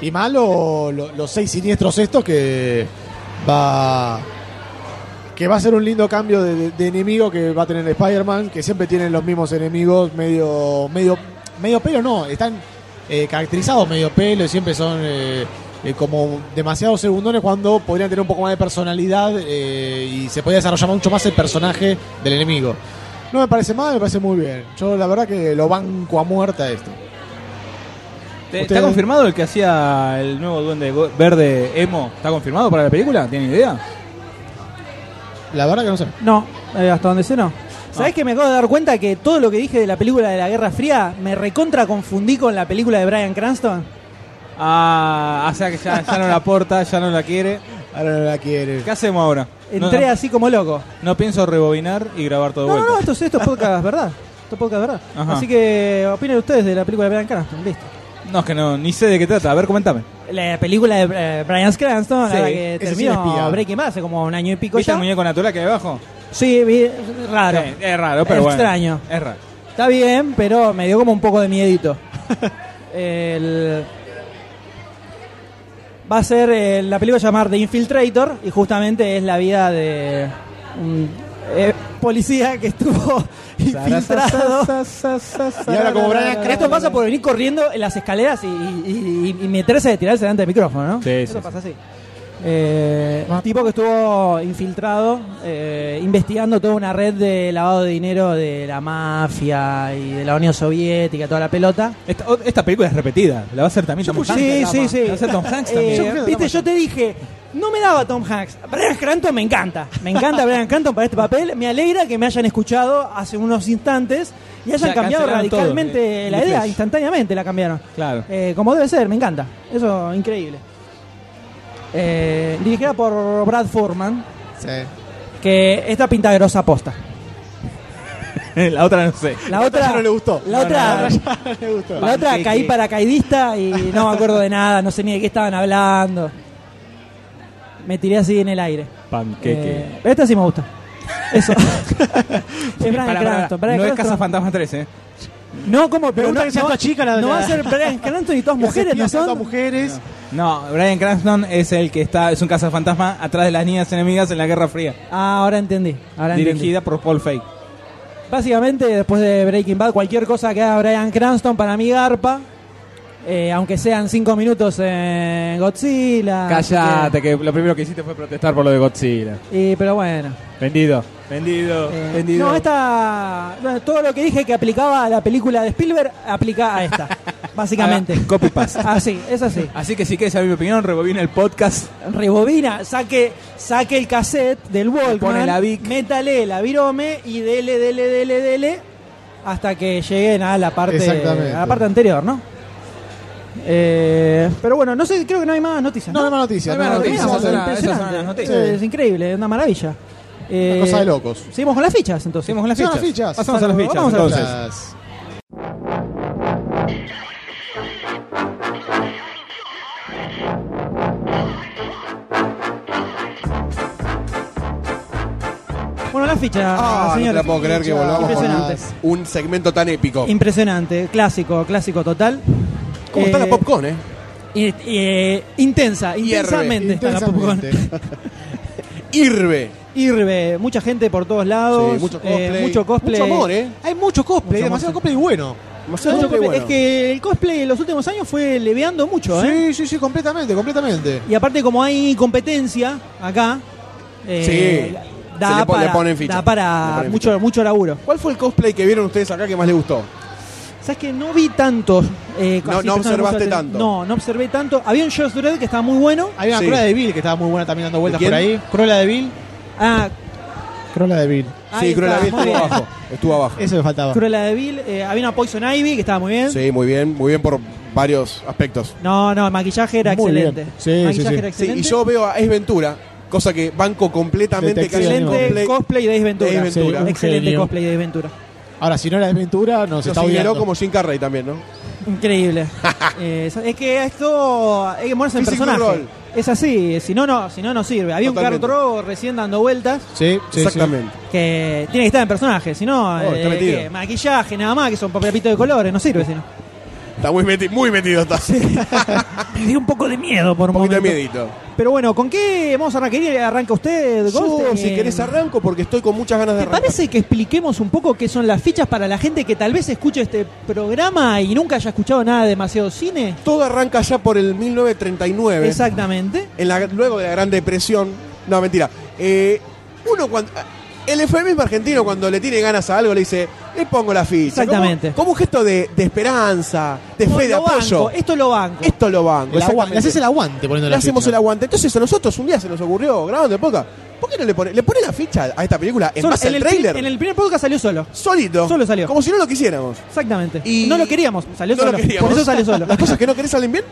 Speaker 5: Y malo lo- los seis siniestros estos que va. Que va a ser un lindo cambio de, de- de enemigo que va a tener Spider-Man, que siempre tienen los mismos enemigos, medio. medio. medio pelo no, están eh, caracterizados medio pelo y siempre son eh, eh, como demasiados segundones cuando podrían tener un poco más de personalidad eh, y se podría desarrollar mucho más el personaje del enemigo. No me parece mal, me parece muy bien. Yo la verdad que lo banco a muerta esto.
Speaker 4: ¿Te-
Speaker 5: Ustedes-
Speaker 4: ¿Está confirmado el que hacía el nuevo duende go- verde emo? ¿Está confirmado para la película? ¿Tienen idea?
Speaker 5: La verdad que no sé.
Speaker 2: No, eh, hasta donde sé no. ¿Sabés que me acabo de dar cuenta que todo lo que dije de la película de la Guerra Fría me recontra confundí con la película de Brian Cranston?
Speaker 4: Ah, o sea que ya, ya no la aporta, ya no la quiere.
Speaker 5: Ahora no la quiere.
Speaker 4: ¿Qué hacemos ahora? No,
Speaker 2: Entré
Speaker 4: no,
Speaker 2: así como loco.
Speaker 4: no pienso rebobinar y grabar todo de
Speaker 2: No, no,
Speaker 4: vuelta.
Speaker 2: no, esto es, esto es podcast, ¿verdad? Esto es podcast, ¿verdad?
Speaker 4: Ajá.
Speaker 2: Así que opinen ustedes de la película de Brian Cranston, listo.
Speaker 4: no. es que no, ni sé de qué trata. A ver, comentame.
Speaker 2: La película de eh, Brian Cranston,
Speaker 4: Sí,
Speaker 2: la que
Speaker 5: ese sí
Speaker 2: terminó
Speaker 5: es espía.
Speaker 2: Breaking Bad hace como un año y pico
Speaker 4: ¿Viste el
Speaker 2: ya. eh.
Speaker 4: muñeco natural que hay abajo?
Speaker 2: Sí, vi- raro.
Speaker 4: Sí, es raro, pero
Speaker 2: Es
Speaker 4: bueno.
Speaker 2: extraño.
Speaker 4: Es raro.
Speaker 2: Está bien, pero me dio como un poco de miedito. El- Va a ser eh, la película llamar The Infiltrator y justamente es la vida de un eh, policía que estuvo infiltrado.
Speaker 5: Y ahora como Brian Cranston-
Speaker 2: Esto pasa por venir corriendo en las escaleras y, y, y- y meterse de tirarse delante del micrófono, ¿no?
Speaker 4: Sí,
Speaker 2: Eso
Speaker 4: sí,
Speaker 2: pasa así. Eh, un tipo que estuvo infiltrado, eh, investigando toda una red de lavado de dinero de la mafia y de la Unión Soviética, toda la pelota.
Speaker 4: Esta, o- esta película es repetida. La va a hacer también Tom Hanks.
Speaker 2: Sí, sí, sí.
Speaker 4: La va a hacer Tom Hanks
Speaker 2: Eh,
Speaker 4: también.
Speaker 2: Viste, yo te dije, no me daba Tom Hanks. Brian Cranston me encanta. Me encanta Brian Cranston para este papel. Me alegra que me hayan escuchado hace unos instantes y hayan
Speaker 4: Ya,
Speaker 2: cambiado
Speaker 4: cancelaron todo,
Speaker 2: radicalmente
Speaker 4: eh,
Speaker 2: la
Speaker 4: de
Speaker 2: idea.
Speaker 4: flash.
Speaker 2: Instantáneamente la cambiaron.
Speaker 4: Claro.
Speaker 2: Eh, como debe ser, me encanta. Eso, increíble. Eh, dirigida por Brad Foreman,
Speaker 5: Sí.
Speaker 2: que esta pinta grosa posta.
Speaker 4: la otra no sé.
Speaker 2: La otra
Speaker 5: ya no le gustó.
Speaker 2: La
Speaker 5: No,
Speaker 2: otra,
Speaker 5: Me gustó.
Speaker 2: la otra
Speaker 4: Panqueque.
Speaker 2: caí paracaidista y no me acuerdo de nada, no sé ni de qué estaban hablando. Me tiré así en el aire.
Speaker 4: Panqueque.
Speaker 2: Eh, pero esta sí me gusta. Eso. es Brian
Speaker 4: Pará, pará,
Speaker 2: Cranston.
Speaker 4: pará.
Speaker 2: Brian
Speaker 4: no es
Speaker 2: Cranston.
Speaker 4: Casa Fantasma 3, ¿eh?
Speaker 2: No, ¿cómo? Pero
Speaker 5: gusta
Speaker 2: no,
Speaker 5: que sea
Speaker 2: no-
Speaker 5: toda chica la-
Speaker 2: no
Speaker 5: la-
Speaker 2: va a ser Brian Cranston y todas mujeres, ¿no son?
Speaker 5: mujeres.
Speaker 4: No, Brian Cranston es el que está, es un cazafantasma atrás de las niñas enemigas en la Guerra Fría,
Speaker 2: Ah, ahora entendí. Ahora entendí.
Speaker 4: dirigida por Paul Feig.
Speaker 2: Básicamente, después de Breaking Bad, cualquier cosa que haga Brian Cranston para mi garpa, eh, aunque sean cinco minutos en Godzilla.
Speaker 4: Cállate, que lo primero que hiciste fue protestar por lo de Godzilla.
Speaker 2: Eh, pero bueno.
Speaker 4: Vendido. Vendido.
Speaker 2: Eh,
Speaker 4: Vendido.
Speaker 2: no, esta. no, Todo lo que dije que aplicaba a la película de Spielberg, aplica a esta. básicamente.
Speaker 4: Ah, copy paste.
Speaker 2: Así, es así.
Speaker 4: Así que si quieres saber mi opinión, rebobina el podcast.
Speaker 2: Rebobina, saque, saque el cassette del Walkman,
Speaker 4: Pone la Vic.
Speaker 2: métale la virome y dele, dele, dele, dele, hasta que lleguen a la parte,
Speaker 5: Exactamente.
Speaker 2: a la parte anterior, ¿no? Eh, pero bueno, no sé, creo que no hay más noticias.
Speaker 5: No, no hay más noticias.
Speaker 4: No hay más
Speaker 5: no hay
Speaker 4: noticias,
Speaker 5: más
Speaker 4: esas son las-
Speaker 2: Impresionante.
Speaker 4: esas son las noticias.
Speaker 2: Eh, Es increíble, es una maravilla. Eh,
Speaker 5: Una cosa de locos.
Speaker 2: Seguimos con las fichas, entonces.
Speaker 4: Seguimos con las
Speaker 5: Sí,
Speaker 4: fichas.
Speaker 5: las fichas.
Speaker 4: Pasamos a las fichas.
Speaker 2: Vamos a las
Speaker 4: entonces.
Speaker 5: Las-
Speaker 2: Bueno, las fichas,
Speaker 1: Ah, no te
Speaker 2: señores.
Speaker 1: la puedo creer que
Speaker 5: Fichas.
Speaker 1: volvamos
Speaker 2: Impresionante.
Speaker 1: con un, un segmento tan épico.
Speaker 2: Impresionante, clásico, clásico total.
Speaker 1: ¿Cómo está
Speaker 2: Eh,
Speaker 1: la popcorn, eh?
Speaker 2: y- y, eh, intensa,
Speaker 1: Hierve,
Speaker 2: intensamente está la popcorn.
Speaker 5: Intensamente.
Speaker 1: Irve.
Speaker 2: Hirve, mucha gente por todos lados.
Speaker 1: Sí, mucho
Speaker 2: eh,
Speaker 1: cosplay.
Speaker 2: mucho cosplay.
Speaker 1: Mucho amor, ¿eh?
Speaker 5: Hay mucho cosplay,
Speaker 2: Mucho
Speaker 5: demasiado
Speaker 2: amor.
Speaker 5: cosplay bueno.
Speaker 1: Demasiado
Speaker 2: Mucho
Speaker 1: cosplay
Speaker 2: cosplay.
Speaker 1: bueno.
Speaker 2: Es que el cosplay en los últimos años fue leveando mucho, ¿eh?
Speaker 5: Sí, sí, sí, completamente, completamente.
Speaker 2: Y aparte, como hay competencia acá, eh,
Speaker 1: Sí.
Speaker 2: da,
Speaker 1: Se le po-
Speaker 2: para,
Speaker 1: le ponen ficha.
Speaker 2: da para
Speaker 1: Le ponen
Speaker 2: mucho, mucho laburo.
Speaker 1: ¿Cuál fue el cosplay que vieron ustedes acá que más les gustó?
Speaker 2: ¿Sabes que no vi tantos? eh,
Speaker 1: No- no
Speaker 2: así personas que me
Speaker 1: observaste
Speaker 2: gustan-
Speaker 1: tanto.
Speaker 2: No, no observé tanto. Había un Josh Dredd que estaba muy bueno.
Speaker 5: Hay una
Speaker 1: Sí.
Speaker 5: Cruella de Bill que estaba muy buena también dando vueltas
Speaker 1: quién?
Speaker 5: por ahí. Cruella de Bill.
Speaker 2: Ah,
Speaker 5: Cruella de Bill.
Speaker 2: ahí
Speaker 1: sí, Cruella
Speaker 2: está,
Speaker 1: de Vil
Speaker 2: muy
Speaker 1: estuvo
Speaker 2: bien.
Speaker 1: abajo. Estuvo abajo.
Speaker 5: Eso me faltaba.
Speaker 2: Cruella de Vil. eh, había una Poison Ivy que estaba muy bien.
Speaker 1: Sí, muy bien, muy bien por varios aspectos.
Speaker 2: No, no, el maquillaje era
Speaker 5: Muy
Speaker 2: excelente.
Speaker 5: bien. Sí,
Speaker 2: maquillaje
Speaker 5: sí, sí.
Speaker 2: era
Speaker 1: Sí,
Speaker 2: excelente.
Speaker 1: y yo veo a Es Ventura, cosa que banco completamente que hagan
Speaker 5: Detective
Speaker 2: excelente
Speaker 1: cosplay.
Speaker 2: cosplay de Ace
Speaker 1: Ace
Speaker 2: Ventura.
Speaker 1: Ventura.
Speaker 5: Sí, un
Speaker 2: Excelente
Speaker 5: genio.
Speaker 2: cosplay de Ace Ventura.
Speaker 5: Ahora, si no era desventura, nos
Speaker 1: Se
Speaker 5: está
Speaker 1: odiaró
Speaker 5: odiando.
Speaker 1: como Jim Carrey también, ¿no?
Speaker 2: Increíble. Eh, es que esto hay que moverse en
Speaker 1: Physical
Speaker 2: personaje.
Speaker 1: role.
Speaker 2: Es así, si no, no, si no, no sirve. Había
Speaker 1: Totalmente.
Speaker 2: un cartro recién dando vueltas
Speaker 5: Sí, sí,
Speaker 1: Exactamente.
Speaker 2: que tiene que estar en personaje, si no,
Speaker 1: Oh, está
Speaker 2: eh,
Speaker 1: metido.
Speaker 2: que maquillaje nada más, que son papelitos de colores, no sirve. Si no.
Speaker 1: Está muy, meti- muy metido, está.
Speaker 2: Me Ah, dio un poco de miedo por
Speaker 1: Un
Speaker 2: un
Speaker 1: poquito de
Speaker 2: momento.
Speaker 1: miedito.
Speaker 2: Pero bueno, ¿con qué vamos a arrancar? ¿Arranca usted,
Speaker 1: Yo,
Speaker 2: Goldstein?
Speaker 1: si querés arranco porque estoy con muchas ganas de
Speaker 2: ¿Te
Speaker 1: arrancar.
Speaker 2: parece que expliquemos un poco qué son las fichas para la gente que tal vez escuche este programa y nunca haya escuchado nada de demasiado cine?
Speaker 1: Todo arranca ya por el 1939.
Speaker 2: Exactamente.
Speaker 1: en la- luego de la Gran Depresión. No, mentira. Eh, uno cuando. El eufemismo argentino cuando le tiene ganas a algo le dice, le pongo la ficha.
Speaker 2: Exactamente.
Speaker 1: Como, como un gesto de, de esperanza, de
Speaker 2: Esto
Speaker 1: fe, de
Speaker 2: lo
Speaker 1: apoyo.
Speaker 2: banco, esto lo banco.
Speaker 1: Esto lo banco.
Speaker 5: El aguante,
Speaker 1: exactamente.
Speaker 5: le haces el aguante poniendo
Speaker 1: Le
Speaker 5: la
Speaker 1: hacemos
Speaker 5: ficha.
Speaker 1: el aguante. Entonces a nosotros un día se nos ocurrió, grabando de poca, ¿por qué no le pone, le pone la ficha a esta película en
Speaker 2: Solo-
Speaker 1: base
Speaker 2: en,
Speaker 1: al
Speaker 2: el
Speaker 1: trailer?
Speaker 2: pri- en el primer podcast salió solo.
Speaker 1: solito.
Speaker 2: Solo salió.
Speaker 1: Como si no lo quisiéramos.
Speaker 2: Exactamente.
Speaker 1: Y-
Speaker 2: No lo queríamos, salió
Speaker 1: No lo
Speaker 2: solo.
Speaker 1: queríamos.
Speaker 2: Por eso salió solo.
Speaker 1: Las cosas que no querés salen bien.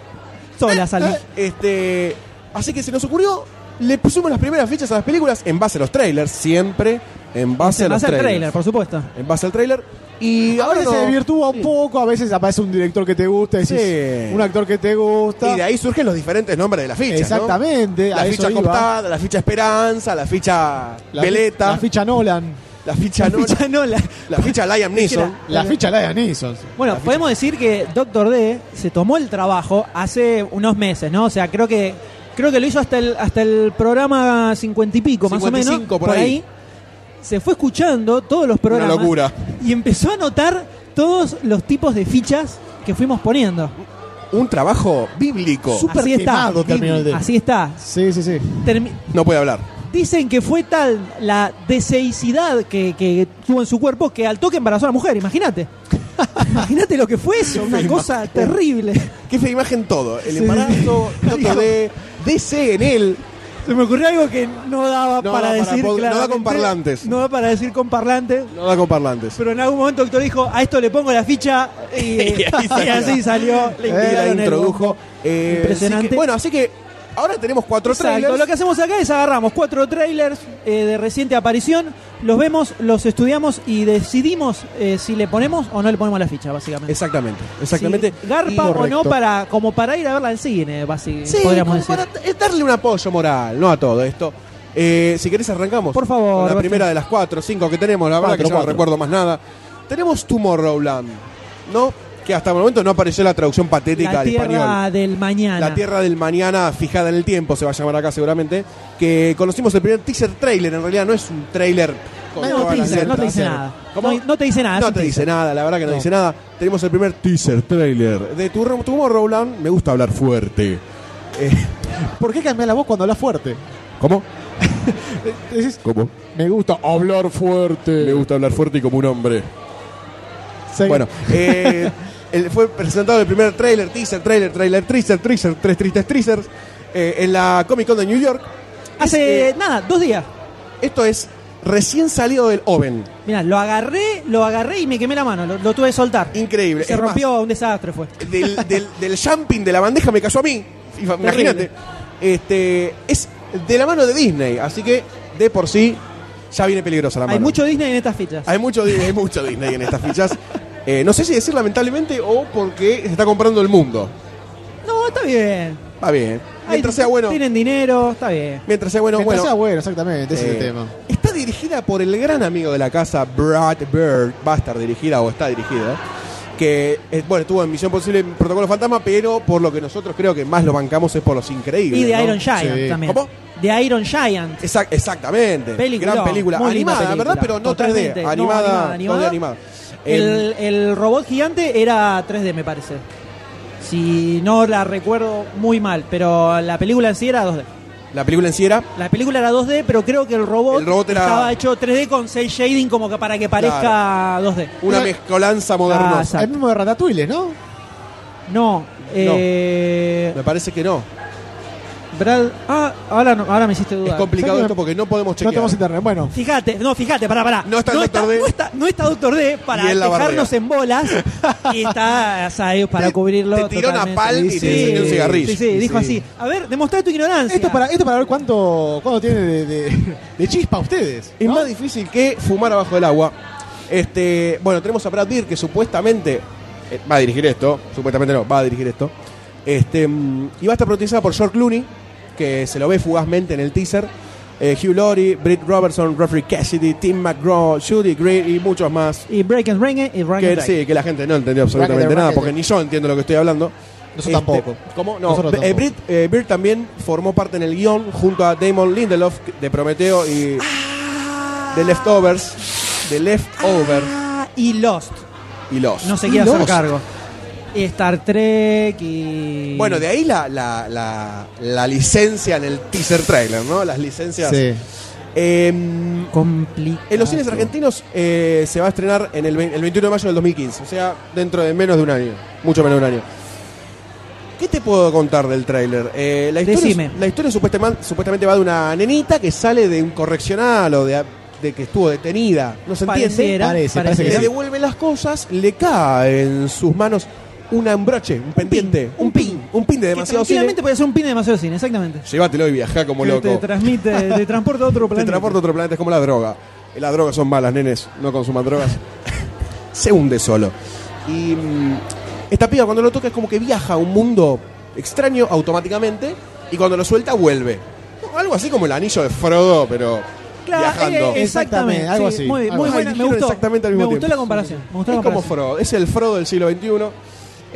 Speaker 2: Sola salió.
Speaker 1: Este, así que se nos ocurrió, le pusimos las primeras fichas a las películas en base a los trailers, siempre en base a
Speaker 2: Va a
Speaker 1: los
Speaker 2: ser
Speaker 1: trailers.
Speaker 2: trailer, por supuesto.
Speaker 1: En base al trailer. Y
Speaker 5: Y a
Speaker 1: ahora
Speaker 5: veces
Speaker 1: no-
Speaker 5: se desvirtúa un poco, a veces aparece un director que te gusta, decís,
Speaker 1: Sí.
Speaker 5: un actor que te gusta.
Speaker 1: Y de ahí surgen los diferentes nombres de las fichas. ¿no?
Speaker 5: Exactamente,
Speaker 1: La
Speaker 5: a eso
Speaker 1: ficha
Speaker 5: iba.
Speaker 1: Coptada, la ficha Esperanza, la ficha
Speaker 5: La fi-
Speaker 1: Veleta,
Speaker 5: La ficha Nolan.
Speaker 1: la ficha Nolan,
Speaker 2: Ya no la-
Speaker 1: la ficha Liam Neeson.
Speaker 2: Dijera-
Speaker 5: La ficha Lion Neeson.
Speaker 2: Bueno, podemos decir que Doctor D se tomó el trabajo hace unos meses, ¿no? O sea, creo que creo que lo hizo hasta el hasta el programa cincuenta y pico, más o menos.
Speaker 1: 55 por ahí.
Speaker 2: Se fue escuchando todos los programas.
Speaker 1: locura.
Speaker 2: Y empezó a notar todos los tipos de fichas que fuimos poniendo.
Speaker 1: Un trabajo bíblico.
Speaker 5: Súper
Speaker 2: Así está.
Speaker 5: quemado terminó el de-
Speaker 2: Así está.
Speaker 5: Sí, sí, sí.
Speaker 2: Termi-
Speaker 1: No puede hablar.
Speaker 2: Dicen que fue tal la deseicidad que, que tuvo en su cuerpo que al toque embarazó a la mujer, imagínate. imagínate lo que fue eso, una cosa terrible.
Speaker 1: Qué fea imagen todo. El
Speaker 2: Sí.
Speaker 1: embarazo, Doctor D, DC en él.
Speaker 2: Se me ocurrió algo que no daba
Speaker 1: No
Speaker 2: para
Speaker 1: da para
Speaker 2: decir
Speaker 1: pod- no da
Speaker 2: claramente.
Speaker 1: con parlantes.
Speaker 2: No da para decir con parlantes.
Speaker 1: No da con parlantes.
Speaker 2: Pero en algún momento el doctor dijo, a esto le pongo la ficha y, y así salió. Le
Speaker 1: Y la
Speaker 2: integraron el
Speaker 1: Eh, introdujo. Eh,
Speaker 2: Impresionante.
Speaker 1: así que- bueno, así que ahora tenemos cuatro
Speaker 2: Exacto,
Speaker 1: trailers.
Speaker 2: lo que hacemos acá es agarramos cuatro trailers eh, de reciente aparición, los vemos, los estudiamos y decidimos eh, si le ponemos o no le ponemos la ficha, básicamente.
Speaker 1: Exactamente, exactamente.
Speaker 2: Si garpa o no para como para ir a verla en cine, básicamente,
Speaker 1: Sí,
Speaker 2: podríamos
Speaker 1: como
Speaker 2: decir.
Speaker 1: para eh, darle un apoyo moral, no a todo esto. Eh, si querés arrancamos.
Speaker 2: Por favor,
Speaker 1: Con la
Speaker 2: Martín.
Speaker 1: primera de las cuatro, cinco que tenemos, la verdad
Speaker 5: Cuatro,
Speaker 1: que yo no
Speaker 5: cuatro.
Speaker 1: recuerdo más nada. Tenemos Tomorrowland, ¿no? Que hasta el momento no apareció la traducción patética
Speaker 2: La
Speaker 1: al
Speaker 2: tierra
Speaker 1: español.
Speaker 2: del mañana.
Speaker 1: La Tierra del Mañana, fijada en el tiempo, se va a llamar acá seguramente. Que conocimos el primer teaser trailer, en realidad no es un trailer. con
Speaker 2: No,
Speaker 1: todas
Speaker 2: te
Speaker 1: las
Speaker 2: dice, no te
Speaker 1: letras.
Speaker 2: dice nada.
Speaker 1: ¿Cómo?
Speaker 2: No, no te dice nada. es
Speaker 1: No
Speaker 2: un
Speaker 1: te dice
Speaker 2: teaser.
Speaker 1: nada, la verdad que no,
Speaker 5: No.
Speaker 1: dice nada. Tenemos el primer teaser trailer de tu Tomorrowland. Me gusta hablar fuerte. Eh,
Speaker 5: ¿Por qué cambiar la voz cuando hablas fuerte?
Speaker 1: ¿Cómo?
Speaker 5: Decís,
Speaker 1: ¿Cómo?
Speaker 5: me gusta hablar fuerte.
Speaker 1: Me gusta hablar fuerte y como un hombre.
Speaker 5: Sí.
Speaker 1: Bueno, eh, el- fue presentado el primer trailer, teaser, trailer, trailer, teaser, teaser, tres tristes teasers eh, en la Comic Con de New York.
Speaker 2: Hace nada, dos días.
Speaker 1: Esto es recién salido del oven.
Speaker 2: Mirá, lo agarré, lo agarré y me quemé la mano, lo, lo tuve que soltar.
Speaker 1: Increíble.
Speaker 2: Se
Speaker 1: Es más,
Speaker 2: rompió, un desastre fue.
Speaker 1: del, del, del jumping de la bandeja me cayó a mí. Ifa- Imagínate. Este, es de la mano de Disney, así que de por sí ya viene peligrosa la mano.
Speaker 2: Hay mucho Disney en estas fichas.
Speaker 1: hay mucho, Di- hay mucho Disney en estas fichas. Eh, no sé si decir lamentablemente o porque se está comprando el mundo.
Speaker 2: No, está bien.
Speaker 1: Va bien.
Speaker 2: Hay-
Speaker 1: Mientras sea bueno.
Speaker 2: Tienen dinero, está bien.
Speaker 1: Mientras sea bueno,
Speaker 5: Mientras
Speaker 1: bueno.
Speaker 5: sea Ah, bueno, exactamente, ese es el
Speaker 1: Eh,
Speaker 5: tema.
Speaker 1: Está dirigida por el gran amigo de la casa, Brad Bird. Va a estar dirigida o está dirigida. Que, eh, bueno, estuvo en Misión Posible en Protocolo Fantasma, pero por lo que nosotros creo que más lo bancamos es por los increíbles.
Speaker 2: Y de
Speaker 1: ¿no?
Speaker 2: Iron Giant
Speaker 5: Sí.
Speaker 2: también.
Speaker 1: ¿Cómo?
Speaker 2: De Iron Giant.
Speaker 1: Exac- exactamente.
Speaker 2: Película,
Speaker 1: Gran película.
Speaker 2: muy linda
Speaker 1: Animada,
Speaker 2: película,
Speaker 1: ¿verdad? Pero no
Speaker 2: totalmente.
Speaker 1: 3D.
Speaker 2: No,
Speaker 1: Animada,
Speaker 2: animada,
Speaker 1: no de
Speaker 2: animada.
Speaker 1: animada.
Speaker 2: El, el robot gigante era 3D, me parece. Si no la recuerdo muy mal, pero la película en sí era 2D.
Speaker 1: El- Em, la película en sí era
Speaker 2: La película era 2D, pero creo que el robot,
Speaker 1: El robot era-
Speaker 2: estaba hecho 3D con 6 shading como que para que parezca 2D.
Speaker 1: una
Speaker 5: Una-
Speaker 1: mezcolanza moderna.
Speaker 2: exacto.
Speaker 5: El mismo de Ratatouille, ¿no?
Speaker 2: No, eh,
Speaker 1: Me parece que no.
Speaker 2: Brad- ah, ahora, no- ahora me hiciste
Speaker 1: Es
Speaker 2: dudar.
Speaker 1: complicado
Speaker 5: Señor,
Speaker 1: esto porque no podemos
Speaker 5: No
Speaker 1: chequear.
Speaker 5: tenemos internet. Bueno,
Speaker 2: Fíjate, no, fíjate, pará, pará.
Speaker 1: No está
Speaker 2: no
Speaker 1: Doctor D.
Speaker 2: no está, no está Doctor D para
Speaker 1: Y él la
Speaker 2: dejarnos en bolas. Y está Saeed para
Speaker 1: Te-
Speaker 2: cubrirlo.
Speaker 1: te tiró una
Speaker 2: totalmente.
Speaker 1: palma
Speaker 5: y te enseñó un
Speaker 1: cigarrillo.
Speaker 2: Sí, sí, dijo
Speaker 5: Sí.
Speaker 2: así. A ver, demostrá tu ignorancia.
Speaker 5: esto para, esto para ver cuánto, cuánto tiene de, de- de chispa ustedes.
Speaker 1: Es
Speaker 5: ¿no?
Speaker 1: más difícil que fumar abajo del agua. Este, bueno, tenemos a Brad Bird que supuestamente eh, va a dirigir esto, supuestamente no, va a dirigir esto. Este, mm, y va a estar protagonizada por George Clooney, que se lo ve fugazmente en el teaser. eh, Hugh Laurie, Britt Robertson, Referee Cassidy, Tim McGraw, Judy Greer y muchos más.
Speaker 2: Y Break and Ring y Break
Speaker 1: Que,
Speaker 2: and
Speaker 1: sí, que la gente no entendió
Speaker 5: Bracket,
Speaker 1: absolutamente
Speaker 5: bracket.
Speaker 1: nada, porque ni yo entiendo lo que estoy hablando.
Speaker 5: Nosotros tampoco.
Speaker 1: ¿Cómo? No,
Speaker 5: Nosotros
Speaker 1: eh,
Speaker 5: tampoco.
Speaker 1: Britt eh, Bird también formó parte en el guión junto a Damon Lindelof de Prometeo y
Speaker 5: Ah.
Speaker 1: de Leftovers, de Leftovers
Speaker 2: Ah, y Lost.
Speaker 1: y Lost.
Speaker 2: No se
Speaker 1: Y
Speaker 2: quiere hacer
Speaker 1: Lost.
Speaker 2: cargo. Y Star Trek y.
Speaker 1: Bueno, de ahí la, la, la, la licencia en el teaser trailer, ¿no? Las licencias.
Speaker 5: Sí.
Speaker 1: Eh, en
Speaker 2: Complicado.
Speaker 1: los cines argentinos eh, se va a estrenar en el, vein- el 21 de mayo del 2015, o sea, dentro de menos de un año, mucho menos de un año. ¿Qué te puedo contar del tráiler? Eh, la historia,
Speaker 2: Decime.
Speaker 1: la historia supuestamente, supuestamente va de una nenita que sale de un correccional o de, de que estuvo detenida. ¿No se entiende?
Speaker 2: Pareciera,
Speaker 5: Parece, parece que
Speaker 1: le
Speaker 2: pareciera.
Speaker 5: sí.
Speaker 1: devuelve las cosas, le cae en sus manos un embroche, un pendiente,
Speaker 2: pin,
Speaker 1: un pin, un pin, de
Speaker 2: Que
Speaker 1: demasiado cine.
Speaker 2: Tranquilamente puede ser un pin de demasiado cine, exactamente.
Speaker 1: Llévatelo y viajá como
Speaker 2: Que Te
Speaker 1: loco.
Speaker 2: transmite, te transporta a otro
Speaker 1: Te
Speaker 2: planeta.
Speaker 1: transporta a otro planeta, es como la droga. Eh, Las drogas son malas, nenes, no consuman drogas. Se hunde solo. Y mm, esta piba cuando lo toca es como que viaja a un mundo extraño automáticamente y cuando lo suelta vuelve. Algo así como el anillo de Frodo, pero
Speaker 2: Claro,
Speaker 1: viajando.
Speaker 2: eh, eh, exactamente.
Speaker 5: Exactamente, algo
Speaker 2: sí,
Speaker 5: así.
Speaker 2: muy
Speaker 5: Algo
Speaker 2: muy
Speaker 5: así.
Speaker 2: buena, me
Speaker 1: Dijeron
Speaker 2: gustó.
Speaker 1: exactamente al
Speaker 2: me
Speaker 1: mismo
Speaker 2: gustó
Speaker 1: tiempo.
Speaker 2: la comparación. Me gustó
Speaker 1: Es
Speaker 2: la
Speaker 1: como
Speaker 2: comparación.
Speaker 1: Frodo, es el Frodo del siglo XXI.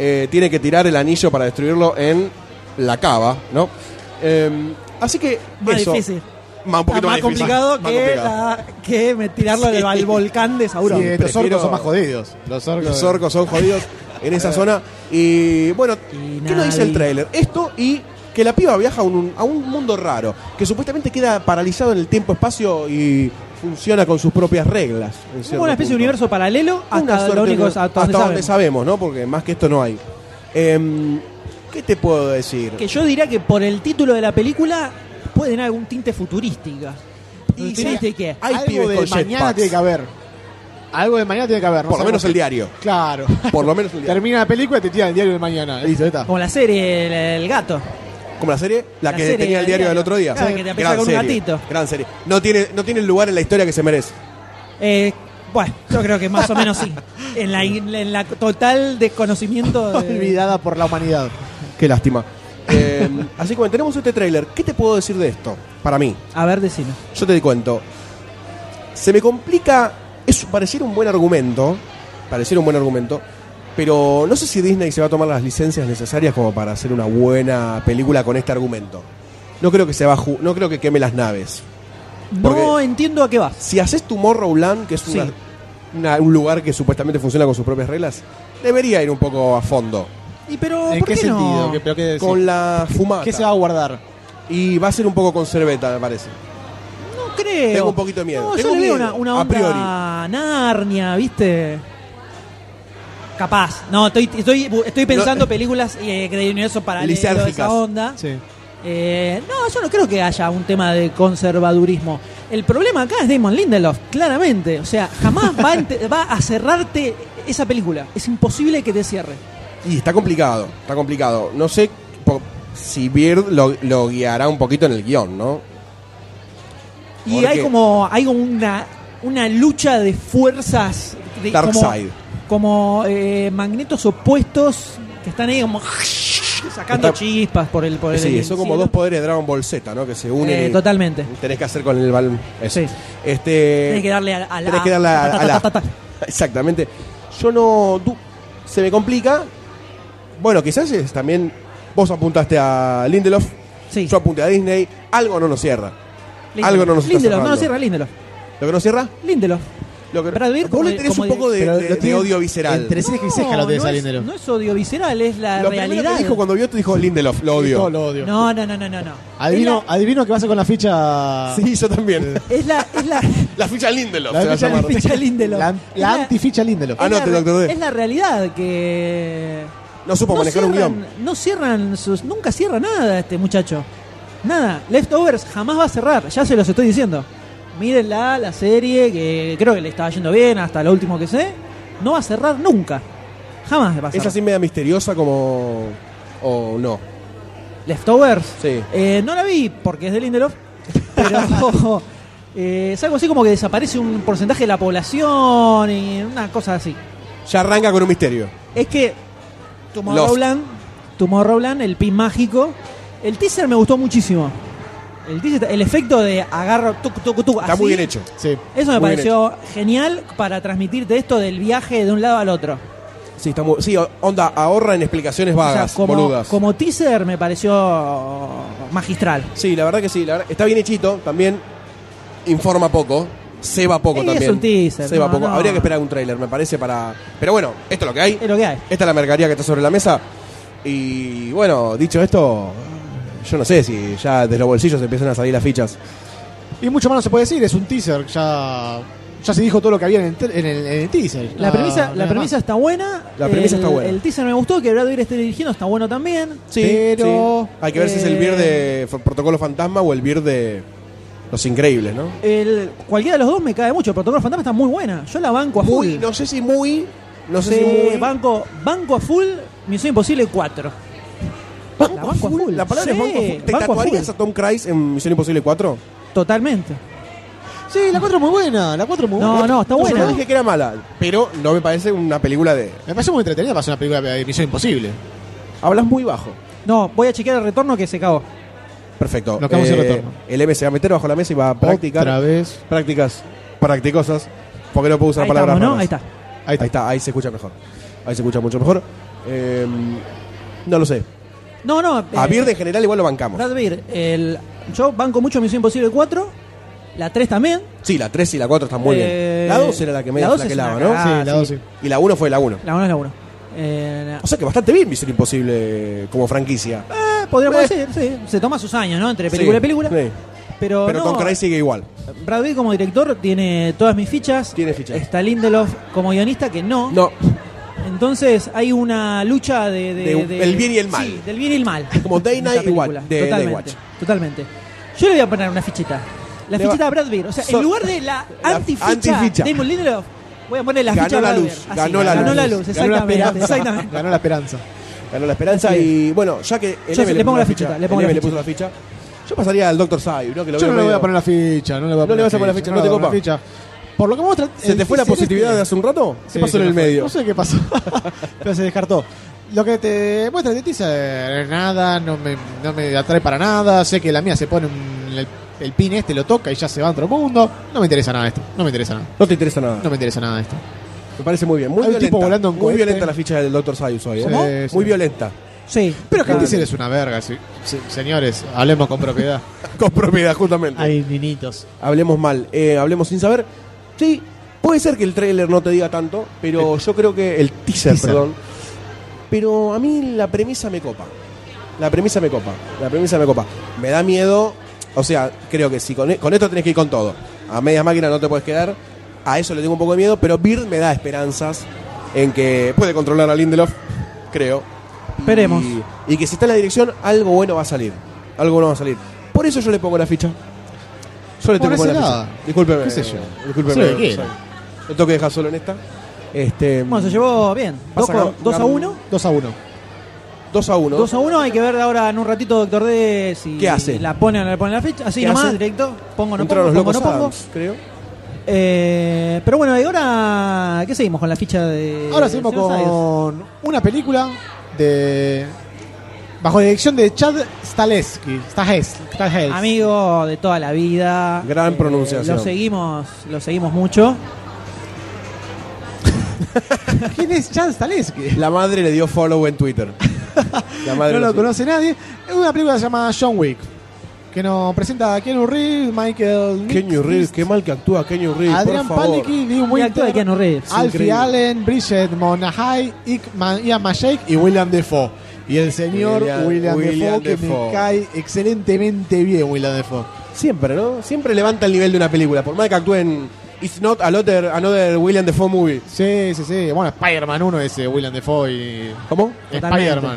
Speaker 1: Eh, tiene que tirar el anillo para destruirlo en la cava, ¿no? Eh, así que
Speaker 2: Más
Speaker 1: eso.
Speaker 2: difícil. Ah,
Speaker 1: Más, un poquito
Speaker 2: más,
Speaker 1: más difícil.
Speaker 2: complicado
Speaker 1: Más
Speaker 2: que,
Speaker 1: complicado.
Speaker 2: la- que me tirarlo
Speaker 1: Sí.
Speaker 2: del- al volcán de Sauron.
Speaker 5: Sí, los
Speaker 1: prefiero-
Speaker 5: orcos son más jodidos. Los orcos.
Speaker 1: Los orcos Eh. son jodidos en esa zona. Y bueno,
Speaker 2: Y
Speaker 1: ¿qué nos dice
Speaker 2: nadie.
Speaker 1: el tráiler? Esto y que la piba viaja a un, a un mundo raro, que supuestamente queda paralizado en el tiempo-espacio y funciona con sus propias reglas. en
Speaker 2: Como
Speaker 1: cierto
Speaker 2: una especie
Speaker 1: punto.
Speaker 2: de universo paralelo
Speaker 1: Una
Speaker 2: hasta
Speaker 1: suerte
Speaker 2: lo único
Speaker 1: que-
Speaker 2: es hasta,
Speaker 1: hasta
Speaker 2: donde sabemos.
Speaker 1: sabemos, ¿no? Porque más que esto no hay. Em, ¿Qué te puedo decir?
Speaker 2: Que yo diría que por el título de la película puede tener algún tinte futurística.
Speaker 1: Y
Speaker 2: Futurística.
Speaker 1: Hay
Speaker 5: algo
Speaker 1: pibes
Speaker 5: de
Speaker 1: con
Speaker 5: mañana
Speaker 1: jetpacks.
Speaker 5: tiene que haber. Algo de mañana tiene que haber. no
Speaker 1: Por lo
Speaker 5: sabemos
Speaker 1: menos el
Speaker 5: qué.
Speaker 1: diario.
Speaker 5: Claro.
Speaker 1: Por lo menos el diario.
Speaker 5: Termina la película y te tiran el diario de mañana. Listo, ya está.
Speaker 2: Como la serie El, el gato.
Speaker 1: Como la serie, la,
Speaker 2: La
Speaker 1: que
Speaker 2: serie
Speaker 1: tenía el
Speaker 2: del
Speaker 1: diario del
Speaker 2: diario.
Speaker 1: otro día.
Speaker 2: Claro, que te empieza con un
Speaker 1: serie,
Speaker 2: gatito.
Speaker 1: gran serie. No tiene, no tiene el lugar en la historia que se merece.
Speaker 2: Eh, bueno, yo creo que más o menos sí. En la, en la total desconocimiento de,
Speaker 5: Olvidada por la humanidad.
Speaker 1: Qué lástima. Eh, así que bueno, tenemos este tráiler. ¿Qué te puedo decir de esto? Para mí,
Speaker 2: A ver, decime.
Speaker 1: yo te cuento. Se me complica. Es pareciera un buen argumento. Pareciera un buen argumento. Pero no sé si Disney se va a tomar las licencias necesarias como para hacer una buena película con este argumento. No creo que se va a ju- no creo que queme las naves.
Speaker 2: No
Speaker 1: Porque-
Speaker 2: entiendo a qué vas.
Speaker 1: Si haces tu Morrowland, que es una-
Speaker 2: Sí.
Speaker 1: una- un lugar que supuestamente funciona con sus propias reglas, debería ir un poco a fondo.
Speaker 2: ¿Y pero
Speaker 5: ¿En
Speaker 2: por
Speaker 5: qué,
Speaker 2: qué
Speaker 5: sentido?
Speaker 2: no?
Speaker 5: ¿Qué, pero qué-
Speaker 1: Con la fumata.
Speaker 5: ¿Qué se va a guardar?
Speaker 1: Y va a ser un poco con cerveta, me parece.
Speaker 2: No creo.
Speaker 1: Tengo un poquito de miedo.
Speaker 2: No,
Speaker 1: Tengo
Speaker 2: yo le
Speaker 1: miedo,
Speaker 2: veo una, una
Speaker 1: a
Speaker 2: onda Narnia, ¿viste? Capaz. No, estoy, estoy, estoy pensando películas eh, que de universo paralelo,
Speaker 1: Lisérgicas.
Speaker 2: esa onda.
Speaker 5: Sí.
Speaker 2: Eh, no, yo no creo que haya un tema de conservadurismo. El problema acá es Damon Lindelof, claramente. O sea, jamás va a, ente- va a cerrarte esa película. Es imposible que te cierre.
Speaker 1: Y está complicado, está complicado. No sé po- si Beard lo, lo guiará un poquito en el guión, ¿no?
Speaker 2: Y
Speaker 1: Porque-
Speaker 2: hay como, hay como una, una lucha de fuerzas. De,
Speaker 1: Dark
Speaker 2: como,
Speaker 1: Side.
Speaker 2: como, eh, magnetos opuestos que están ahí como sacando
Speaker 1: Está-
Speaker 2: chispas por el por el-
Speaker 1: Sí, son como
Speaker 2: cielo.
Speaker 1: dos poderes de Dragon Ball Z, ¿no? Que se unen.
Speaker 2: Eh,
Speaker 1: y
Speaker 2: totalmente.
Speaker 1: Tenés que hacer con el balón. eso.
Speaker 2: Sí.
Speaker 1: Este,
Speaker 2: Tienes que darle a, a la.
Speaker 1: Tenés que darle a-
Speaker 2: ta, ta,
Speaker 1: a la-
Speaker 2: ta, ta, ta.
Speaker 1: Exactamente. Yo no. du- se me complica. Bueno, quizás es también. Vos apuntaste a Lindelof,
Speaker 2: Sí.
Speaker 1: yo apunté a Disney. Algo no nos cierra.
Speaker 2: Lindelof.
Speaker 1: algo no nos está
Speaker 2: Lindelof, no
Speaker 1: cerrando.
Speaker 2: nos cierra Lindelof.
Speaker 1: ¿Lo que no cierra?
Speaker 2: Lindelof.
Speaker 1: Lo que,
Speaker 2: Brad Pitt
Speaker 1: vos
Speaker 2: como
Speaker 1: le
Speaker 2: di-
Speaker 1: tenés un
Speaker 2: como
Speaker 1: poco de,
Speaker 5: Pero
Speaker 1: de-
Speaker 5: lo
Speaker 1: de
Speaker 5: tiene
Speaker 1: odio visceral.
Speaker 5: Entre ceja y ceja lo tenés
Speaker 2: no,
Speaker 5: a
Speaker 2: es,
Speaker 5: Lindelof.
Speaker 2: no es odio visceral, es la
Speaker 1: lo primero
Speaker 2: realidad.
Speaker 1: que dijo cuando vio te dijo Lindelof, lo
Speaker 5: Sí,
Speaker 1: odio.
Speaker 5: todo lo odio.
Speaker 2: No, no, no, no, no. no.
Speaker 5: Adivino, adivino qué pasa con la ficha.
Speaker 1: Sí, yo también.
Speaker 2: Es la, es la, es
Speaker 1: La ficha Lindelof.
Speaker 5: La
Speaker 1: se va a
Speaker 5: ficha
Speaker 1: llamar. Ah.
Speaker 2: la ficha Lindelof.
Speaker 5: La,
Speaker 2: Es
Speaker 5: la antificha Lindelof.
Speaker 2: es la
Speaker 1: Anote,
Speaker 2: re-
Speaker 1: doctor D.
Speaker 2: Es la realidad que.
Speaker 1: No supo manejar un guión.
Speaker 2: No cierran sus. Nunca cierra nada este muchacho. Nada. Leftovers jamás va a cerrar. Ya se los estoy diciendo. Mírenla, la serie, que creo que le estaba yendo bien hasta lo último que sé. No va a cerrar nunca. Jamás va a
Speaker 1: Es
Speaker 2: cerrar.
Speaker 1: así media misteriosa como. O no.
Speaker 2: Leftovers.
Speaker 1: Sí.
Speaker 2: Eh, no la vi porque es de Lindelof. Pero. eh, es algo así como que desaparece un porcentaje de la población y una cosa así.
Speaker 1: Ya arranca con un misterio.
Speaker 2: Es que Tomorrowland, Tomorrowland, el pin mágico, el teaser me gustó muchísimo. El teaser, el efecto de agarro, tuc, tuc, tuc,
Speaker 1: Está
Speaker 2: así,
Speaker 1: muy bien hecho.
Speaker 5: Sí.
Speaker 2: Eso
Speaker 1: Muy bien
Speaker 2: me pareció genial para transmitirte esto del viaje de un lado al otro.
Speaker 1: Sí, está muy- sí, onda, ahorra en explicaciones
Speaker 2: O sea,
Speaker 1: vagas,
Speaker 2: como,
Speaker 1: boludas.
Speaker 2: como teaser me pareció magistral.
Speaker 1: Sí, la verdad que sí. la verdad- está bien hechito, también informa poco, se va poco
Speaker 2: Eh,
Speaker 1: también.
Speaker 2: es un teaser,
Speaker 1: Se va
Speaker 2: no,
Speaker 1: poco.
Speaker 2: no.
Speaker 1: Habría que esperar un tráiler, me parece, para... Pero bueno, esto es lo que hay.
Speaker 2: Es lo que hay.
Speaker 1: Esta es la mercadería que está sobre la mesa. Y bueno, dicho esto, yo no sé si ya desde los bolsillos empiezan a salir las fichas.
Speaker 5: Y mucho más no se puede decir, es un teaser. Ya, ya se dijo todo lo que había en el, te- en el- en el teaser.
Speaker 2: La
Speaker 5: Ah,
Speaker 2: premisa, la
Speaker 5: nada
Speaker 2: premisa
Speaker 5: más.
Speaker 2: está buena.
Speaker 1: La premisa
Speaker 2: el-
Speaker 1: está buena.
Speaker 2: El teaser me gustó, que Brad Bird esté dirigiendo, está bueno también.
Speaker 5: Pero-
Speaker 1: sí. Hay que ver si es el
Speaker 2: eh,
Speaker 1: beer de F- Protocolo Fantasma o el beer de Los Increíbles, ¿no?
Speaker 2: El, cualquiera de los dos me cae mucho. El protocolo fantasma está muy buena. Yo la banco a full.
Speaker 1: Muy, no sé si muy... No sé
Speaker 2: Sí,
Speaker 1: si muy...
Speaker 2: banco, banco a full, Misión Imposible 4. la banco a full.
Speaker 1: Eh, La palabra
Speaker 2: Sí,
Speaker 1: es banco a full. ¿Te
Speaker 2: banco a
Speaker 1: tatuarías
Speaker 2: full.
Speaker 1: a Tom Cruise en Misión Imposible 4?
Speaker 2: Totalmente.
Speaker 5: Sí, la 4 es muy buena. La 4 es muy
Speaker 2: No,
Speaker 5: buena.
Speaker 2: no, está
Speaker 1: No, Yo Uh,
Speaker 2: buena.
Speaker 1: no dije que era mala, pero no me parece una película de.
Speaker 5: Me parece muy entretenida para ser una película de Misión Imposible.
Speaker 1: Hablas muy bajo.
Speaker 2: No, voy a chequear el retorno que se cagó.
Speaker 1: Perfecto. Eh,
Speaker 5: Nos quedamos sin retorno.
Speaker 1: El M se va a meter bajo la mesa y va a practicar.
Speaker 5: Otra vez.
Speaker 1: Prácticas. Practicosas. Porque no puedo usar
Speaker 2: Ahí
Speaker 1: palabras
Speaker 2: estamos, ¿no?
Speaker 1: raras.
Speaker 2: Ahí está.
Speaker 5: Ahí
Speaker 1: Ahí
Speaker 5: está.
Speaker 1: está, ahí se escucha mejor. Ahí se escucha mucho mejor. Eh, no lo sé.
Speaker 2: No, no. eh,
Speaker 1: A Bird en general igual lo bancamos.
Speaker 2: Brad Bird, el, yo banco mucho Misión Imposible 4. La 3 también.
Speaker 1: Sí, la 3 y la 4 están muy
Speaker 2: Eh,
Speaker 1: bien. La 2 era la que me
Speaker 2: la
Speaker 1: la,
Speaker 2: dos
Speaker 1: que
Speaker 2: es una
Speaker 1: lava, ¿no?
Speaker 2: cagada.
Speaker 5: sí, la 2 sí.
Speaker 1: Y la 1 fue la 1.
Speaker 2: La 1 es la 1. Eh,
Speaker 1: O sea que bastante bien Misión Imposible como franquicia.
Speaker 2: eh, podríamos
Speaker 1: Eh.
Speaker 2: decir, sí. Se toma sus años, ¿no? Entre
Speaker 1: Sí,
Speaker 2: película y película.
Speaker 1: sí.
Speaker 2: Pero,
Speaker 1: Pero
Speaker 2: no,
Speaker 1: Tom Cruise sigue igual.
Speaker 2: Brad Bird como director tiene todas mis fichas.
Speaker 1: Tiene fichas.
Speaker 2: Está Lindelof como guionista que no.
Speaker 1: No,
Speaker 2: Entonces hay una lucha de, de-
Speaker 1: De-
Speaker 2: de-
Speaker 1: el bien y el mal.
Speaker 2: Sí, del bien y el mal.
Speaker 1: Como Day
Speaker 2: En esta
Speaker 1: Night y
Speaker 2: película.
Speaker 1: Watch, de Day
Speaker 2: totalmente,
Speaker 1: Watch.
Speaker 2: Totalmente. Yo le voy a poner una fichita. La
Speaker 1: Le
Speaker 2: fichita
Speaker 1: va-
Speaker 2: a Brad Bird. O sea,
Speaker 1: So-
Speaker 2: en lugar de la,
Speaker 1: la
Speaker 2: antificha,
Speaker 1: antificha.
Speaker 2: Damon Lindelof, voy a poner la
Speaker 1: Ganó
Speaker 2: ficha a
Speaker 1: la
Speaker 2: Brad
Speaker 1: luz,
Speaker 2: Bird. Así,
Speaker 1: ganó la
Speaker 2: ganó
Speaker 1: luz.
Speaker 2: la luz.
Speaker 5: Ganó la
Speaker 2: Exactamente,
Speaker 5: esperanza.
Speaker 2: exactamente.
Speaker 5: Ganó la esperanza.
Speaker 1: Ganó la esperanza y bueno, ya que el
Speaker 2: Yo
Speaker 1: M
Speaker 2: le pongo
Speaker 1: puso
Speaker 2: la fichita, le pongo
Speaker 1: el
Speaker 2: la
Speaker 1: M
Speaker 2: ficha.
Speaker 1: puso la ficha. Yo pasaría al Dr. Sai, ¿no? Que lo
Speaker 5: Yo
Speaker 1: veo
Speaker 5: no le voy
Speaker 1: medio-
Speaker 5: a poner la ficha. No le, voy a
Speaker 1: No le vas a poner la ficha, no
Speaker 5: le
Speaker 1: te
Speaker 5: voy a poner la ficha. Por lo que muestra.
Speaker 1: ¿Se te fue la positividad de hace un rato? ¿Qué
Speaker 5: Sí,
Speaker 1: pasó
Speaker 5: se
Speaker 1: en
Speaker 5: me
Speaker 1: el
Speaker 5: fue.
Speaker 1: medio?
Speaker 5: No sé qué pasó. Pero se descartó. Lo que te muestra de teaser, nada, no me, no me atrae para nada. Sé que la mía se pone un- el, el pin este, lo toca y ya se va a otro mundo. No me interesa nada esto. No me interesa nada.
Speaker 1: No te interesa nada.
Speaker 5: No me interesa nada esto.
Speaker 1: Me parece muy bien. Muy
Speaker 5: Hay un
Speaker 1: violenta.
Speaker 5: tipo volando en
Speaker 1: muy
Speaker 5: cohete.
Speaker 1: violenta la ficha del Dr. Sayus hoy. ¿eh?
Speaker 5: Sí,
Speaker 1: Muy
Speaker 5: sí.
Speaker 1: violenta.
Speaker 2: Sí.
Speaker 5: Pero que el
Speaker 2: Claro.
Speaker 5: teaser es una verga. sí. Sí, señores, hablemos con propiedad.
Speaker 1: Con propiedad, justamente.
Speaker 5: Hay ninitos.
Speaker 1: Hablemos mal. Eh, hablemos sin saber. Sí, puede ser que el tráiler no te diga tanto, pero yo creo que. El teaser,
Speaker 5: Eh, teaser.
Speaker 1: perdón. Pero a mí la premisa me copa. La premisa me copa. La premisa me copa. Me da miedo. O sea, creo que si con, con esto tenés que ir con todo. A medias máquinas no te puedes quedar. A eso le tengo un poco de miedo, pero Bird me da esperanzas en que puede controlar a Lindelof, creo.
Speaker 2: Esperemos.
Speaker 1: Y, y que si está en la dirección, algo bueno va a salir. algo bueno va a salir. Por eso yo le pongo la ficha. Yo le
Speaker 5: Por
Speaker 1: tengo que poner
Speaker 5: ese
Speaker 1: la
Speaker 5: lado.
Speaker 1: ficha. Discúlpeme.
Speaker 5: ¿Qué sé yo?
Speaker 1: Discúlpeme.
Speaker 5: Hace lo que quiera.
Speaker 1: soy- Lo tengo que dejar solo en esta. Este,
Speaker 2: Bueno, se llevó bien.
Speaker 1: Vas a ganar-
Speaker 2: 2 a 1.
Speaker 5: 2 a 1.
Speaker 1: 2 a 1.
Speaker 2: 2 a 1, hay que ver ahora en un ratito, doctor D, si
Speaker 1: ¿Qué hace?
Speaker 2: la pone o no le pone la ficha. Así
Speaker 1: ¿Qué
Speaker 2: nomás,
Speaker 1: hace?
Speaker 2: directo. Pongo, no
Speaker 1: Contra
Speaker 2: pongo,
Speaker 1: los
Speaker 2: pongo,
Speaker 1: locos
Speaker 2: no pongo.
Speaker 1: Adams, creo.
Speaker 2: Eh, pero bueno, y ahora, ¿qué seguimos con la ficha de.
Speaker 5: Ahora seguimos
Speaker 2: señor Sáenz?
Speaker 5: con una película de. Bajo la dirección de Chad Staleski. Stahelski.
Speaker 2: Amigo de toda la vida. Eh,
Speaker 1: Gran pronunciación.
Speaker 2: Lo seguimos, lo seguimos mucho.
Speaker 5: ¿Quién es Chad Staleski?
Speaker 1: La madre le dio follow en Twitter. La madre
Speaker 5: No
Speaker 1: lo
Speaker 5: lo
Speaker 1: hizo.
Speaker 5: conoce nadie. Es una película llamada John Wick. Que nos presenta a Keanu Reeves, Michael.
Speaker 1: Keanu Reeves,
Speaker 5: Reeves,
Speaker 1: qué mal que actúa Keanu Reeves.
Speaker 5: Adrian
Speaker 1: por favor.
Speaker 5: Palicki, Lee
Speaker 2: Y actúa de
Speaker 5: Winter,
Speaker 2: Keanu Reeves.
Speaker 5: Alfie
Speaker 1: increíble.
Speaker 5: Allen, Bridget Monahay, Ick Ma- Ian Mashake y William Defoe. Y el señor
Speaker 1: William-
Speaker 5: William,
Speaker 1: William
Speaker 5: Defoe, que
Speaker 1: Dafoe.
Speaker 5: me cae excelentemente bien, William Defoe.
Speaker 1: Siempre, ¿no? Siempre levanta el nivel de una película. Por más que actúen It's Not Another, another William Defoe Movie.
Speaker 5: Sí, sí, sí. Bueno, Spider-Man 1 es eh, William Defoe y.
Speaker 1: ¿Cómo?
Speaker 5: Spider-Man.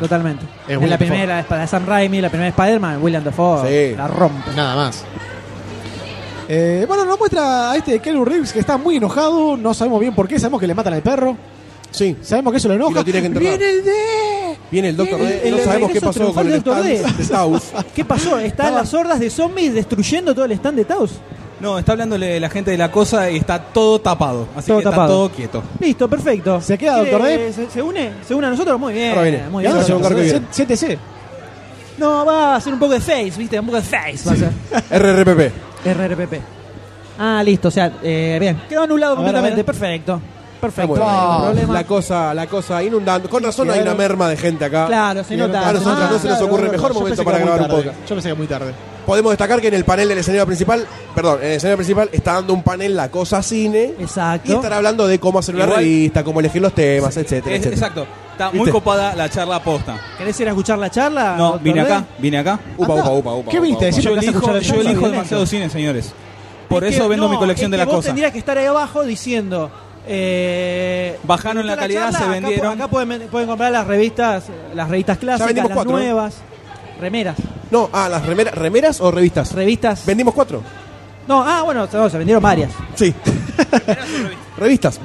Speaker 2: Totalmente, totalmente.
Speaker 5: Es
Speaker 2: en la
Speaker 5: William
Speaker 2: primera de Sam Raimi, la primera de Spider-Man, William Dafoe
Speaker 1: Sí.
Speaker 2: la rompe.
Speaker 5: Nada más. Eh, bueno, nos muestra a este Keanu Reeves que está muy enojado. No sabemos bien por qué. Sabemos que le matan al perro.
Speaker 1: Sí.
Speaker 5: Sabemos que eso lo enoja.
Speaker 1: Y lo tiene que enterrar.
Speaker 5: ¡Viene el D!
Speaker 1: Viene el Doctor D.
Speaker 2: el
Speaker 1: No sabemos qué
Speaker 2: regreso
Speaker 1: pasó con
Speaker 2: triunfal
Speaker 1: el
Speaker 2: del Dr. D.
Speaker 1: stand de Taos.
Speaker 2: ¿Qué pasó? ¿Están las hordas de zombies destruyendo todo el stand de Taos?
Speaker 4: No, está hablándole la gente de la cosa y está todo tapado. Así
Speaker 2: Todo
Speaker 4: que
Speaker 2: tapado.
Speaker 4: está todo quieto.
Speaker 2: Listo, perfecto.
Speaker 5: ¿Se queda,
Speaker 2: ¿Quiere-
Speaker 5: doctor D?
Speaker 2: Se, se une, se une a nosotros, muy bien.
Speaker 1: Ahora viene.
Speaker 2: Muy
Speaker 1: Y
Speaker 2: bien.
Speaker 1: ahora se va a buscar que viene.
Speaker 5: 7C.
Speaker 2: No, va a hacer un poco de face, viste, un poco de face va a ser.
Speaker 1: RRPP.
Speaker 2: RRPP. Ah, listo, o sea, eh, bien. Quedó anulado
Speaker 5: A ver,
Speaker 2: completamente,
Speaker 5: a ver.
Speaker 2: perfecto.
Speaker 1: Ah,
Speaker 2: Perfecto.
Speaker 1: bueno,
Speaker 2: no hay ningún
Speaker 5: Ah,
Speaker 2: problema.
Speaker 1: La cosa, la cosa inundando. Con razón hay una
Speaker 5: Quedaron-
Speaker 1: merma de gente acá.
Speaker 2: Claro, se nota.
Speaker 1: A nosotros
Speaker 2: Ah,
Speaker 1: no se nos
Speaker 5: claro,
Speaker 1: ocurre
Speaker 5: claro,
Speaker 1: mejor
Speaker 5: yo
Speaker 1: momento
Speaker 5: pensé que
Speaker 1: para
Speaker 5: era
Speaker 1: grabar
Speaker 5: muy
Speaker 1: un
Speaker 5: tarde.
Speaker 1: podcast.
Speaker 5: Yo pensé que muy tarde.
Speaker 1: Podemos destacar que en el panel del escenario principal, perdón, en el escenario principal está dando un panel la cosa cine.
Speaker 2: Exacto.
Speaker 1: Y estará hablando de cómo hacer una
Speaker 4: Igual-
Speaker 1: revista, cómo elegir los temas, etcétera,
Speaker 4: Es-
Speaker 1: etcétera.
Speaker 4: exacto. Está muy
Speaker 1: ¿Viste?
Speaker 4: copada la charla posta.
Speaker 2: ¿Querés ir a escuchar la charla?
Speaker 4: Ah, No,
Speaker 2: doctor
Speaker 4: vine
Speaker 2: D?
Speaker 4: acá, vine acá.
Speaker 1: Upa,
Speaker 5: Andá.
Speaker 1: upa, upa, upa.
Speaker 5: ¿Qué
Speaker 1: upa,
Speaker 5: viste?
Speaker 1: upa.
Speaker 5: Decime
Speaker 4: Yo
Speaker 5: que vas a
Speaker 4: elijo,
Speaker 5: escuchar
Speaker 4: yo
Speaker 5: el
Speaker 4: elijo
Speaker 5: podcast.
Speaker 4: demasiado cine, señores. Por
Speaker 2: Es que-
Speaker 4: eso vendo
Speaker 2: no,
Speaker 4: mi colección
Speaker 2: es
Speaker 4: de
Speaker 2: que
Speaker 4: la
Speaker 2: vos
Speaker 4: cosa.
Speaker 2: tendrías que estar ahí abajo diciendo. eh,
Speaker 4: Bajaron la
Speaker 2: está
Speaker 4: calidad, se
Speaker 2: acá po-
Speaker 4: vendieron.
Speaker 2: Acá, pueden, pueden comprar las revistas, las revistas clásicas,
Speaker 1: vendimos
Speaker 2: las
Speaker 1: cuatro, ¿no?
Speaker 2: nuevas, remeras,
Speaker 1: No, ah, las remeras, remeras o revistas.
Speaker 2: revistas.
Speaker 1: Vendimos cuatro.
Speaker 2: no, ah, bueno, se, no, se vendieron varias.
Speaker 1: Sí. revistas.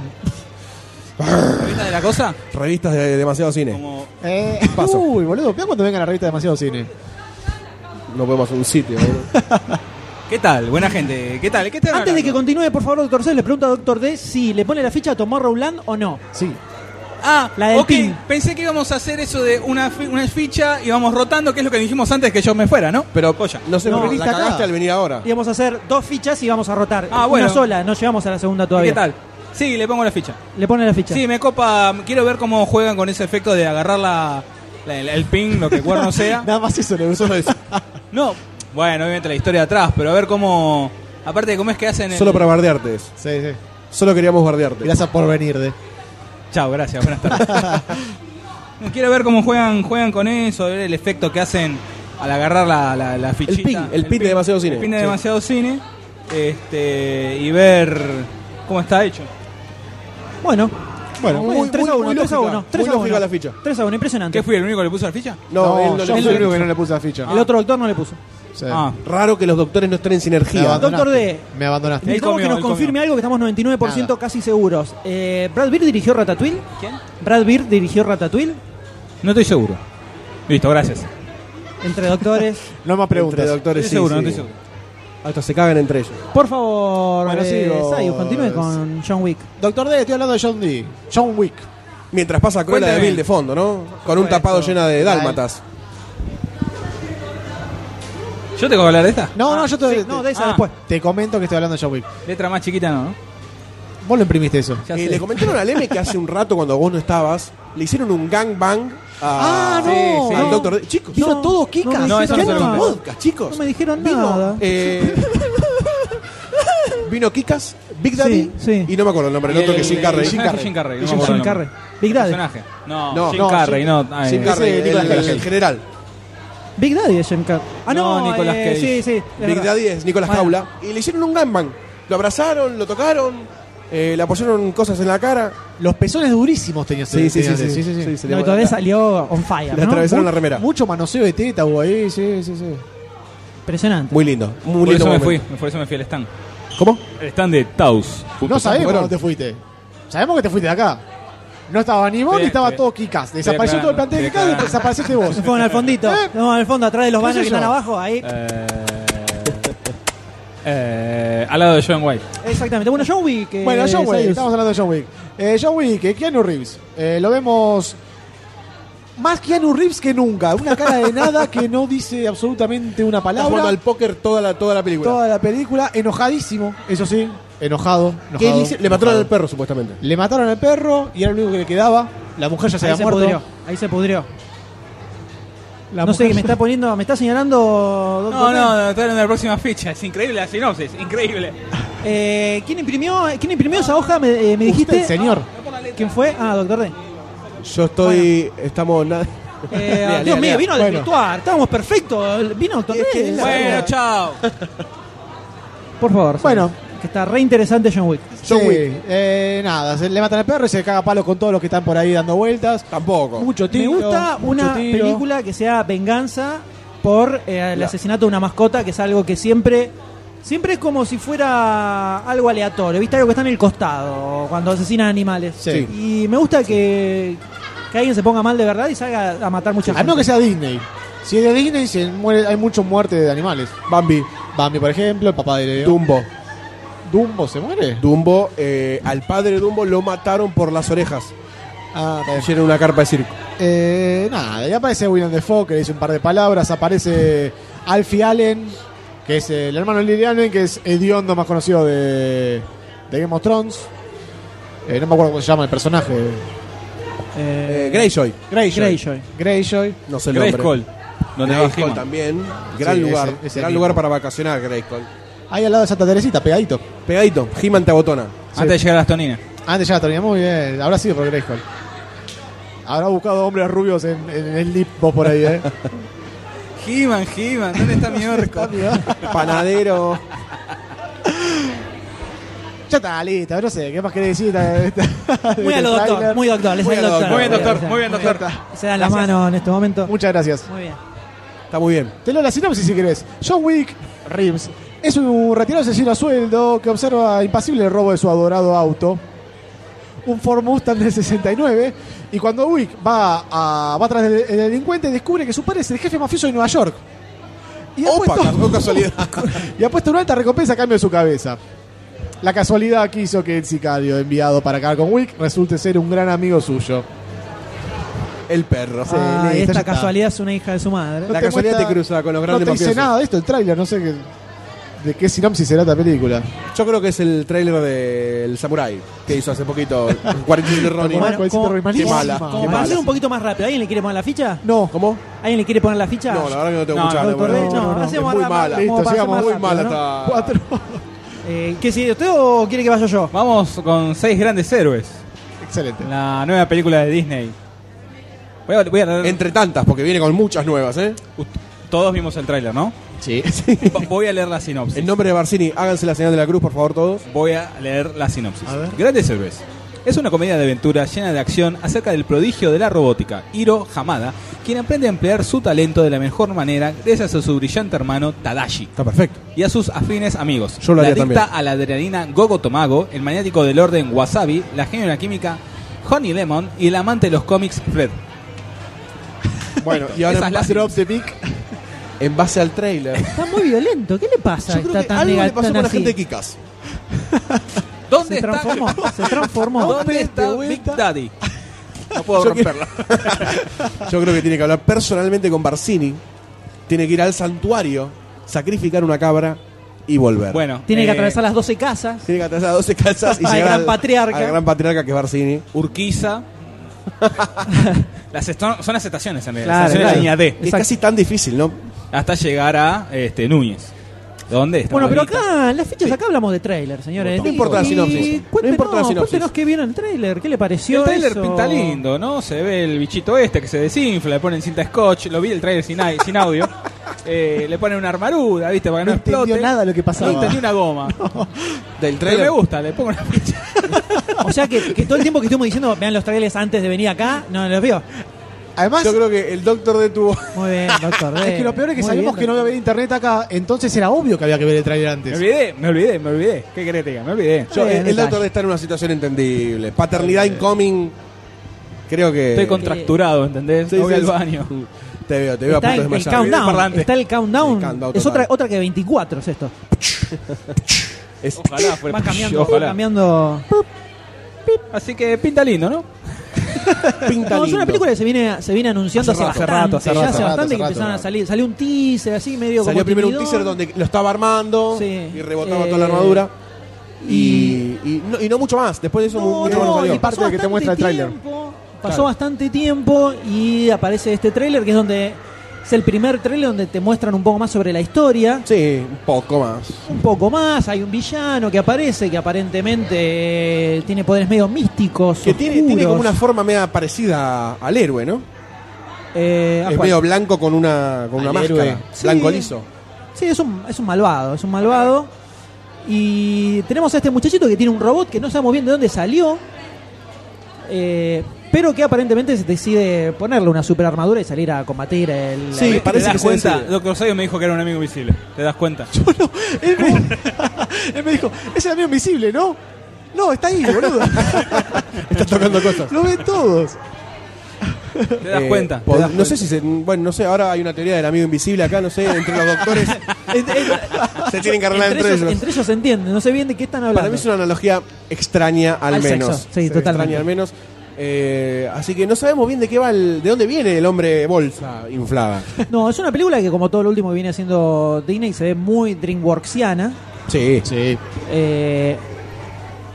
Speaker 4: ¿Revista de la cosa?
Speaker 1: Revistas de demasiado cine.
Speaker 4: Como
Speaker 5: Eh,
Speaker 1: Paso.
Speaker 5: Uy, boludo, vean cuando venga la revista Demasiado Cine.
Speaker 1: No podemos hacer un sitio.
Speaker 4: ¿Qué tal? Buena gente. ¿Qué tal? ¿Qué tal?
Speaker 2: Antes de que continúe, por favor, doctor C, le pregunto a doctor D si le pone la ficha a Tomorrowland o no.
Speaker 5: Sí.
Speaker 4: Ah,
Speaker 2: La del
Speaker 4: ok.
Speaker 2: pin.
Speaker 4: Pensé que íbamos a hacer eso de una, fi- una ficha y vamos rotando, que es lo que dijimos antes que yo me fuera, ¿no?
Speaker 1: Pero
Speaker 4: Joya.
Speaker 1: no sé,
Speaker 5: No,
Speaker 1: la
Speaker 5: revista acá.
Speaker 1: cagaste al venir ahora.
Speaker 2: Íbamos a hacer dos fichas y vamos a rotar.
Speaker 4: Ah, bueno.
Speaker 2: Una sola, no llegamos a la segunda
Speaker 4: ¿Y
Speaker 2: todavía.
Speaker 4: ¿Qué tal? Sí, le pongo la ficha.
Speaker 2: Le pone la ficha.
Speaker 4: Sí, me copa. Quiero ver cómo juegan con ese efecto de agarrar la, la- el, el pin, lo que cuerno
Speaker 2: Ah.
Speaker 4: sea.
Speaker 5: Nada más eso le gustó.
Speaker 1: Solo eso.
Speaker 4: No, bueno, obviamente la historia de atrás, pero a ver cómo. Aparte de cómo es que hacen. el-
Speaker 1: Solo para bardearte es.
Speaker 5: Sí, sí.
Speaker 1: Solo queríamos bardearte.
Speaker 5: Gracias por venir, de.
Speaker 4: Chao, gracias, buenas tardes. No, quiero ver cómo juegan juegan con eso, ver el efecto que hacen al agarrar la, la, la fichita.
Speaker 1: El pin, el pin de demasiado cine.
Speaker 4: El pin de
Speaker 1: Sí.
Speaker 4: demasiado cine. Este, y ver cómo está hecho.
Speaker 2: Bueno,
Speaker 5: Bueno,
Speaker 2: muy,
Speaker 1: muy-
Speaker 2: 3 a
Speaker 1: muy-
Speaker 2: 1,
Speaker 1: muy
Speaker 2: 3 a
Speaker 1: lógica,
Speaker 2: 1. 3
Speaker 1: muy
Speaker 2: a 1.
Speaker 1: lógica la ficha.
Speaker 2: 3 a 1, impresionante.
Speaker 4: ¿Qué Ah. fui el único que le puso la ficha?
Speaker 1: No,
Speaker 5: no,
Speaker 1: él no
Speaker 5: yo
Speaker 1: le
Speaker 5: fui el
Speaker 1: puso
Speaker 5: único que no le puse la ficha.
Speaker 2: El otro doctor no le puso.
Speaker 5: Sí.
Speaker 4: Ah,
Speaker 1: Raro que los doctores no estén en
Speaker 5: Me
Speaker 1: sinergia.
Speaker 5: abandonaste.
Speaker 2: Doctor D.
Speaker 5: Me abandonaste.
Speaker 4: Él
Speaker 2: Necesitamos
Speaker 4: comió,
Speaker 2: que nos
Speaker 4: él
Speaker 2: confirme
Speaker 4: comió.
Speaker 2: algo que estamos 99%
Speaker 5: Nada.
Speaker 2: casi seguros. Eh, ¿Brad Bird dirigió Ratatouille?
Speaker 4: ¿Quién?
Speaker 2: ¿Brad Bird dirigió Ratatouille?
Speaker 4: no estoy seguro. Listo, gracias.
Speaker 2: Entre doctores.
Speaker 5: No más
Speaker 1: Entre
Speaker 5: preguntas.
Speaker 4: Estoy
Speaker 1: doctores, sí, sí.
Speaker 4: seguro, no estoy seguro.
Speaker 1: Hasta se cagan entre ellos.
Speaker 2: Por favor,
Speaker 5: Bueno,
Speaker 2: eh,
Speaker 5: sigo.
Speaker 2: Sayus, continúe con John Wick.
Speaker 5: Doctor D, estoy hablando de John D. John Wick.
Speaker 1: Mientras pasa Cruella de
Speaker 4: Cuéntame.
Speaker 1: Vil de fondo, ¿no? Con un
Speaker 5: Supuesto.
Speaker 1: tapado llena de
Speaker 5: Dale.
Speaker 1: dálmatas.
Speaker 4: ¿Yo tengo que hablar de esta?
Speaker 5: No, no, yo te,
Speaker 2: Sí, no, de esa
Speaker 4: Ah.
Speaker 2: después.
Speaker 5: este. te comento que estoy hablando de John Wick.
Speaker 4: Letra más chiquita, no, ¿no?
Speaker 5: Vos lo imprimiste eso.
Speaker 4: Ya
Speaker 1: Eh,
Speaker 4: sé.
Speaker 1: le comentaron a Leme que hace un rato, cuando vos no estabas, le hicieron un gangbang a,
Speaker 5: Ah, no,
Speaker 1: Sí, sí. al
Speaker 5: no.
Speaker 1: doctor. Chicos,
Speaker 2: No,
Speaker 1: vino todo
Speaker 2: no
Speaker 1: Kika.
Speaker 2: me
Speaker 4: No, eso no
Speaker 1: ¿Qué
Speaker 4: se lo
Speaker 1: hago
Speaker 4: conté.
Speaker 1: podcast, chicos?
Speaker 2: No me dijeron
Speaker 1: vino,
Speaker 2: nada.
Speaker 1: eh, vino Kikas, Big
Speaker 2: Sí,
Speaker 1: Daddy
Speaker 2: sí.
Speaker 1: y no me acuerdo el nombre, el
Speaker 4: Y
Speaker 1: otro que es Jim Carrey.
Speaker 4: el personaje
Speaker 5: Jim
Speaker 4: Carrey. no me
Speaker 2: Jim
Speaker 4: acuerdo el
Speaker 2: Carrey.
Speaker 4: nombre.
Speaker 2: Big Daddy.
Speaker 4: Personaje. No,
Speaker 1: No,
Speaker 4: Jim
Speaker 5: no,
Speaker 4: Carrey,
Speaker 5: Jim-
Speaker 4: no. ay,
Speaker 1: Jim Carrey, el,
Speaker 5: Ese es Nicolas
Speaker 1: el-
Speaker 5: Cage.
Speaker 1: el general.
Speaker 2: Big Daddy es Jim Carrey. Ah, no,
Speaker 4: No, Nicolas
Speaker 2: eh,
Speaker 4: Cage.
Speaker 2: Sí, sí. es
Speaker 1: Big
Speaker 2: verdad.
Speaker 1: Daddy es Nicolás
Speaker 2: Bueno.
Speaker 1: Caula. Y le hicieron un gangbang. Lo abrazaron, lo tocaron, eh, le apoyaron cosas en la cara.
Speaker 5: Los pezones durísimos tenías. tenías-
Speaker 1: Sí, se le-
Speaker 2: No, y todavía salió on fire.
Speaker 1: Le
Speaker 2: ¿no?
Speaker 1: atravesaron
Speaker 5: Mu-
Speaker 1: la remera.
Speaker 5: Mucho manoseo de teta hubo ahí, sí, sí, sí.
Speaker 2: Impresionante.
Speaker 1: Muy lindo. Muy
Speaker 4: Por
Speaker 1: lindo
Speaker 4: eso me
Speaker 1: momento.
Speaker 4: fui, por eso me fui al stand.
Speaker 1: ¿Cómo?
Speaker 4: El stand de Taus.
Speaker 5: No sabemos
Speaker 1: fueron.
Speaker 5: dónde te fuiste. Sabemos que te fuiste de acá. No estaba ni vos
Speaker 4: Estoy-
Speaker 5: ni estaba
Speaker 4: estoy-
Speaker 5: todo Kikas. Desapareció todo el
Speaker 4: aclarando,
Speaker 5: plantel de
Speaker 4: estoy
Speaker 5: Kikas y
Speaker 4: aclarando.
Speaker 5: desapareciste vos.
Speaker 2: Se fueron al fondito.
Speaker 5: ¿Eh?
Speaker 2: No, al fondo, atrás de los
Speaker 5: ¿Qué
Speaker 2: banners
Speaker 5: sé
Speaker 2: que están
Speaker 5: yo?
Speaker 2: abajo. Ahí.
Speaker 4: Eh, eh, al lado de John White.
Speaker 2: Exactamente. Bueno, John Wick. eh,
Speaker 5: Bueno, John Wick,
Speaker 2: Sayus.
Speaker 5: estamos hablando de John Wick. Eh, John Wick, eh, Keanu Reeves. Eh, lo vemos más Keanu Reeves que nunca. Una cara de nada que no dice absolutamente una
Speaker 1: Está jugando al
Speaker 5: palabra.
Speaker 1: póker toda la, toda la película.
Speaker 5: Toda la película, enojadísimo, eso sí, enojado.
Speaker 1: ¿Qué
Speaker 5: enojado,
Speaker 1: dice? Le mataron
Speaker 5: enojado.
Speaker 1: al perro, supuestamente.
Speaker 5: Le mataron al perro y era lo único que le quedaba. La mujer ya se
Speaker 2: Ahí
Speaker 5: había
Speaker 2: se
Speaker 5: muerto.
Speaker 2: pudrió. Ahí se pudrió.
Speaker 5: La
Speaker 2: no sé
Speaker 5: mujer-
Speaker 2: qué me está poniendo. ¿Me está señalando? Doc
Speaker 4: No,
Speaker 2: Cohen?
Speaker 4: no, estoy en la próxima ficha. Es increíble la sinopsis, increíble.
Speaker 2: Eh, ¿Quién imprimió, ¿Quién imprimió esa hoja? Me, eh, me dijiste.
Speaker 5: Usted, señor.
Speaker 2: ¿Quién fue? Ah, doctor D.
Speaker 1: Yo estoy. Estamos. nada-
Speaker 2: Eh,
Speaker 1: Lea,
Speaker 2: Dios
Speaker 1: lea,
Speaker 2: mío,
Speaker 1: lea.
Speaker 2: vino a
Speaker 5: Bueno.
Speaker 2: desvirtuar. Estábamos perfectos. Vino doctor D. Eh,
Speaker 5: que-
Speaker 4: Bueno, chao.
Speaker 2: Por favor. Sayus,
Speaker 5: Bueno.
Speaker 2: Que está re interesante John Wick.
Speaker 5: Sí, eh, nada, se le matan al perro y se caga a palos con todos los que están por ahí dando vueltas.
Speaker 1: Tampoco.
Speaker 5: Mucho tiro.
Speaker 2: Me gusta
Speaker 5: mucho
Speaker 2: una
Speaker 5: tiro.
Speaker 2: película que sea venganza por eh, el
Speaker 1: La-
Speaker 2: asesinato de una mascota, que es algo que siempre. Siempre es como si fuera algo aleatorio, ¿viste? Algo que está en el costado cuando asesinan animales.
Speaker 5: Sí.
Speaker 2: Y me gusta que, que alguien se ponga mal de verdad y salga a matar mucha
Speaker 5: A
Speaker 2: gente.
Speaker 5: menos Ah, que sea Disney. Si es de Disney, se muere- hay mucho muerte de animales.
Speaker 1: Bambi.
Speaker 5: Bambi, por ejemplo, el papá de Dumbo.
Speaker 1: Dumbo.
Speaker 5: se muere.
Speaker 1: Dumbo. eh, al padre Dumbo lo mataron por las orejas.
Speaker 5: Ah, está bien.
Speaker 1: Hicieron una carpa de circo.
Speaker 5: Eh, nada, y aparece William Defoe, que le dice un par de palabras. Aparece Alfie Allen, que es el hermano de Lily Allen, que es hediondo más conocido de, de Game of Thrones. Eh, no me acuerdo cómo se llama el personaje.
Speaker 1: Eh, Greyjoy.
Speaker 5: Greyjoy.
Speaker 2: Greyjoy.
Speaker 5: Greyjoy.
Speaker 1: No sé el
Speaker 4: Grace
Speaker 1: nombre.
Speaker 4: Cole, donde va
Speaker 1: Grayskull
Speaker 4: He-Man.
Speaker 1: también. Gran
Speaker 5: Sí,
Speaker 1: lugar.
Speaker 5: ese- ese
Speaker 1: gran
Speaker 5: mismo.
Speaker 1: lugar para vacacionar, Grayskull.
Speaker 5: Ahí al lado de Santa Teresita, pegadito.
Speaker 1: Pegadito. He-Man te abotona.
Speaker 4: Antes de llegar a las toninas.
Speaker 5: Antes ya terminamos muy bien. Habrá sido por Greyjoy. Habrá buscado hombres rubios en, en el Lip vos por ahí, ¿eh?
Speaker 4: He-Man, He-Man, ¿dónde está mi orco?
Speaker 1: Panadero.
Speaker 5: ya está, listo, no sé, ¿qué más querés decir? Está- está-
Speaker 2: Muy a lo
Speaker 5: del
Speaker 2: doctor,
Speaker 5: tráiler?
Speaker 2: muy doctor. le
Speaker 1: Muy
Speaker 2: sale
Speaker 1: a lo
Speaker 2: doctor.
Speaker 1: doctor, muy bien,
Speaker 2: le
Speaker 4: doctor,
Speaker 2: sale.
Speaker 4: muy bien, doctor.
Speaker 2: Se dan las manos en este momento.
Speaker 5: Muchas gracias.
Speaker 2: Muy bien.
Speaker 1: Está muy bien.
Speaker 5: Te leo la sinopsis si querés. John Wick Rims es un retirado asesino a sueldo que observa impasible el robo de su adorado auto, un Ford Mustang del 69, y cuando Wick va, a, va atrás del del delincuente descubre que su padre es el jefe mafioso de Nueva York. Y ha,
Speaker 1: Opa,
Speaker 5: puesto,
Speaker 1: qué casualidad.
Speaker 5: y ha puesto una alta recompensa a cambio de su cabeza. La casualidad que hizo que el sicario enviado para acabar con Wick resulte ser un gran amigo suyo.
Speaker 1: El perro.
Speaker 5: Sí,
Speaker 2: Ah, y
Speaker 5: listo, ya
Speaker 2: esta
Speaker 5: está.
Speaker 2: casualidad es una hija de su madre.
Speaker 5: No
Speaker 1: La
Speaker 5: te
Speaker 1: casualidad
Speaker 5: muestra-
Speaker 1: te cruza con los
Speaker 5: No
Speaker 1: grandes
Speaker 5: te dice
Speaker 1: mafiosos.
Speaker 5: nada de esto el tráiler, no sé qué, de qué sinopsis será esta película.
Speaker 1: Yo creo que es el trailer del Samurai que hizo hace poquito 47 Ronin.
Speaker 5: Bueno, cualquier
Speaker 2: como-
Speaker 5: Ronin,
Speaker 2: como-
Speaker 5: malísima.
Speaker 1: mala,
Speaker 2: como
Speaker 1: qué
Speaker 2: para
Speaker 1: mala.
Speaker 2: hacer un poquito más rápido, ¿alguien le quiere poner la ficha?
Speaker 5: No,
Speaker 1: ¿Cómo?
Speaker 2: ¿Alguien le quiere poner la ficha?
Speaker 1: No, la verdad que no tengo
Speaker 4: No,
Speaker 1: mucha ganas de
Speaker 2: doctor
Speaker 1: ponerlo.
Speaker 2: D, no,
Speaker 5: no, no,
Speaker 2: hacemos
Speaker 1: es muy
Speaker 2: rápido,
Speaker 1: mala.
Speaker 2: como
Speaker 5: Listo,
Speaker 2: para hacer
Speaker 5: sigamos,
Speaker 2: más
Speaker 1: Muy
Speaker 2: rápido,
Speaker 1: mala
Speaker 2: ¿no?
Speaker 1: está.
Speaker 5: cuatro.
Speaker 2: Eh, ¿Qué sigue usted o quiere que vaya yo?
Speaker 4: Vamos con seis grandes héroes.
Speaker 5: Excelente.
Speaker 4: La nueva película de Disney. Voy a- voy a-
Speaker 1: Entre tantas, porque viene con muchas nuevas, ¿eh?
Speaker 4: Ut- Todos vimos el tráiler, ¿no?
Speaker 5: Sí.
Speaker 4: Va- Voy a leer la sinopsis.
Speaker 1: En nombre de Barcini, háganse la señal de la cruz, por favor, todos.
Speaker 4: Voy a leer la sinopsis.
Speaker 5: A ver.
Speaker 4: Grandes Héroes. Es una comedia de aventura llena de acción acerca del prodigio de la robótica, Hiro Hamada, quien aprende a emplear su talento de la mejor manera gracias a su brillante hermano Tadashi
Speaker 1: Está perfecto.
Speaker 4: y a sus afines amigos.
Speaker 1: Yo lo haría
Speaker 4: la adicta
Speaker 1: también.
Speaker 4: a la adrenalina Gogo Tomago, el maniático del orden Wasabi, la genio de la química Honey Lemon y el amante de los cómics Fred.
Speaker 1: Bueno, y ahora
Speaker 4: Esa es
Speaker 1: en
Speaker 4: la
Speaker 1: base,
Speaker 5: Drop the mic.
Speaker 1: en base al trailer.
Speaker 2: Está muy violento, ¿qué le pasa?
Speaker 1: Yo creo
Speaker 2: Está
Speaker 1: que
Speaker 2: tan
Speaker 1: algo le
Speaker 2: nega-
Speaker 1: pasó
Speaker 2: tan
Speaker 1: con la
Speaker 2: así.
Speaker 1: gente de Kikas.
Speaker 4: ¿Dónde
Speaker 2: Se
Speaker 4: está,
Speaker 2: transformó, se transformó.
Speaker 4: ¿dónde está Big Daddy? No puedo
Speaker 1: Yo creo-
Speaker 4: romperla.
Speaker 1: Yo creo que tiene que hablar personalmente con Barcini. Tiene que ir al santuario, sacrificar una cabra y volver.
Speaker 4: Bueno,
Speaker 2: Tiene que
Speaker 4: eh,
Speaker 2: atravesar las 12 casas.
Speaker 1: Tiene que atrasar a 12 casas y
Speaker 2: Al
Speaker 1: llegar
Speaker 2: gran patriarca.
Speaker 1: Al gran patriarca que es Barcini.
Speaker 4: Urquiza. las esto- son las estaciones en realidad.
Speaker 2: Claro,
Speaker 4: estaciones de
Speaker 2: claro.
Speaker 4: línea D.
Speaker 1: Es
Speaker 2: Exacto.
Speaker 1: casi tan difícil, ¿no?
Speaker 4: Hasta llegar a este, Núñez. ¿Dónde está?
Speaker 2: Bueno, pero
Speaker 4: Ahorita.
Speaker 2: acá en las fichas acá hablamos de tráiler, señores.
Speaker 1: No importa la
Speaker 2: Y
Speaker 1: sinopsis. No
Speaker 2: Cuéntenos,
Speaker 1: importa la sinopsis.
Speaker 2: cuéntenos qué vieron en el tráiler, qué le pareció
Speaker 4: El trailer
Speaker 2: eso.
Speaker 4: pinta lindo, ¿no? Se ve el bichito este que se desinfla, le ponen cinta scotch. Lo vi el trailer sin, ai- sin audio. Eh, le ponen una armadura, ¿viste? Para que
Speaker 5: No
Speaker 4: no,
Speaker 5: entendió
Speaker 4: explote.
Speaker 5: nada de lo que pasaba.
Speaker 4: No entendí una goma.
Speaker 1: Del
Speaker 4: Pero me
Speaker 1: trailer.
Speaker 4: gusta, le pongo una ficha.
Speaker 2: O sea que, que todo el tiempo que estuvimos diciendo, vean los trailers antes de venir acá, no los vio.
Speaker 5: Además,
Speaker 1: Yo creo que el doctor detuvo.
Speaker 2: Muy bien, doctor. eh,
Speaker 5: es que lo peor es que sabíamos que no iba a haber internet acá, entonces era obvio que había que ver el trailer
Speaker 14: Me
Speaker 5: antes.
Speaker 14: olvidé, me olvidé, me olvidé. ¿Qué querés que te diga? Me olvidé.
Speaker 1: Yo, el,
Speaker 2: bien,
Speaker 1: el
Speaker 2: detalle. Eh,
Speaker 1: doctor está en una situación entendible. Paternidad incoming. Creo que.
Speaker 14: Estoy contracturado, ¿entendés?
Speaker 1: Sí,
Speaker 14: no voy
Speaker 1: sí,
Speaker 14: al
Speaker 1: sí.
Speaker 14: baño.
Speaker 1: Te veo, te veo a
Speaker 2: Está
Speaker 1: punto
Speaker 2: el,
Speaker 1: de
Speaker 2: el
Speaker 1: desmayar.
Speaker 2: countdown. Está el countdown.
Speaker 1: El countdown
Speaker 2: es
Speaker 1: total.
Speaker 2: otra, otra que 24 es esto.
Speaker 1: Es-
Speaker 14: Ojalá fuera.
Speaker 2: Va cambiando, va
Speaker 14: Ojalá.
Speaker 2: cambiando.
Speaker 14: Así que pinta lindo, ¿no?
Speaker 1: pinta
Speaker 2: No, es una
Speaker 1: lindo.
Speaker 2: película que se viene, se viene anunciando hace,
Speaker 14: Hace rato,
Speaker 2: bastante.
Speaker 14: hace rato, hace
Speaker 2: ya
Speaker 14: rato,
Speaker 2: hace
Speaker 5: hace
Speaker 2: bastante que
Speaker 5: rato,
Speaker 2: empezaron
Speaker 5: rato.
Speaker 2: a salir. Salió un teaser así, medio
Speaker 1: Salió
Speaker 2: como
Speaker 1: primero un
Speaker 2: timidón.
Speaker 1: teaser donde lo estaba armando
Speaker 2: Sí.
Speaker 1: y rebotaba
Speaker 2: Eh,
Speaker 1: toda la armadura. Y, y no, y no mucho más. Después de eso,
Speaker 2: No,
Speaker 1: mucho
Speaker 2: no,
Speaker 1: más no
Speaker 2: y
Speaker 1: salió.
Speaker 5: parte
Speaker 2: pasó
Speaker 5: que te muestra el
Speaker 2: bastante
Speaker 5: tráiler.
Speaker 2: tiempo, Pasó bastante tiempo y aparece este tráiler que es donde es el primer tráiler donde te muestran un poco más sobre la historia.
Speaker 1: Sí, un poco más.
Speaker 2: Un poco más, hay un villano que aparece que aparentemente eh, tiene poderes medio místicos.
Speaker 1: Que tiene, tiene como
Speaker 2: oscuros.
Speaker 1: una forma media parecida al héroe, ¿no?
Speaker 2: Eh, ¿a
Speaker 1: Es
Speaker 2: cuál?
Speaker 1: medio blanco con una, con una
Speaker 5: Ah, Al
Speaker 1: máscara.
Speaker 5: héroe.
Speaker 1: Blanco
Speaker 2: Sí.
Speaker 1: liso.
Speaker 2: Sí, es un, es un malvado, es un malvado. Y tenemos a este muchachito que tiene un robot que no sabemos bien de dónde salió, eh, pero que aparentemente se decide ponerle una super armadura y salir a combatir el...
Speaker 1: Sí,
Speaker 2: el-
Speaker 14: ¿Te
Speaker 1: parece
Speaker 14: das
Speaker 1: que se
Speaker 14: cuenta?
Speaker 1: decide.
Speaker 14: Doctor Sayo me dijo que era un amigo invisible. ¿Te das cuenta?
Speaker 5: Él me, él me dijo, es el amigo invisible, ¿no? No, está ahí, boludo.
Speaker 1: Está tocando cosas.
Speaker 5: Lo ven todos.
Speaker 14: ¿Te das
Speaker 1: Eh,
Speaker 14: cuenta?
Speaker 1: pod-
Speaker 14: ¿Te das
Speaker 1: no sé si se. Bueno, no sé, ahora hay una teoría del amigo invisible acá, no sé, entre los doctores. se tienen que arreglar entre, ellos.
Speaker 2: entre ellos se entienden, no sé bien de qué están hablando.
Speaker 1: Para mí es una analogía extraña al,
Speaker 2: Al
Speaker 1: menos.
Speaker 2: sexo, sí, totalmente.
Speaker 1: Extraña al menos. Eh, así que no sabemos bien de qué va el, de dónde viene el hombre bolsa inflada.
Speaker 2: No, es una película que como todo lo último que viene haciendo Disney se ve muy DreamWorksiana.
Speaker 1: Sí.
Speaker 5: Sí.
Speaker 2: Eh,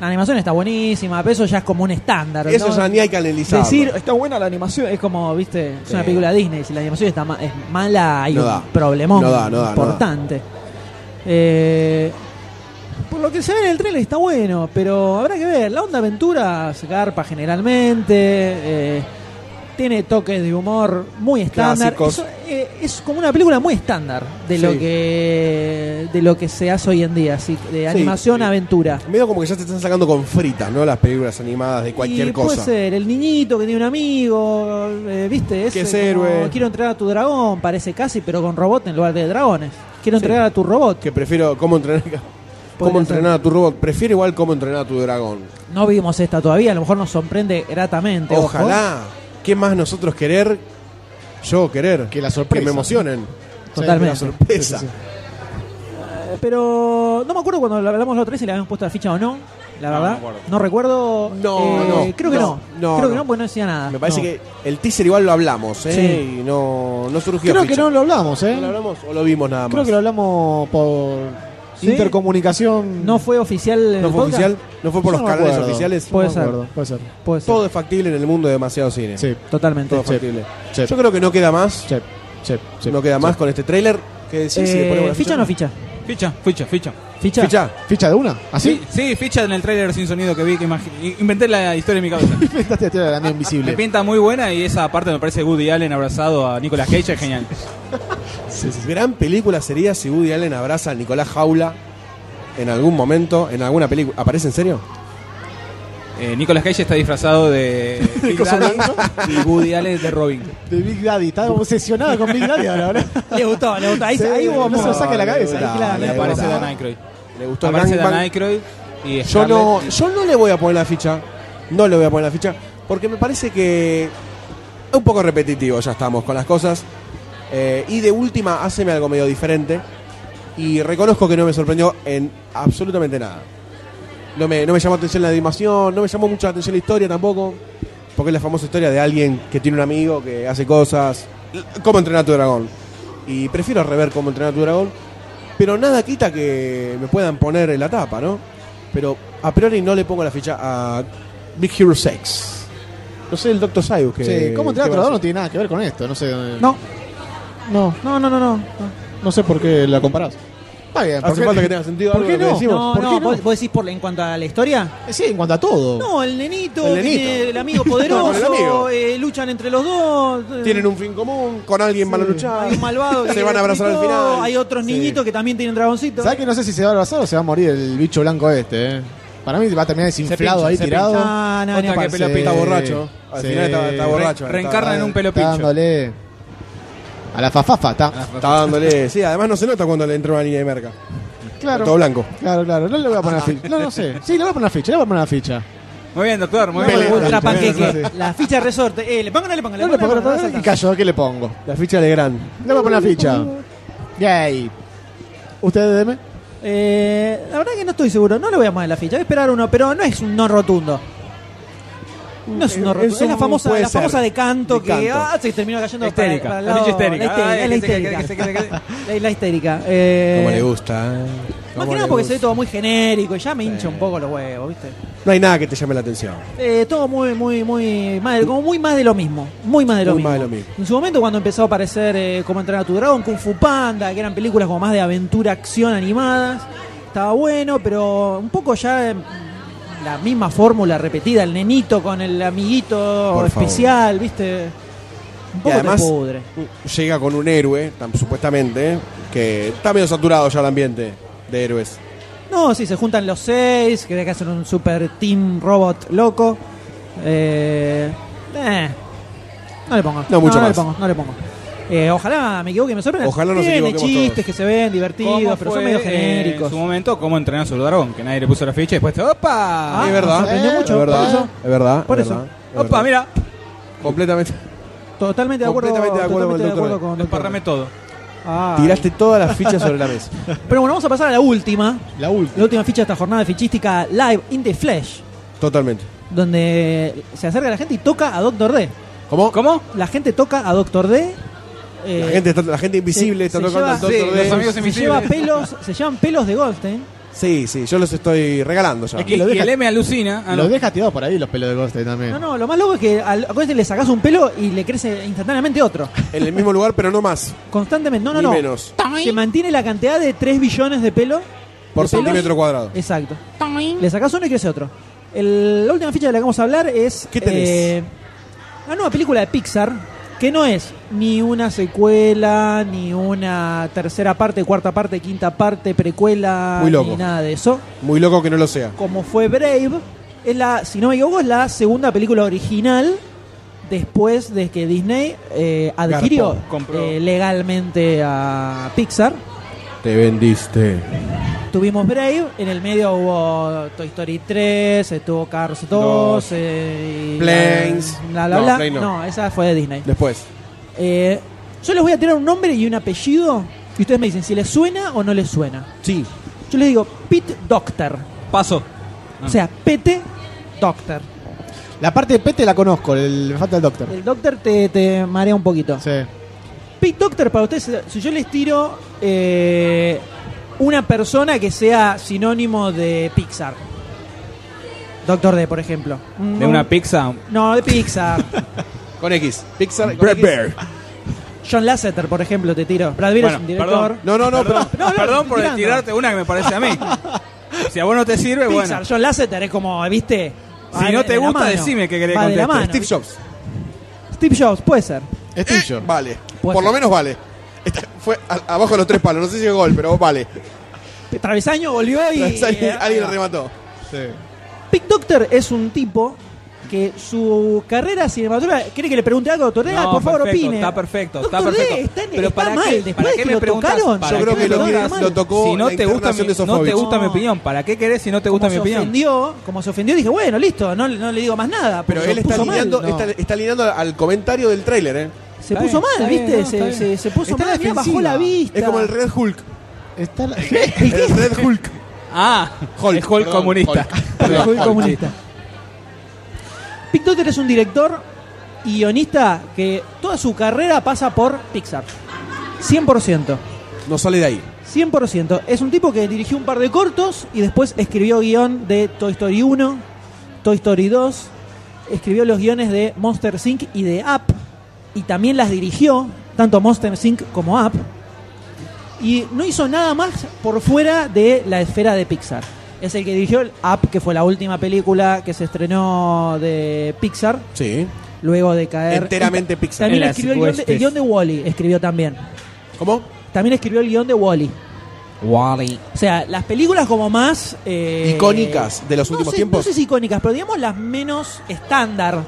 Speaker 2: la animación está buenísima, pero eso ya es como un estándar.
Speaker 1: Eso
Speaker 2: ¿no?
Speaker 1: ya ni hay que analizarlo.
Speaker 2: Decir, está buena la animación, es como, viste, es una
Speaker 1: Sí.
Speaker 2: película Disney, si la animación está ma- es mala hay
Speaker 1: No
Speaker 2: un
Speaker 1: da.
Speaker 2: problemón
Speaker 1: No da, no da, no da.
Speaker 2: importante. Eh, por lo que se ve en el trailer está bueno, pero habrá que ver, la onda aventura se garpa generalmente, eh, tiene toques de humor muy estándar,
Speaker 1: Clásicos.
Speaker 2: Eso, eh, es como una película muy estándar de lo
Speaker 1: Sí.
Speaker 2: que de lo que se hace hoy en día, así, de
Speaker 1: Sí,
Speaker 2: animación
Speaker 1: sí.
Speaker 2: aventura.
Speaker 1: Medio como que ya te están sacando con fritas, ¿no? Las películas animadas de cualquier
Speaker 2: Y
Speaker 1: cosa.
Speaker 2: Puede ser, el niñito que tiene un amigo, eh, ¿viste? Ese
Speaker 1: Que es
Speaker 2: como,
Speaker 1: héroe.
Speaker 2: Quiero entregar a tu dragón, parece casi, pero con robot en lugar de dragones. Quiero entregar a tu robot.
Speaker 1: Que prefiero cómo entrenar cómo
Speaker 2: Podría
Speaker 1: entrenar a tu robot. Prefiero igual cómo entrenar a tu dragón.
Speaker 2: No vimos esta todavía, a lo mejor nos sorprende gratamente. ojo.
Speaker 1: Ojalá. ¿Qué más nosotros querer? Yo querer.
Speaker 5: Que la sorpresa.
Speaker 1: me emocionen.
Speaker 2: Totalmente.
Speaker 1: La sorpresa.
Speaker 5: Sí, sí,
Speaker 2: Eh, Pero no me acuerdo cuando la hablamos la otra vez si le habíamos puesto la ficha o no. La
Speaker 14: No,
Speaker 2: verdad,
Speaker 14: me acuerdo.
Speaker 2: no recuerdo.
Speaker 1: No,
Speaker 2: eh,
Speaker 1: no,
Speaker 2: Creo que no.
Speaker 1: no, no,
Speaker 2: creo que
Speaker 1: no.
Speaker 2: no, porque no decía nada.
Speaker 1: Me parece
Speaker 2: No.
Speaker 1: que el teaser igual lo hablamos, ¿eh?
Speaker 2: Sí.
Speaker 1: Y no, no surgió.
Speaker 5: Creo
Speaker 1: ficha.
Speaker 5: que no lo hablamos, ¿eh?
Speaker 1: ¿No lo hablamos o lo vimos nada más?
Speaker 5: Creo que lo hablamos por
Speaker 2: ¿Sí?
Speaker 5: intercomunicación.
Speaker 2: No fue oficial. el
Speaker 1: ¿No fue
Speaker 2: podcast.
Speaker 1: oficial? ¿No fue por
Speaker 5: Yo
Speaker 1: los
Speaker 5: no me
Speaker 1: canales
Speaker 5: acuerdo.
Speaker 1: oficiales?
Speaker 2: Puede
Speaker 5: No me
Speaker 2: ser.
Speaker 5: acuerdo, puede ser.
Speaker 2: Puede ser.
Speaker 1: Todo es factible en el mundo de demasiado cine.
Speaker 5: Sí.
Speaker 2: Totalmente.
Speaker 1: Todo es
Speaker 5: Sí.
Speaker 1: factible.
Speaker 5: Sí.
Speaker 1: Yo creo que no queda más.
Speaker 5: Sí, sí, sí.
Speaker 1: no queda más con este tráiler. ¿Qué decís? Si le ponemos
Speaker 2: Eh,
Speaker 1: la
Speaker 2: ¿Ficha o no ficha?
Speaker 14: Ficha, ficha, ficha.
Speaker 2: Ficha.
Speaker 1: Ficha.
Speaker 5: ¿Ficha de una? ¿Ah, ¿Así?
Speaker 14: Sí, ficha en el trailer sin sonido que vi que imagi- inventé la historia en mi cabeza.
Speaker 5: Inventaste la teoría de la amiga
Speaker 14: Me
Speaker 5: invisible.
Speaker 14: pinta muy buena y esa parte me parece Woody Allen abrazado a Nicolas Cage es genial.
Speaker 1: Gran película sería si Woody Allen abraza a Nicolás Jaula en algún momento, en alguna película. ¿Aparece en serio?
Speaker 14: Eh, Nicolas Cage está disfrazado de Big Daddy y Woody Allen de Robin.
Speaker 5: De Big Daddy. Estaba obsesionada con Big Daddy ahora, ¿verdad?
Speaker 2: Le gustó, le gustó. Ahí,
Speaker 5: Sí,
Speaker 2: ahí hubo
Speaker 5: no se lo saca de la cabeza.
Speaker 1: Dale,
Speaker 2: claro,
Speaker 1: dale,
Speaker 2: le
Speaker 14: Aparece
Speaker 1: dale.
Speaker 14: Dan Aykroyd.
Speaker 1: Le gustó el
Speaker 14: Aparece Dan
Speaker 1: gangbang.
Speaker 14: Aykroyd y
Speaker 1: Yo no,
Speaker 14: Scarlett.
Speaker 1: yo no le voy a poner la ficha. No le voy a poner la ficha. Porque me parece que. es Un poco repetitivo ya estamos con las cosas. Eh, y de última, haceme algo medio diferente. Y reconozco que no me sorprendió en absolutamente nada. No me, no me llamó atención la animación, no me llamó mucho la atención la historia tampoco. Porque es la famosa historia de alguien que tiene un amigo que hace cosas. ¿Cómo entrenar a tu dragón? Y prefiero rever cómo entrenar a tu dragón. Pero nada quita que me puedan poner en la tapa, ¿no? Pero a priori no le pongo la ficha a Big Hero 6. No sé, el Dr. Sayu que.
Speaker 5: Sí, ¿Cómo entrenar
Speaker 1: que
Speaker 5: a tu dragón
Speaker 1: va
Speaker 5: no tiene nada que ver con esto? No sé.
Speaker 2: No,
Speaker 5: no,
Speaker 2: no, no, no, no.
Speaker 5: no sé por qué la comparás. Está bien,
Speaker 1: a-
Speaker 5: ¿por
Speaker 1: Hace
Speaker 5: qué-
Speaker 1: falta que tenga sentido
Speaker 5: ¿Por
Speaker 1: algo de
Speaker 5: qué
Speaker 1: lo que
Speaker 5: no?
Speaker 1: decimos.
Speaker 2: No,
Speaker 5: ¿por
Speaker 2: no,
Speaker 5: qué no?
Speaker 2: ¿vos, vos decís por la- en cuanto a la historia.
Speaker 5: Sí, en cuanto a todo.
Speaker 2: No, el nenito,
Speaker 1: El
Speaker 2: que
Speaker 1: nenito.
Speaker 2: tiene el amigo
Speaker 1: No, con el
Speaker 2: poderoso,
Speaker 1: amigo.
Speaker 2: eh, luchan entre los dos. eh,
Speaker 1: Tienen un fin común, con alguien van a luchar.
Speaker 2: hay un malvado que
Speaker 1: se van a abrazar al
Speaker 2: reclutó,
Speaker 1: final.
Speaker 2: Hay otros
Speaker 1: Sí.
Speaker 2: niñitos que también tienen dragoncitos.
Speaker 5: ¿Sabes que no sé si se va a abrazar o se va a morir el bicho blanco este, eh? Para mí va a terminar desinflado
Speaker 14: pincha,
Speaker 5: ahí
Speaker 14: se
Speaker 5: tirado.
Speaker 2: Ah, no, ni
Speaker 1: Otra que
Speaker 2: aparte.
Speaker 1: pelo pinta borracho. Al
Speaker 5: Sí.
Speaker 1: final está, está
Speaker 5: Re-
Speaker 1: borracho.
Speaker 14: reencarna en un pelo pincho.
Speaker 5: Dándole a la fafafa, está.
Speaker 1: Está, está dándole. Sí, además no se nota cuando le entra una línea de merca.
Speaker 5: Claro.
Speaker 1: Todo blanco.
Speaker 5: Claro, claro. No le voy a poner ficha. No, no sé. Sí, le voy a poner una ficha. Le voy a poner una ficha.
Speaker 14: Muy bien, doctor, muy bien.
Speaker 5: Pelé.
Speaker 2: Ultra
Speaker 5: Pelé,
Speaker 2: panqueque.
Speaker 5: sí.
Speaker 2: La ficha de resorte. Eh, le pongo o no le pongo.
Speaker 5: No
Speaker 2: pongo,
Speaker 5: le pongo
Speaker 2: no
Speaker 5: nada.
Speaker 2: le
Speaker 5: Y
Speaker 2: pongo.
Speaker 5: callo, ¿qué le pongo?
Speaker 1: La ficha de Gran.
Speaker 5: Le voy a poner una ficha. Gay. ¿Usted, DM?
Speaker 2: Eh, la verdad que no estoy seguro. No le voy a poner la ficha. Voy a esperar uno, pero no es un no rotundo. No es un no
Speaker 1: Eso
Speaker 2: rotundo. Es la famosa,
Speaker 1: puede
Speaker 2: la
Speaker 1: ser.
Speaker 2: famosa de canto
Speaker 1: De
Speaker 2: que
Speaker 1: canto.
Speaker 2: ah, se terminó cayendo para-
Speaker 14: Histérica.
Speaker 2: para el
Speaker 14: La
Speaker 2: lado-
Speaker 14: ficha histérica.
Speaker 2: La
Speaker 14: Ay, que se quede,
Speaker 2: histérica.
Speaker 14: que se quede, que se quede.
Speaker 2: La- La histérica. Eh,
Speaker 1: Como le gusta. ¿eh?
Speaker 2: Más
Speaker 1: Cómo
Speaker 2: que nada
Speaker 1: le
Speaker 2: porque
Speaker 1: gusta.
Speaker 2: se ve todo muy genérico y ya me hincha un poco los huevos, ¿viste?
Speaker 1: No hay nada que te llame la atención.
Speaker 2: Eh, todo muy, muy, muy. más de- como muy más de lo mismo. Muy más de lo,
Speaker 1: Muy
Speaker 2: mismo.
Speaker 1: más de lo mismo.
Speaker 2: En su momento, cuando empezó a aparecer eh, Como entrenar a tu dragón, Kung Fu Panda, que eran películas como más de aventura, acción animadas, estaba bueno, pero un poco ya eh, la misma fórmula repetida: el nenito con el amiguito
Speaker 1: Por favor.
Speaker 2: especial, ¿viste? Un poco
Speaker 1: además-
Speaker 2: te pudre.
Speaker 1: Llega con un héroe, tan, supuestamente, que está medio saturado ya el ambiente de héroes.
Speaker 2: No, sí, se juntan los seis, que hacen un super team robot loco. Eh, eh, no le pongo.
Speaker 1: No, mucho
Speaker 2: no,
Speaker 1: más.
Speaker 2: le pongo, no le pongo. Eh, ojalá me equivoque y me sorprenda.
Speaker 1: Ojalá nos
Speaker 2: Tiene
Speaker 1: equivoquemos
Speaker 2: chistes
Speaker 1: todos.
Speaker 2: que se ven divertidos,
Speaker 14: ¿Cómo
Speaker 2: pero son
Speaker 14: fue,
Speaker 2: medio
Speaker 14: eh,
Speaker 2: genéricos.
Speaker 14: En su momento, cómo entrenó a su dragón, que nadie le puso la ficha y después, ¡opa!
Speaker 2: Ah,
Speaker 1: es verdad.
Speaker 2: nos sorprendió
Speaker 5: eh,
Speaker 2: mucho,
Speaker 1: es
Speaker 2: por
Speaker 1: verdad.
Speaker 2: eso.
Speaker 1: Es verdad.
Speaker 2: Por
Speaker 1: es
Speaker 2: eso.
Speaker 1: verdad, es
Speaker 14: ¡Opa,
Speaker 1: verdad.
Speaker 14: mira!
Speaker 1: Completamente.
Speaker 2: Totalmente de acuerdo.
Speaker 1: Completamente de acuerdo con el
Speaker 2: totalmente
Speaker 1: doctor.
Speaker 2: con el doctor.
Speaker 14: Desparrame todo.
Speaker 2: Ah.
Speaker 1: Tiraste todas las fichas sobre la mesa.
Speaker 2: Pero bueno, vamos a pasar a la última.
Speaker 5: La última.
Speaker 2: La última ficha de esta jornada fichística live in the flesh,
Speaker 1: Totalmente.
Speaker 2: donde se acerca la gente y toca a Doctor D.
Speaker 1: ¿Cómo?
Speaker 14: ¿Cómo?
Speaker 2: La gente toca a Doctor D. eh,
Speaker 1: La gente, está- la gente invisible
Speaker 2: se-
Speaker 1: está
Speaker 2: se
Speaker 1: tocando al
Speaker 2: lleva-
Speaker 1: Doctor
Speaker 14: sí,
Speaker 1: D.
Speaker 14: los amigos-
Speaker 2: se
Speaker 14: invisibles.
Speaker 2: lleva pelos, se llevan pelos de Goldstein.
Speaker 1: Sí, sí, yo los estoy regalando ya.
Speaker 14: Y, y el M alucina. Ah, no.
Speaker 5: Los deja tirados por ahí los pelos de Ghostface también.
Speaker 2: No, no, lo más loco es que al a Goldstein le sacás un pelo y le crece instantáneamente otro.
Speaker 1: En el mismo lugar, pero no más,
Speaker 2: Constantemente, no, no,
Speaker 1: ni
Speaker 2: no.
Speaker 1: menos.
Speaker 2: Se mantiene la cantidad de 3 billones de pelo.
Speaker 1: Por
Speaker 2: de pelos.
Speaker 1: centímetro cuadrado.
Speaker 2: Exacto. Le sacás uno y crece otro. El- la última ficha de la que vamos a hablar es.
Speaker 1: ¿Qué tenés?
Speaker 2: eh, la nueva película de Pixar, que no es ni una secuela, ni una tercera parte, cuarta parte, quinta parte, precuela,
Speaker 1: Muy loco.
Speaker 2: ni nada de eso.
Speaker 1: Muy loco que no lo sea.
Speaker 2: como fue Brave, es la, si no me equivoco, es la segunda película original después de que Disney eh, adquirió
Speaker 14: Garpó, compró.
Speaker 2: eh, legalmente a Pixar.
Speaker 1: Te vendiste.
Speaker 2: Tuvimos Brave, en el medio hubo Toy Story 3, estuvo Cars 2,
Speaker 1: Dos.
Speaker 2: eh, y
Speaker 1: Planes.
Speaker 2: bla, bla,
Speaker 1: No,
Speaker 2: bla.
Speaker 1: Plane no.
Speaker 2: no, esa fue de Disney.
Speaker 1: Después.
Speaker 2: Eh, yo les voy a tirar un nombre y un apellido y ustedes me dicen si les suena o no les suena.
Speaker 1: Sí.
Speaker 2: Yo les digo Pete Doctor,
Speaker 14: Paso.
Speaker 1: Ah.
Speaker 2: o sea, PT Doctor.
Speaker 5: La parte de Pete la conozco, el, me falta el Doctor.
Speaker 2: El Doctor te, te marea un poquito.
Speaker 5: Sí.
Speaker 2: Pete Doctor, para ustedes, si yo les tiro eh, una persona que sea sinónimo de Pixar. Doctor D, por ejemplo.
Speaker 14: De una pizza.
Speaker 2: No, de Pixar.
Speaker 1: Con X. Pixar.
Speaker 5: Brad
Speaker 2: John Lasseter, por ejemplo, te tiro. Brad Pitt es
Speaker 14: Bueno,
Speaker 2: un director.
Speaker 14: perdón.
Speaker 1: No, no, no,
Speaker 14: Perdón,
Speaker 2: no, no,
Speaker 14: perdón por
Speaker 2: tirando.
Speaker 14: tirarte una que me parece a mí. Si a vos no te sirve,
Speaker 2: Pixar,
Speaker 14: bueno.
Speaker 2: John Lasseter es como, ¿viste?
Speaker 14: Si
Speaker 2: Va
Speaker 14: no
Speaker 2: de-
Speaker 14: te
Speaker 2: de la
Speaker 14: gusta,
Speaker 2: mano.
Speaker 14: decime qué querés
Speaker 2: Va de la
Speaker 14: contestar.
Speaker 2: mano.
Speaker 1: pero- Steve Jobs.
Speaker 2: Steve Jobs, puede ser.
Speaker 5: Es tuyo.
Speaker 1: Eh, Vale.
Speaker 2: Puede
Speaker 1: Por
Speaker 2: ser.
Speaker 1: lo menos vale. Esta- fue a- abajo de los tres palos. No sé si es gol, pero vale.
Speaker 2: Travesaño volvió y. eh,
Speaker 1: alguien
Speaker 2: ahí
Speaker 1: alguien
Speaker 2: va.
Speaker 1: remató.
Speaker 5: Sí.
Speaker 2: Pete Doctor es un tipo que su carrera cinematográfica. ¿Quiere que le pregunte algo, doctor? D? Ah,
Speaker 14: No,
Speaker 2: por favor,
Speaker 14: perfecto,
Speaker 2: opine.
Speaker 14: Está perfecto, está
Speaker 2: Doctor D
Speaker 14: perfecto.
Speaker 2: está en- está mal. Después de que lo
Speaker 14: preguntas?
Speaker 2: tocaron,
Speaker 14: ¿Para
Speaker 1: Yo
Speaker 14: qué
Speaker 1: creo
Speaker 14: me
Speaker 1: que lo,
Speaker 14: preguntas?
Speaker 2: tocaron
Speaker 1: que-
Speaker 2: mal.
Speaker 1: lo tocó
Speaker 14: si no
Speaker 1: la
Speaker 14: te gusta mi,
Speaker 1: internación de
Speaker 14: no te
Speaker 1: Sofovich.
Speaker 14: gusta mi
Speaker 2: No.
Speaker 14: opinión, ¿para qué querés si no te gusta
Speaker 2: como
Speaker 14: mi
Speaker 2: se
Speaker 14: opinión?
Speaker 2: ofendió, como se ofendió, dije, bueno, listo, no, no le digo más nada.
Speaker 1: Pero
Speaker 2: porque
Speaker 1: él
Speaker 2: se
Speaker 1: está
Speaker 2: puso mal.
Speaker 1: alineando,
Speaker 2: No.
Speaker 1: está, está alineando al comentario del tráiler, ¿eh?
Speaker 2: Se
Speaker 14: Está
Speaker 2: puso
Speaker 14: bien,
Speaker 2: mal,
Speaker 14: está
Speaker 2: ¿viste?
Speaker 14: bien, no,
Speaker 2: se,
Speaker 14: está
Speaker 2: se- se puso
Speaker 5: Está
Speaker 2: mal, mirá, bajó
Speaker 5: defensiva.
Speaker 2: la vista.
Speaker 1: Es como el Red Hulk.
Speaker 5: Está la-
Speaker 1: El Red Hulk.
Speaker 14: Ah,
Speaker 1: Hulk,
Speaker 14: el Hulk
Speaker 1: perdón,
Speaker 14: comunista.
Speaker 1: Hulk.
Speaker 2: Soy
Speaker 1: Perdón, Hulk.
Speaker 2: comunista. Pete Docter es un director y guionista que toda su carrera pasa por Pixar. 100%.
Speaker 1: No sale de ahí.
Speaker 2: 100%. Es un tipo que dirigió un par de cortos y después escribió guión de Toy Story 1, Toy Story 2, escribió los guiones de Monster Inc. y de Up, y también las dirigió, tanto Monster Inc. como Up, y no hizo nada más por fuera de la esfera de Pixar. Es el que dirigió el Up, que fue la última película que se estrenó de Pixar,
Speaker 1: Sí.
Speaker 2: luego de caer...
Speaker 1: Enteramente Pixar.
Speaker 2: También
Speaker 14: En las
Speaker 2: escribió el guión de,
Speaker 14: huestes.
Speaker 2: el guión de Wally, escribió también.
Speaker 1: ¿Cómo?
Speaker 2: También escribió el guión de Wally.
Speaker 4: Wally.
Speaker 2: O sea, las películas como más... eh,
Speaker 1: Icónicas de los
Speaker 2: no
Speaker 1: últimos
Speaker 2: sé-
Speaker 1: tiempos.
Speaker 2: No sé si icónicas, pero digamos las menos estándar,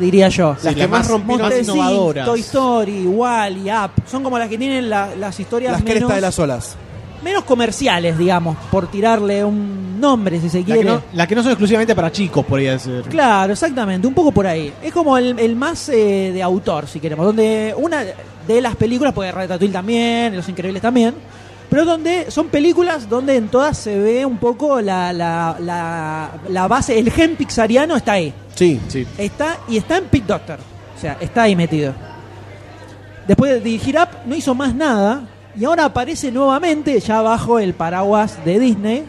Speaker 2: diría yo.
Speaker 5: Las que más rompieron,
Speaker 2: Monster
Speaker 5: más
Speaker 2: Inc,
Speaker 5: innovadoras.
Speaker 2: Toy Story, Wally, Up. Son como las que tienen la- las historias
Speaker 1: Las
Speaker 2: menos,
Speaker 1: crestas de las olas.
Speaker 2: menos comerciales, digamos, por tirarle un nombre, si se
Speaker 5: La que,
Speaker 2: quiere.
Speaker 5: no, la que no son exclusivamente para chicos, podría decir.
Speaker 2: Claro, exactamente, un poco por ahí. Es como el, el más eh, de autor, si queremos, donde una de las películas, porque Ratatouille también, Los Increíbles también, pero donde son películas donde en todas se ve un poco la, la, la, la base, el gen pixariano está ahí.
Speaker 1: Sí.
Speaker 5: Sí.
Speaker 2: Está y está en Pit Doctor, o sea, está ahí metido. Después de dirigir Up no hizo más nada y ahora aparece nuevamente ya bajo el paraguas de Disney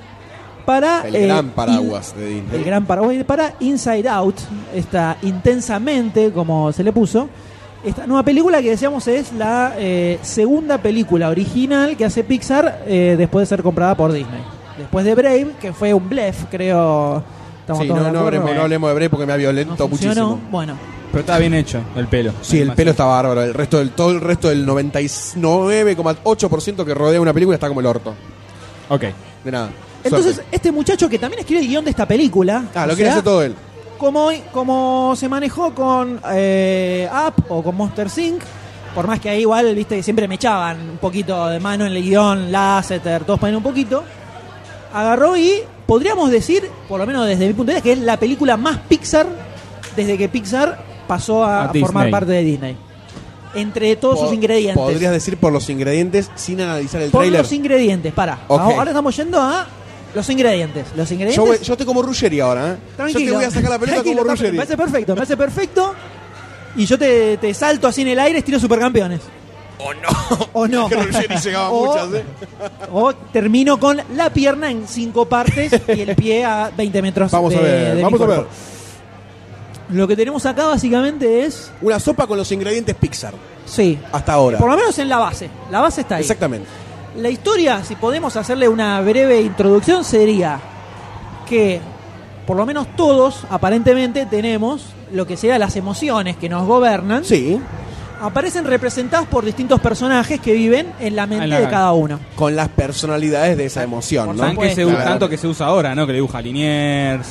Speaker 2: para...
Speaker 1: El
Speaker 2: eh,
Speaker 1: gran
Speaker 2: in-
Speaker 1: paraguas de Disney.
Speaker 2: el gran Paraguay para Inside Out, esta intensamente, como se le puso. Esta nueva película que decíamos es la eh, segunda película original que hace Pixar eh, después de ser comprada por Disney. Después de Brave, que fue un blef, creo. Estamos
Speaker 1: Sí,
Speaker 2: todos
Speaker 1: no,
Speaker 2: de
Speaker 1: no,
Speaker 2: acuerdo. eh.
Speaker 1: hablemos, no hablemos de Bray porque me ha
Speaker 2: No
Speaker 1: violento
Speaker 2: funcionó.
Speaker 1: muchísimo.
Speaker 2: Bueno,
Speaker 4: Pero estaba bien hecho el pelo.
Speaker 1: Sí, el pelo está bárbaro. El resto del, todo el resto del 99,8% que rodea una película está como el orto.
Speaker 4: Ok.
Speaker 1: De nada.
Speaker 2: entonces
Speaker 1: Suerte.
Speaker 2: este muchacho que también escribe el guión de esta película.
Speaker 1: Ah, lo
Speaker 2: o
Speaker 1: quiere
Speaker 2: sea,
Speaker 1: hacer todo él.
Speaker 2: como, como se manejó con eh, Up o con Monster Sync. Por más que ahí igual, viste, que siempre me echaban un poquito de mano en el guión, Lasseter, todos ponían un poquito. Agarró y podríamos decir, por lo menos desde mi punto de vista, que es la película más Pixar desde que Pixar pasó a,
Speaker 4: A Disney.
Speaker 2: formar parte de Disney. Entre todos
Speaker 1: Po-
Speaker 2: sus ingredientes.
Speaker 1: Podrías decir por los ingredientes sin analizar el
Speaker 2: por
Speaker 1: trailer.
Speaker 2: los ingredientes, para.
Speaker 1: Ok.
Speaker 2: Ahora estamos yendo a los ingredientes. Los
Speaker 1: Yo, voy-
Speaker 2: ingredientes
Speaker 1: yo estoy como Ruggeri ahora, ¿eh?
Speaker 2: Tranquilo.
Speaker 1: Yo te voy a sacar la pelota
Speaker 2: Tranquilo,
Speaker 1: como
Speaker 2: está-
Speaker 1: Ruggeri.
Speaker 2: Me parece perfecto, me parece perfecto. Y yo te, te salto así en el aire, estilo supercampeones. O no. O
Speaker 1: Que
Speaker 2: no.
Speaker 1: Ruggeri llegaba
Speaker 2: O-
Speaker 1: muchas, ¿eh?
Speaker 2: O termino con la pierna en cinco partes y el pie a 20 metros.
Speaker 1: Vamos a
Speaker 2: de-
Speaker 1: ver,
Speaker 2: de mi
Speaker 1: vamos a
Speaker 2: cuerpo.
Speaker 1: ver.
Speaker 2: Lo que tenemos acá básicamente es.
Speaker 1: Una sopa con los ingredientes Pixar,
Speaker 2: Sí.
Speaker 1: hasta ahora.
Speaker 2: Por lo menos en la base. La base está ahí.
Speaker 1: Exactamente.
Speaker 2: La historia, si podemos hacerle una breve introducción, sería que por lo menos todos, aparentemente, tenemos lo que sea las emociones que nos gobernan.
Speaker 1: Sí,
Speaker 2: Aparecen representadas por distintos personajes que viven en la mente
Speaker 4: En la-
Speaker 2: de cada uno.
Speaker 1: con las personalidades de esa emoción,
Speaker 2: Por
Speaker 1: ¿no?
Speaker 4: Tan que se u-
Speaker 1: Claro.
Speaker 4: tanto que se usa ahora, ¿no? Que le dibuja Liniers,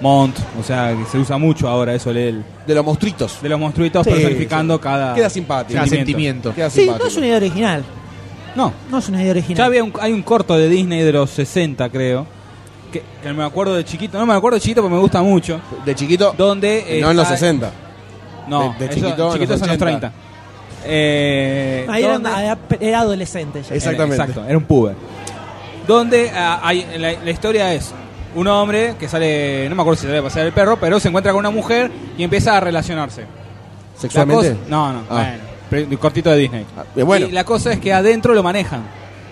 Speaker 4: Mont. O sea, que se usa mucho ahora eso de,
Speaker 1: De los monstruitos.
Speaker 4: de los monstruitos
Speaker 1: Sí,
Speaker 4: personificando cada.
Speaker 1: Queda simpático.
Speaker 5: Cada
Speaker 4: Sentimiento.
Speaker 5: sentimiento.
Speaker 1: Queda
Speaker 2: Sí, no
Speaker 1: simpático.
Speaker 2: es una idea original.
Speaker 4: No.
Speaker 2: No es una idea original.
Speaker 4: Ya había un, hay un corto de Disney de los 60, creo. Que, que me acuerdo de chiquito. No me acuerdo de chiquito porque me gusta mucho.
Speaker 1: De chiquito,
Speaker 4: Donde. eh,
Speaker 1: no en los
Speaker 4: está-
Speaker 1: 60.
Speaker 4: No,
Speaker 1: De- de
Speaker 4: eso-
Speaker 1: chiquito en los
Speaker 4: es en los
Speaker 1: 80.
Speaker 4: 30. Eh,
Speaker 2: Ahí era,
Speaker 4: donde-
Speaker 2: era- era adolescente ya.
Speaker 1: Exactamente.
Speaker 4: Era, exacto, era un puber. Donde ah, hay, la, la historia es un hombre que sale, no me acuerdo si sale a pasear el perro, pero se encuentra con una mujer y empieza a relacionarse. La
Speaker 1: ¿Sexualmente?
Speaker 4: cosa, no, no,
Speaker 1: Ah.
Speaker 4: bueno, pre- cortito de Disney.
Speaker 1: Ah, eh, bueno.
Speaker 4: Y la cosa es que adentro lo manejan.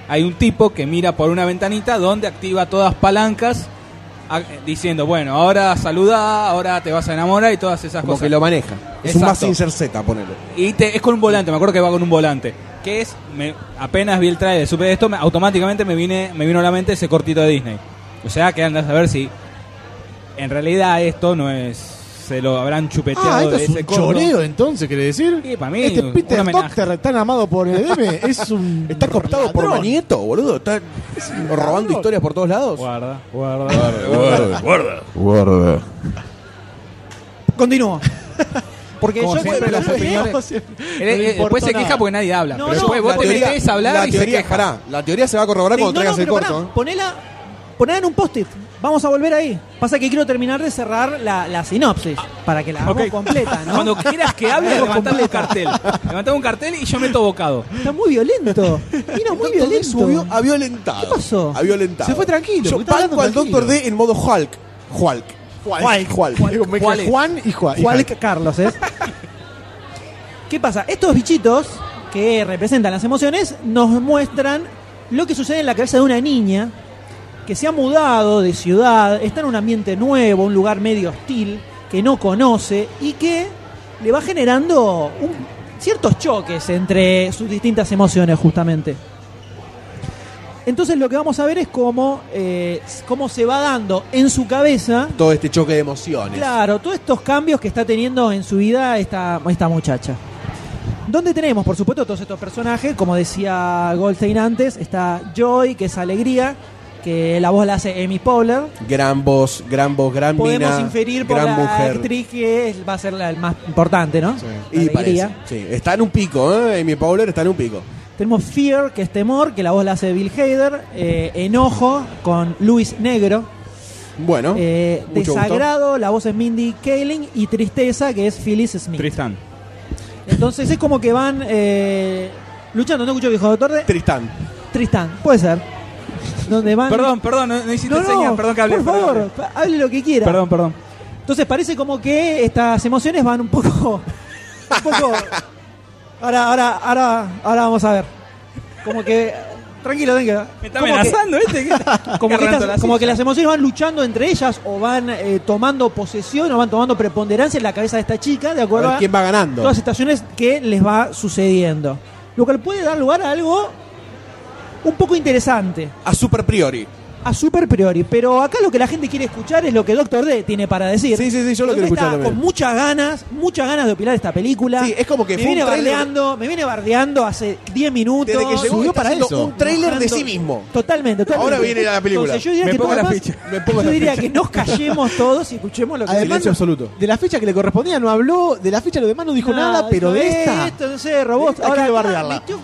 Speaker 4: Hay un tipo que mira por una ventanita donde activa todas palancas a- diciendo, bueno, ahora saluda, ahora te vas a enamorar y todas esas
Speaker 1: Como
Speaker 4: cosas.
Speaker 1: que lo maneja. Es un
Speaker 4: Exacto.
Speaker 1: Massinger Z, ponele.
Speaker 4: Y te- es con un volante, me acuerdo que va con un volante. Que es, me- apenas vi el trailer, supe de esto, me- automáticamente me, vine, me vino a la mente ese cortito de Disney. O sea, que andas a ver si en realidad esto no es. Se lo habrán chupeteado
Speaker 5: Ah, esto
Speaker 4: de
Speaker 5: es
Speaker 4: ese
Speaker 5: un
Speaker 4: corto.
Speaker 5: choreo, entonces, ¿quiere decir?
Speaker 4: Y para mí,
Speaker 5: este
Speaker 4: un
Speaker 5: Peter
Speaker 4: homenaje.
Speaker 5: Doctor tan amado por el DM es un...
Speaker 1: Está cooptado por
Speaker 5: ladrón.
Speaker 1: Manieto, boludo. Está robando historias por todos lados.
Speaker 4: Guarda, guarda.
Speaker 2: Continúo. Porque
Speaker 5: Como
Speaker 2: yo
Speaker 5: siempre,
Speaker 2: cuando
Speaker 5: las
Speaker 2: lo veo-
Speaker 5: opiniones-
Speaker 4: Él- él-
Speaker 5: importó
Speaker 4: Eh, después se
Speaker 5: nada.
Speaker 4: queja porque nadie habla.
Speaker 2: No, no,
Speaker 4: pero después vos
Speaker 1: la
Speaker 4: te
Speaker 1: teoría-
Speaker 4: metés a hablar
Speaker 1: la
Speaker 4: y
Speaker 1: teoría,
Speaker 4: se queja.
Speaker 1: pará, la teoría se va a corroborar
Speaker 2: Sí,
Speaker 1: cuando
Speaker 2: no, no,
Speaker 1: traigas el
Speaker 2: pero pará,
Speaker 1: corto. ¿eh?
Speaker 2: ponela, ponela en un post-it. Vamos a volver ahí. Pasa que quiero terminar de cerrar la, la sinopsis para que la hagamos
Speaker 4: Ok.
Speaker 2: completa, ¿no?
Speaker 4: Cuando quieras que hable,
Speaker 2: Algo
Speaker 4: levantame un
Speaker 2: completo.
Speaker 4: cartel. Levantame un cartel y yo meto bocado.
Speaker 2: Está muy violento. Vino
Speaker 1: Doctor
Speaker 2: muy
Speaker 1: D
Speaker 2: violento.
Speaker 1: subió a violentado.
Speaker 2: ¿Qué pasó?
Speaker 1: A violentado.
Speaker 5: Se fue tranquilo,
Speaker 1: Yo
Speaker 5: porque estaba
Speaker 1: palco al
Speaker 5: hablando
Speaker 1: Doctor D
Speaker 5: tranquilo.
Speaker 1: en modo Hulk. Hulk. Hulk. Hulk.
Speaker 5: Digo, me
Speaker 4: ¿Cuál
Speaker 5: quedé
Speaker 4: es?
Speaker 5: Juan y Juan. y
Speaker 2: Juan
Speaker 5: Juan.
Speaker 2: Carlos, ¿eh? ¿Qué pasa? Estos bichitos que representan las emociones nos muestran lo que sucede en la cabeza de una niña que se ha mudado de ciudad, está en un ambiente nuevo, un lugar medio hostil, que no conoce y que le va generando un- ciertos choques entre sus distintas emociones justamente. Entonces lo que vamos a ver es cómo, eh, cómo se va dando en su cabeza
Speaker 1: Todo este choque de emociones.
Speaker 2: Claro, todos estos cambios que está teniendo en su vida esta, esta muchacha. Donde tenemos, por supuesto, todos estos personajes, como decía Goldstein antes, está Joy, que es Alegría, que la voz la hace Amy Poehler.
Speaker 1: Gran voz, gran voz, gran
Speaker 2: Podemos
Speaker 1: mina,
Speaker 2: inferir por
Speaker 1: gran
Speaker 2: la
Speaker 1: mujer.
Speaker 2: actriz que es- va a ser la el más importante, ¿no? La
Speaker 1: Y
Speaker 2: Alegría.
Speaker 1: parece, sí, está en un pico, ¿eh? Amy Powler está en un pico.
Speaker 2: Tenemos Fear, que es Temor, que la voz la hace Bill Hader. eh, Enojo, con Luis Negro.
Speaker 1: Bueno,
Speaker 2: eh,
Speaker 1: mucho gusto.
Speaker 2: Desagrado, la voz es Mindy Kaling. Y Tristeza, que es Phyllis Smith.
Speaker 4: Tristán.
Speaker 2: Entonces es como que van eh, luchando. No escucho viejo doctor de
Speaker 1: Tristán.
Speaker 2: Tristán, puede ser. Donde van.
Speaker 4: Perdón, perdón, no, no hiciste
Speaker 2: no, no,
Speaker 4: señas, perdón que hablé.
Speaker 2: Por
Speaker 4: perdón.
Speaker 2: favor, pa- hable lo que quiera.
Speaker 4: Perdón, perdón.
Speaker 2: Entonces parece como que estas emociones van un poco. Un poco. Ahora, ahora, ahora, ahora vamos a ver. Como que. Tranquilo, tranquilo.
Speaker 4: Me está
Speaker 2: Como que-
Speaker 4: amenazando, ¿viste?
Speaker 2: como que,
Speaker 4: Agarrando
Speaker 2: estas- como
Speaker 4: la silla.
Speaker 2: que las emociones van luchando entre ellas o van eh, tomando posesión o van tomando preponderancia en la cabeza de esta chica, ¿de
Speaker 1: A
Speaker 2: acuerdo?
Speaker 1: ver
Speaker 2: a
Speaker 1: quién va ganando.
Speaker 2: Todas estas situaciones que les va sucediendo. Lo cual puede dar lugar a algo un poco interesante,
Speaker 1: A super priori.
Speaker 2: a super priori. Pero acá lo que la gente quiere escuchar es lo que Doctor D tiene para decir.
Speaker 1: Sí, sí, sí, yo lo quiero
Speaker 2: Doctor D
Speaker 1: escuchar
Speaker 2: está
Speaker 1: también.
Speaker 2: Con muchas ganas, muchas ganas de opinar esta película.
Speaker 1: Sí, es como que
Speaker 2: me
Speaker 1: fue un
Speaker 2: viene
Speaker 1: tráiler-
Speaker 2: bardeando, me viene bardeando hace 10 minutos.
Speaker 1: Desde que llegó
Speaker 5: subió
Speaker 1: está
Speaker 5: para
Speaker 1: haciendo
Speaker 5: eso.
Speaker 1: un trailer de sí
Speaker 2: Bajando-
Speaker 1: mismo.
Speaker 2: Totalmente, totalmente.
Speaker 1: Ahora viene la película.
Speaker 2: Entonces, yo diría
Speaker 4: Me
Speaker 2: que
Speaker 4: pongo
Speaker 2: nada
Speaker 4: la
Speaker 2: más-
Speaker 4: ficha.
Speaker 1: Me pongo
Speaker 2: yo
Speaker 1: la
Speaker 2: diría
Speaker 1: ficha.
Speaker 2: que nos callemos todos y escuchemos lo que
Speaker 5: Además,
Speaker 1: Silencio absoluto.
Speaker 5: De la fecha que le correspondía no habló, de la fecha lo demás no dijo nada, pero de
Speaker 2: "Eh,
Speaker 5: esta.
Speaker 2: Esto, no sé, robot.
Speaker 5: Hay que
Speaker 2: Ahora,
Speaker 5: bardearla.
Speaker 2: metió-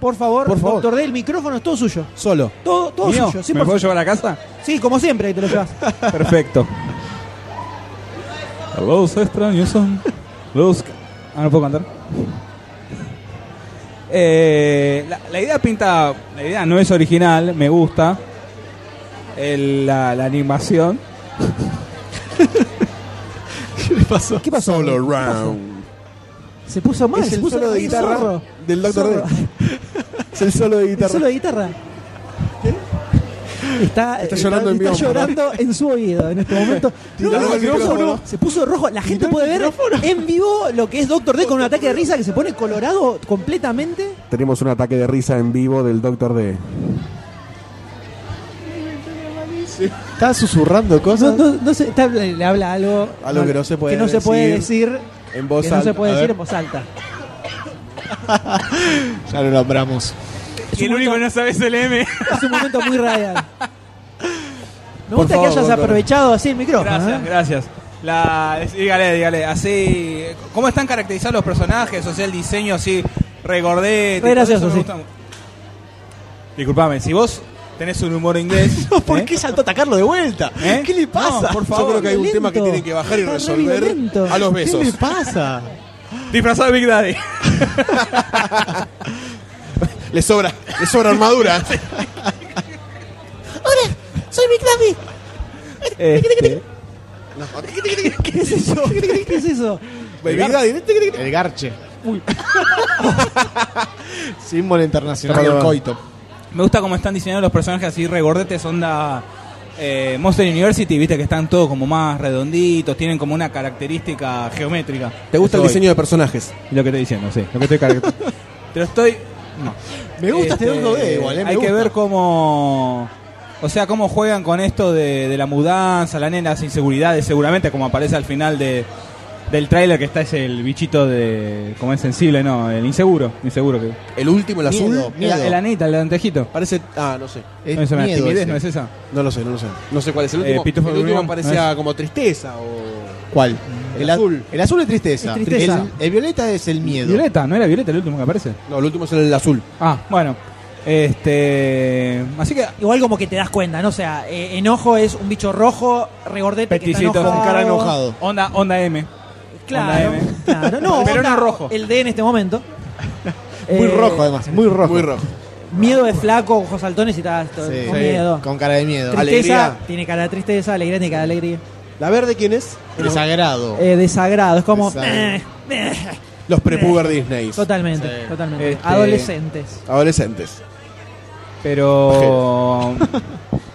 Speaker 2: por favor,
Speaker 5: Por favor.
Speaker 2: doctor D, el micrófono es todo suyo.
Speaker 5: Solo.
Speaker 2: Todo, todo
Speaker 4: Mío,
Speaker 2: suyo. Sí,
Speaker 4: ¿Me
Speaker 2: por
Speaker 4: puedo
Speaker 2: supuesto.
Speaker 4: llevar a casa?
Speaker 2: Sí, como siempre que te lo llevas.
Speaker 4: Perfecto. Los extraños son los... que- Ah, no puedo cantar. Eh, la, la idea pinta... La idea no es original, me gusta. El- la, la animación.
Speaker 2: ¿Qué pasó?
Speaker 1: Solo
Speaker 2: ¿Qué pasó?
Speaker 1: round.
Speaker 2: Se puso mal.
Speaker 1: Es
Speaker 2: se
Speaker 1: el
Speaker 2: puso
Speaker 1: solo de
Speaker 2: ay, qué
Speaker 1: guitarra
Speaker 2: zorro.
Speaker 1: del Dr.
Speaker 2: Zorro.
Speaker 1: D. Es el solo de
Speaker 2: El
Speaker 1: guitarra.
Speaker 2: solo de guitarra. Está,
Speaker 1: Está llorando en
Speaker 2: está
Speaker 1: vivo.
Speaker 2: llorando en su oído en este momento. No,
Speaker 1: Tiró
Speaker 2: no,
Speaker 1: el
Speaker 2: se, puso,
Speaker 1: micrófono.
Speaker 2: se puso rojo. La gente puede ver en vivo lo que es Doctor D con un ataque de risa que se pone colorado completamente.
Speaker 1: Tenemos un ataque de risa en vivo del Doctor D.
Speaker 5: Está susurrando
Speaker 2: No,
Speaker 5: cosas.
Speaker 2: no, no sé, está- le habla algo,
Speaker 1: Algo que no se puede
Speaker 2: que no se puede
Speaker 1: decir.
Speaker 2: decir,
Speaker 1: En voz
Speaker 2: que no se
Speaker 1: alta.
Speaker 2: puede
Speaker 1: A
Speaker 2: decir
Speaker 1: ver.
Speaker 2: en voz alta.
Speaker 5: Ya lo nombramos.
Speaker 2: Es un, momento,
Speaker 4: no sabe es el M.
Speaker 2: es un momento muy radial.
Speaker 1: Por
Speaker 2: Me gusta
Speaker 1: favor,
Speaker 2: que hayas
Speaker 1: doctora.
Speaker 2: aprovechado así el micrófono.
Speaker 4: Gracias,
Speaker 2: ¿eh?
Speaker 4: gracias. La, dígale, dígale, así... ¿Cómo están caracterizados los personajes? O sea, el diseño así, regordete...
Speaker 2: Re gracioso,
Speaker 4: todo eso me gusta mu- Disculpame, si vos tenés un humor inglés...
Speaker 5: ¿Por
Speaker 4: ¿eh?
Speaker 5: qué saltó a atacarlo de vuelta?
Speaker 4: ¿Eh?
Speaker 5: ¿Qué le pasa?
Speaker 4: No, por
Speaker 1: Yo creo
Speaker 4: favor.
Speaker 1: que hay un
Speaker 2: violento.
Speaker 1: tema que tienen que bajar y
Speaker 2: Está re violento.
Speaker 1: resolver a los
Speaker 5: ¿Qué le
Speaker 1: besos.
Speaker 5: pasa?
Speaker 4: Disfrazado de Big Daddy.
Speaker 1: Le sobra, le sobra armadura.
Speaker 4: Este,
Speaker 2: ¿Qué es eso? ¿Qué es eso?
Speaker 1: Baby Daddy.
Speaker 5: El garche. Símbolo internacional
Speaker 1: Perdón.
Speaker 5: del coito.
Speaker 4: me gusta cómo están diseñados los personajes así regordetes, onda eh, Monster University, viste que están todos como más redonditos, tienen como una característica geométrica.
Speaker 1: ¿Te gusta el
Speaker 4: Eso
Speaker 1: diseño de personajes?
Speaker 4: voy. Lo que estoy diciendo, sí. Lo que estoy caracter- Te lo estoy... No.
Speaker 5: Me gusta este
Speaker 4: Este,
Speaker 5: Doctor D igual, eh, me
Speaker 4: Hay que
Speaker 5: gusta.
Speaker 4: ver cómo... O sea, cómo juegan con esto de, de la mudanza, la nena, las inseguridades, seguramente como aparece al final de, del tráiler que está es el bichito de... como es sensible, no, el inseguro, inseguro que...
Speaker 1: El último, el azul.
Speaker 5: Miedo.
Speaker 4: El, el anita, el antejito.
Speaker 1: Parece. Ah, no sé.
Speaker 5: Es
Speaker 4: No, eso me da
Speaker 5: miedo
Speaker 4: timidez,
Speaker 5: ese.
Speaker 4: ¿no es esa?
Speaker 1: No lo sé, no lo sé. No sé cuál es el
Speaker 4: Eh,
Speaker 1: último.
Speaker 4: Pitufo
Speaker 1: el último
Speaker 4: Gruñón,
Speaker 1: parecía
Speaker 4: ¿no
Speaker 1: como tristeza o.
Speaker 5: ¿Cuál?
Speaker 1: El
Speaker 5: a-
Speaker 1: azul.
Speaker 5: El azul es tristeza.
Speaker 2: Es tristeza.
Speaker 5: El, el violeta es el miedo.
Speaker 4: Violeta, ¿no era Violeta el último que aparece?
Speaker 1: No, el último es el azul.
Speaker 4: Ah, bueno. Este. Así que.
Speaker 2: Igual como que te das cuenta, ¿no? O sea, eh, enojo es un bicho rojo, regordete
Speaker 4: Peticitos,
Speaker 2: que está enojado.
Speaker 5: Con cara enojado.
Speaker 4: Onda, onda M.
Speaker 2: Claro,
Speaker 4: Onda M.
Speaker 2: claro. No,
Speaker 4: Pero
Speaker 2: onda
Speaker 4: no rojo.
Speaker 2: El D en este momento.
Speaker 5: Muy
Speaker 2: Eh,
Speaker 5: rojo además, muy rojo.
Speaker 1: Muy rojo.
Speaker 2: Miedo de flaco, ojos saltones y tal. todo-
Speaker 5: Sí.
Speaker 2: con
Speaker 5: Sí.
Speaker 2: miedo.
Speaker 5: Con cara de miedo.
Speaker 2: Tristeza,
Speaker 1: Alegría.
Speaker 2: tiene cara de tristeza, alegría tiene cara de alegría.
Speaker 1: ¿La verde quién es?
Speaker 5: Desagrado.
Speaker 2: Eh, desagrado, es como.
Speaker 5: Oh. Desagrado.
Speaker 2: eh,
Speaker 1: Los prepuber Disney.
Speaker 2: Totalmente,
Speaker 5: Sí.
Speaker 2: totalmente.
Speaker 4: Este-
Speaker 2: Adolescentes.
Speaker 1: Adolescentes.
Speaker 4: Pero.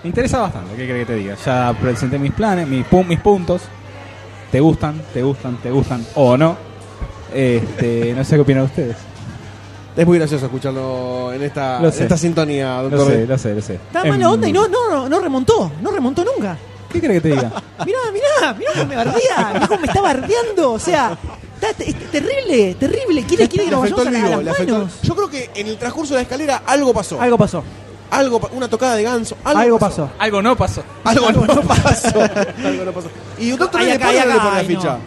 Speaker 4: me interesa bastante, ¿qué crees que te diga? Ya presenté mis planes, mis, pu- mis puntos. ¿Te gustan? ¿Te gustan? ¿Te gustan? ¿O no? Este, no sé qué opinan ustedes.
Speaker 1: Es muy gracioso escucharlo en esta,
Speaker 4: Lo
Speaker 1: en
Speaker 4: sé.
Speaker 1: esta sintonía,
Speaker 4: Lo
Speaker 1: doctor.
Speaker 4: sé, lo sé, lo sé.
Speaker 2: Está mala
Speaker 4: Em,
Speaker 2: onda y no, no, no, no remontó, no remontó nunca.
Speaker 4: ¿Qué crees que te diga?
Speaker 2: Mirá, mirá, mirá cómo me bardea, mirá cómo me está bardeando. O sea, Está te- es terrible, terrible. Quiere, quiere que
Speaker 1: Le
Speaker 2: nos
Speaker 1: afectó el
Speaker 2: vayamos a,
Speaker 1: vivo,
Speaker 2: la- a
Speaker 1: le
Speaker 2: las
Speaker 1: afectó-
Speaker 2: manos.
Speaker 1: Yo creo que en el transcurso de la escalera algo pasó. Algo,
Speaker 2: Algo pasó,
Speaker 1: pa- una tocada de ganso. Algo,
Speaker 2: algo pasó.
Speaker 4: Algo no pasó.
Speaker 1: Algo no pasó. algo no pasó. Y doctor
Speaker 2: Ay,
Speaker 1: le
Speaker 2: acá,
Speaker 1: pone o no
Speaker 2: ay,
Speaker 1: le pone la
Speaker 2: ay, no.
Speaker 1: ficha.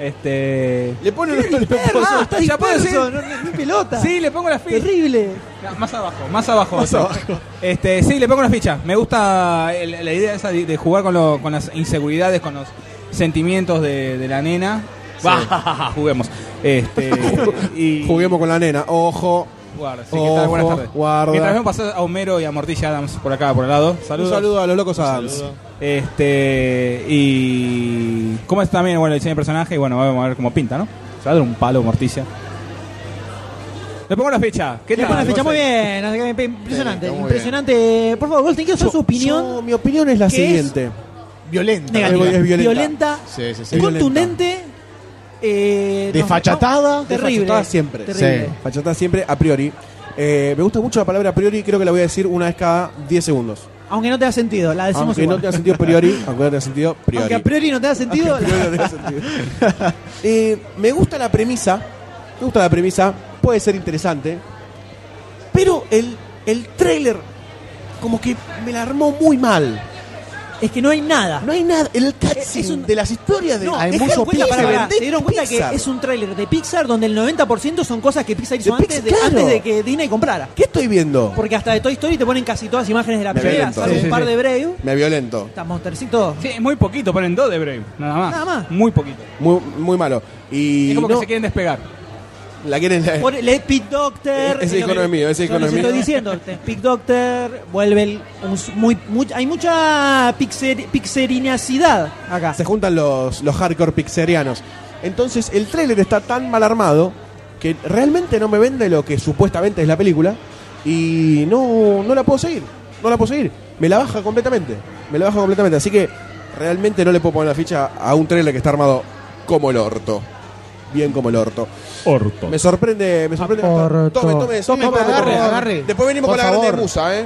Speaker 4: Este.
Speaker 1: Le pone o no le pone.
Speaker 2: Ah, está
Speaker 4: Ya puedo
Speaker 2: disperso,
Speaker 4: decir.
Speaker 2: no, no, ni pelota.
Speaker 4: Sí, le pongo la ficha.
Speaker 2: Terrible.
Speaker 4: No, Más abajo, más abajo.
Speaker 1: Más abajo.
Speaker 4: Este, sí, le pongo la ficha. Me gusta el- la idea esa de, de jugar con, lo- con las inseguridades, con los sentimientos de, de la nena. Bah, juguemos. Este, y,
Speaker 1: Juguemos con la nena. Ojo.
Speaker 4: Guarda, sí, ¿qué tal? Buenas
Speaker 1: Ojo,
Speaker 4: tardes.
Speaker 1: guarda.
Speaker 4: Mientras vemos pasar a Homero y a Mortilla Adams por acá, por el lado. Saludos.
Speaker 1: Un saludo a los locos Adams.
Speaker 4: Este, y. ¿Cómo está también? Bueno, el diseño de personaje. Y bueno, vamos a ver cómo pinta, ¿no? Se va a dar un palo, Morticia. Le pongo la ficha. ¿Qué
Speaker 2: Le
Speaker 4: tal?
Speaker 2: pone la ficha muy bien.
Speaker 5: Sí,
Speaker 2: Impresionante,
Speaker 5: está muy
Speaker 2: impresionante. Por favor, Goldstein, quiero saber su opinión.
Speaker 1: Yo- mi opinión es la
Speaker 2: que es-
Speaker 1: siguiente.
Speaker 5: Violenta.
Speaker 2: negativa,
Speaker 1: Es violenta.
Speaker 2: violenta,
Speaker 5: Sí, sí, sí.
Speaker 2: contundente, eh, no,
Speaker 5: Desfachatada.
Speaker 2: no, terrible,
Speaker 1: Fachatada siempre.
Speaker 2: terrible.
Speaker 5: Sí.
Speaker 1: Fachatada siempre a priori. Eh, me gusta mucho la palabra a priori. Creo que la voy a decir una vez cada 10 segundos.
Speaker 2: Aunque no te da sentido, la decimos
Speaker 1: Aunque
Speaker 2: igual.
Speaker 1: no tenga sentido priori. Aunque no tenga sentido priori.
Speaker 2: Aunque a priori no te da sentido,
Speaker 1: Aunque a priori no tenga sentido. Eh, me gusta la premisa. Me gusta la premisa. Puede ser interesante. Pero el, el trailer como que me la armó muy mal.
Speaker 2: es que no hay nada.
Speaker 1: No hay nada. El
Speaker 2: Es
Speaker 1: cutscene
Speaker 2: un-
Speaker 1: de las historias de.
Speaker 2: No,
Speaker 1: Hay
Speaker 2: es que
Speaker 1: mucho
Speaker 2: cuenta,
Speaker 1: Pixar
Speaker 2: pará,
Speaker 1: para
Speaker 2: se dieron cuenta
Speaker 1: Pixar.
Speaker 2: que es un tráiler de Pixar donde el 90% son cosas que Pixar
Speaker 1: De
Speaker 2: hizo antes,
Speaker 1: Pixar,
Speaker 2: de,
Speaker 1: claro.
Speaker 2: antes de que Disney comprara.
Speaker 1: ¿Qué estoy viendo?
Speaker 2: Porque hasta de Toy Story te ponen casi todas las imágenes de la
Speaker 1: Me
Speaker 2: primera,
Speaker 1: violento.
Speaker 2: salvo
Speaker 1: Sí,
Speaker 2: un
Speaker 4: sí,
Speaker 2: par
Speaker 4: sí.
Speaker 2: de Brave.
Speaker 1: Me violento.
Speaker 2: Está Monstercito.
Speaker 4: Sí, es muy poquito, ponen dos de Brave, nada más.
Speaker 2: Nada más.
Speaker 4: Muy poquito.
Speaker 1: Muy, muy malo. Y
Speaker 4: es como
Speaker 1: no,
Speaker 4: que se quieren despegar.
Speaker 1: la quieren. la-
Speaker 2: Por el Pit Doctor.
Speaker 1: Ese
Speaker 2: es lo
Speaker 1: icono
Speaker 2: que-
Speaker 1: Eh, es mío, ese
Speaker 2: yo
Speaker 1: icono
Speaker 2: les
Speaker 1: es mío.
Speaker 2: estoy diciendo, Pit Doctor, vuelve el- un s- muy, muy- hay mucha pixer, pixerinacidad acá.
Speaker 1: Se juntan los, los hardcore pixerianos. Entonces el tráiler está tan mal armado que realmente no me vende lo que supuestamente es la película y no, no la puedo seguir. No la puedo seguir. Me la baja completamente. Me la baja completamente. Así que realmente no le puedo poner la ficha a un tráiler que está armado como el orto. Bien como el orto.
Speaker 9: Orto.
Speaker 1: Me sorprende, me sorprende.
Speaker 2: Orto.
Speaker 1: Tome, tome, tome, tome,
Speaker 5: agarre,
Speaker 1: tome.
Speaker 5: agarre.
Speaker 1: Después venimos
Speaker 5: Por
Speaker 1: con la grande
Speaker 5: favor.
Speaker 1: musa, ¿eh?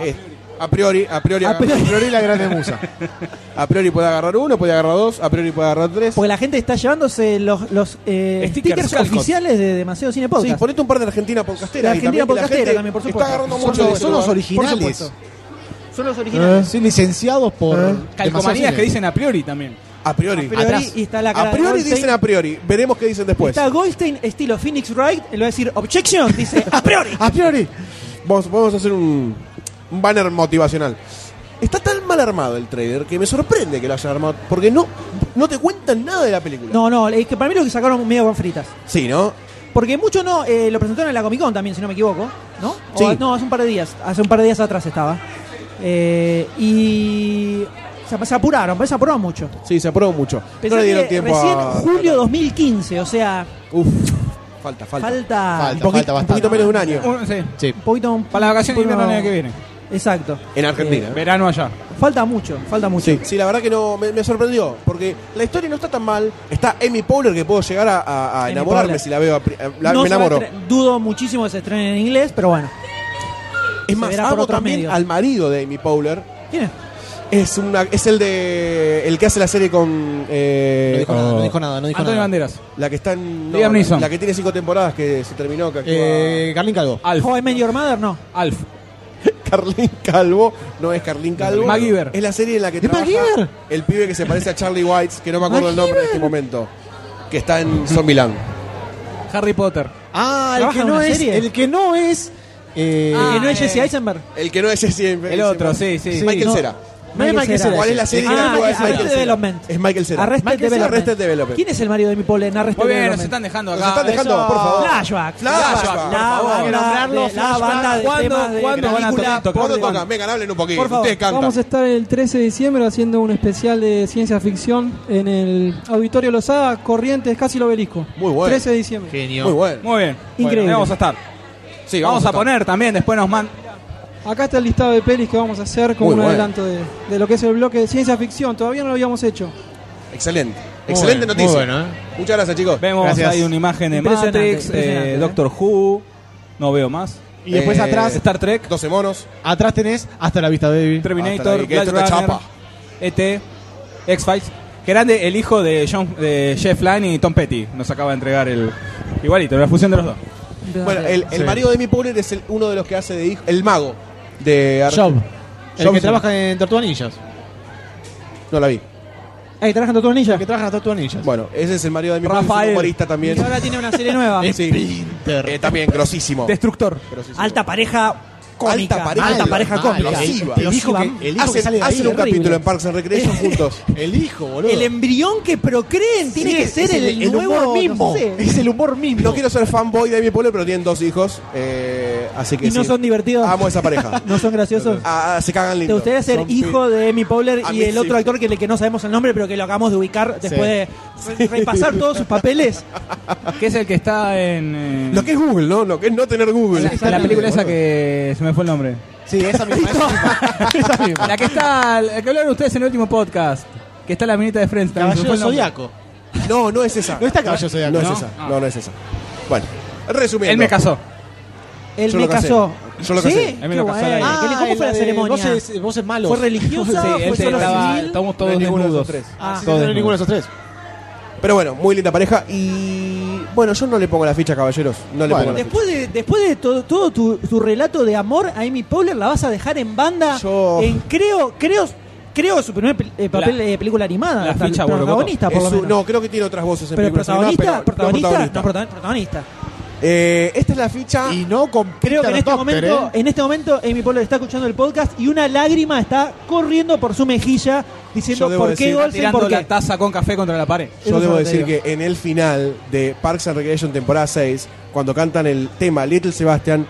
Speaker 1: Eh, A priori, a priori,
Speaker 2: A priori.
Speaker 5: A priori la grande musa.
Speaker 1: A priori puede agarrar uno, puede agarrar dos, a priori puede agarrar tres.
Speaker 2: Porque la gente está llevándose los, los eh,
Speaker 4: Stickers,
Speaker 2: stickers,
Speaker 4: Calcot.
Speaker 2: oficiales de Demasiado Cine
Speaker 1: Sí,
Speaker 2: Podcast.
Speaker 1: ponete un par de Argentina podcastera.
Speaker 2: De
Speaker 1: ahí también, que la
Speaker 2: Argentina podcastera
Speaker 1: gente
Speaker 2: también, por supuesto.
Speaker 1: Está agarrando
Speaker 2: Son
Speaker 1: mucho.
Speaker 2: los-
Speaker 1: de eso,
Speaker 5: son los
Speaker 1: ¿verdad?
Speaker 5: originales.
Speaker 1: Por supuesto.
Speaker 2: Son los originales.
Speaker 5: Son Ah. licenciados por.
Speaker 15: ¿Eh?
Speaker 5: demasiado
Speaker 4: Calcomanías
Speaker 5: cine.
Speaker 4: que dicen a priori también.
Speaker 1: A priori.
Speaker 2: A priori,
Speaker 5: Atrás.
Speaker 2: y está la cara
Speaker 1: A
Speaker 2: de
Speaker 1: priori
Speaker 2: Goldstein.
Speaker 1: dicen a priori. pues. Veremos qué dicen después.
Speaker 2: Está Goldstein estilo Phoenix Wright, él va a decir objection, dice a priori.
Speaker 5: A priori.
Speaker 1: Vamos, vamos a hacer un, un banner motivacional. Está tan mal armado el trailer que me sorprende que lo hayan armado. Porque no, no te cuentan nada de la película.
Speaker 2: No, no, es que para mí lo que sacaron medio con fritas.
Speaker 1: Sí, ¿no?
Speaker 2: Porque mucho no, eh, lo presentaron en la Comic Con también, si no me equivoco, ¿no? O-
Speaker 1: Sí.
Speaker 2: no, hace un par de días, hace un par de días atrás estaba. Eh, y se, se apuraron, se apuró mucho.
Speaker 1: Sí, se aprobó mucho.
Speaker 2: Pensé
Speaker 1: no le dieron
Speaker 2: que
Speaker 1: tiempo
Speaker 2: recién
Speaker 1: a.
Speaker 2: julio 2015, o sea,
Speaker 1: Uf, falta, falta.
Speaker 2: falta,
Speaker 5: Falta,
Speaker 1: Un poquito, un
Speaker 5: bastante.
Speaker 1: poquito menos de un año.
Speaker 4: Un- sí.
Speaker 5: Sí.
Speaker 2: un poquito... un-
Speaker 4: Para la vacación de
Speaker 2: un poquito-
Speaker 4: invierno el año que viene.
Speaker 2: Exacto,
Speaker 1: En Argentina. ¿eh?
Speaker 4: Verano allá.
Speaker 2: falta mucho, falta mucho.
Speaker 1: Sí, sí, la verdad que no me, me sorprendió, porque la historia no está tan mal. Está Amy Powler que puedo llegar a, a- a
Speaker 2: Amy
Speaker 1: enamorarme
Speaker 2: Poehler.
Speaker 1: si la veo, a pri- a- la-
Speaker 2: No
Speaker 1: me
Speaker 2: se va a
Speaker 1: enamoro.
Speaker 2: estre- dudo muchísimo que se estrene en inglés, pero bueno.
Speaker 1: Es más,
Speaker 2: verá por
Speaker 1: amo
Speaker 2: otros
Speaker 1: también
Speaker 2: medios.
Speaker 1: al marido de Amy Powler.
Speaker 2: ¿Quién es?
Speaker 1: Es una, es el de el que hace la serie con eh,
Speaker 5: No dijo nada, no dijo nada, no dijo
Speaker 4: Antonio
Speaker 5: nada.
Speaker 4: Banderas.
Speaker 1: la que está en no,
Speaker 4: Liam
Speaker 1: la-
Speaker 4: Neeson.
Speaker 1: la que tiene cinco temporadas que se terminó que actúa-
Speaker 5: Eh, Carlín Calvo.
Speaker 4: Alf.
Speaker 2: How I Met Your Mother, no.
Speaker 4: Alf.
Speaker 1: Carlín Calvo, no es Carlín Calvo.
Speaker 4: MacGyver.
Speaker 1: Es la serie en la que
Speaker 5: ¿Es
Speaker 1: trabaja
Speaker 5: MacGyver?
Speaker 1: el pibe que se parece a Charlie White, que no me acuerdo el nombre en este momento, que está en Zombieland.
Speaker 4: Harry Potter.
Speaker 5: Ah, el
Speaker 2: ¿Trabaja
Speaker 5: que
Speaker 2: en
Speaker 5: no
Speaker 2: una
Speaker 5: es.
Speaker 2: serie?
Speaker 5: El que no es. eh,
Speaker 2: ¿Que no es
Speaker 4: eh.
Speaker 2: Jesse Eisenberg?
Speaker 1: El que no es ese
Speaker 4: El otro, sí, sí.
Speaker 5: Sí.
Speaker 1: Michael
Speaker 2: no.
Speaker 1: Cera.
Speaker 5: No es Michael Cera.
Speaker 1: ¿Cuál es la serie
Speaker 2: Ah,
Speaker 1: que actúa?
Speaker 2: Arrested
Speaker 1: Es Michael Cera.
Speaker 2: Development.
Speaker 1: Es Michael Cera.
Speaker 2: Arrested
Speaker 1: Michael Cera,
Speaker 2: Development.
Speaker 1: Arrested Development.
Speaker 2: ¿Quién es el marido de mi pole en Arrested
Speaker 4: Muy bien, nos
Speaker 2: Development?
Speaker 4: están dejando
Speaker 1: Nos
Speaker 4: acá.
Speaker 1: están dejando, por favor.
Speaker 2: Flashbacks.
Speaker 1: Flashbacks, por
Speaker 2: La
Speaker 1: favor.
Speaker 2: banda,
Speaker 5: Hay que nombrarlo,
Speaker 2: de, la banda de
Speaker 4: ¿Cuándo-
Speaker 2: temas de
Speaker 4: cuándo van a
Speaker 2: película
Speaker 4: tocar?
Speaker 1: ¿Cuándo
Speaker 2: por-
Speaker 1: tocan? Vengan, hablen un poquito.
Speaker 2: Por favor,
Speaker 1: Ustedes cantan.
Speaker 16: Vamos a estar el 13 de diciembre haciendo un especial de ciencia ficción en el Auditorio Lozada, Corrientes, casi el obelisco.
Speaker 1: Muy bueno.
Speaker 16: 13 de diciembre.
Speaker 5: Genio.
Speaker 1: Muy bueno.
Speaker 4: Muy bien.
Speaker 2: Increíble.
Speaker 4: Bueno, ahí vamos a estar.
Speaker 1: Sí,
Speaker 4: vamos, a,
Speaker 1: estar.
Speaker 4: poner también, después nos man.
Speaker 16: Acá está el listado de pelis que vamos a hacer con
Speaker 1: Muy
Speaker 16: un
Speaker 1: bueno.
Speaker 16: adelanto de, de lo que es el bloque de ciencia ficción. Todavía no lo habíamos hecho.
Speaker 1: Excelente. Excelente
Speaker 5: bueno,
Speaker 1: noticia.
Speaker 5: muy bueno, ¿eh?
Speaker 1: Muchas gracias, chicos.
Speaker 4: Vemos
Speaker 5: Gracias.
Speaker 4: ahí una imagen de
Speaker 2: Impresionante,
Speaker 4: Matrix,
Speaker 2: impresionante,
Speaker 4: eh,
Speaker 2: ¿eh?
Speaker 4: Doctor Who. No veo más.
Speaker 5: Y después
Speaker 1: Eh,
Speaker 5: atrás,
Speaker 4: Star Trek,
Speaker 1: 12 monos.
Speaker 5: atrás tenés Hasta la Vista Baby.
Speaker 4: Terminator,
Speaker 1: hasta la que esto
Speaker 4: Blade
Speaker 14: E
Speaker 1: te
Speaker 4: Runner,
Speaker 1: chapa.
Speaker 4: ET, X-Files.
Speaker 14: Que grande el hijo de, John, de Jeff Lynne y Tom Petty. Nos acaba de entregar el. Igualito, la fusión de los dos.
Speaker 1: Bueno, el, el
Speaker 14: Sí.
Speaker 1: marido de mi Powler es el- uno de los que hace de hijo. El mago de Ar-
Speaker 5: Job. El
Speaker 1: Job
Speaker 5: que
Speaker 1: sí.
Speaker 5: trabaja en Tortuanillas.
Speaker 1: No la vi.
Speaker 2: Ahí trabaja en Tortuanillas.
Speaker 5: Que trabaja en Tortuanillas.
Speaker 1: Bueno, ese es el marido de mi Powell, es un
Speaker 2: Rafael.
Speaker 1: humorista también.
Speaker 2: Y ahora tiene una serie nueva.
Speaker 1: Sí. Eh, también, grosísimo.
Speaker 14: Destructor.
Speaker 2: Alta pareja cómica.
Speaker 1: Alta pareja,
Speaker 2: cómica.
Speaker 1: explosiva.
Speaker 2: El,
Speaker 5: hijo que- el hijo que
Speaker 1: Hacen,
Speaker 5: sale de ahí,
Speaker 1: hacen un
Speaker 5: horrible.
Speaker 1: capítulo en Parks and Recreation juntos.
Speaker 5: El em- hijo, boludo.
Speaker 2: embrión que procreen tiene
Speaker 5: Sí,
Speaker 2: que ser
Speaker 5: es
Speaker 2: el, nuevo
Speaker 5: humor mismo.
Speaker 2: no sé.
Speaker 5: Es el humor mismo.
Speaker 1: No quiero ser fanboy de mi Powler, pero tienen dos hijos. eh, así que
Speaker 2: Y no
Speaker 1: sí.
Speaker 2: son divertidos.
Speaker 1: Amo esa pareja.
Speaker 2: No son graciosos.
Speaker 1: Ah, se cagan
Speaker 2: ¿Te
Speaker 1: lindo.
Speaker 2: gustaría ser
Speaker 1: Son
Speaker 2: hijo de Amy Powler
Speaker 1: A
Speaker 2: y
Speaker 1: mí
Speaker 2: el otro
Speaker 1: sí.
Speaker 2: actor que, le- que no sabemos el nombre, pero que lo acabamos de ubicar después de re- repasar todos sus papeles? Ah.
Speaker 14: Que es el que está en. eh,
Speaker 1: Lo que es Google, ¿no? Lo que es no tener Google.
Speaker 14: la, la película esa que. Se me fue el nombre.
Speaker 5: Sí, esa misma. esa misma. esa misma.
Speaker 14: La que está. La que hablaron ustedes en el último podcast. Que está la minita de Friends. también, se me
Speaker 5: Caballero
Speaker 14: fue el nombre.
Speaker 5: Zodíaco.
Speaker 1: No, no es esa.
Speaker 5: No está Caballero Zodíaco.
Speaker 1: No es
Speaker 5: ¿no?
Speaker 1: esa. No, no es esa. Bueno, resumiendo.
Speaker 14: Él me casó.
Speaker 2: Él
Speaker 1: Yo
Speaker 2: me
Speaker 1: lo casé.
Speaker 2: casó.
Speaker 1: Yo lo
Speaker 2: ¿Sí?
Speaker 1: casé.
Speaker 14: A mí me
Speaker 2: Qué
Speaker 14: lo casó
Speaker 2: guay. Ah,
Speaker 14: la-
Speaker 2: ¿Qué- ¿Cómo fue la ceremonia?
Speaker 5: Ah, Vos es, vos es malo.
Speaker 2: ¿Fue religiosa?
Speaker 14: Sí,
Speaker 2: Ah, ¿Fue
Speaker 14: él
Speaker 2: solo
Speaker 14: estaba.
Speaker 2: civil?
Speaker 14: Estamos
Speaker 1: No
Speaker 14: todos
Speaker 1: es ninguno de
Speaker 14: desnudos.
Speaker 1: esos tres.
Speaker 2: Ah,
Speaker 14: Todos
Speaker 5: No, ninguno de
Speaker 14: desnudos.
Speaker 5: esos tres.
Speaker 1: Pero bueno, muy linda pareja. Y bueno, yo no le pongo la ficha, caballeros. No le
Speaker 5: Bueno,
Speaker 1: pongo la
Speaker 2: Después de, después de todo, todo tu, tu relato de amor a Amy Powler, la vas a dejar en banda.
Speaker 1: Yo-
Speaker 2: En creo, creo, creo su primer pel- eh, papel
Speaker 14: La-
Speaker 2: de película animada.
Speaker 14: la
Speaker 2: tal-
Speaker 14: ficha, boludo,
Speaker 2: protagonista,
Speaker 1: ficha.
Speaker 2: por lo
Speaker 1: Es un-
Speaker 2: menos.
Speaker 1: no, creo que tiene otras voces en
Speaker 2: pero
Speaker 1: películas
Speaker 2: protagonista,
Speaker 1: animadas, pero no
Speaker 2: protagonista,
Speaker 1: protagonista.
Speaker 2: no, prota- protagonista.
Speaker 1: Eh, esta es la ficha.
Speaker 5: Y no con
Speaker 2: Creo que en
Speaker 5: Peter
Speaker 2: este
Speaker 5: Doctor,
Speaker 2: momento,
Speaker 5: ¿eh?
Speaker 2: en este momento, Amy Poehler está escuchando el podcast y una lágrima está corriendo por su mejilla diciendo
Speaker 1: Yo debo
Speaker 2: por qué
Speaker 1: decir-
Speaker 2: Golsen,
Speaker 14: Tirando
Speaker 2: por
Speaker 14: la
Speaker 2: qué.
Speaker 14: taza con café contra la pared.
Speaker 2: Eso
Speaker 1: Yo debo
Speaker 2: es lo que
Speaker 1: decir
Speaker 2: te digo.
Speaker 1: que en el final de Parks and Recreation temporada 6, cuando cantan el tema Little Sebastian,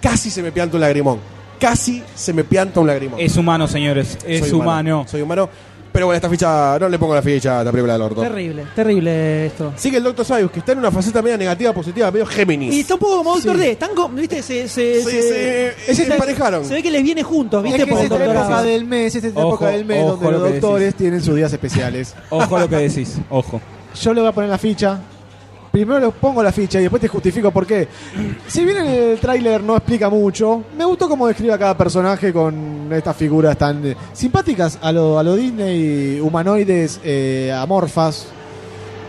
Speaker 1: casi se me pianta un lagrimón. Casi se me pianta un lagrimón.
Speaker 14: Es humano, señores. Es
Speaker 1: Soy
Speaker 14: humano.
Speaker 1: Soy humano. Pero bueno, esta ficha, no le pongo la ficha a la película del orto.
Speaker 2: Terrible, terrible esto.
Speaker 1: Sigue el Dr. Sayus, que está en una faceta media negativa, positiva, medio Géminis.
Speaker 2: Y está un poco como Doctor D, están como- ¿viste? Se, se,
Speaker 1: Sí, se- se emparejaron.
Speaker 2: Se ve que les viene juntos, ¿viste?
Speaker 5: Es que
Speaker 2: por
Speaker 5: es
Speaker 2: el
Speaker 5: esta época
Speaker 2: doctorado.
Speaker 5: del mes, es esta
Speaker 14: Ojo,
Speaker 5: época del mes
Speaker 14: ojo
Speaker 5: donde
Speaker 14: lo
Speaker 5: los
Speaker 14: que decís.
Speaker 5: doctores tienen sus días especiales.
Speaker 14: Ojo lo que decís. Ojo.
Speaker 5: Yo le voy a poner la ficha. Primero le pongo la ficha y después te justifico por qué. Si bien en el tráiler no explica mucho, me gustó cómo describe a cada personaje con estas figuras tan eh, simpáticas a lo, a lo Disney, humanoides, eh, amorfas.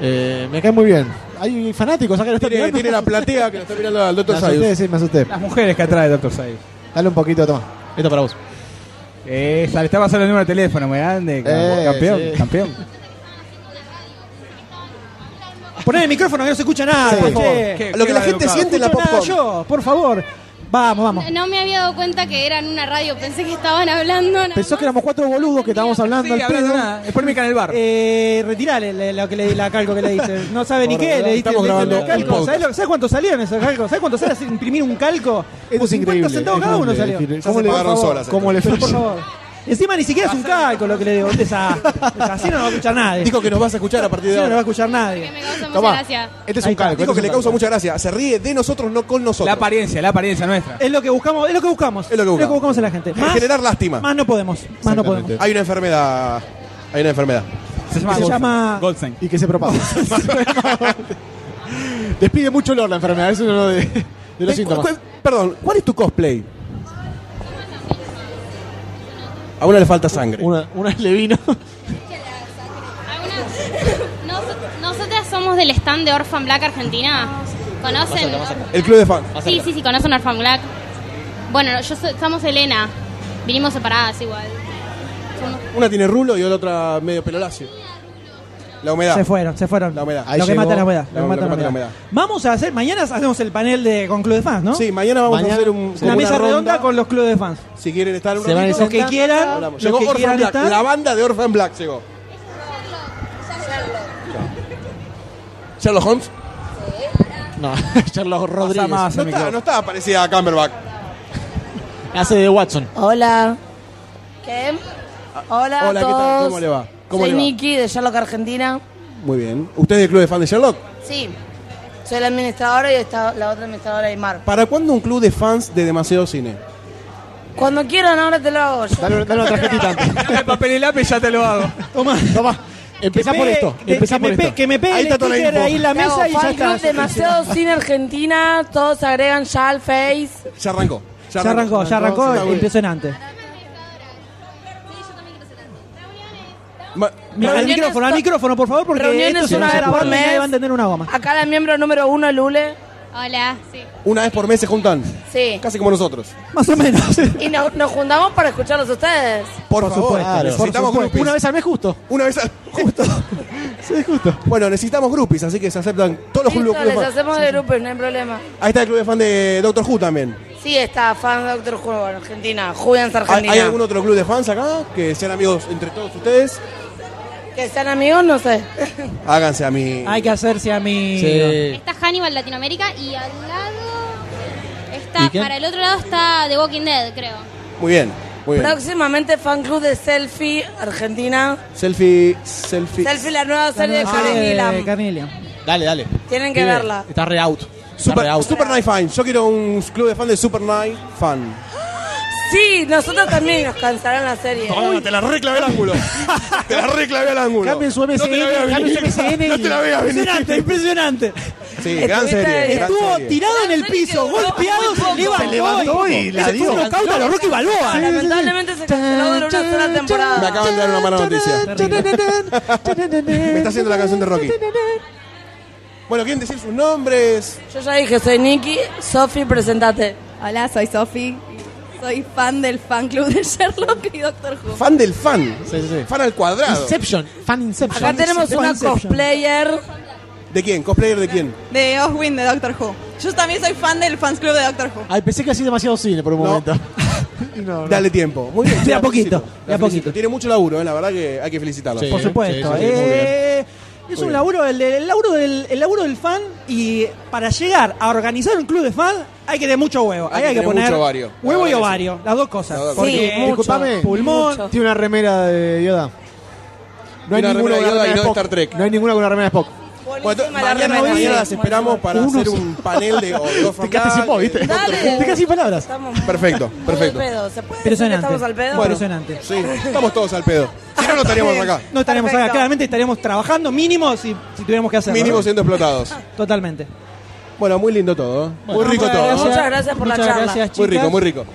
Speaker 5: Eh, me cae muy bien. Hay fanáticos acá que lo están
Speaker 1: Tiene,
Speaker 5: mirando.
Speaker 1: tiene la platea que lo está mirando al
Speaker 5: Me
Speaker 1: Dr.
Speaker 5: asusté,
Speaker 1: Sayus.
Speaker 5: sí, me asusté.
Speaker 14: Las mujeres que atrae Doctor Sayus.
Speaker 5: Dale un poquito, toma. Esto para vos.
Speaker 4: Eh,
Speaker 14: Esa, le está pasando el número de teléfono, me grande,
Speaker 5: Eh,
Speaker 14: campeón,
Speaker 5: sí.
Speaker 14: campeón.
Speaker 2: Poner el micrófono que no se escucha nada,
Speaker 5: Sí.
Speaker 2: por favor.
Speaker 14: Qué-
Speaker 2: Que
Speaker 14: qué
Speaker 1: Lo que la gente
Speaker 14: maleducado.
Speaker 1: siente en
Speaker 2: no
Speaker 1: la
Speaker 2: escucho nada
Speaker 1: popcorn.
Speaker 2: yo, por favor. Vamos, vamos.
Speaker 7: No me había dado cuenta que eran una radio, pensé que estaban hablando. nada
Speaker 5: Pensó
Speaker 7: más.
Speaker 5: que éramos cuatro boludos que estábamos hablando
Speaker 14: Sí,
Speaker 5: al
Speaker 14: hablando
Speaker 5: pedo.
Speaker 14: nada, es polémica en el bar.
Speaker 2: Eh, retirale le- lo que le, la calco que le diste. No sabe ni qué, le diste,
Speaker 1: Estamos
Speaker 2: le diste
Speaker 1: grabando
Speaker 2: la calco.
Speaker 1: un
Speaker 2: ¿Sabés, lo- sabés cuánto salieron esos calcos? ¿Sabés cuánto sale hacer- imprimir un calco?
Speaker 5: Esto
Speaker 2: Por
Speaker 5: es increíble.
Speaker 2: centavos
Speaker 5: es
Speaker 2: cada uno
Speaker 5: increíble,
Speaker 2: salió.
Speaker 5: es increíble.
Speaker 1: Ya se
Speaker 5: le-
Speaker 1: pagaron
Speaker 5: por favor,
Speaker 1: solas,
Speaker 5: ¿Cómo le
Speaker 2: Por favor. Encima ni siquiera es un calco lo que le digo. Un desastre. Así no lo va a escuchar nadie.
Speaker 1: Dijo que nos vas a escuchar a partir
Speaker 2: Así
Speaker 1: de
Speaker 2: no lo va a
Speaker 1: ahora.
Speaker 2: escuchar nadie.
Speaker 7: Que me causa mucha
Speaker 5: Toma.
Speaker 7: gracia.
Speaker 5: Este es
Speaker 2: Ahí
Speaker 5: un
Speaker 2: está.
Speaker 5: calco.
Speaker 1: Dijo
Speaker 5: este
Speaker 1: que
Speaker 5: es
Speaker 1: le
Speaker 5: un
Speaker 1: causa
Speaker 5: calco.
Speaker 1: mucha gracia. Se ríe de nosotros, no con
Speaker 14: La
Speaker 1: nosotros.
Speaker 14: apariencia, la apariencia nuestra.
Speaker 2: Es lo que buscamos, es lo que buscamos.
Speaker 1: Es lo que buscamos.
Speaker 2: a la gente. Más,
Speaker 1: Generar lástima.
Speaker 2: más no podemos. Más no podemos.
Speaker 1: Hay una enfermedad. Hay una enfermedad.
Speaker 14: Se llama,
Speaker 2: se
Speaker 14: Goldstein.
Speaker 2: llama-
Speaker 14: Goldstein.
Speaker 5: Y que se propaga. Despide mucho olor la enfermedad, eso es uno de, de los
Speaker 1: Eh,
Speaker 5: síntomas.
Speaker 1: cu- cu- perdón, ¿cuál es tu cosplay? A una le falta sangre.
Speaker 5: Una, una le vino.
Speaker 7: Algunas- Nos- Nosotras somos del stand de Orphan Black Argentina. ¿Conocen?
Speaker 1: El club de fans.
Speaker 7: Sí, sí, sí, conocen Orphan Black. Bueno, yo so- somos Elena. Vinimos separadas igual. Somos-
Speaker 1: Una tiene rulo y la otra medio pelo lacio. La humedad.
Speaker 2: Se fueron, se fueron.
Speaker 1: La humedad.
Speaker 2: Lo que
Speaker 5: Ahí
Speaker 2: mata
Speaker 5: llegó.
Speaker 2: la humedad.
Speaker 1: La-
Speaker 2: Lo que mata la humedad. Vamos a hacer, mañana hacemos el panel de, con Club de Fans, ¿no?
Speaker 1: Sí, mañana vamos
Speaker 5: Mañana-
Speaker 1: a hacer un,
Speaker 5: sí.
Speaker 1: como
Speaker 2: Una mesa
Speaker 1: ronda.
Speaker 2: redonda con los clubes de fans.
Speaker 1: Si quieren estar un
Speaker 5: Se van
Speaker 1: ratito,
Speaker 2: Los que quieran,
Speaker 1: hablamos.
Speaker 2: los
Speaker 1: Llegó
Speaker 2: que
Speaker 1: Orphan
Speaker 2: quieran
Speaker 1: Black.
Speaker 2: estar.
Speaker 1: La banda de Orphan Black llegó. Sherlock Holmes.
Speaker 5: No, Charlos Rodríguez.
Speaker 14: más.
Speaker 1: No
Speaker 14: el
Speaker 1: está,
Speaker 14: micrófono.
Speaker 1: no está aparecida a Camberback.
Speaker 5: Hace de Watson.
Speaker 17: Hola. ¿Qué? Hola,
Speaker 1: Hola,
Speaker 17: a
Speaker 1: ¿qué
Speaker 17: todos.
Speaker 1: tal? ¿Cómo le va? ¿Cómo
Speaker 17: soy
Speaker 1: le va?
Speaker 17: Nicky de Sherlock Argentina.
Speaker 1: Muy bien. ¿Usted es del club de fan de Sherlock?
Speaker 17: Sí. Soy la administradora y está la otra administradora de Mar.
Speaker 1: ¿Para cuándo un club de fans de demasiado cine?
Speaker 17: Cuando quieran, ahora te lo hago. Yo
Speaker 5: Dale, dale una tarjetita antes.
Speaker 14: Dame papel y lápiz, ya te lo hago.
Speaker 2: Toma.
Speaker 5: Toma. Empezá
Speaker 2: Que
Speaker 5: por
Speaker 2: me-
Speaker 5: esto.
Speaker 2: que-
Speaker 5: Empezá
Speaker 2: que
Speaker 5: por
Speaker 2: me pe-
Speaker 5: esto.
Speaker 2: Que me pegue
Speaker 1: Ahí
Speaker 2: el
Speaker 1: está toda la
Speaker 2: sticker
Speaker 1: info.
Speaker 2: ahí en la
Speaker 17: te hago
Speaker 2: mesa y ya
Speaker 17: fan
Speaker 2: está.
Speaker 17: club demasiado cine Argentina. Todos agregan ya al Face.
Speaker 1: Ya arrancó.
Speaker 2: Ya arrancó, ya
Speaker 5: arrancó,
Speaker 2: arrancó,
Speaker 5: está muy bien.
Speaker 2: impresionante.
Speaker 1: Ma-
Speaker 2: Mira, al
Speaker 17: Reuniones
Speaker 2: micrófono, al
Speaker 17: to-
Speaker 2: micrófono, por favor, porque
Speaker 17: reuniones
Speaker 2: esto se
Speaker 17: una
Speaker 2: va a
Speaker 17: vez
Speaker 2: grabar
Speaker 17: por
Speaker 2: y nadie
Speaker 17: mes.
Speaker 2: va a entender una goma.
Speaker 17: Acá la miembro número uno, Lule.
Speaker 7: Hola, sí.
Speaker 1: Una vez por mes se juntan.
Speaker 17: Sí.
Speaker 1: Casi como nosotros.
Speaker 2: Más o menos.
Speaker 17: Y nos, nos juntamos para escucharlos a ustedes.
Speaker 1: Por,
Speaker 5: Por
Speaker 1: favor,
Speaker 5: supuesto, por
Speaker 1: necesitamos
Speaker 5: supuesto.
Speaker 1: groupies.
Speaker 5: Una vez al mes justo.
Speaker 1: Una vez al... Justo.
Speaker 5: sí, justo.
Speaker 1: Bueno, necesitamos groupies, así que se aceptan todos los
Speaker 17: Listo,
Speaker 1: clubes.
Speaker 17: les
Speaker 1: fan.
Speaker 17: hacemos de grupos, no hay problema.
Speaker 1: Ahí está el club de fan de Doctor Who también.
Speaker 17: Sí, está fan de Doctor Who en Argentina, Julian
Speaker 1: ¿Hay,
Speaker 17: Argentina.
Speaker 1: hay algún otro club de fans acá? Que sean amigos entre todos ustedes.
Speaker 17: Que sean amigos, no sé.
Speaker 1: Háganse a mí.
Speaker 2: Hay que hacerse a mi.
Speaker 1: Sí.
Speaker 7: Está Hannibal Latinoamérica y al lado está,
Speaker 1: ¿Y qué?
Speaker 7: para el otro lado está The Walking Dead, creo.
Speaker 1: Muy bien, muy bien.
Speaker 17: Próximamente fan club de Selfie Argentina.
Speaker 1: Selfie, selfie.
Speaker 17: Selfie, la nueva serie de
Speaker 2: Ah,
Speaker 17: Karen Gillan.
Speaker 5: Dale, dale.
Speaker 17: Tienen que
Speaker 5: Pibe,
Speaker 17: verla.
Speaker 5: Está re out.
Speaker 1: Super, Super Night Fan. Yo quiero un club de fan de Super Night Fan.
Speaker 17: Sí, nosotros también nos cansaron la serie.
Speaker 1: Toma, te la reclavé al ángulo. te la reclavé al ángulo.
Speaker 2: Cambien su
Speaker 1: No te la veas
Speaker 2: MSN, cambien
Speaker 1: venir.
Speaker 2: su MSN.
Speaker 1: No te la veas venir.
Speaker 2: Impresionante, impresionante.
Speaker 1: Sí, gran serie. gran
Speaker 2: Estuvo
Speaker 1: serie.
Speaker 2: tirado en el piso, golpeado, se levantó. Ese fue un knockout a los Rocky Balboa.
Speaker 17: Lamentablemente se canceló durante una sola temporada.
Speaker 1: Me acaban de dar una mala noticia. Me está haciendo la canción de Rocky. Bueno, ¿quieren decir sus nombres?
Speaker 17: Yo ya dije, soy Nikki. Sofi, presentate.
Speaker 18: Hola, soy Sofi. Soy fan del fan club de Sherlock y Doctor Who.
Speaker 1: Fan del fan. Fan al cuadrado.
Speaker 5: Inception. Fan Inception.
Speaker 18: Acá tenemos una
Speaker 17: cosplayer.
Speaker 1: ¿De quién? ¿Cosplayer de quién?
Speaker 18: De Oswin de Doctor Who. Yo también soy fan del fans club de Doctor Who.
Speaker 5: Ay, pensé que hacía demasiado cine por un momento.
Speaker 1: Dale tiempo. Muy bien.
Speaker 5: De
Speaker 1: yo la
Speaker 5: a poquito,
Speaker 1: felicito,
Speaker 5: de
Speaker 1: la
Speaker 5: a
Speaker 1: felicito. Tiene mucho laburo, eh, la verdad que hay que felicitarlo.
Speaker 5: Sí,
Speaker 2: Por supuesto.
Speaker 1: sí, sí, muy bien.
Speaker 2: eh, es
Speaker 1: Muy bien.
Speaker 2: un laburo, el, el laburo del, el laburo del fan y para llegar a organizar un club de fan hay que tener mucho huevo. Ahí
Speaker 1: que
Speaker 2: hay que
Speaker 1: tener
Speaker 2: poner
Speaker 1: mucho ovario. La
Speaker 2: huevo y
Speaker 1: verdad que
Speaker 2: ovario, las dos cosas.
Speaker 1: dos
Speaker 2: Porque,
Speaker 5: Sí, mucho,
Speaker 2: disculpame, pulmón,
Speaker 5: Eh, Tiene una remera de Yoda. No hay
Speaker 1: Tiene una
Speaker 5: ninguna
Speaker 1: remera de
Speaker 5: con
Speaker 1: Yoda
Speaker 5: una
Speaker 1: y no de
Speaker 5: Spock.
Speaker 1: Star Trek.
Speaker 5: No hay ninguna con una remera de Spock.
Speaker 1: Bueno, entonces, mañana,
Speaker 5: remera.
Speaker 1: mañana las esperamos para
Speaker 5: Uno
Speaker 1: hacer
Speaker 5: sí.
Speaker 1: un panel de o de Go
Speaker 5: Te
Speaker 1: From
Speaker 5: quedaste sin
Speaker 1: Dark,
Speaker 5: voz,
Speaker 1: eh,
Speaker 5: ¿viste?
Speaker 17: Dale.
Speaker 5: Te quedaste sin palabras.
Speaker 1: Perfecto, perfecto.
Speaker 17: Al pedo, ¿Se puede decir que
Speaker 2: Impresionante.
Speaker 17: estamos al pedo?
Speaker 2: Impresionante.
Speaker 1: Sí, estamos todos al pedo. Si no, no estaríamos acá.
Speaker 2: No estaríamos acá,
Speaker 17: Perfecto.
Speaker 2: claramente estaríamos trabajando mínimo si, si tuviéramos que hacerlo.
Speaker 1: Mínimo
Speaker 2: ¿no?
Speaker 1: siendo explotados.
Speaker 2: Totalmente.
Speaker 1: Bueno, muy lindo todo. ¿eh?
Speaker 2: Bueno,
Speaker 1: muy rico
Speaker 2: muchas
Speaker 1: todo. ¿eh?
Speaker 2: gracias.
Speaker 17: Muchas gracias por la
Speaker 2: Muchas
Speaker 17: charla.
Speaker 2: gracias,
Speaker 1: Muy rico,
Speaker 2: chicas.
Speaker 1: muy rico.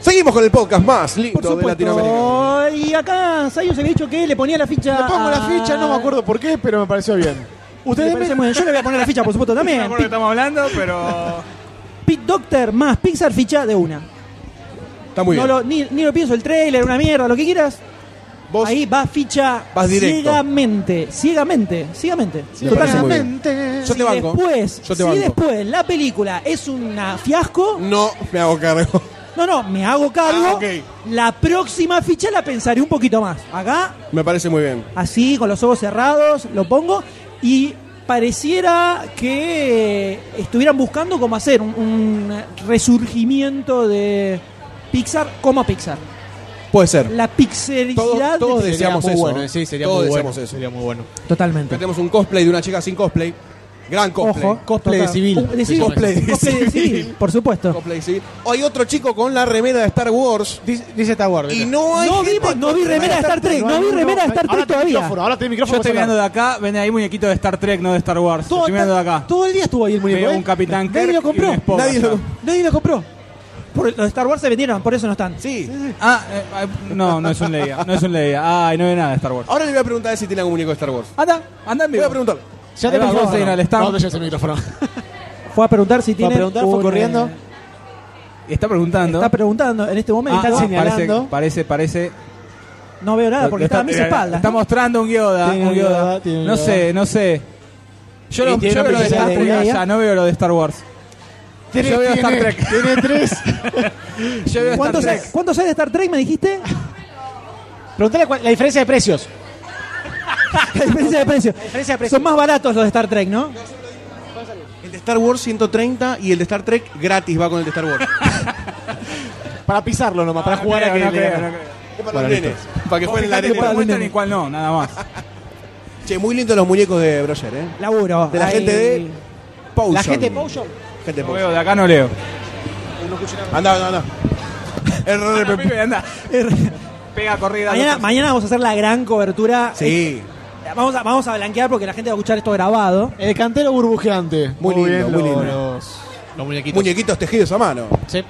Speaker 1: Seguimos con el podcast más
Speaker 2: Por
Speaker 1: lindo de Latinoamérica.
Speaker 2: supuesto. Y acá Sayo se había dicho que le ponía la ficha.
Speaker 5: Le pongo la
Speaker 2: a-
Speaker 5: ficha, no me acuerdo por qué, pero me pareció bien.
Speaker 2: Ustedes me muy bien. Yo le voy a poner la ficha, por supuesto,
Speaker 4: No me
Speaker 2: también.
Speaker 4: acuerdo de qué estamos hablando, pero.
Speaker 2: Pit Doctor más Pixar ficha de una.
Speaker 1: Está muy
Speaker 2: No
Speaker 1: bien.
Speaker 2: lo- ni, ni lo pienso, el trailer, una mierda, lo que quieras. Ahí va ficha
Speaker 1: vas directo.
Speaker 2: ciegamente, ciegamente, ciegamente.
Speaker 1: Me parece muy bien. Yo te
Speaker 2: Si
Speaker 1: banco.
Speaker 2: Después,
Speaker 1: Yo te
Speaker 2: si
Speaker 1: banco.
Speaker 2: después la película es un fiasco,
Speaker 1: No me hago cargo.
Speaker 2: no, no, me hago cargo.
Speaker 1: Ah, ok.
Speaker 2: La próxima ficha la pensaré un poquito más. Acá
Speaker 1: Me parece muy bien.
Speaker 2: así, con los ojos cerrados, lo pongo, y pareciera que eh, estuvieran buscando cómo hacer un, un resurgimiento de Pixar como Pixar.
Speaker 1: Puede ser.
Speaker 2: La pixelicidad
Speaker 1: todos
Speaker 2: de
Speaker 1: deseamos
Speaker 5: muy
Speaker 1: eso.
Speaker 5: bueno, sí, sería
Speaker 1: Todos
Speaker 5: muy bueno.
Speaker 1: deseamos eso.
Speaker 5: Sería muy bueno.
Speaker 2: Totalmente.
Speaker 1: Tenemos un cosplay de una chica sin cosplay. Gran cosplay.
Speaker 2: Ojo,
Speaker 5: Cosplay de
Speaker 2: total.
Speaker 5: civil.
Speaker 2: Uh, de civil.
Speaker 1: Cosplay de
Speaker 2: Cosplay de civil, por supuesto.
Speaker 1: Cosplay, sí. Hay otro chico con la remera de Star Wars.
Speaker 5: Dice, dice Star Wars.
Speaker 1: Y no hay
Speaker 2: No
Speaker 1: gente
Speaker 2: vimos- no
Speaker 1: con
Speaker 2: vi remera de Star Trek, no vi remera de Star
Speaker 5: Ahora
Speaker 2: Trek
Speaker 5: tenés
Speaker 2: todavía.
Speaker 5: micrófono, ahora tenés
Speaker 4: Yo
Speaker 5: micrófono.
Speaker 4: estoy
Speaker 5: para
Speaker 4: mirando de acá, ven ahí muñequito de Star Trek, no de Star Wars.
Speaker 5: Todo
Speaker 4: estoy mirando de
Speaker 5: está-
Speaker 4: acá.
Speaker 5: Todo el día estuvo ahí el muñeco.
Speaker 4: Veo
Speaker 5: ¿eh?
Speaker 4: un Capitán Kirk
Speaker 5: Nadie lo
Speaker 4: y un
Speaker 5: compró.
Speaker 4: Spock
Speaker 1: Nadie
Speaker 4: acá.
Speaker 1: lo-
Speaker 2: Nadie lo compró. Por- los de Star Wars se vendieron, por eso no están.
Speaker 1: Sí.
Speaker 4: Ah, eh, ah, no, no es un Leia. No es un Leia. Ay, no ve nada de Star Wars.
Speaker 1: Ahora le voy a preguntar si tiene algún muñeco de Star Wars.
Speaker 4: Anda, anda en
Speaker 1: Voy
Speaker 4: vivo.
Speaker 1: a preguntar.
Speaker 5: Ya
Speaker 4: Ahí va,
Speaker 5: tenés
Speaker 4: vos ahí en el stand.
Speaker 5: No, no lleves el micrófono.
Speaker 2: Fue a preguntar si
Speaker 5: Fue a
Speaker 2: tiene.
Speaker 5: preguntar, fue corriendo.
Speaker 4: Está preguntando.
Speaker 2: Está preguntando en este momento.
Speaker 4: Ah,
Speaker 2: está-
Speaker 4: ah,
Speaker 5: señalando.
Speaker 4: Parece, parece, parece.
Speaker 2: no veo nada porque
Speaker 4: Lo
Speaker 2: está a mis
Speaker 5: eh,
Speaker 2: espaldas.
Speaker 4: Está
Speaker 2: ¿no?
Speaker 4: mostrando un Yoda.
Speaker 5: Tiene
Speaker 4: Un
Speaker 5: un
Speaker 4: Yoda.
Speaker 5: Yoda, tiene un
Speaker 4: no
Speaker 5: Yoda.
Speaker 4: sé, no sé. Yo,
Speaker 5: Y
Speaker 4: lo,
Speaker 5: tiene
Speaker 4: yo
Speaker 5: una
Speaker 4: veo lo de
Speaker 5: princesa
Speaker 4: Star
Speaker 5: de
Speaker 4: Trek
Speaker 5: Leia.
Speaker 4: allá, no veo lo de Star Wars.
Speaker 5: Tres
Speaker 4: Yo veo Star
Speaker 5: tiene-
Speaker 4: Trek.
Speaker 5: Tiene tres.
Speaker 4: Yo veo Star
Speaker 2: ¿Cuántos,
Speaker 4: Trek.
Speaker 2: ¿Cuántos hay de Star Trek me dijiste?
Speaker 5: Preguntale cuál- la diferencia de precios.
Speaker 2: La diferencia de precio.
Speaker 5: diferencia de precio.
Speaker 2: Son más baratos los de Star Trek, ¿no?
Speaker 1: El de Star Wars 130 y el de Star Trek gratis va con el de Star Wars.
Speaker 5: Para pisarlo nomás, para
Speaker 4: No
Speaker 5: jugar
Speaker 4: creo,
Speaker 5: a que
Speaker 4: no
Speaker 5: le
Speaker 4: creo,
Speaker 5: gana.
Speaker 4: no creo.
Speaker 1: Es para
Speaker 5: Bueno,
Speaker 1: los nenes. Para que
Speaker 4: Vos
Speaker 1: jueguen en la
Speaker 4: fijate
Speaker 1: arena.
Speaker 4: cuál
Speaker 2: Para los
Speaker 4: muestran y
Speaker 2: nenes.
Speaker 4: cuál no, nada más.
Speaker 1: Che, muy lindos los muñecos de Broyer, ¿eh?
Speaker 2: Laburo.
Speaker 1: De la
Speaker 2: Ahí.
Speaker 1: gente de Potion.
Speaker 5: La gente de Potion.
Speaker 1: Gente de
Speaker 4: No
Speaker 1: Potion.
Speaker 4: veo, de acá no leo.
Speaker 1: Andá, andá, andá.
Speaker 4: Anda, pibe, anda. Pega corrida.
Speaker 2: Mañana,
Speaker 4: loco.
Speaker 2: mañana vamos a hacer la gran cobertura.
Speaker 1: Sí.
Speaker 2: Eh, Vamos a, vamos a blanquear porque la gente va a escuchar esto grabado.
Speaker 5: El cantero burbujeante.
Speaker 1: Muy lindo, muy lindo.
Speaker 5: Los, los muñequitos.
Speaker 1: Muñequitos tejidos a mano.
Speaker 5: Sí.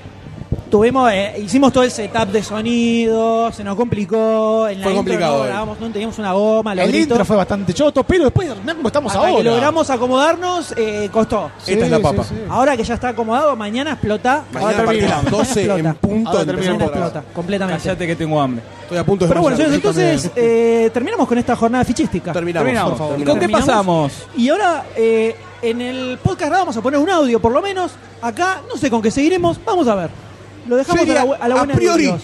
Speaker 2: Tuvimos, eh, hicimos todo el setup de sonido, se nos complicó. En la
Speaker 5: Fue
Speaker 2: intro
Speaker 5: complicado,
Speaker 2: No,
Speaker 5: eh.
Speaker 2: grabamos, no teníamos una goma.
Speaker 5: El
Speaker 2: logrito.
Speaker 5: intro fue bastante choto, pero después, mirá cómo estamos
Speaker 2: Hasta
Speaker 5: ahora.
Speaker 2: que logramos acomodarnos, eh, costó.
Speaker 5: Esta Sí, es la sí, papa. Ah. sí.
Speaker 2: Ahora que ya está acomodado, mañana explota.
Speaker 1: Mañana
Speaker 2: Ahora
Speaker 1: a partir de las
Speaker 2: termina.
Speaker 1: 12 en
Speaker 2: Explota.
Speaker 1: punto
Speaker 2: Ahora
Speaker 1: empezamos
Speaker 2: termina,
Speaker 1: el programa.
Speaker 2: explota, completamente.
Speaker 4: Cállate que tengo hambre.
Speaker 1: Estoy a punto de
Speaker 2: Pero bueno,
Speaker 1: desmayar.
Speaker 2: señores, entonces eh, terminamos con esta jornada fichística.
Speaker 1: eh, Terminamos, por favor.
Speaker 2: ¿Y
Speaker 1: ¿Con qué pasamos?
Speaker 2: Y ahora eh, en el podcast ahora vamos a poner un audio, por lo menos. Acá, no sé con qué seguiremos. Vamos a ver. Lo dejamos
Speaker 1: Sería,
Speaker 2: a la, bu- a la
Speaker 1: a
Speaker 2: buena de
Speaker 1: priori,
Speaker 2: Dios.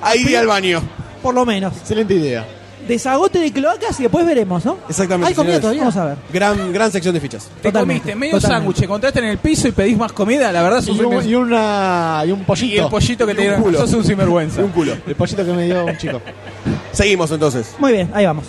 Speaker 1: Ahí iría al baño.
Speaker 2: Por lo menos.
Speaker 5: Excelente idea.
Speaker 2: Desagote de cloacas y después veremos, ¿no?
Speaker 1: Exactamente.
Speaker 2: ¿Hay comida
Speaker 1: señores.
Speaker 2: todavía? Vamos a ver.
Speaker 1: Gran, gran sección de fichas.
Speaker 4: Te comiste medio sándwich, encontraste en el piso y pedís más comida, la verdad
Speaker 5: Y, un, y una, y un pollito.
Speaker 4: Y el pollito que
Speaker 5: Y
Speaker 4: te
Speaker 5: un
Speaker 4: dieron.
Speaker 5: culo.
Speaker 4: Sos un sinvergüenza.
Speaker 1: Un culo.
Speaker 5: El pollito que me dio un chico.
Speaker 1: Seguimos entonces.
Speaker 2: Muy bien, ahí vamos.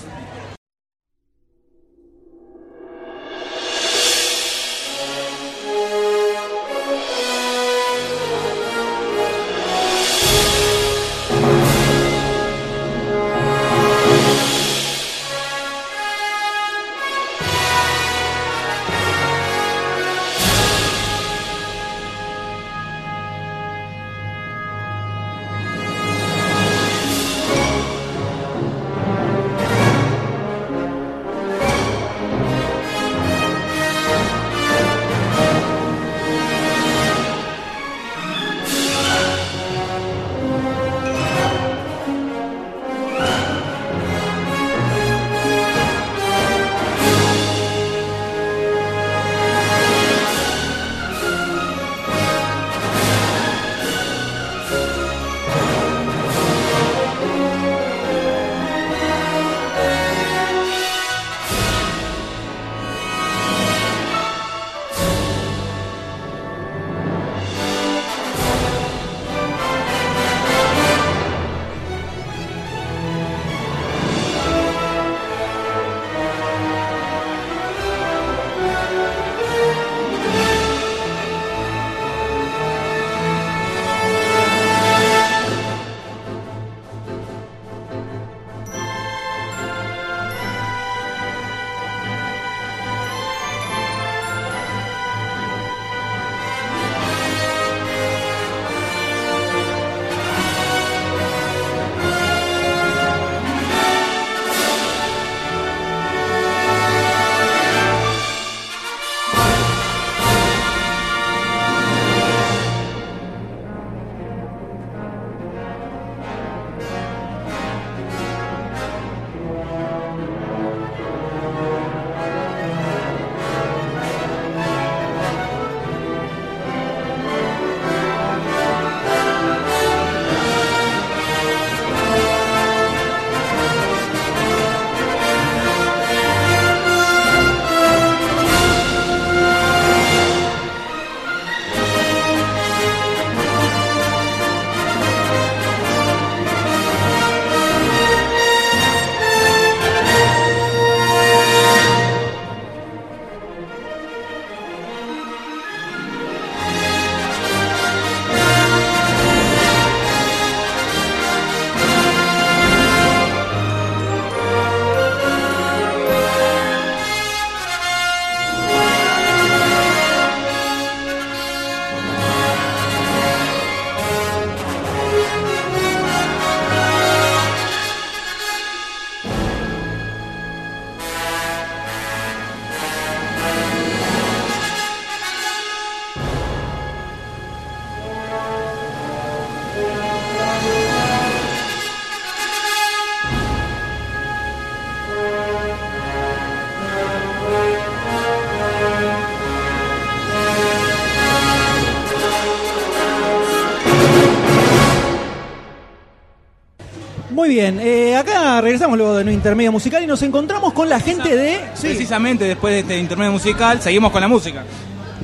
Speaker 2: Muy bien, eh, acá regresamos luego de un intermedio musical y nos encontramos con la gente de.
Speaker 4: Precisamente después de este intermedio musical, seguimos con la música.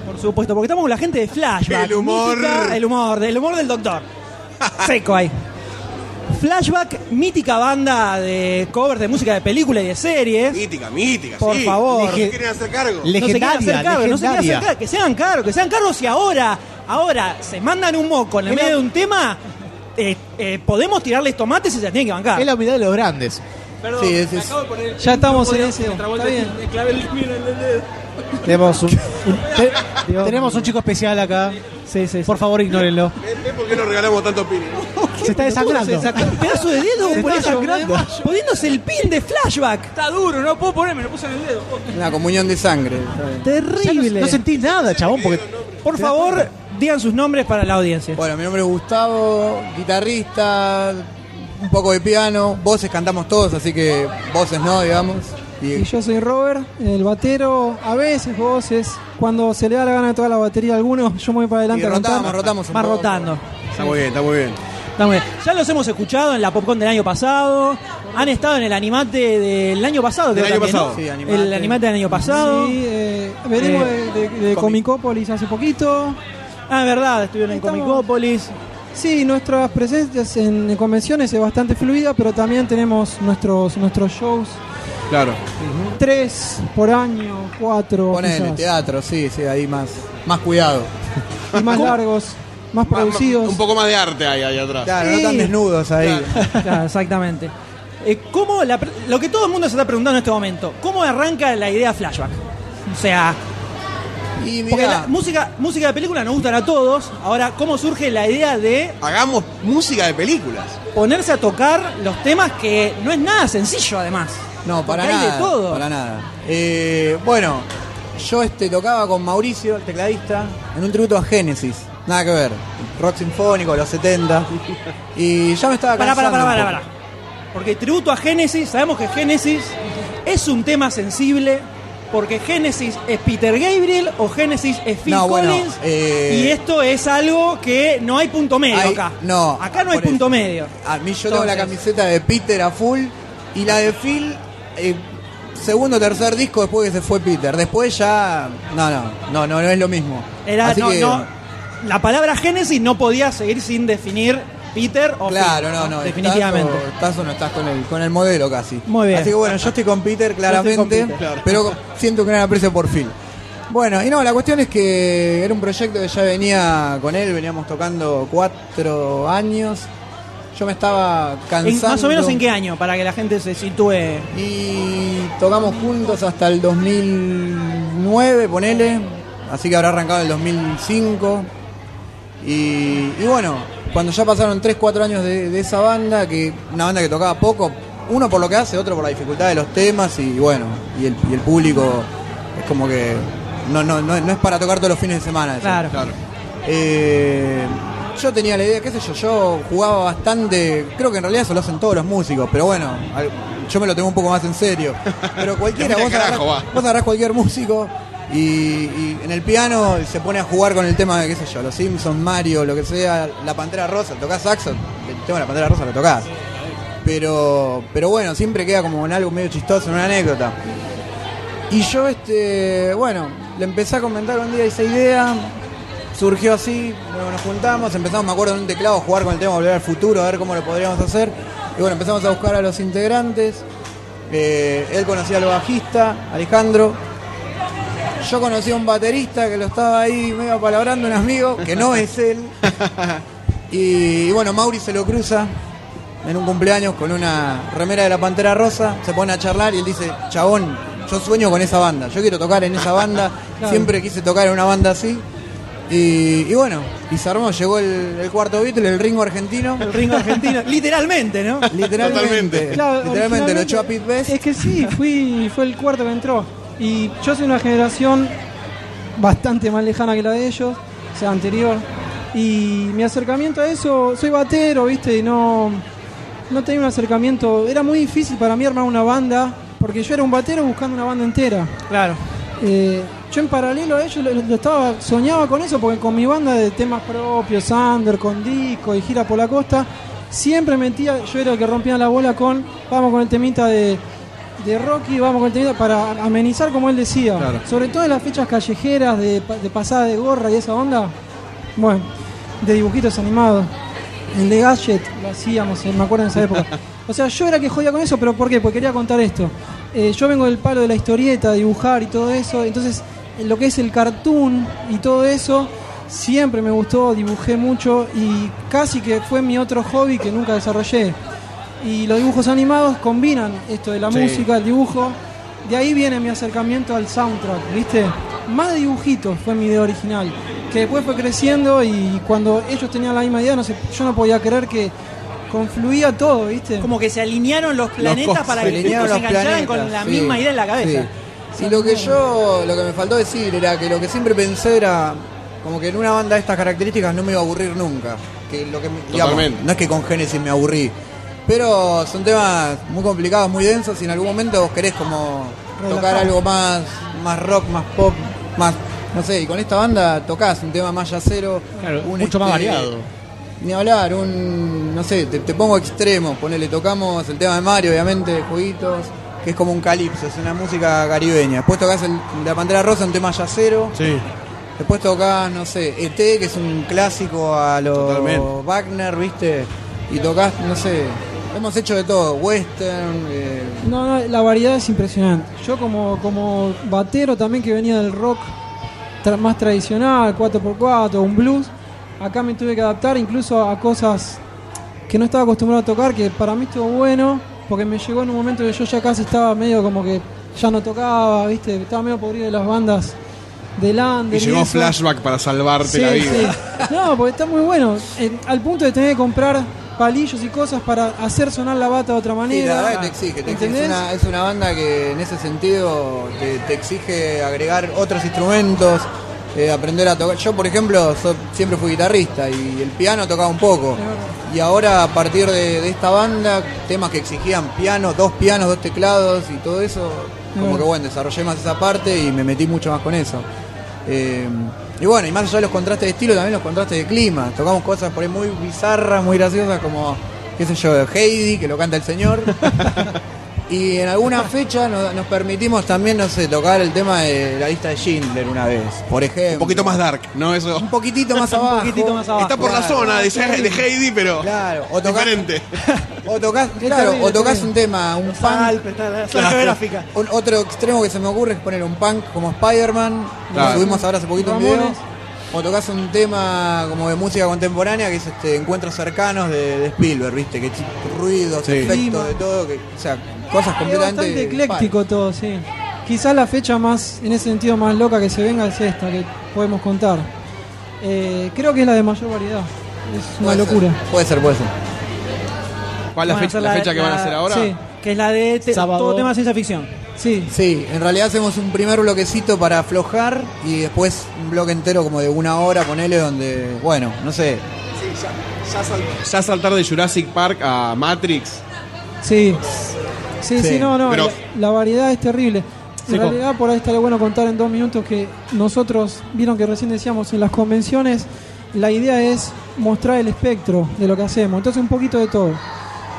Speaker 2: Por supuesto, porque estamos con la gente de Flashback.
Speaker 4: El humor.
Speaker 2: Mítica- el humor, el humor del doctor. Seco ahí. Flashback, mítica banda de covers de música de película y de series.
Speaker 1: Mítica, mítica,
Speaker 2: Por
Speaker 1: sí.
Speaker 2: favor.
Speaker 1: No se quieren hacer cargo.
Speaker 2: No se quieren hacer cargo, no se quieren hacer
Speaker 1: legendaria.
Speaker 2: cargo. Que se hagan cargo, que se hagan cargo si ahora, ahora se mandan un moco en el medio de un tema, eh, eh, podemos tirarles tomates y se las tienen que bancar.
Speaker 5: Es la humildad de los grandes.
Speaker 19: Perdón,
Speaker 4: Sí, es-
Speaker 19: me
Speaker 4: es-
Speaker 19: acabo de poner el-
Speaker 11: Ya estamos en
Speaker 19: Me
Speaker 11: ese.
Speaker 19: trabó el
Speaker 11: Está
Speaker 19: dedo, me clavé el miro en el dedo.
Speaker 4: Tenemos un,
Speaker 5: tenemos un chico especial acá. Por favor, ignórenlo.
Speaker 3: ¿Ves por qué nos regalamos tanto pin?
Speaker 5: Se está desangrando.
Speaker 2: Se sacó un pedazo de dedo
Speaker 5: Se
Speaker 2: por
Speaker 5: está
Speaker 2: eso,
Speaker 5: sangrando.
Speaker 2: poniéndose el pin de flashback. Está duro, no puedo ponerme, lo puse en el dedo.
Speaker 4: Una comunión de sangre.
Speaker 2: Terrible.
Speaker 5: No sentís nada, chabón, porque
Speaker 2: Por favor, digan sus nombres para la audiencia.
Speaker 4: Bueno, mi nombre es Gustavo, guitarrista, un poco de piano, voces cantamos todos, así que voces no, digamos.
Speaker 11: Y yo soy Robert, el batero, a veces voces. Cuando se le da la gana de toda la batería a alguno, yo me voy para
Speaker 4: Y
Speaker 11: adelante.
Speaker 4: rotamos,
Speaker 11: cantando.
Speaker 4: rotamos un
Speaker 11: Más
Speaker 4: poco.
Speaker 11: rotando.
Speaker 3: Está muy bien, está muy bien.
Speaker 2: Está muy bien. Ya los hemos escuchado en la PopCon del año pasado. Han estado en el animate del año pasado,
Speaker 11: Del
Speaker 2: creo
Speaker 11: año
Speaker 2: también,
Speaker 11: pasado.
Speaker 2: ¿no?
Speaker 11: Sí, animate.
Speaker 2: El animate del año pasado.
Speaker 11: Sí, eh, venimos
Speaker 2: Eh,
Speaker 11: de, de- de
Speaker 2: Comic-
Speaker 11: Comicópolis hace poquito.
Speaker 2: Ah, es verdad, estuvieron en Comicópolis.
Speaker 11: Sí, nuestras presencias en convenciones es bastante fluida, pero también tenemos nuestros nuestros shows.
Speaker 3: Claro.
Speaker 11: Tres por año, cuatro.
Speaker 4: Ponen el
Speaker 11: quizás.
Speaker 4: teatro, sí, sí, ahí más, más cuidado.
Speaker 11: Y más largos, más producidos.
Speaker 3: Un poco más de arte hay ahí atrás.
Speaker 4: Claro, no tan
Speaker 2: Sí.
Speaker 4: desnudos ahí.
Speaker 2: Claro, exactamente. Eh, ¿cómo la pre- lo que todo el mundo se está preguntando en este momento, ¿cómo arranca la idea flashback? O sea,
Speaker 4: Y
Speaker 2: porque
Speaker 4: mirá.
Speaker 2: la música, música de película nos gustan a todos. Ahora, ¿cómo surge la idea de
Speaker 3: Hagamos música de películas.
Speaker 2: ponerse a tocar los temas que no es nada sencillo, además?
Speaker 4: No, para
Speaker 2: Porque hay de
Speaker 4: nada.
Speaker 2: todo.
Speaker 4: Para nada. Eh, bueno, yo este, tocaba con Mauricio, el tecladista, en un tributo a Génesis. Nada que ver. Rock sinfónico, los 70. Y ya me estaba
Speaker 2: Pará,
Speaker 4: cansando.
Speaker 2: pará, pará,
Speaker 4: un
Speaker 2: pará,
Speaker 4: poco.
Speaker 2: pará. Porque tributo a Génesis, sabemos que Génesis es un tema sensible. Porque Génesis es Peter Gabriel o Génesis es Phil
Speaker 4: No, bueno,
Speaker 2: Collins.
Speaker 4: eh,
Speaker 2: Y esto es algo que no hay punto medio
Speaker 4: Hay-
Speaker 2: acá.
Speaker 4: No.
Speaker 2: Acá no hay
Speaker 4: por
Speaker 2: punto
Speaker 4: eso. Ah,
Speaker 2: medio.
Speaker 4: A mí yo tengo la
Speaker 2: Entonces.
Speaker 4: camiseta de Peter a full y la de Phil, eh, segundo o tercer disco después que se fue Peter. Después ya. No, no, no, no, no es lo mismo.
Speaker 2: Era,
Speaker 4: Así
Speaker 2: no,
Speaker 4: que-
Speaker 2: no, la palabra Génesis no podía seguir sin definir Peter o
Speaker 4: Claro,
Speaker 2: Phil,
Speaker 4: no, no.
Speaker 2: Definitivamente.
Speaker 4: Estás o, estás o no estás con el, con el modelo casi.
Speaker 2: Muy bien.
Speaker 4: Así que bueno, yo estoy con Peter claramente,
Speaker 2: Yo estoy con Peter.
Speaker 4: pero siento que gran aprecio por Phil. Bueno, y no, la cuestión es que era un proyecto que ya venía con él, veníamos tocando cuatro años. Yo me estaba
Speaker 2: En-
Speaker 4: cansando.
Speaker 2: más o menos en qué año, para que la gente se sitúe.
Speaker 4: Y tocamos juntos hasta el 2009, ponele. Así que habrá arrancado el 2005. Y, y bueno, cuando ya pasaron 3, 4 años de, de esa banda, que una banda que tocaba poco, uno por lo que hace, otro por la dificultad de los temas y bueno, y el, y el público es como que no, no, no, no es para tocar todos los fines de semana. eso.
Speaker 2: Claro.
Speaker 4: Eh, yo tenía la idea, qué sé yo, yo jugaba bastante, creo que en realidad eso lo hacen todos los músicos, pero bueno, al- yo me lo tengo un poco más en serio. Pero cualquiera,
Speaker 3: Mira,
Speaker 4: vos agarrás,
Speaker 3: carajo, va.
Speaker 4: vos agarrás cualquier músico y, y en el piano se pone a jugar con el tema de, qué sé yo, los Simpsons, Mario, lo que sea, la Pantera Rosa, tocás saxo, el tema de la Pantera Rosa lo tocás. Pero, pero bueno, siempre queda como en algo medio chistoso, en una anécdota. Y yo, este, bueno, le empecé a comentar un día esa idea, surgió así, bueno, nos juntamos, empezamos, me acuerdo, en un teclado a jugar con el tema Volver al Futuro, a ver cómo lo podríamos hacer. Y bueno, empezamos a buscar a los integrantes. Eh, él conocía al bajista, Alejandro. Yo conocí a un baterista que lo estaba ahí medio apalabrando, un amigo, que no es él. Y, y bueno, Mauri se lo cruza en un cumpleaños con una remera de la Pantera Rosa, se pone a charlar y él dice, chabón, yo sueño con esa banda, yo quiero tocar en esa banda,
Speaker 11: Claro.
Speaker 4: siempre quise tocar en una banda así. Y, y bueno, y se armó, llegó el, el cuarto Beatle, el ringo argentino.
Speaker 2: El ringo argentino, literalmente, ¿no?
Speaker 4: Literalmente.
Speaker 11: Claro,
Speaker 4: literalmente lo echó a Pete
Speaker 11: originalmente- Es que sí, fui, fue el cuarto que entró. Y yo soy una generación bastante más lejana que la de ellos, o sea, anterior. Y mi acercamiento a eso, soy batero, viste, y no, no tenía un acercamiento. Era muy difícil para mí armar una banda, porque yo era un batero buscando una banda entera.
Speaker 2: Claro.
Speaker 11: Eh, yo en paralelo a ellos lo, lo estaba, soñaba con eso porque con mi banda de temas propios, Under, con Disco y Gira por la Costa, siempre metía, yo era el que rompía la bola con, vamos con el temita de, de Rocky, vamos con el temita para amenizar como él decía.
Speaker 4: Claro.
Speaker 11: Sobre todo en las fechas callejeras de, pa- de pasada de gorra y esa onda, bueno, de dibujitos animados. El de Gadget lo hacíamos, eh, me acuerdo en esa época. O sea, yo era que jodía con eso, pero ¿por qué? Porque quería contar esto. Eh, yo vengo del palo de la historieta, dibujar y todo eso. Entonces, eh, lo que es el cartoon y todo eso, siempre me gustó, dibujé mucho y casi que fue mi otro hobby que nunca desarrollé.
Speaker 9: Y los dibujos animados combinan esto de la
Speaker 4: Sí.
Speaker 9: música, el dibujo. De ahí viene mi acercamiento al soundtrack, ¿viste? Más dibujitos fue mi idea original, que después fue creciendo y cuando ellos tenían la misma idea, no sé, yo no podía creer que confluía todo, ¿viste?
Speaker 2: Como que se alinearon los planetas
Speaker 4: cos-
Speaker 2: para
Speaker 4: se
Speaker 2: que los
Speaker 4: alinearon
Speaker 2: se
Speaker 4: los
Speaker 2: engancharan con
Speaker 4: planetas,
Speaker 2: la
Speaker 4: sí,
Speaker 2: misma idea en la cabeza.
Speaker 4: sí. Y lo que yo, lo que me faltó decir era que lo que siempre pensé era como que en una banda de estas características no me iba a aburrir nunca. Que lo que me- digamos,
Speaker 3: Totalmente.
Speaker 4: no es que con Genesis me aburrí, pero son temas muy complicados, muy densos y en algún momento vos querés como tocar
Speaker 9: Relajar.
Speaker 4: algo más, más rock, más pop, más, no sé, y con esta banda tocas un tema más yacero,
Speaker 11: Claro,
Speaker 4: un,
Speaker 11: mucho más
Speaker 4: este,
Speaker 11: variado.
Speaker 4: Ni hablar, un. No sé, te, te pongo extremo. Ponele, tocamos el tema de Mario, obviamente, de jueguitos, que es como un calipso, es una música caribeña. Después tocas el, la pantera rosa, un tema yacero.
Speaker 11: Sí.
Speaker 4: Después tocás, Ah, no sé, ET, que es un clásico a los Wagner, ¿viste? Y tocás, no sé. Hemos hecho de todo, western. eh,
Speaker 9: No, no, la variedad es impresionante. Yo como, como batero también que venía del rock tra- más tradicional, 4x4, un blues, acá me tuve que adaptar incluso a cosas que no estaba acostumbrado a tocar, que para mí estuvo bueno, porque me llegó en un momento que yo ya casi estaba medio como que ya no tocaba, viste, estaba medio podrido de las bandas del
Speaker 1: Y
Speaker 9: Ande.
Speaker 1: llegó flashback para salvarte
Speaker 9: Sí,
Speaker 1: la vida.
Speaker 9: sí. No, porque está muy bueno. Eh, al punto de tener que comprar palillos y cosas para hacer sonar la bata de otra
Speaker 4: Sí, la
Speaker 9: manera.
Speaker 4: verdad que te exige, te exige. Es,
Speaker 9: ¿Entendés?
Speaker 4: una, es una banda que en ese sentido te, te exige agregar otros instrumentos, eh, aprender a tocar. Yo, por ejemplo, so- siempre fui guitarrista y el piano tocaba un poco. Y ahora, a partir de, de esta banda, temas que exigían piano, dos pianos, dos teclados y todo eso, como
Speaker 9: verdad.
Speaker 4: que bueno, desarrollé más esa parte y me metí mucho más con eso. Eh, y bueno, y más allá de los contrastes de estilo, también los contrastes de clima. Tocamos cosas por ahí muy bizarras, muy graciosas, como, qué sé yo, Heidi, que lo canta el señor. y en alguna fecha no- nos permitimos también, no sé, tocar el tema de la lista de Schindler una vez, por ejemplo.
Speaker 1: Un poquito más dark, ¿no? Eso.
Speaker 4: Un poquitito más abajo.
Speaker 9: poquitito más abajo.
Speaker 1: Está por la
Speaker 4: Claro.
Speaker 1: zona de, de Heidi, pero
Speaker 4: Claro, o tocás,
Speaker 1: diferente.
Speaker 4: o tocás,
Speaker 1: Es
Speaker 4: claro,
Speaker 1: terrible,
Speaker 4: o tocás
Speaker 1: terrible.
Speaker 4: un tema, un punk.
Speaker 1: zona Claro. geográfica.
Speaker 4: Un- otro extremo que se me ocurre es poner un punk como Spider-Man,
Speaker 1: Claro.
Speaker 4: lo subimos ahora hace poquito un
Speaker 9: Ramones.
Speaker 4: video. O tocás un tema como de música contemporánea que es este Encuentros cercanos de, de Spielberg, ¿viste? Que ch- ruidos,
Speaker 9: Sí. Clima.
Speaker 4: efectos, de todo, que, o sea, cosas
Speaker 9: Es bastante
Speaker 4: completamente
Speaker 9: ecléctico todo, sí. Quizás la fecha más, en ese sentido, más loca que se venga es esta, que podemos contar. Eh, creo que es la de mayor variedad. Es una
Speaker 4: Puede ser,
Speaker 9: locura.
Speaker 4: puede ser, puede ser.
Speaker 1: ¿Cuál es la
Speaker 2: Van
Speaker 1: fecha,
Speaker 2: a hacer
Speaker 1: la
Speaker 2: la-
Speaker 1: fecha que van a hacer ahora?
Speaker 2: Sí, que es la de te- todo tema de ciencia ficción.
Speaker 9: Sí.
Speaker 4: Sí, en realidad hacemos un primer bloquecito para aflojar y después un bloque entero como de una hora, ponele, donde, bueno, no sé,
Speaker 1: Ya saltar de Jurassic Park a Matrix.
Speaker 9: Sí. Sí, sí, no, no.
Speaker 1: Pero
Speaker 9: la, la variedad es terrible. En
Speaker 1: Sí, con-
Speaker 9: realidad, por ahí estaría bueno contar en dos minutos que nosotros, vieron que recién decíamos, en las convenciones, la idea es mostrar el espectro de lo que hacemos. Entonces, un poquito de todo.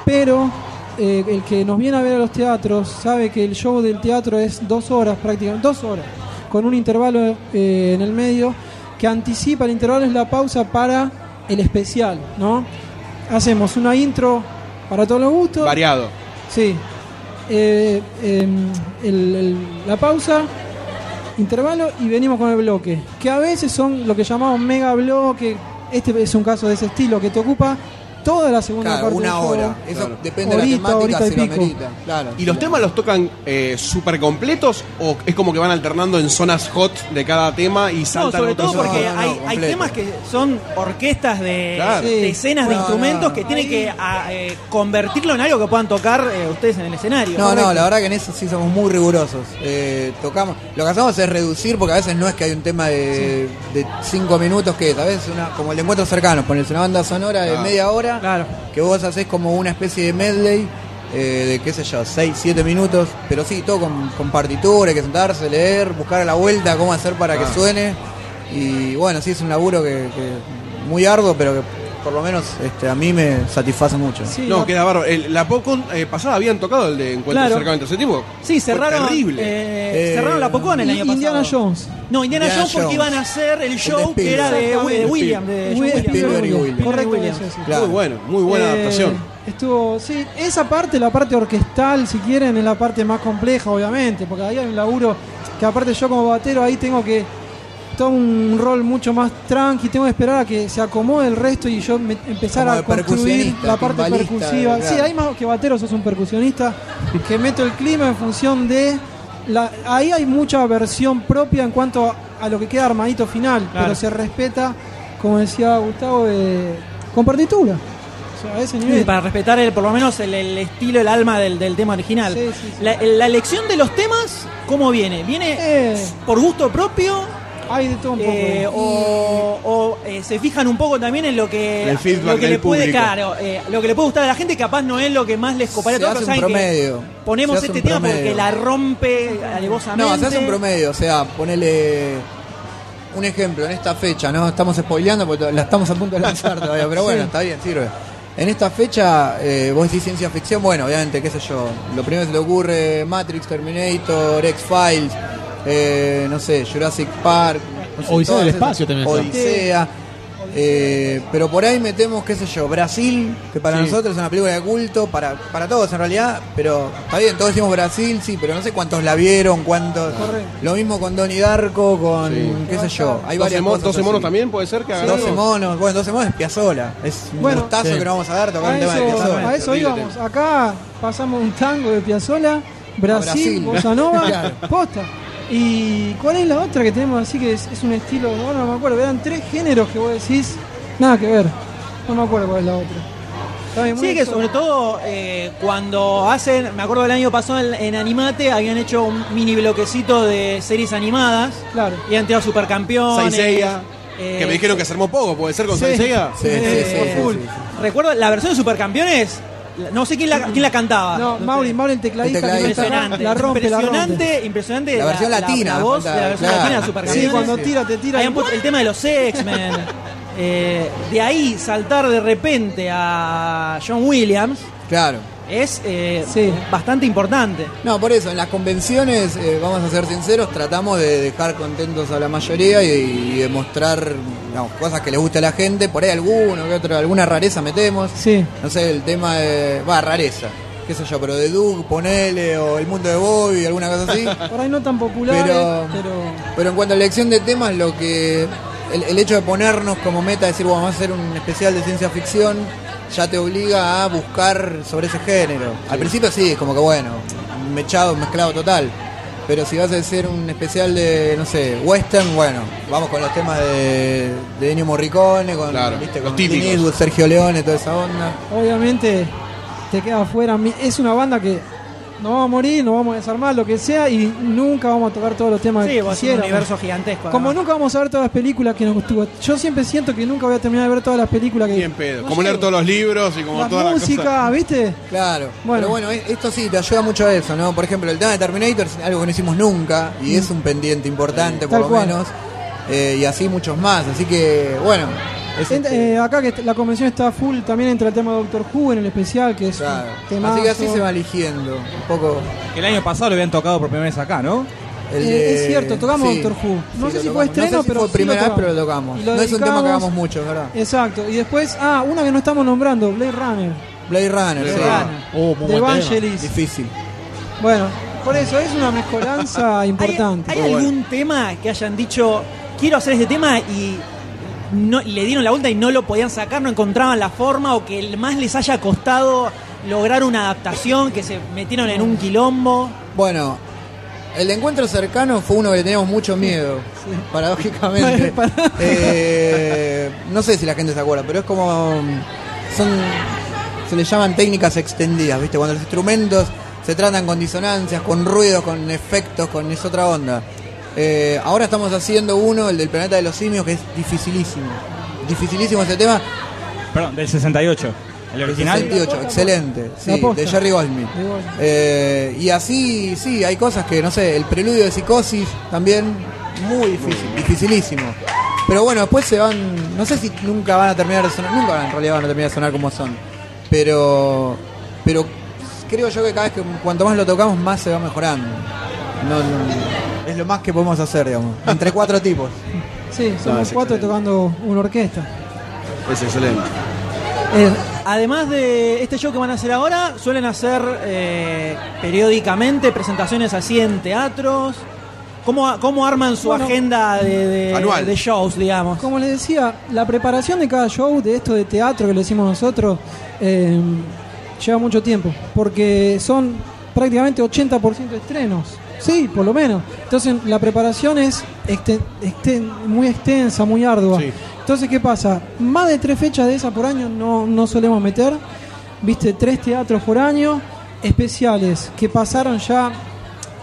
Speaker 9: Pero eh, el que nos viene a ver a los teatros sabe que el show del teatro es dos horas prácticamente, dos horas, con un intervalo eh, en el medio que anticipa, el intervalo es la pausa para el especial, ¿no? Hacemos una intro para todos los gustos.
Speaker 1: Variado.
Speaker 9: Sí. Eh, em, el- el- la pausa, intervalo y venimos con el bloque. Que a veces son lo que llamamos mega bloque. Este es un caso de ese estilo que te ocupa toda la segunda
Speaker 4: Claro,
Speaker 9: parte.
Speaker 4: una
Speaker 9: del show.
Speaker 4: hora. Eso depende de
Speaker 9: Horita,
Speaker 4: la temática,
Speaker 9: horita y
Speaker 4: si lo
Speaker 9: pico.
Speaker 4: amerita. Claro.
Speaker 1: ¿Y los temas los tocan eh, súper completos o es como que van alternando en zonas hot de cada tema y
Speaker 2: No,
Speaker 1: saltan
Speaker 2: sobre
Speaker 1: otros
Speaker 2: todo porque
Speaker 1: otros?
Speaker 2: hay, hay temas que son orquestas de,
Speaker 1: Claro.
Speaker 2: de
Speaker 1: Sí.
Speaker 2: escenas de
Speaker 1: No,
Speaker 2: instrumentos
Speaker 1: no.
Speaker 2: que tienen que a, eh, convertirlo en algo que puedan tocar eh, ustedes en el escenario.
Speaker 4: No, no, la verdad que en eso sí somos muy rigurosos. Eh, tocamos, lo que hacemos es reducir porque a veces no es que hay un tema de, de cinco minutos que es, a veces una, como el de encuentro cercano, pones una banda sonora de
Speaker 9: Claro.
Speaker 4: media hora que vos haces como una especie de medley eh, de qué sé yo, seis, siete minutos, pero sí, todo con, con partitura, hay que sentarse, leer, buscar a la vuelta cómo hacer para
Speaker 1: Claro.
Speaker 4: que suene. Y bueno, sí, es un laburo que, que muy arduo, pero que por lo menos este, a mí me satisface mucho.
Speaker 1: no, queda bárbaro. El- la PopCon eh, pasada habían tocado el de Encuentro
Speaker 4: Claro.
Speaker 1: cercano ese tipo.
Speaker 2: Sí, cerraron,
Speaker 1: Fue terrible.
Speaker 2: eh, cerraron la Pocón el
Speaker 9: Y-
Speaker 2: año pasado.
Speaker 9: Indiana Jones.
Speaker 2: No, Indiana,
Speaker 9: Indiana
Speaker 2: Jones porque
Speaker 9: Jones.
Speaker 2: iban a hacer el show
Speaker 9: de
Speaker 2: que era de,
Speaker 9: Spielberg.
Speaker 2: Wi- de William. De John
Speaker 9: Spielberg.
Speaker 2: Williams.
Speaker 9: Spielberg y William.
Speaker 2: Correcto,
Speaker 9: Correcto,
Speaker 2: William.
Speaker 9: sí, sí.
Speaker 1: Muy bueno, muy buena
Speaker 9: Eh,
Speaker 1: adaptación.
Speaker 9: Estuvo, sí, esa parte, la parte orquestal, si quieren, es la parte más compleja, obviamente, porque ahí hay un laburo que aparte yo como batero ahí tengo que todo un rol mucho más tranqui, tengo que esperar a que se acomode el resto y yo me- empezar
Speaker 11: Como
Speaker 9: a
Speaker 11: de
Speaker 9: construir
Speaker 11: percusionista,
Speaker 9: la parte
Speaker 11: timbalista,
Speaker 9: percusiva.
Speaker 11: claro.
Speaker 9: Sí, ahí más que batero sos un percusionista que meto el clima en función de la, ahí hay mucha versión propia en cuanto a, a lo que queda armadito final,
Speaker 2: Claro.
Speaker 9: pero se respeta, como decía Gustavo, eh, con partitura. O sea, a ese nivel.
Speaker 2: Y Mm, para respetar el, por lo menos el, el estilo, el alma del, del tema original. La, la elección de los temas, ¿cómo viene? ¿Viene por gusto propio?
Speaker 9: Hay de todo un eh.
Speaker 2: poco.
Speaker 11: Eh,
Speaker 2: Eh, o o, eh, se fijan un poco también en lo que,
Speaker 11: En el feedback
Speaker 2: lo que
Speaker 11: del
Speaker 2: le puede,
Speaker 11: público.
Speaker 2: claro, eh, lo que le puede gustar a la gente, capaz no es lo que más les coparía
Speaker 11: Se
Speaker 2: a todos,
Speaker 11: hace
Speaker 2: pero
Speaker 11: un
Speaker 2: saben que
Speaker 11: promedio.
Speaker 2: ponemos
Speaker 11: Se hace
Speaker 2: este
Speaker 11: un
Speaker 2: tema porque
Speaker 11: promedio.
Speaker 2: la rompe alevosamente.
Speaker 11: No, se hace un promedio, o sea, ponele un ejemplo, en esta fecha, ¿no? Estamos spoileando porque to- la estamos a punto de lanzar todavía, pero bueno,
Speaker 9: Sí.
Speaker 11: está bien, sirve. En esta fecha, eh, vos decís ciencia ficción, bueno, obviamente, qué sé yo, lo primero que se te ocurre, Matrix, Terminator, X-Files, eh, no sé, Jurassic Park. no sé,
Speaker 5: Odisea
Speaker 11: todas
Speaker 5: del
Speaker 11: esas-
Speaker 5: espacio también está.
Speaker 11: Odisea. eh, pero por ahí metemos, qué sé yo, Brasil, que para
Speaker 5: Sí.
Speaker 11: nosotros es una película de culto, para, para todos en realidad, pero está bien, todos decimos Brasil, sí, pero no sé cuántos la vieron, cuántos... Lo mismo con Donnie Darko, con qué sé yo. Hay
Speaker 3: 12,
Speaker 11: varias
Speaker 3: mo-
Speaker 11: cosas
Speaker 3: 12
Speaker 11: así.
Speaker 3: monos también puede ser que agarramos.
Speaker 11: 12 monos, bueno, 12 monos es Piazzola. Es un
Speaker 9: Bueno,
Speaker 11: gustazo
Speaker 9: sí.
Speaker 11: que no vamos a dar tocar
Speaker 9: a
Speaker 11: un tema de
Speaker 9: Ah, eso,
Speaker 11: Piazzola.
Speaker 9: a eso íbamos. Acá pasamos un tango de Piazzola, Brasil,
Speaker 11: Brasil.
Speaker 9: Bossa Nova,
Speaker 11: Claro.
Speaker 9: posta. ¿Y cuál es la otra que tenemos así que es, es un estilo? No, no me acuerdo. Eran tres géneros que vos decís, nada que ver. No me acuerdo cuál es la otra. Está bien, muy
Speaker 2: Sí, que
Speaker 9: exótico.
Speaker 2: sobre todo eh, cuando hacen, me acuerdo del año pasado en, en Animate, habían hecho un mini bloquecito de series animadas.
Speaker 9: Claro.
Speaker 2: Y han tirado Supercampeones.
Speaker 3: Saizeiya,
Speaker 2: eh,
Speaker 3: que me dijeron que se armó poco, ¿puede ser con
Speaker 2: Sí.
Speaker 3: Saint Seiya?
Speaker 2: Sí, sí, sí, sí, sí. Recuerdo la versión de Supercampeones, la- no sé quién la, quién la
Speaker 11: Ah,
Speaker 2: cantaba.
Speaker 9: No, Mauri, Mauri, el tecladista. que no está-
Speaker 2: Impresionante,
Speaker 9: La rompe, la rompe.
Speaker 2: impresionante, impresionante
Speaker 9: La versión latina,
Speaker 2: la voz de
Speaker 9: falta-
Speaker 2: la versión
Speaker 9: claro.
Speaker 2: latina de Supercampeones.
Speaker 9: Sí, cuando tira, te tira.
Speaker 2: Habían puesto el tema de los X-Men. Eh, de ahí saltar de repente a John Williams
Speaker 11: Claro.
Speaker 2: es eh, bastante importante.
Speaker 11: No, por eso, en las convenciones, eh, vamos a ser sinceros, tratamos de dejar contentos a la mayoría y, y de mostrar digamos, cosas que le guste a la gente. Por ahí alguno, que otro, alguna rareza metemos.
Speaker 9: Sí.
Speaker 11: No sé, el tema de. Va, rareza. Qué sé yo, pero de Doug, ponele, o El Mundo de Bobby, alguna cosa así.
Speaker 9: Por ahí no tan populares, pero,
Speaker 11: Pero- Pero en cuanto a elección de temas, lo que el, el hecho de ponernos como meta, decir, bueno, vamos a hacer un especial de ciencia ficción, ya te obliga a buscar sobre ese género. Al principio sí, es como que bueno, mechado, mezclado total. Pero si vas a hacer un especial de, no sé, western, bueno, vamos con los temas de, de Ennio Morricone, con,
Speaker 3: Claro,
Speaker 11: ¿viste?
Speaker 3: los
Speaker 11: con
Speaker 3: típicos.
Speaker 11: Clint Eastwood, Sergio Leone, toda esa onda.
Speaker 9: obviamente te queda afuera. Mi- Es una banda que no vamos a morir, nos vamos a desarmar, lo que sea, y nunca vamos a tocar todos los temas
Speaker 2: Sí,
Speaker 9: que
Speaker 2: vos es un
Speaker 9: quisiéramos.
Speaker 2: universo gigantesco.
Speaker 9: Como
Speaker 2: además.
Speaker 9: nunca vamos a ver todas las películas que nos gustó. Yo siempre siento que nunca voy a terminar de ver todas las películas que.
Speaker 3: Bien pedo. Como leer todos los libros y como
Speaker 9: La
Speaker 3: toda
Speaker 9: música,
Speaker 3: la cosa.
Speaker 9: ¿viste?
Speaker 11: Claro.
Speaker 9: Bueno.
Speaker 11: Pero bueno, e- esto sí te ayuda mucho a eso, ¿no? Por ejemplo, el tema de Terminator es algo que no hicimos nunca y
Speaker 9: Mm.
Speaker 11: es un pendiente importante,
Speaker 9: Tal
Speaker 11: por lo
Speaker 9: cual.
Speaker 11: menos. Eh, y así muchos más. Así que, bueno. es
Speaker 9: Ent-
Speaker 11: este-
Speaker 9: eh, acá que est- la convención está full, también entra el tema de Doctor Who en el especial, que es un
Speaker 11: claro.
Speaker 9: temazo.
Speaker 11: Así que así se va eligiendo. Un poco.
Speaker 14: Que el año pasado lo habían tocado por primera vez acá, ¿no?
Speaker 11: el
Speaker 9: Eh,
Speaker 11: de-
Speaker 9: es cierto, tocamos Doctor Who. No
Speaker 11: sí,
Speaker 9: sé
Speaker 11: lo
Speaker 9: si
Speaker 11: tocamos.
Speaker 9: fue estreno,
Speaker 11: No sé si
Speaker 9: pero
Speaker 11: Fue
Speaker 9: sí
Speaker 11: primera
Speaker 9: lo
Speaker 11: vez, pero lo
Speaker 9: tocamos.
Speaker 11: tocamos.
Speaker 9: Y
Speaker 11: no
Speaker 9: lo
Speaker 11: es un tema que
Speaker 9: dedicamos-
Speaker 11: hagamos mucho, es ¿verdad?
Speaker 9: Exacto, y después, ah, una que no estamos nombrando, Blade Runner.
Speaker 11: Blade Runner,
Speaker 9: Blade
Speaker 11: sí.
Speaker 9: Runner. muy De
Speaker 11: Oh,
Speaker 9: buen tema. Vangelis.
Speaker 11: Difícil.
Speaker 9: Bueno, por eso es una mezcolanza importante.
Speaker 2: ¿Hay algún tema que hayan dicho, quiero hacer este tema y no, le dieron la vuelta y no lo podían sacar, no encontraban la forma o que el más les haya costado lograr una adaptación, que se metieron en un quilombo?
Speaker 11: Bueno, el encuentro cercano fue uno que le teníamos mucho miedo, paradójicamente. Eh, no sé si la gente se acuerda, pero es como. Son. Se le llaman técnicas extendidas, ¿viste? Cuando los instrumentos se tratan con disonancias, con ruidos, con efectos, con es otra onda. Eh, ahora estamos haciendo uno, el del planeta de los simios, que es dificilísimo. Dificilísimo ese tema.
Speaker 14: Perdón, del 68. El
Speaker 11: del
Speaker 14: original.
Speaker 11: 68, excelente.
Speaker 14: La
Speaker 11: Sí,
Speaker 14: posta.
Speaker 11: de Jerry Goldsmith.
Speaker 14: De Goldsmith.
Speaker 11: Eh, y así, sí, hay cosas que, no sé, el preludio de psicosis también, muy difícil, dificilísimo. Pero bueno, después se van, no sé si nunca van a terminar de sonar, nunca van- en realidad van a terminar de sonar como son. Pero, pero creo yo que cada vez que cuanto más lo tocamos, más se va mejorando. No, no- es lo más que podemos hacer, digamos. Entre cuatro tipos.
Speaker 9: Sí,
Speaker 11: No,
Speaker 9: somos
Speaker 11: es
Speaker 9: cuatro tocando una orquesta.
Speaker 3: Es excelente.
Speaker 2: Eh, además de este show que van a hacer ahora, suelen hacer eh, periódicamente presentaciones así en teatros.
Speaker 4: cómo, cómo arman su
Speaker 2: Bueno.
Speaker 4: agenda de, de-
Speaker 2: Anual.
Speaker 4: de shows, digamos.
Speaker 2: Como les decía, la preparación de cada show, de esto de teatro que lo hicimos nosotros, eh, lleva mucho tiempo, porque son prácticamente 80% estrenos. Sí, por lo menos. Entonces la preparación es exten- exten- muy extensa, muy ardua. Entonces, ¿qué pasa? Más de tres fechas de esas por año no, no solemos meter. Viste, tres teatros por año, especiales, que pasaron ya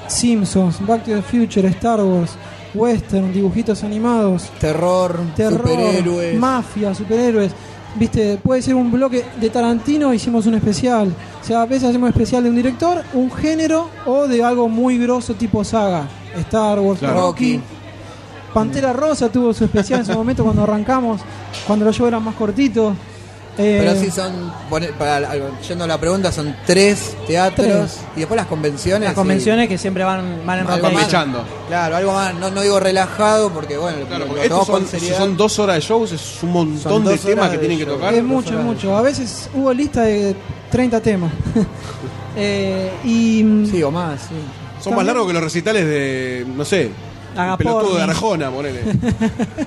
Speaker 2: Simpsons, Back to the Future, Star Wars, Western, dibujitos animados,
Speaker 11: terror, superhéroes.
Speaker 2: mafia, superhéroes. Viste, puede ser un bloque de Tarantino, hicimos un especial. O sea, a veces hacemos especial de un director, un género o de algo muy grosso tipo saga. Star Wars,
Speaker 11: Claro.
Speaker 2: Rocky. Pantera Rosa tuvo su especial en su momento cuando arrancamos, cuando los shows eran más cortitos. Eh,
Speaker 11: Pero sí son, pone- para, yendo a la pregunta, son tres teatros
Speaker 2: Tres.
Speaker 11: y después las convenciones.
Speaker 4: Las
Speaker 11: y-
Speaker 4: convenciones que siempre van, van en
Speaker 11: Algo
Speaker 4: rotación.
Speaker 11: más, Claro, algo más, no, no digo relajado porque bueno,
Speaker 1: Claro,
Speaker 11: lo-
Speaker 1: porque
Speaker 11: lo
Speaker 1: estos
Speaker 11: tomamos con
Speaker 1: son, si
Speaker 11: seriedad.
Speaker 1: son dos horas de shows, es un montón
Speaker 11: Son
Speaker 1: de
Speaker 11: dos
Speaker 1: temas
Speaker 11: horas
Speaker 1: que
Speaker 11: de
Speaker 1: tienen que
Speaker 11: show.
Speaker 1: tocar.
Speaker 2: Es mucho, mucho. A veces hubo lista de 30 temas. Eh, y,
Speaker 11: sí, o más, sí.
Speaker 1: Son más largos que los recitales de, no sé,
Speaker 2: Agapornis.
Speaker 1: pelotudo de Arjona, ponele.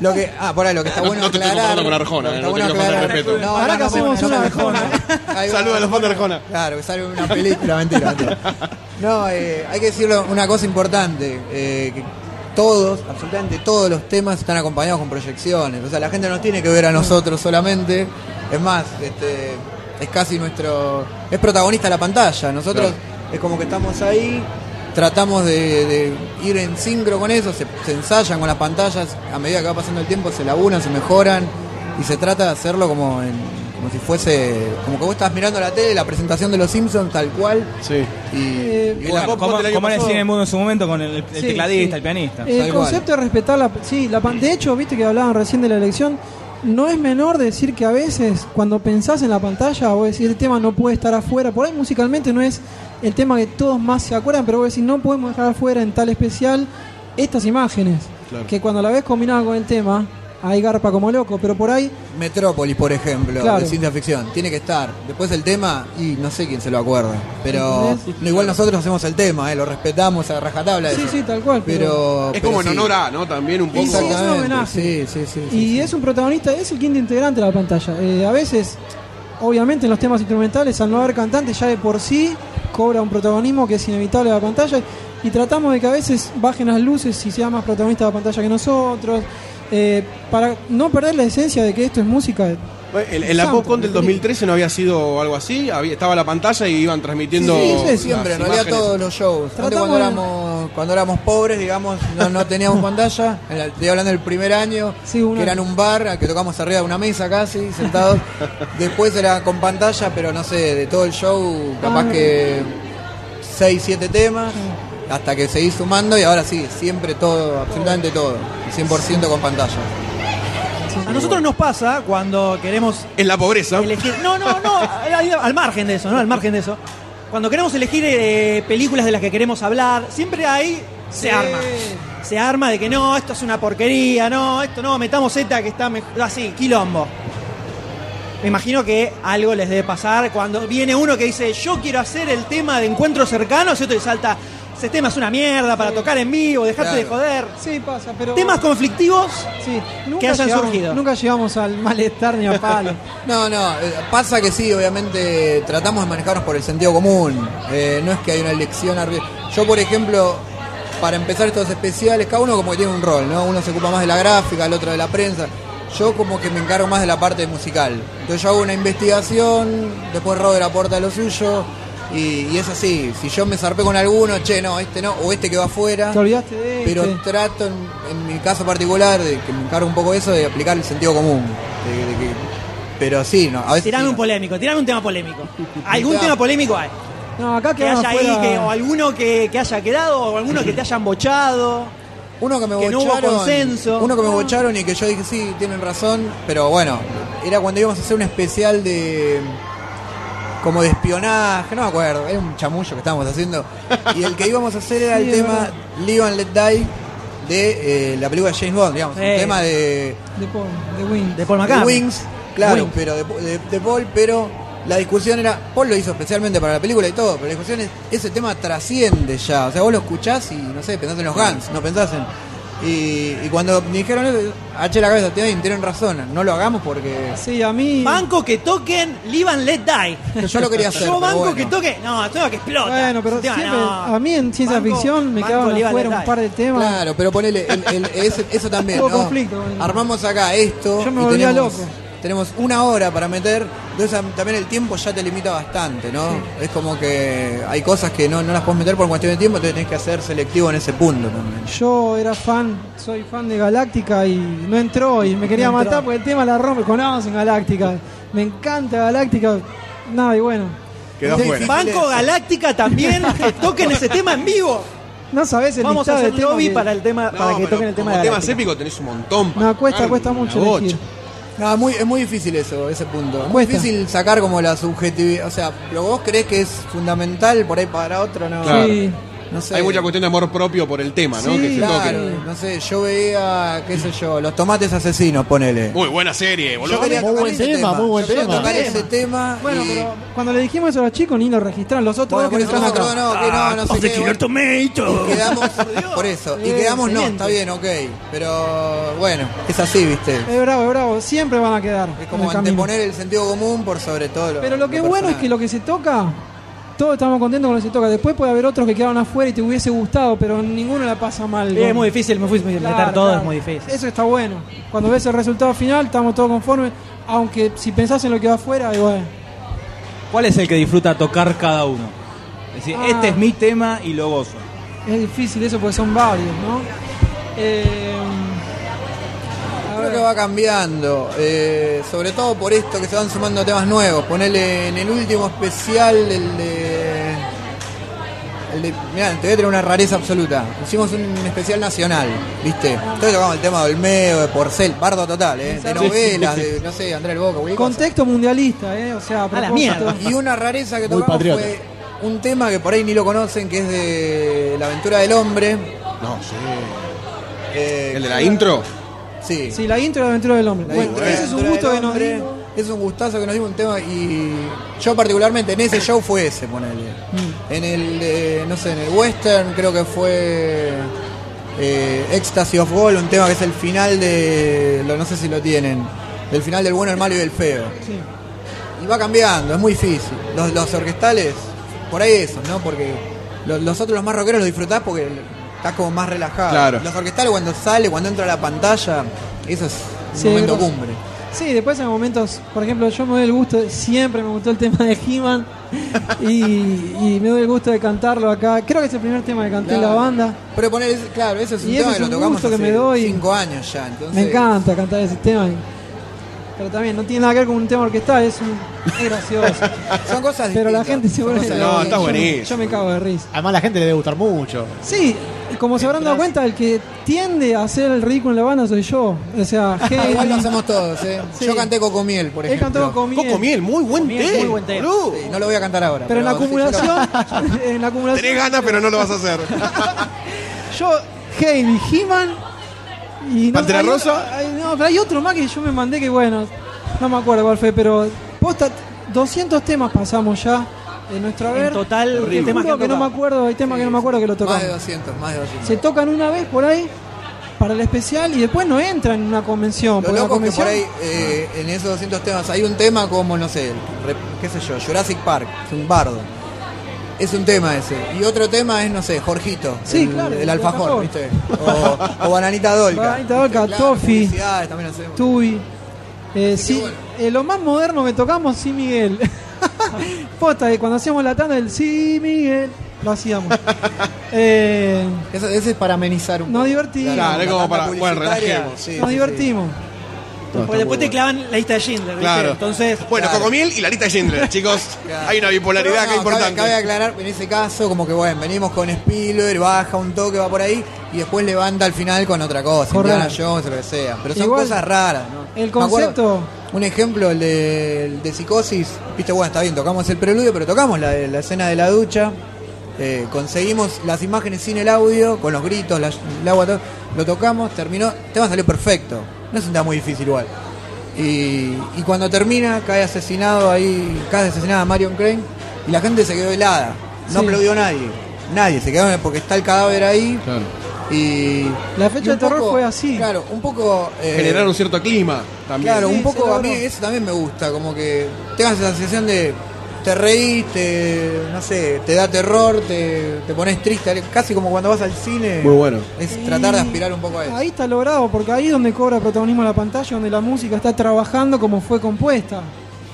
Speaker 11: Lo que, ah, por ahí lo que está
Speaker 1: No-
Speaker 11: bueno
Speaker 1: no te estoy
Speaker 11: aclarar.
Speaker 1: comparando con Arjona,
Speaker 11: lo que
Speaker 1: eh, no te quiero faltar
Speaker 11: aclarar-
Speaker 1: respeto.
Speaker 11: No,
Speaker 1: Ahora
Speaker 11: no,
Speaker 1: que
Speaker 11: no,
Speaker 1: hacemos
Speaker 11: no,
Speaker 1: una
Speaker 11: no,
Speaker 1: Arjona.
Speaker 11: Hay una-
Speaker 1: Saludos a los fans de Arjona.
Speaker 11: Claro, que sale una película, mentira, mentira. No, eh, hay que decirlo una cosa importante, eh, que todos, absolutamente todos los temas están acompañados con proyecciones. O sea, la gente no tiene que ver a nosotros solamente. Es más, este, es casi nuestro, es protagonista la pantalla. Nosotros es como que estamos ahí. Tratamos de, de ir en sincro con eso, se, se ensayan con las pantallas, a medida que va pasando el tiempo se laburan, se mejoran y se trata de hacerlo como en, como si fuese, como que vos estás mirando la tele, la presentación de los Simpsons tal cual.
Speaker 1: Sí.
Speaker 11: Y, y
Speaker 20: Bueno,
Speaker 11: la-
Speaker 20: como, como en el cine mudo en su momento con el, el
Speaker 2: Sí,
Speaker 20: tecladista,
Speaker 2: sí. Eh.
Speaker 20: el pianista.
Speaker 2: El concepto de respetar la. Sí, la pan- de hecho, viste que hablaban recién de la elección. No es menor decir que a veces, cuando pensás en la pantalla, vos decís, el tema no puede estar afuera. Por ahí musicalmente no es el tema que todos más se acuerdan, pero vos decís, no podemos dejar afuera en tal especial estas imágenes.
Speaker 11: Claro.
Speaker 2: Que cuando la ves combinada con el tema, ahí garpa como loco, pero por ahí
Speaker 11: Metrópolis, por ejemplo,
Speaker 2: Claro.
Speaker 11: de ciencia ficción, tiene que estar. Después el tema, y no sé quién se lo acuerda. Pero
Speaker 2: ¿Entendés?
Speaker 11: no, igual nosotros hacemos el tema, eh, lo respetamos a rajatabla.
Speaker 2: Sí,
Speaker 11: eso.
Speaker 2: sí, tal cual, pero-
Speaker 11: Pero,
Speaker 1: Es
Speaker 11: pero
Speaker 1: como en
Speaker 11: sí.
Speaker 1: honor a, ¿no? También un
Speaker 2: Y
Speaker 1: poco.
Speaker 2: sí, es un homenaje.
Speaker 11: Sí, sí, sí.
Speaker 2: Y es un protagonista, es el quinto integrante de la pantalla. Eh, a veces, obviamente en los temas instrumentales, al no haber cantante, ya de por sí cobra un protagonismo que es inevitable a la pantalla. Y tratamos de que a veces bajen las luces y sea más protagonista de la pantalla que nosotros. eh, para no perder la esencia de que esto es música.
Speaker 1: Bueno, El, el
Speaker 2: Santo,
Speaker 1: Apocón del 2013 no había sido algo así, había- estaba la pantalla y iban transmitiendo.
Speaker 11: Sí, sí,
Speaker 1: las
Speaker 11: siempre, en realidad
Speaker 1: imágenes.
Speaker 11: todos los shows. Antes
Speaker 2: Tratamos
Speaker 11: cuando
Speaker 2: de-
Speaker 11: éramos, cuando éramos pobres, digamos, no, no teníamos pantalla. En la- Estoy hablando del primer año,
Speaker 2: una-
Speaker 11: que era en un bar, al que tocamos arriba de una mesa casi, sentados. Después era con pantalla, pero no sé, de todo el show, capaz
Speaker 2: Ah.
Speaker 11: que 6, 7 temas, hasta que seguís sumando y ahora sí, siempre todo, absolutamente todo, 100% con pantalla.
Speaker 4: A nosotros nos pasa cuando queremos.
Speaker 1: En la pobreza.
Speaker 4: no, no, no. eh, ahí Al margen de eso, ¿no? Al margen de eso. Cuando queremos elegir eh, películas de las que queremos hablar, siempre hay. Se arma. Se arma de que no, esto es una porquería, no, esto no, metamos Z que está mejor. Así, quilombo. Me imagino que algo les debe pasar cuando viene uno que dice, yo quiero hacer el tema de encuentros cercanos, y otro le salta, ese tema es una mierda para tocar en vivo, dejate de
Speaker 2: Claro.
Speaker 4: joder.
Speaker 2: Sí, pasa, pero.
Speaker 4: Temas conflictivos
Speaker 2: Sí, nunca
Speaker 4: que hayan
Speaker 2: llegamos-
Speaker 4: surgido.
Speaker 2: Nunca llegamos al malestar ni a palo.
Speaker 11: No, no, eh, pasa que sí, obviamente tratamos de manejarnos por el sentido común. Eh, no es que hay una elección arbi- Yo, por ejemplo, para empezar estos especiales, cada uno como que tiene un rol, ¿no? Uno se ocupa más de la gráfica, el otro de la prensa. Yo como que me encargo más de la parte musical. Entonces yo hago una investigación, después Robert aporta lo suyo, y, y es así. Si yo me zarpé con alguno, che, no, este no, o este que va afuera.
Speaker 2: Te olvidaste de
Speaker 11: Pero
Speaker 2: este.
Speaker 11: trato, en, en mi caso particular, de que me encargo un poco de eso, de aplicar el sentido común. De- de que- pero sí, no, a veces...
Speaker 4: Tirame
Speaker 11: sí,
Speaker 4: un
Speaker 11: no.
Speaker 4: polémico, tirame un tema polémico. ¿Algún
Speaker 11: Ya.
Speaker 4: tema polémico hay?
Speaker 2: No, acá
Speaker 4: Que haya ahí,
Speaker 2: afuera-
Speaker 4: que, o alguno que, que haya quedado, o alguno que te hayan bochado.
Speaker 11: Uno que me
Speaker 4: Que no hubo
Speaker 11: bocharon,
Speaker 4: consenso.
Speaker 11: Uno que me bocharon y que yo dije, sí, tienen razón, pero bueno, era cuando íbamos a hacer un especial de. como de espionaje, no me acuerdo, era un chamullo que estábamos haciendo. Y el que íbamos a hacer era
Speaker 2: Sí,
Speaker 11: el
Speaker 2: es
Speaker 11: tema
Speaker 2: verdad.
Speaker 11: Live and Let Die de eh, la película de James Bond, digamos,
Speaker 2: Eh.
Speaker 11: un tema de.
Speaker 2: De Paul, de Wings.
Speaker 4: De Paul
Speaker 11: de
Speaker 4: McCartney.
Speaker 11: Wings, claro,
Speaker 4: Wings.
Speaker 11: pero de, de- de Paul, pero la discusión era, Paul lo hizo especialmente para la película y todo, pero la discusión es, ese tema trasciende ya. O sea, vos lo escuchás y, no sé, pensás en los Guns, no pensás en... Y, y cuando me dijeron eso, haché la cabeza, tienen, tienen razón, no lo hagamos porque...
Speaker 2: Sí, a mí...
Speaker 4: Banco que toquen, live and let die.
Speaker 11: Pero yo lo quería hacer,
Speaker 4: Yo
Speaker 11: pero
Speaker 4: banco
Speaker 11: bueno.
Speaker 4: que toquen, no, tengo que explota.
Speaker 2: Bueno, pero
Speaker 4: Ese tema,
Speaker 2: siempre-
Speaker 4: no.
Speaker 2: a mí en ciencia
Speaker 4: Banco-
Speaker 2: ficción me
Speaker 4: banco
Speaker 2: quedaban
Speaker 4: live and
Speaker 2: afuera
Speaker 4: let
Speaker 2: un
Speaker 4: die.
Speaker 2: par de temas.
Speaker 11: Claro, pero ponele el- el- ese- eso también.
Speaker 2: Hubo
Speaker 11: ¿no?
Speaker 2: conflicto, bueno.
Speaker 11: Armamos acá esto.
Speaker 2: Yo me
Speaker 11: y
Speaker 2: volvía
Speaker 11: tenemos,
Speaker 2: loco.
Speaker 11: Tenemos una hora para meter. Entonces am- también el tiempo ya te limita bastante, ¿no? Es como que hay cosas que no, no las puedes meter por cuestión de tiempo, entonces tenés que ser selectivo en ese punto también.
Speaker 2: Yo era fan, soy fan de Galáctica y no entró y me quería
Speaker 11: No entró.
Speaker 2: matar porque el tema la rompe con "Ah, vamos en Galáctica. Me encanta Galáctica. Nada, y bueno.
Speaker 1: Quedó
Speaker 2: Sí,
Speaker 1: fuera.
Speaker 4: Banco Galáctica también, que toquen ese tema en vivo.
Speaker 2: No sabés el
Speaker 4: Vamos a
Speaker 2: listado
Speaker 4: hacer
Speaker 2: de temas
Speaker 4: lobby
Speaker 2: que-
Speaker 4: para el tema, para que
Speaker 11: pero
Speaker 4: toquen el tema de
Speaker 11: como
Speaker 4: Galáctica.
Speaker 11: temas épicos tenés un montón.
Speaker 2: No, cuesta, cuesta mucho elegir.
Speaker 11: No, muy, es muy difícil eso, ese punto. Es muy
Speaker 2: Cuesta.
Speaker 11: difícil sacar como la subjetividad. O sea, lo que vos crees que es fundamental, por ahí para otro no.
Speaker 1: Claro.
Speaker 11: No sé.
Speaker 1: Hay mucha cuestión de amor propio por el tema, ¿no?
Speaker 11: Sí,
Speaker 1: que se
Speaker 11: claro,
Speaker 1: toque.
Speaker 11: no sé, yo veía, qué sé yo, los tomates asesinos, ponele.
Speaker 1: Muy buena serie, boludo.
Speaker 11: Yo quería
Speaker 1: Muy
Speaker 11: tocar
Speaker 1: buen
Speaker 11: ese
Speaker 1: tema, muy buen
Speaker 11: Yo quería
Speaker 1: tema.
Speaker 11: tocar
Speaker 1: Tema.
Speaker 11: ese tema.
Speaker 2: Bueno,
Speaker 11: y-
Speaker 2: pero cuando le dijimos eso a los chicos ni lo registraron, los otros
Speaker 11: Bueno,
Speaker 2: dos que
Speaker 11: por eso
Speaker 2: no están
Speaker 11: nosotros
Speaker 2: acá.
Speaker 11: no, que no, no sé qué, bueno. Y quedamos, por eso, y
Speaker 2: Eh,
Speaker 11: quedamos no,
Speaker 2: excelente.
Speaker 11: está bien, ok. Pero bueno, es así, viste.
Speaker 2: Es bravo, es bravo, siempre van a quedar. en
Speaker 11: Como
Speaker 2: el camino.
Speaker 11: anteponer el sentido común por sobre todo.
Speaker 2: Pero lo que es bueno es que lo que se toca, todos estamos contentos con lo que se toca. Después puede haber otros que quedaron afuera y te hubiese gustado, pero ninguno la pasa mal.
Speaker 4: Es muy difícil, me fui meter
Speaker 2: Claro,
Speaker 4: todo, es
Speaker 2: claro.
Speaker 4: muy difícil.
Speaker 2: Eso está bueno. Cuando ves el resultado final, estamos todos conformes. Aunque si pensás en lo que va afuera, y bueno.
Speaker 21: ¿Cuál es el que disfruta tocar cada uno? Es decir,
Speaker 2: Ah.
Speaker 21: este es mi tema y lo gozo.
Speaker 2: Es difícil eso porque son varios, ¿no? Eh,
Speaker 11: Creo que va cambiando, eh, sobre todo por esto que se van sumando temas nuevos. Ponele en el último especial, el de. El de mirá, te voy a tener una rareza absoluta. Hicimos un especial nacional, ¿viste? Entonces tocamos el tema de Olmedo, de Porcel, bardo total, ¿eh? De novelas, de, no sé, Andrés el Boca, cualquier cosa.
Speaker 2: contexto mundialista, ¿eh? O sea, a propósito.
Speaker 11: Y una rareza que
Speaker 2: Muy
Speaker 11: tocamos
Speaker 2: patriota.
Speaker 11: fue un tema que por ahí ni lo conocen, que es de La aventura del hombre.
Speaker 1: No, sí.
Speaker 11: Eh,
Speaker 1: ¿El de la intro?
Speaker 11: Sí.
Speaker 2: Sí, la intro de la aventura del hombre.
Speaker 11: La
Speaker 2: Bueno,
Speaker 11: intro,
Speaker 2: ese es un
Speaker 11: la
Speaker 2: gusto
Speaker 11: del
Speaker 2: que nos
Speaker 11: hombre,
Speaker 2: dimos.
Speaker 11: Es un gustazo que nos dimos un tema y yo particularmente en ese show fue ese, ponele.
Speaker 2: Mm.
Speaker 11: En el, eh, no sé, en el western creo que fue eh, Ecstasy of Gold, un tema que es el final de, lo, no sé si lo tienen, el final del bueno, el malo y del feo.
Speaker 2: Sí.
Speaker 11: Y va cambiando, es muy difícil. Los, los orquestales, por ahí esos, ¿no? Porque los, los otros, los más rockeros, los disfrutás porque estás como más relajado.
Speaker 1: Claro.
Speaker 11: Los orquestales cuando sale, cuando entra a la pantalla, eso es un
Speaker 2: Sí,
Speaker 11: momento
Speaker 2: grosso.
Speaker 11: cumbre.
Speaker 2: Sí, después en momentos, por ejemplo, yo me doy el gusto, siempre me gustó el tema de He-Man y, y me doy el gusto de cantarlo acá. Creo que es el primer tema que canté en
Speaker 11: Claro.
Speaker 2: la banda.
Speaker 11: Pero poner, ese- claro, ese es un
Speaker 2: Y ese
Speaker 11: tema
Speaker 2: es
Speaker 11: que lo
Speaker 2: un
Speaker 11: tocamos
Speaker 2: gusto que
Speaker 11: hace
Speaker 2: me doy.
Speaker 11: cinco años ya. Entonces,
Speaker 2: Me encanta cantar ese tema. Pero también no tiene nada que ver con un tema orquestal, es, un, es gracioso.
Speaker 11: Son cosas
Speaker 2: Pero la gente se vuelve.
Speaker 5: cosas No, estás
Speaker 2: yo me-
Speaker 5: buenísimo.
Speaker 2: Yo me cago de risa.
Speaker 5: Además, a la gente le debe gustar mucho.
Speaker 2: Sí, como se habrán dado cuenta, el que tiende a hacer el ridículo en la banda soy yo. O sea,
Speaker 11: Igual lo
Speaker 2: Henry,
Speaker 11: hacemos todos, ¿eh?
Speaker 2: Sí.
Speaker 11: Yo canté Cocomiel, por
Speaker 2: Él
Speaker 11: ejemplo.
Speaker 2: cantó Cocomiel. Cocomiel,
Speaker 11: muy buen
Speaker 2: Cocomiel, muy buen tema.
Speaker 11: Eh, no lo voy a cantar ahora.
Speaker 2: Pero en la
Speaker 11: sí, yo lo-
Speaker 2: acumulación, en la acumulación.
Speaker 1: Tenés ganas, pero no lo vas a hacer.
Speaker 2: Yo, Heavy, He-Man y. no-
Speaker 1: ¿Pantera
Speaker 2: hay-
Speaker 1: Rosa?
Speaker 2: hay- no, pero hay otro más que yo me mandé que bueno, no me acuerdo cuál fue, pero. Posta, 200 temas pasamos ya en nuestro haber.
Speaker 4: En total,
Speaker 2: Te
Speaker 4: Terrible. temas que
Speaker 2: juro
Speaker 4: han
Speaker 2: que no me
Speaker 4: tocado.
Speaker 2: acuerdo, hay temas que no me acuerdo que lo
Speaker 11: Más
Speaker 2: tocamos.
Speaker 11: de 200, más de 200.
Speaker 2: Se tocan una vez por ahí para el especial y después no entran en una convención.
Speaker 11: Lo
Speaker 2: porque la
Speaker 11: loco es que
Speaker 2: convención
Speaker 11: por ahí, eh, en esos 200 temas, hay un tema como, no sé, re- qué sé yo, Jurassic Park, es un bardo. Es un tema ese. Y otro tema es, no sé, Jorgito.
Speaker 2: Sí,
Speaker 11: el,
Speaker 2: claro,
Speaker 11: El
Speaker 2: el alfajor.
Speaker 11: alfajor, ¿viste? O, o Bananita Dolca.
Speaker 2: Bananita Dolca, Toffee.
Speaker 11: publicidades también hacemos.
Speaker 2: Tui. Eh, sí, eh, lo más moderno que tocamos, sí, Miguel. Posta, que cuando hacíamos la tanda del sí, Miguel, lo hacíamos. Eh,
Speaker 11: Eso- ese es para amenizar un poco.
Speaker 2: Nos divertimos.
Speaker 1: Claro, es como
Speaker 11: La banda
Speaker 1: para- bueno,
Speaker 11: publicitaria,
Speaker 1: relajemos.
Speaker 11: sí,
Speaker 2: nos
Speaker 11: sí,
Speaker 2: divertimos.
Speaker 4: Porque después te clavan la lista de Schindler, ¿viste?
Speaker 1: Claro.
Speaker 4: Entonces,
Speaker 1: Bueno, Cocomiel y la lista de Schindler, chicos. Hay una bipolaridad
Speaker 11: Pero
Speaker 1: que es
Speaker 11: no, cabe-
Speaker 1: importante.
Speaker 11: Cabe, aclarar, en ese caso, como que bueno, venimos con Spielberg, baja un toque, va por ahí, y después levanta al final con otra cosa,
Speaker 2: Correcto.
Speaker 11: Indiana Jones, lo que sea. Pero son
Speaker 2: Igual,
Speaker 11: cosas raras, ¿no?
Speaker 2: El
Speaker 11: Me acuerdo,
Speaker 2: concepto.
Speaker 11: Un ejemplo, el de, el de psicosis, viste, bueno, está bien, tocamos el preludio, pero tocamos la, la escena de la ducha, eh, conseguimos las imágenes sin el audio, con los gritos, la- el agua, todo, lo tocamos, terminó, el tema salió perfecto. No es un tema muy difícil igual. Y, y cuando termina, cae asesinado ahí, cae asesinada Marion Crane y la gente se quedó helada. No
Speaker 2: Sí.
Speaker 11: aplaudió nadie. Nadie, se quedó porque está el cadáver ahí. Y
Speaker 2: La fecha
Speaker 11: y un
Speaker 2: de terror
Speaker 11: poco-
Speaker 2: fue así.
Speaker 11: Claro, un poco. eh,
Speaker 1: Generar un cierto clima también.
Speaker 11: Claro, un poco a mí eso también me gusta, como que tengas esa sensación de te reís, te, no sé, te da terror, te, te pones triste, casi como cuando vas al cine.
Speaker 1: Muy bueno.
Speaker 11: Es tratar de aspirar un poco a eso.
Speaker 2: Ahí está logrado, porque ahí es donde cobra protagonismo la pantalla, donde la música está trabajando como fue compuesta.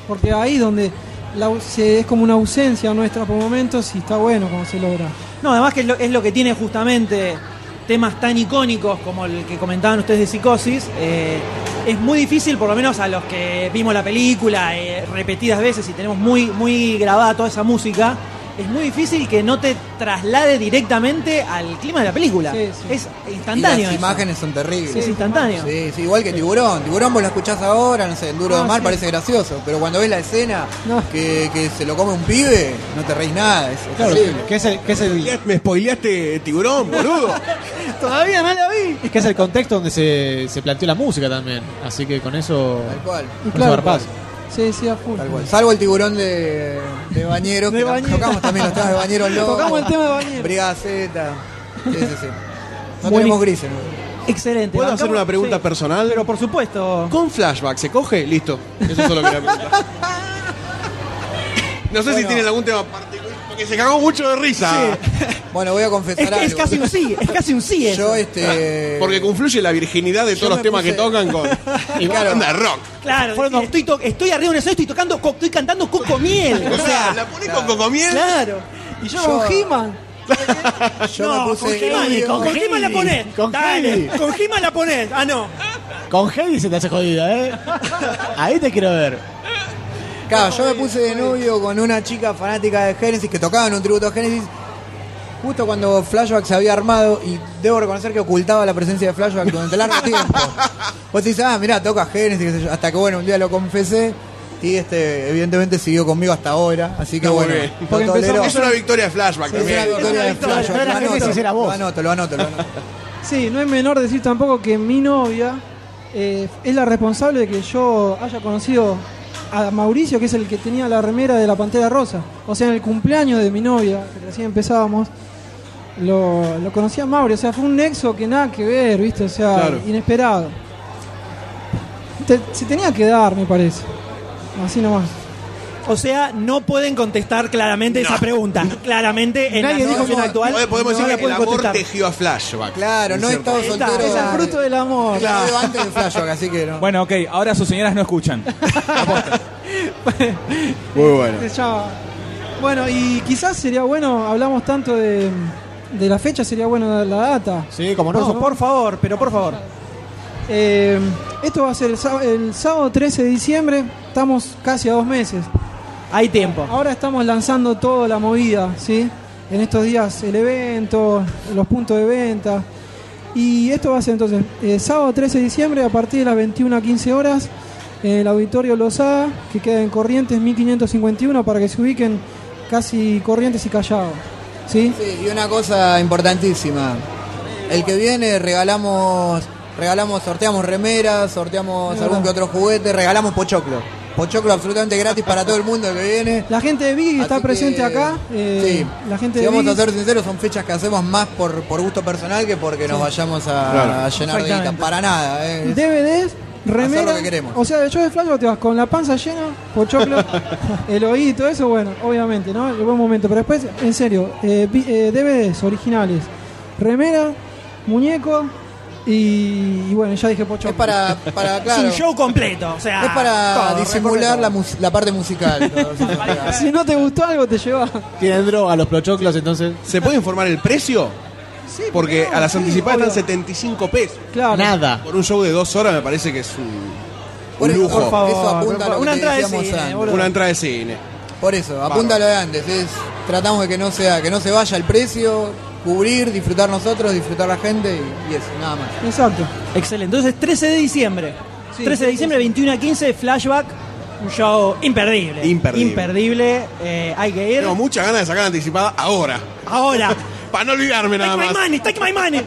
Speaker 2: Porque ahí es donde la au- se- es como una ausencia nuestra por momentos y está bueno cuando se logra.
Speaker 4: No, además que es lo, es lo que tiene justamente temas tan icónicos como el que comentaban ustedes de Psicosis. eh, es muy difícil, por lo menos a los que vimos la película eh, repetidas veces y tenemos muy, muy grabada toda esa música, es muy difícil que no te traslade directamente al clima de la película.
Speaker 11: Sí,
Speaker 4: Es
Speaker 11: Y
Speaker 4: instantáneo.
Speaker 11: las
Speaker 4: eso.
Speaker 11: imágenes son terribles.
Speaker 4: Sí, es instantáneo.
Speaker 11: Sí, sí, igual que Tiburón. Tiburón vos lo escuchás ahora, no sé, en Duro
Speaker 4: Ah,
Speaker 11: de Mar
Speaker 4: sí.
Speaker 11: parece gracioso, pero cuando ves la escena que, que se lo come un pibe, no te reís nada. Es, es
Speaker 1: Claro,
Speaker 11: terrible.
Speaker 1: que es el- que es el-
Speaker 5: Eh,
Speaker 22: Me spoileaste tiburón, boludo.
Speaker 4: Todavía no la vi.
Speaker 5: Es que es el contexto donde se, se planteó la música también. Así que con eso.
Speaker 11: Tal cual.
Speaker 5: Con eso garpás.
Speaker 2: Sí, sí, a full.
Speaker 11: Tal cual. Salvo el tiburón de, de bañero, que tocamos también los temas de bañero loco.
Speaker 2: Tocamos el tema de Bañero.
Speaker 11: Brigada Z. Sí, sí, sí. No
Speaker 2: Buenísimo.
Speaker 11: tenemos grises. ¿no?
Speaker 4: Excelente.
Speaker 1: ¿Puedo
Speaker 4: bancamos-
Speaker 1: hacer una pregunta
Speaker 4: sí.
Speaker 1: personal? Pero
Speaker 4: por supuesto.
Speaker 1: ¿Con flashback se coge? Listo. Eso es lo que quería preguntar. No sé si tienen algún tema particular. Porque se cagó mucho de risa.
Speaker 11: Bueno, voy a confesar
Speaker 4: Es, que es
Speaker 11: algo.
Speaker 4: casi un sí, es casi un sí. eso.
Speaker 11: Yo, este.
Speaker 1: Porque confluye la virginidad de todos los temas que tocan con. Y
Speaker 11: Claro.
Speaker 1: banda de rock.
Speaker 4: Claro, decís, estoy, to- estoy arriba de una sola, estoy tocando, co- estoy cantando Coco Miel. O sea,
Speaker 1: la pone con cocomiel.
Speaker 4: Claro.
Speaker 2: Y yo, con He-Man.
Speaker 11: Yo
Speaker 4: no,
Speaker 11: me puse
Speaker 4: con He-Man,
Speaker 11: ebrio.
Speaker 4: con,
Speaker 11: Con
Speaker 4: He-Man la
Speaker 5: He-Man.
Speaker 4: ponés.
Speaker 5: Con
Speaker 4: Dale,
Speaker 5: He-Man.
Speaker 4: con He-Man la ponés. Ah, no.
Speaker 5: Con Heidi se te hace jodida, ¿eh? Ahí te quiero ver.
Speaker 11: Claro, yo me
Speaker 4: eh,
Speaker 11: puse de novio con una chica fanática de Genesis que tocaba en un tributo a Genesis. Justo cuando Flashback se había armado y debo reconocer que ocultaba la presencia de Flashback durante largo tiempo. Vos decís, ah, mirá, toca Genesis, qué sé yo. hasta que bueno, un día lo confesé y este evidentemente siguió conmigo hasta ahora, así que
Speaker 1: Está muy
Speaker 11: bueno.
Speaker 1: bien.
Speaker 11: lo
Speaker 1: Porque empezó-
Speaker 11: toleró.
Speaker 1: Es una victoria de flashback
Speaker 11: Sí, es
Speaker 1: también.
Speaker 11: una victoria de
Speaker 2: victoria.
Speaker 11: Flashback.
Speaker 2: No era
Speaker 11: Lo
Speaker 2: Genesis, era
Speaker 11: anoto,
Speaker 2: vos.
Speaker 11: lo anoto, lo anoto, lo anoto.
Speaker 2: Sí, no es menor decir tampoco que mi novia eh, es la responsable de que yo haya conocido a Mauricio, que es el que tenía la remera de la Pantera Rosa. O sea, en el cumpleaños de mi novia, que recién empezábamos, lo, lo conocí a Mauri. O sea, fue un nexo que nada que ver, ¿viste? O sea,
Speaker 1: Claro.
Speaker 2: inesperado. Te- se tenía que dar, me parece. Así nomás.
Speaker 4: O sea, no pueden contestar claramente esa pregunta. Claramente en
Speaker 2: Nadie
Speaker 4: la
Speaker 2: dijo
Speaker 4: situación
Speaker 2: que-
Speaker 4: actual.
Speaker 1: Podemos- Podemos
Speaker 4: no la
Speaker 1: decir que el
Speaker 4: pueden
Speaker 1: amor
Speaker 4: contestar.
Speaker 1: tejió a flashback.
Speaker 11: Claro,
Speaker 1: En
Speaker 11: no he
Speaker 1: cierto
Speaker 11: estado
Speaker 1: modo.
Speaker 4: Está,
Speaker 11: soltero.
Speaker 4: es el fruto del amor.
Speaker 11: Claro, antes de Flashback, así que no.
Speaker 23: Bueno, ok, ahora sus señoras no escuchan.
Speaker 1: Muy bueno.
Speaker 2: Este, Ya- Bueno, y quizás sería bueno, hablamos tanto de, de la fecha, sería bueno dar la data.
Speaker 5: Sí, como
Speaker 2: no,
Speaker 4: Por favor, pero por favor.
Speaker 2: Eh, esto va a ser el, sá- el sábado 13 de diciembre, estamos casi a dos meses.
Speaker 4: Hay tiempo.
Speaker 2: Ahora estamos lanzando toda la movida, ¿sí? En estos días el evento, los puntos de venta. Y esto va a ser entonces eh, sábado 13 de diciembre a partir de las 21 a 15 horas en el auditorio Lozada, que queda en Corrientes 1551 para que se ubiquen casi Corrientes y Callao. ¿Sí?
Speaker 11: Sí, y una cosa importantísima. El que viene regalamos, regalamos, sorteamos remeras, sorteamos
Speaker 2: Es
Speaker 11: algún que
Speaker 2: verdad.
Speaker 11: otro juguete, regalamos pochoclo. Pochoclo absolutamente gratis para todo el mundo el que viene.
Speaker 2: La gente de Biggie está
Speaker 11: Así
Speaker 2: presente
Speaker 11: que,
Speaker 2: acá. eh,
Speaker 11: sí.
Speaker 2: La gente
Speaker 11: si
Speaker 2: de
Speaker 11: vamos a
Speaker 2: Biggie-
Speaker 11: ser sinceros, son fechas que hacemos más por, por gusto personal que porque nos
Speaker 2: Sí.
Speaker 11: vayamos a,
Speaker 2: Claro.
Speaker 11: a llenar de guita.
Speaker 2: Exactamente.
Speaker 11: Para nada. eh.
Speaker 2: DVDs,
Speaker 11: Hacer
Speaker 2: remera.
Speaker 11: lo que queremos.
Speaker 2: O sea, de show de Flaco te vas con la panza llena, pochoclo, el oído y todo eso, bueno, obviamente, ¿no? El buen momento. Pero después, en serio, eh, vi- eh, DVDs originales, remera, muñeco y, y bueno, ya dije pochoclo.
Speaker 11: Es para, para claro.
Speaker 4: Es un show Ah, completo. O sea,
Speaker 11: Es para
Speaker 4: todo,
Speaker 11: disimular la, mus- la parte musical. todo eso.
Speaker 2: Si no te gustó algo, te llevas.
Speaker 5: Tienen droga los plochoclos, entonces.
Speaker 1: ¿Se puede informar el precio?
Speaker 2: Sí,
Speaker 1: Porque
Speaker 2: claro,
Speaker 1: a las
Speaker 2: sí,
Speaker 1: anticipadas
Speaker 2: obvio.
Speaker 1: están 75 pesos.
Speaker 2: Claro.
Speaker 5: Nada.
Speaker 1: Por un show de dos horas me parece que es un,
Speaker 11: Por
Speaker 1: un
Speaker 11: eso,
Speaker 1: lujo.
Speaker 11: por favor, Eso apunta a lo
Speaker 4: una
Speaker 11: que te
Speaker 4: entrada de
Speaker 11: decíamos
Speaker 4: cine,
Speaker 11: antes.
Speaker 4: boludo.
Speaker 1: Una entrada de cine.
Speaker 11: Por eso, apúntalo de antes. es- tratamos de que no sea, que no se vaya el precio, cubrir, disfrutar nosotros, disfrutar la gente y, y eso, nada más.
Speaker 2: Exacto.
Speaker 4: Excelente. Entonces, 13 de diciembre.
Speaker 2: Sí,
Speaker 4: 13 de diciembre, 21 a 15, flashback. Un show imperdible.
Speaker 1: Imperdible.
Speaker 4: Imperdible. eh, hay que ir.
Speaker 1: Tengo muchas ganas de sacar la anticipada ahora.
Speaker 4: Ahora.
Speaker 1: Para no olvidarme
Speaker 4: take
Speaker 1: nada
Speaker 4: my
Speaker 1: más.
Speaker 4: money, take my money.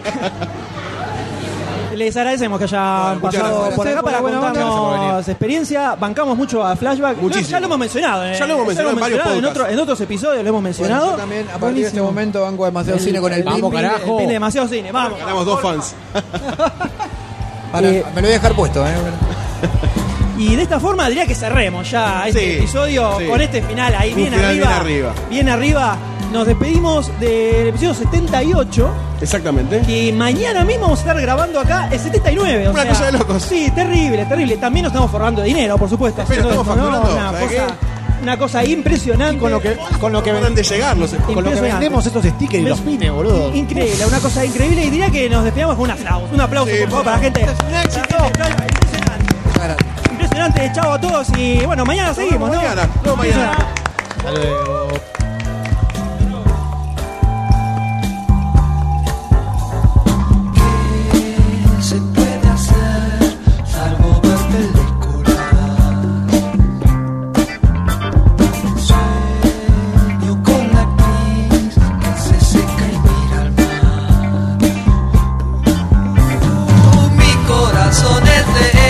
Speaker 4: les agradecemos que hayan
Speaker 24: muchas
Speaker 4: pasado
Speaker 24: gracias.
Speaker 4: por
Speaker 24: Gracias
Speaker 4: acá
Speaker 24: por
Speaker 4: para
Speaker 24: la buena onda. Gracias por
Speaker 4: contarnos experiencia. Bancamos mucho a Flashback. No,
Speaker 2: Muchísimo.
Speaker 4: ya lo hemos mencionado. eh.
Speaker 2: Ya lo hemos mencionado en varios
Speaker 4: mencionado
Speaker 2: podcasts.
Speaker 4: otro- en otros episodios lo hemos mencionado.
Speaker 2: Bueno, yo también, a partir de este momento, banco demasiado
Speaker 4: El-
Speaker 2: cine con el
Speaker 4: el
Speaker 2: pin.
Speaker 4: pin- el pin de demasiado cine, vamos.
Speaker 2: Ganamos dos fans. me lo voy a dejar puesto, eh.
Speaker 4: Y de esta forma diría que cerremos ya este
Speaker 2: Sí,
Speaker 4: episodio
Speaker 2: sí.
Speaker 4: con este final ahí
Speaker 2: Un
Speaker 4: bien,
Speaker 2: final
Speaker 4: arriba,
Speaker 2: bien arriba.
Speaker 4: bien arriba. Nos despedimos del episodio 78.
Speaker 1: Exactamente.
Speaker 4: Que mañana mismo vamos a estar grabando acá el 79. o
Speaker 1: Una
Speaker 4: sea,
Speaker 1: cosa de locos.
Speaker 4: Sí, terrible, terrible. También nos estamos forrando de dinero, por supuesto.
Speaker 1: Pero
Speaker 4: haciendo
Speaker 1: estamos
Speaker 4: esto, ¿no?
Speaker 1: facturando,
Speaker 4: Una
Speaker 1: ¿sabés
Speaker 4: cosa, una cosa impresionante. Con lo que, con lo que
Speaker 1: de llegar los-
Speaker 5: con lo que vendemos estos stickers y los pines, boludo.
Speaker 4: Increíble, una cosa increíble. Y diría que nos despedimos con un aplauso. Un aplauso, por favor, para la gente. Un éxito. Impresionante. Impresionante. Chao a todos y bueno, mañana seguimos, ¿no? Mañana, no mañana.
Speaker 5: Hasta luego.
Speaker 11: se puede hacer salvo ver películas? Sueño con la actriz que se seca y mira al mar. Mi corazón es de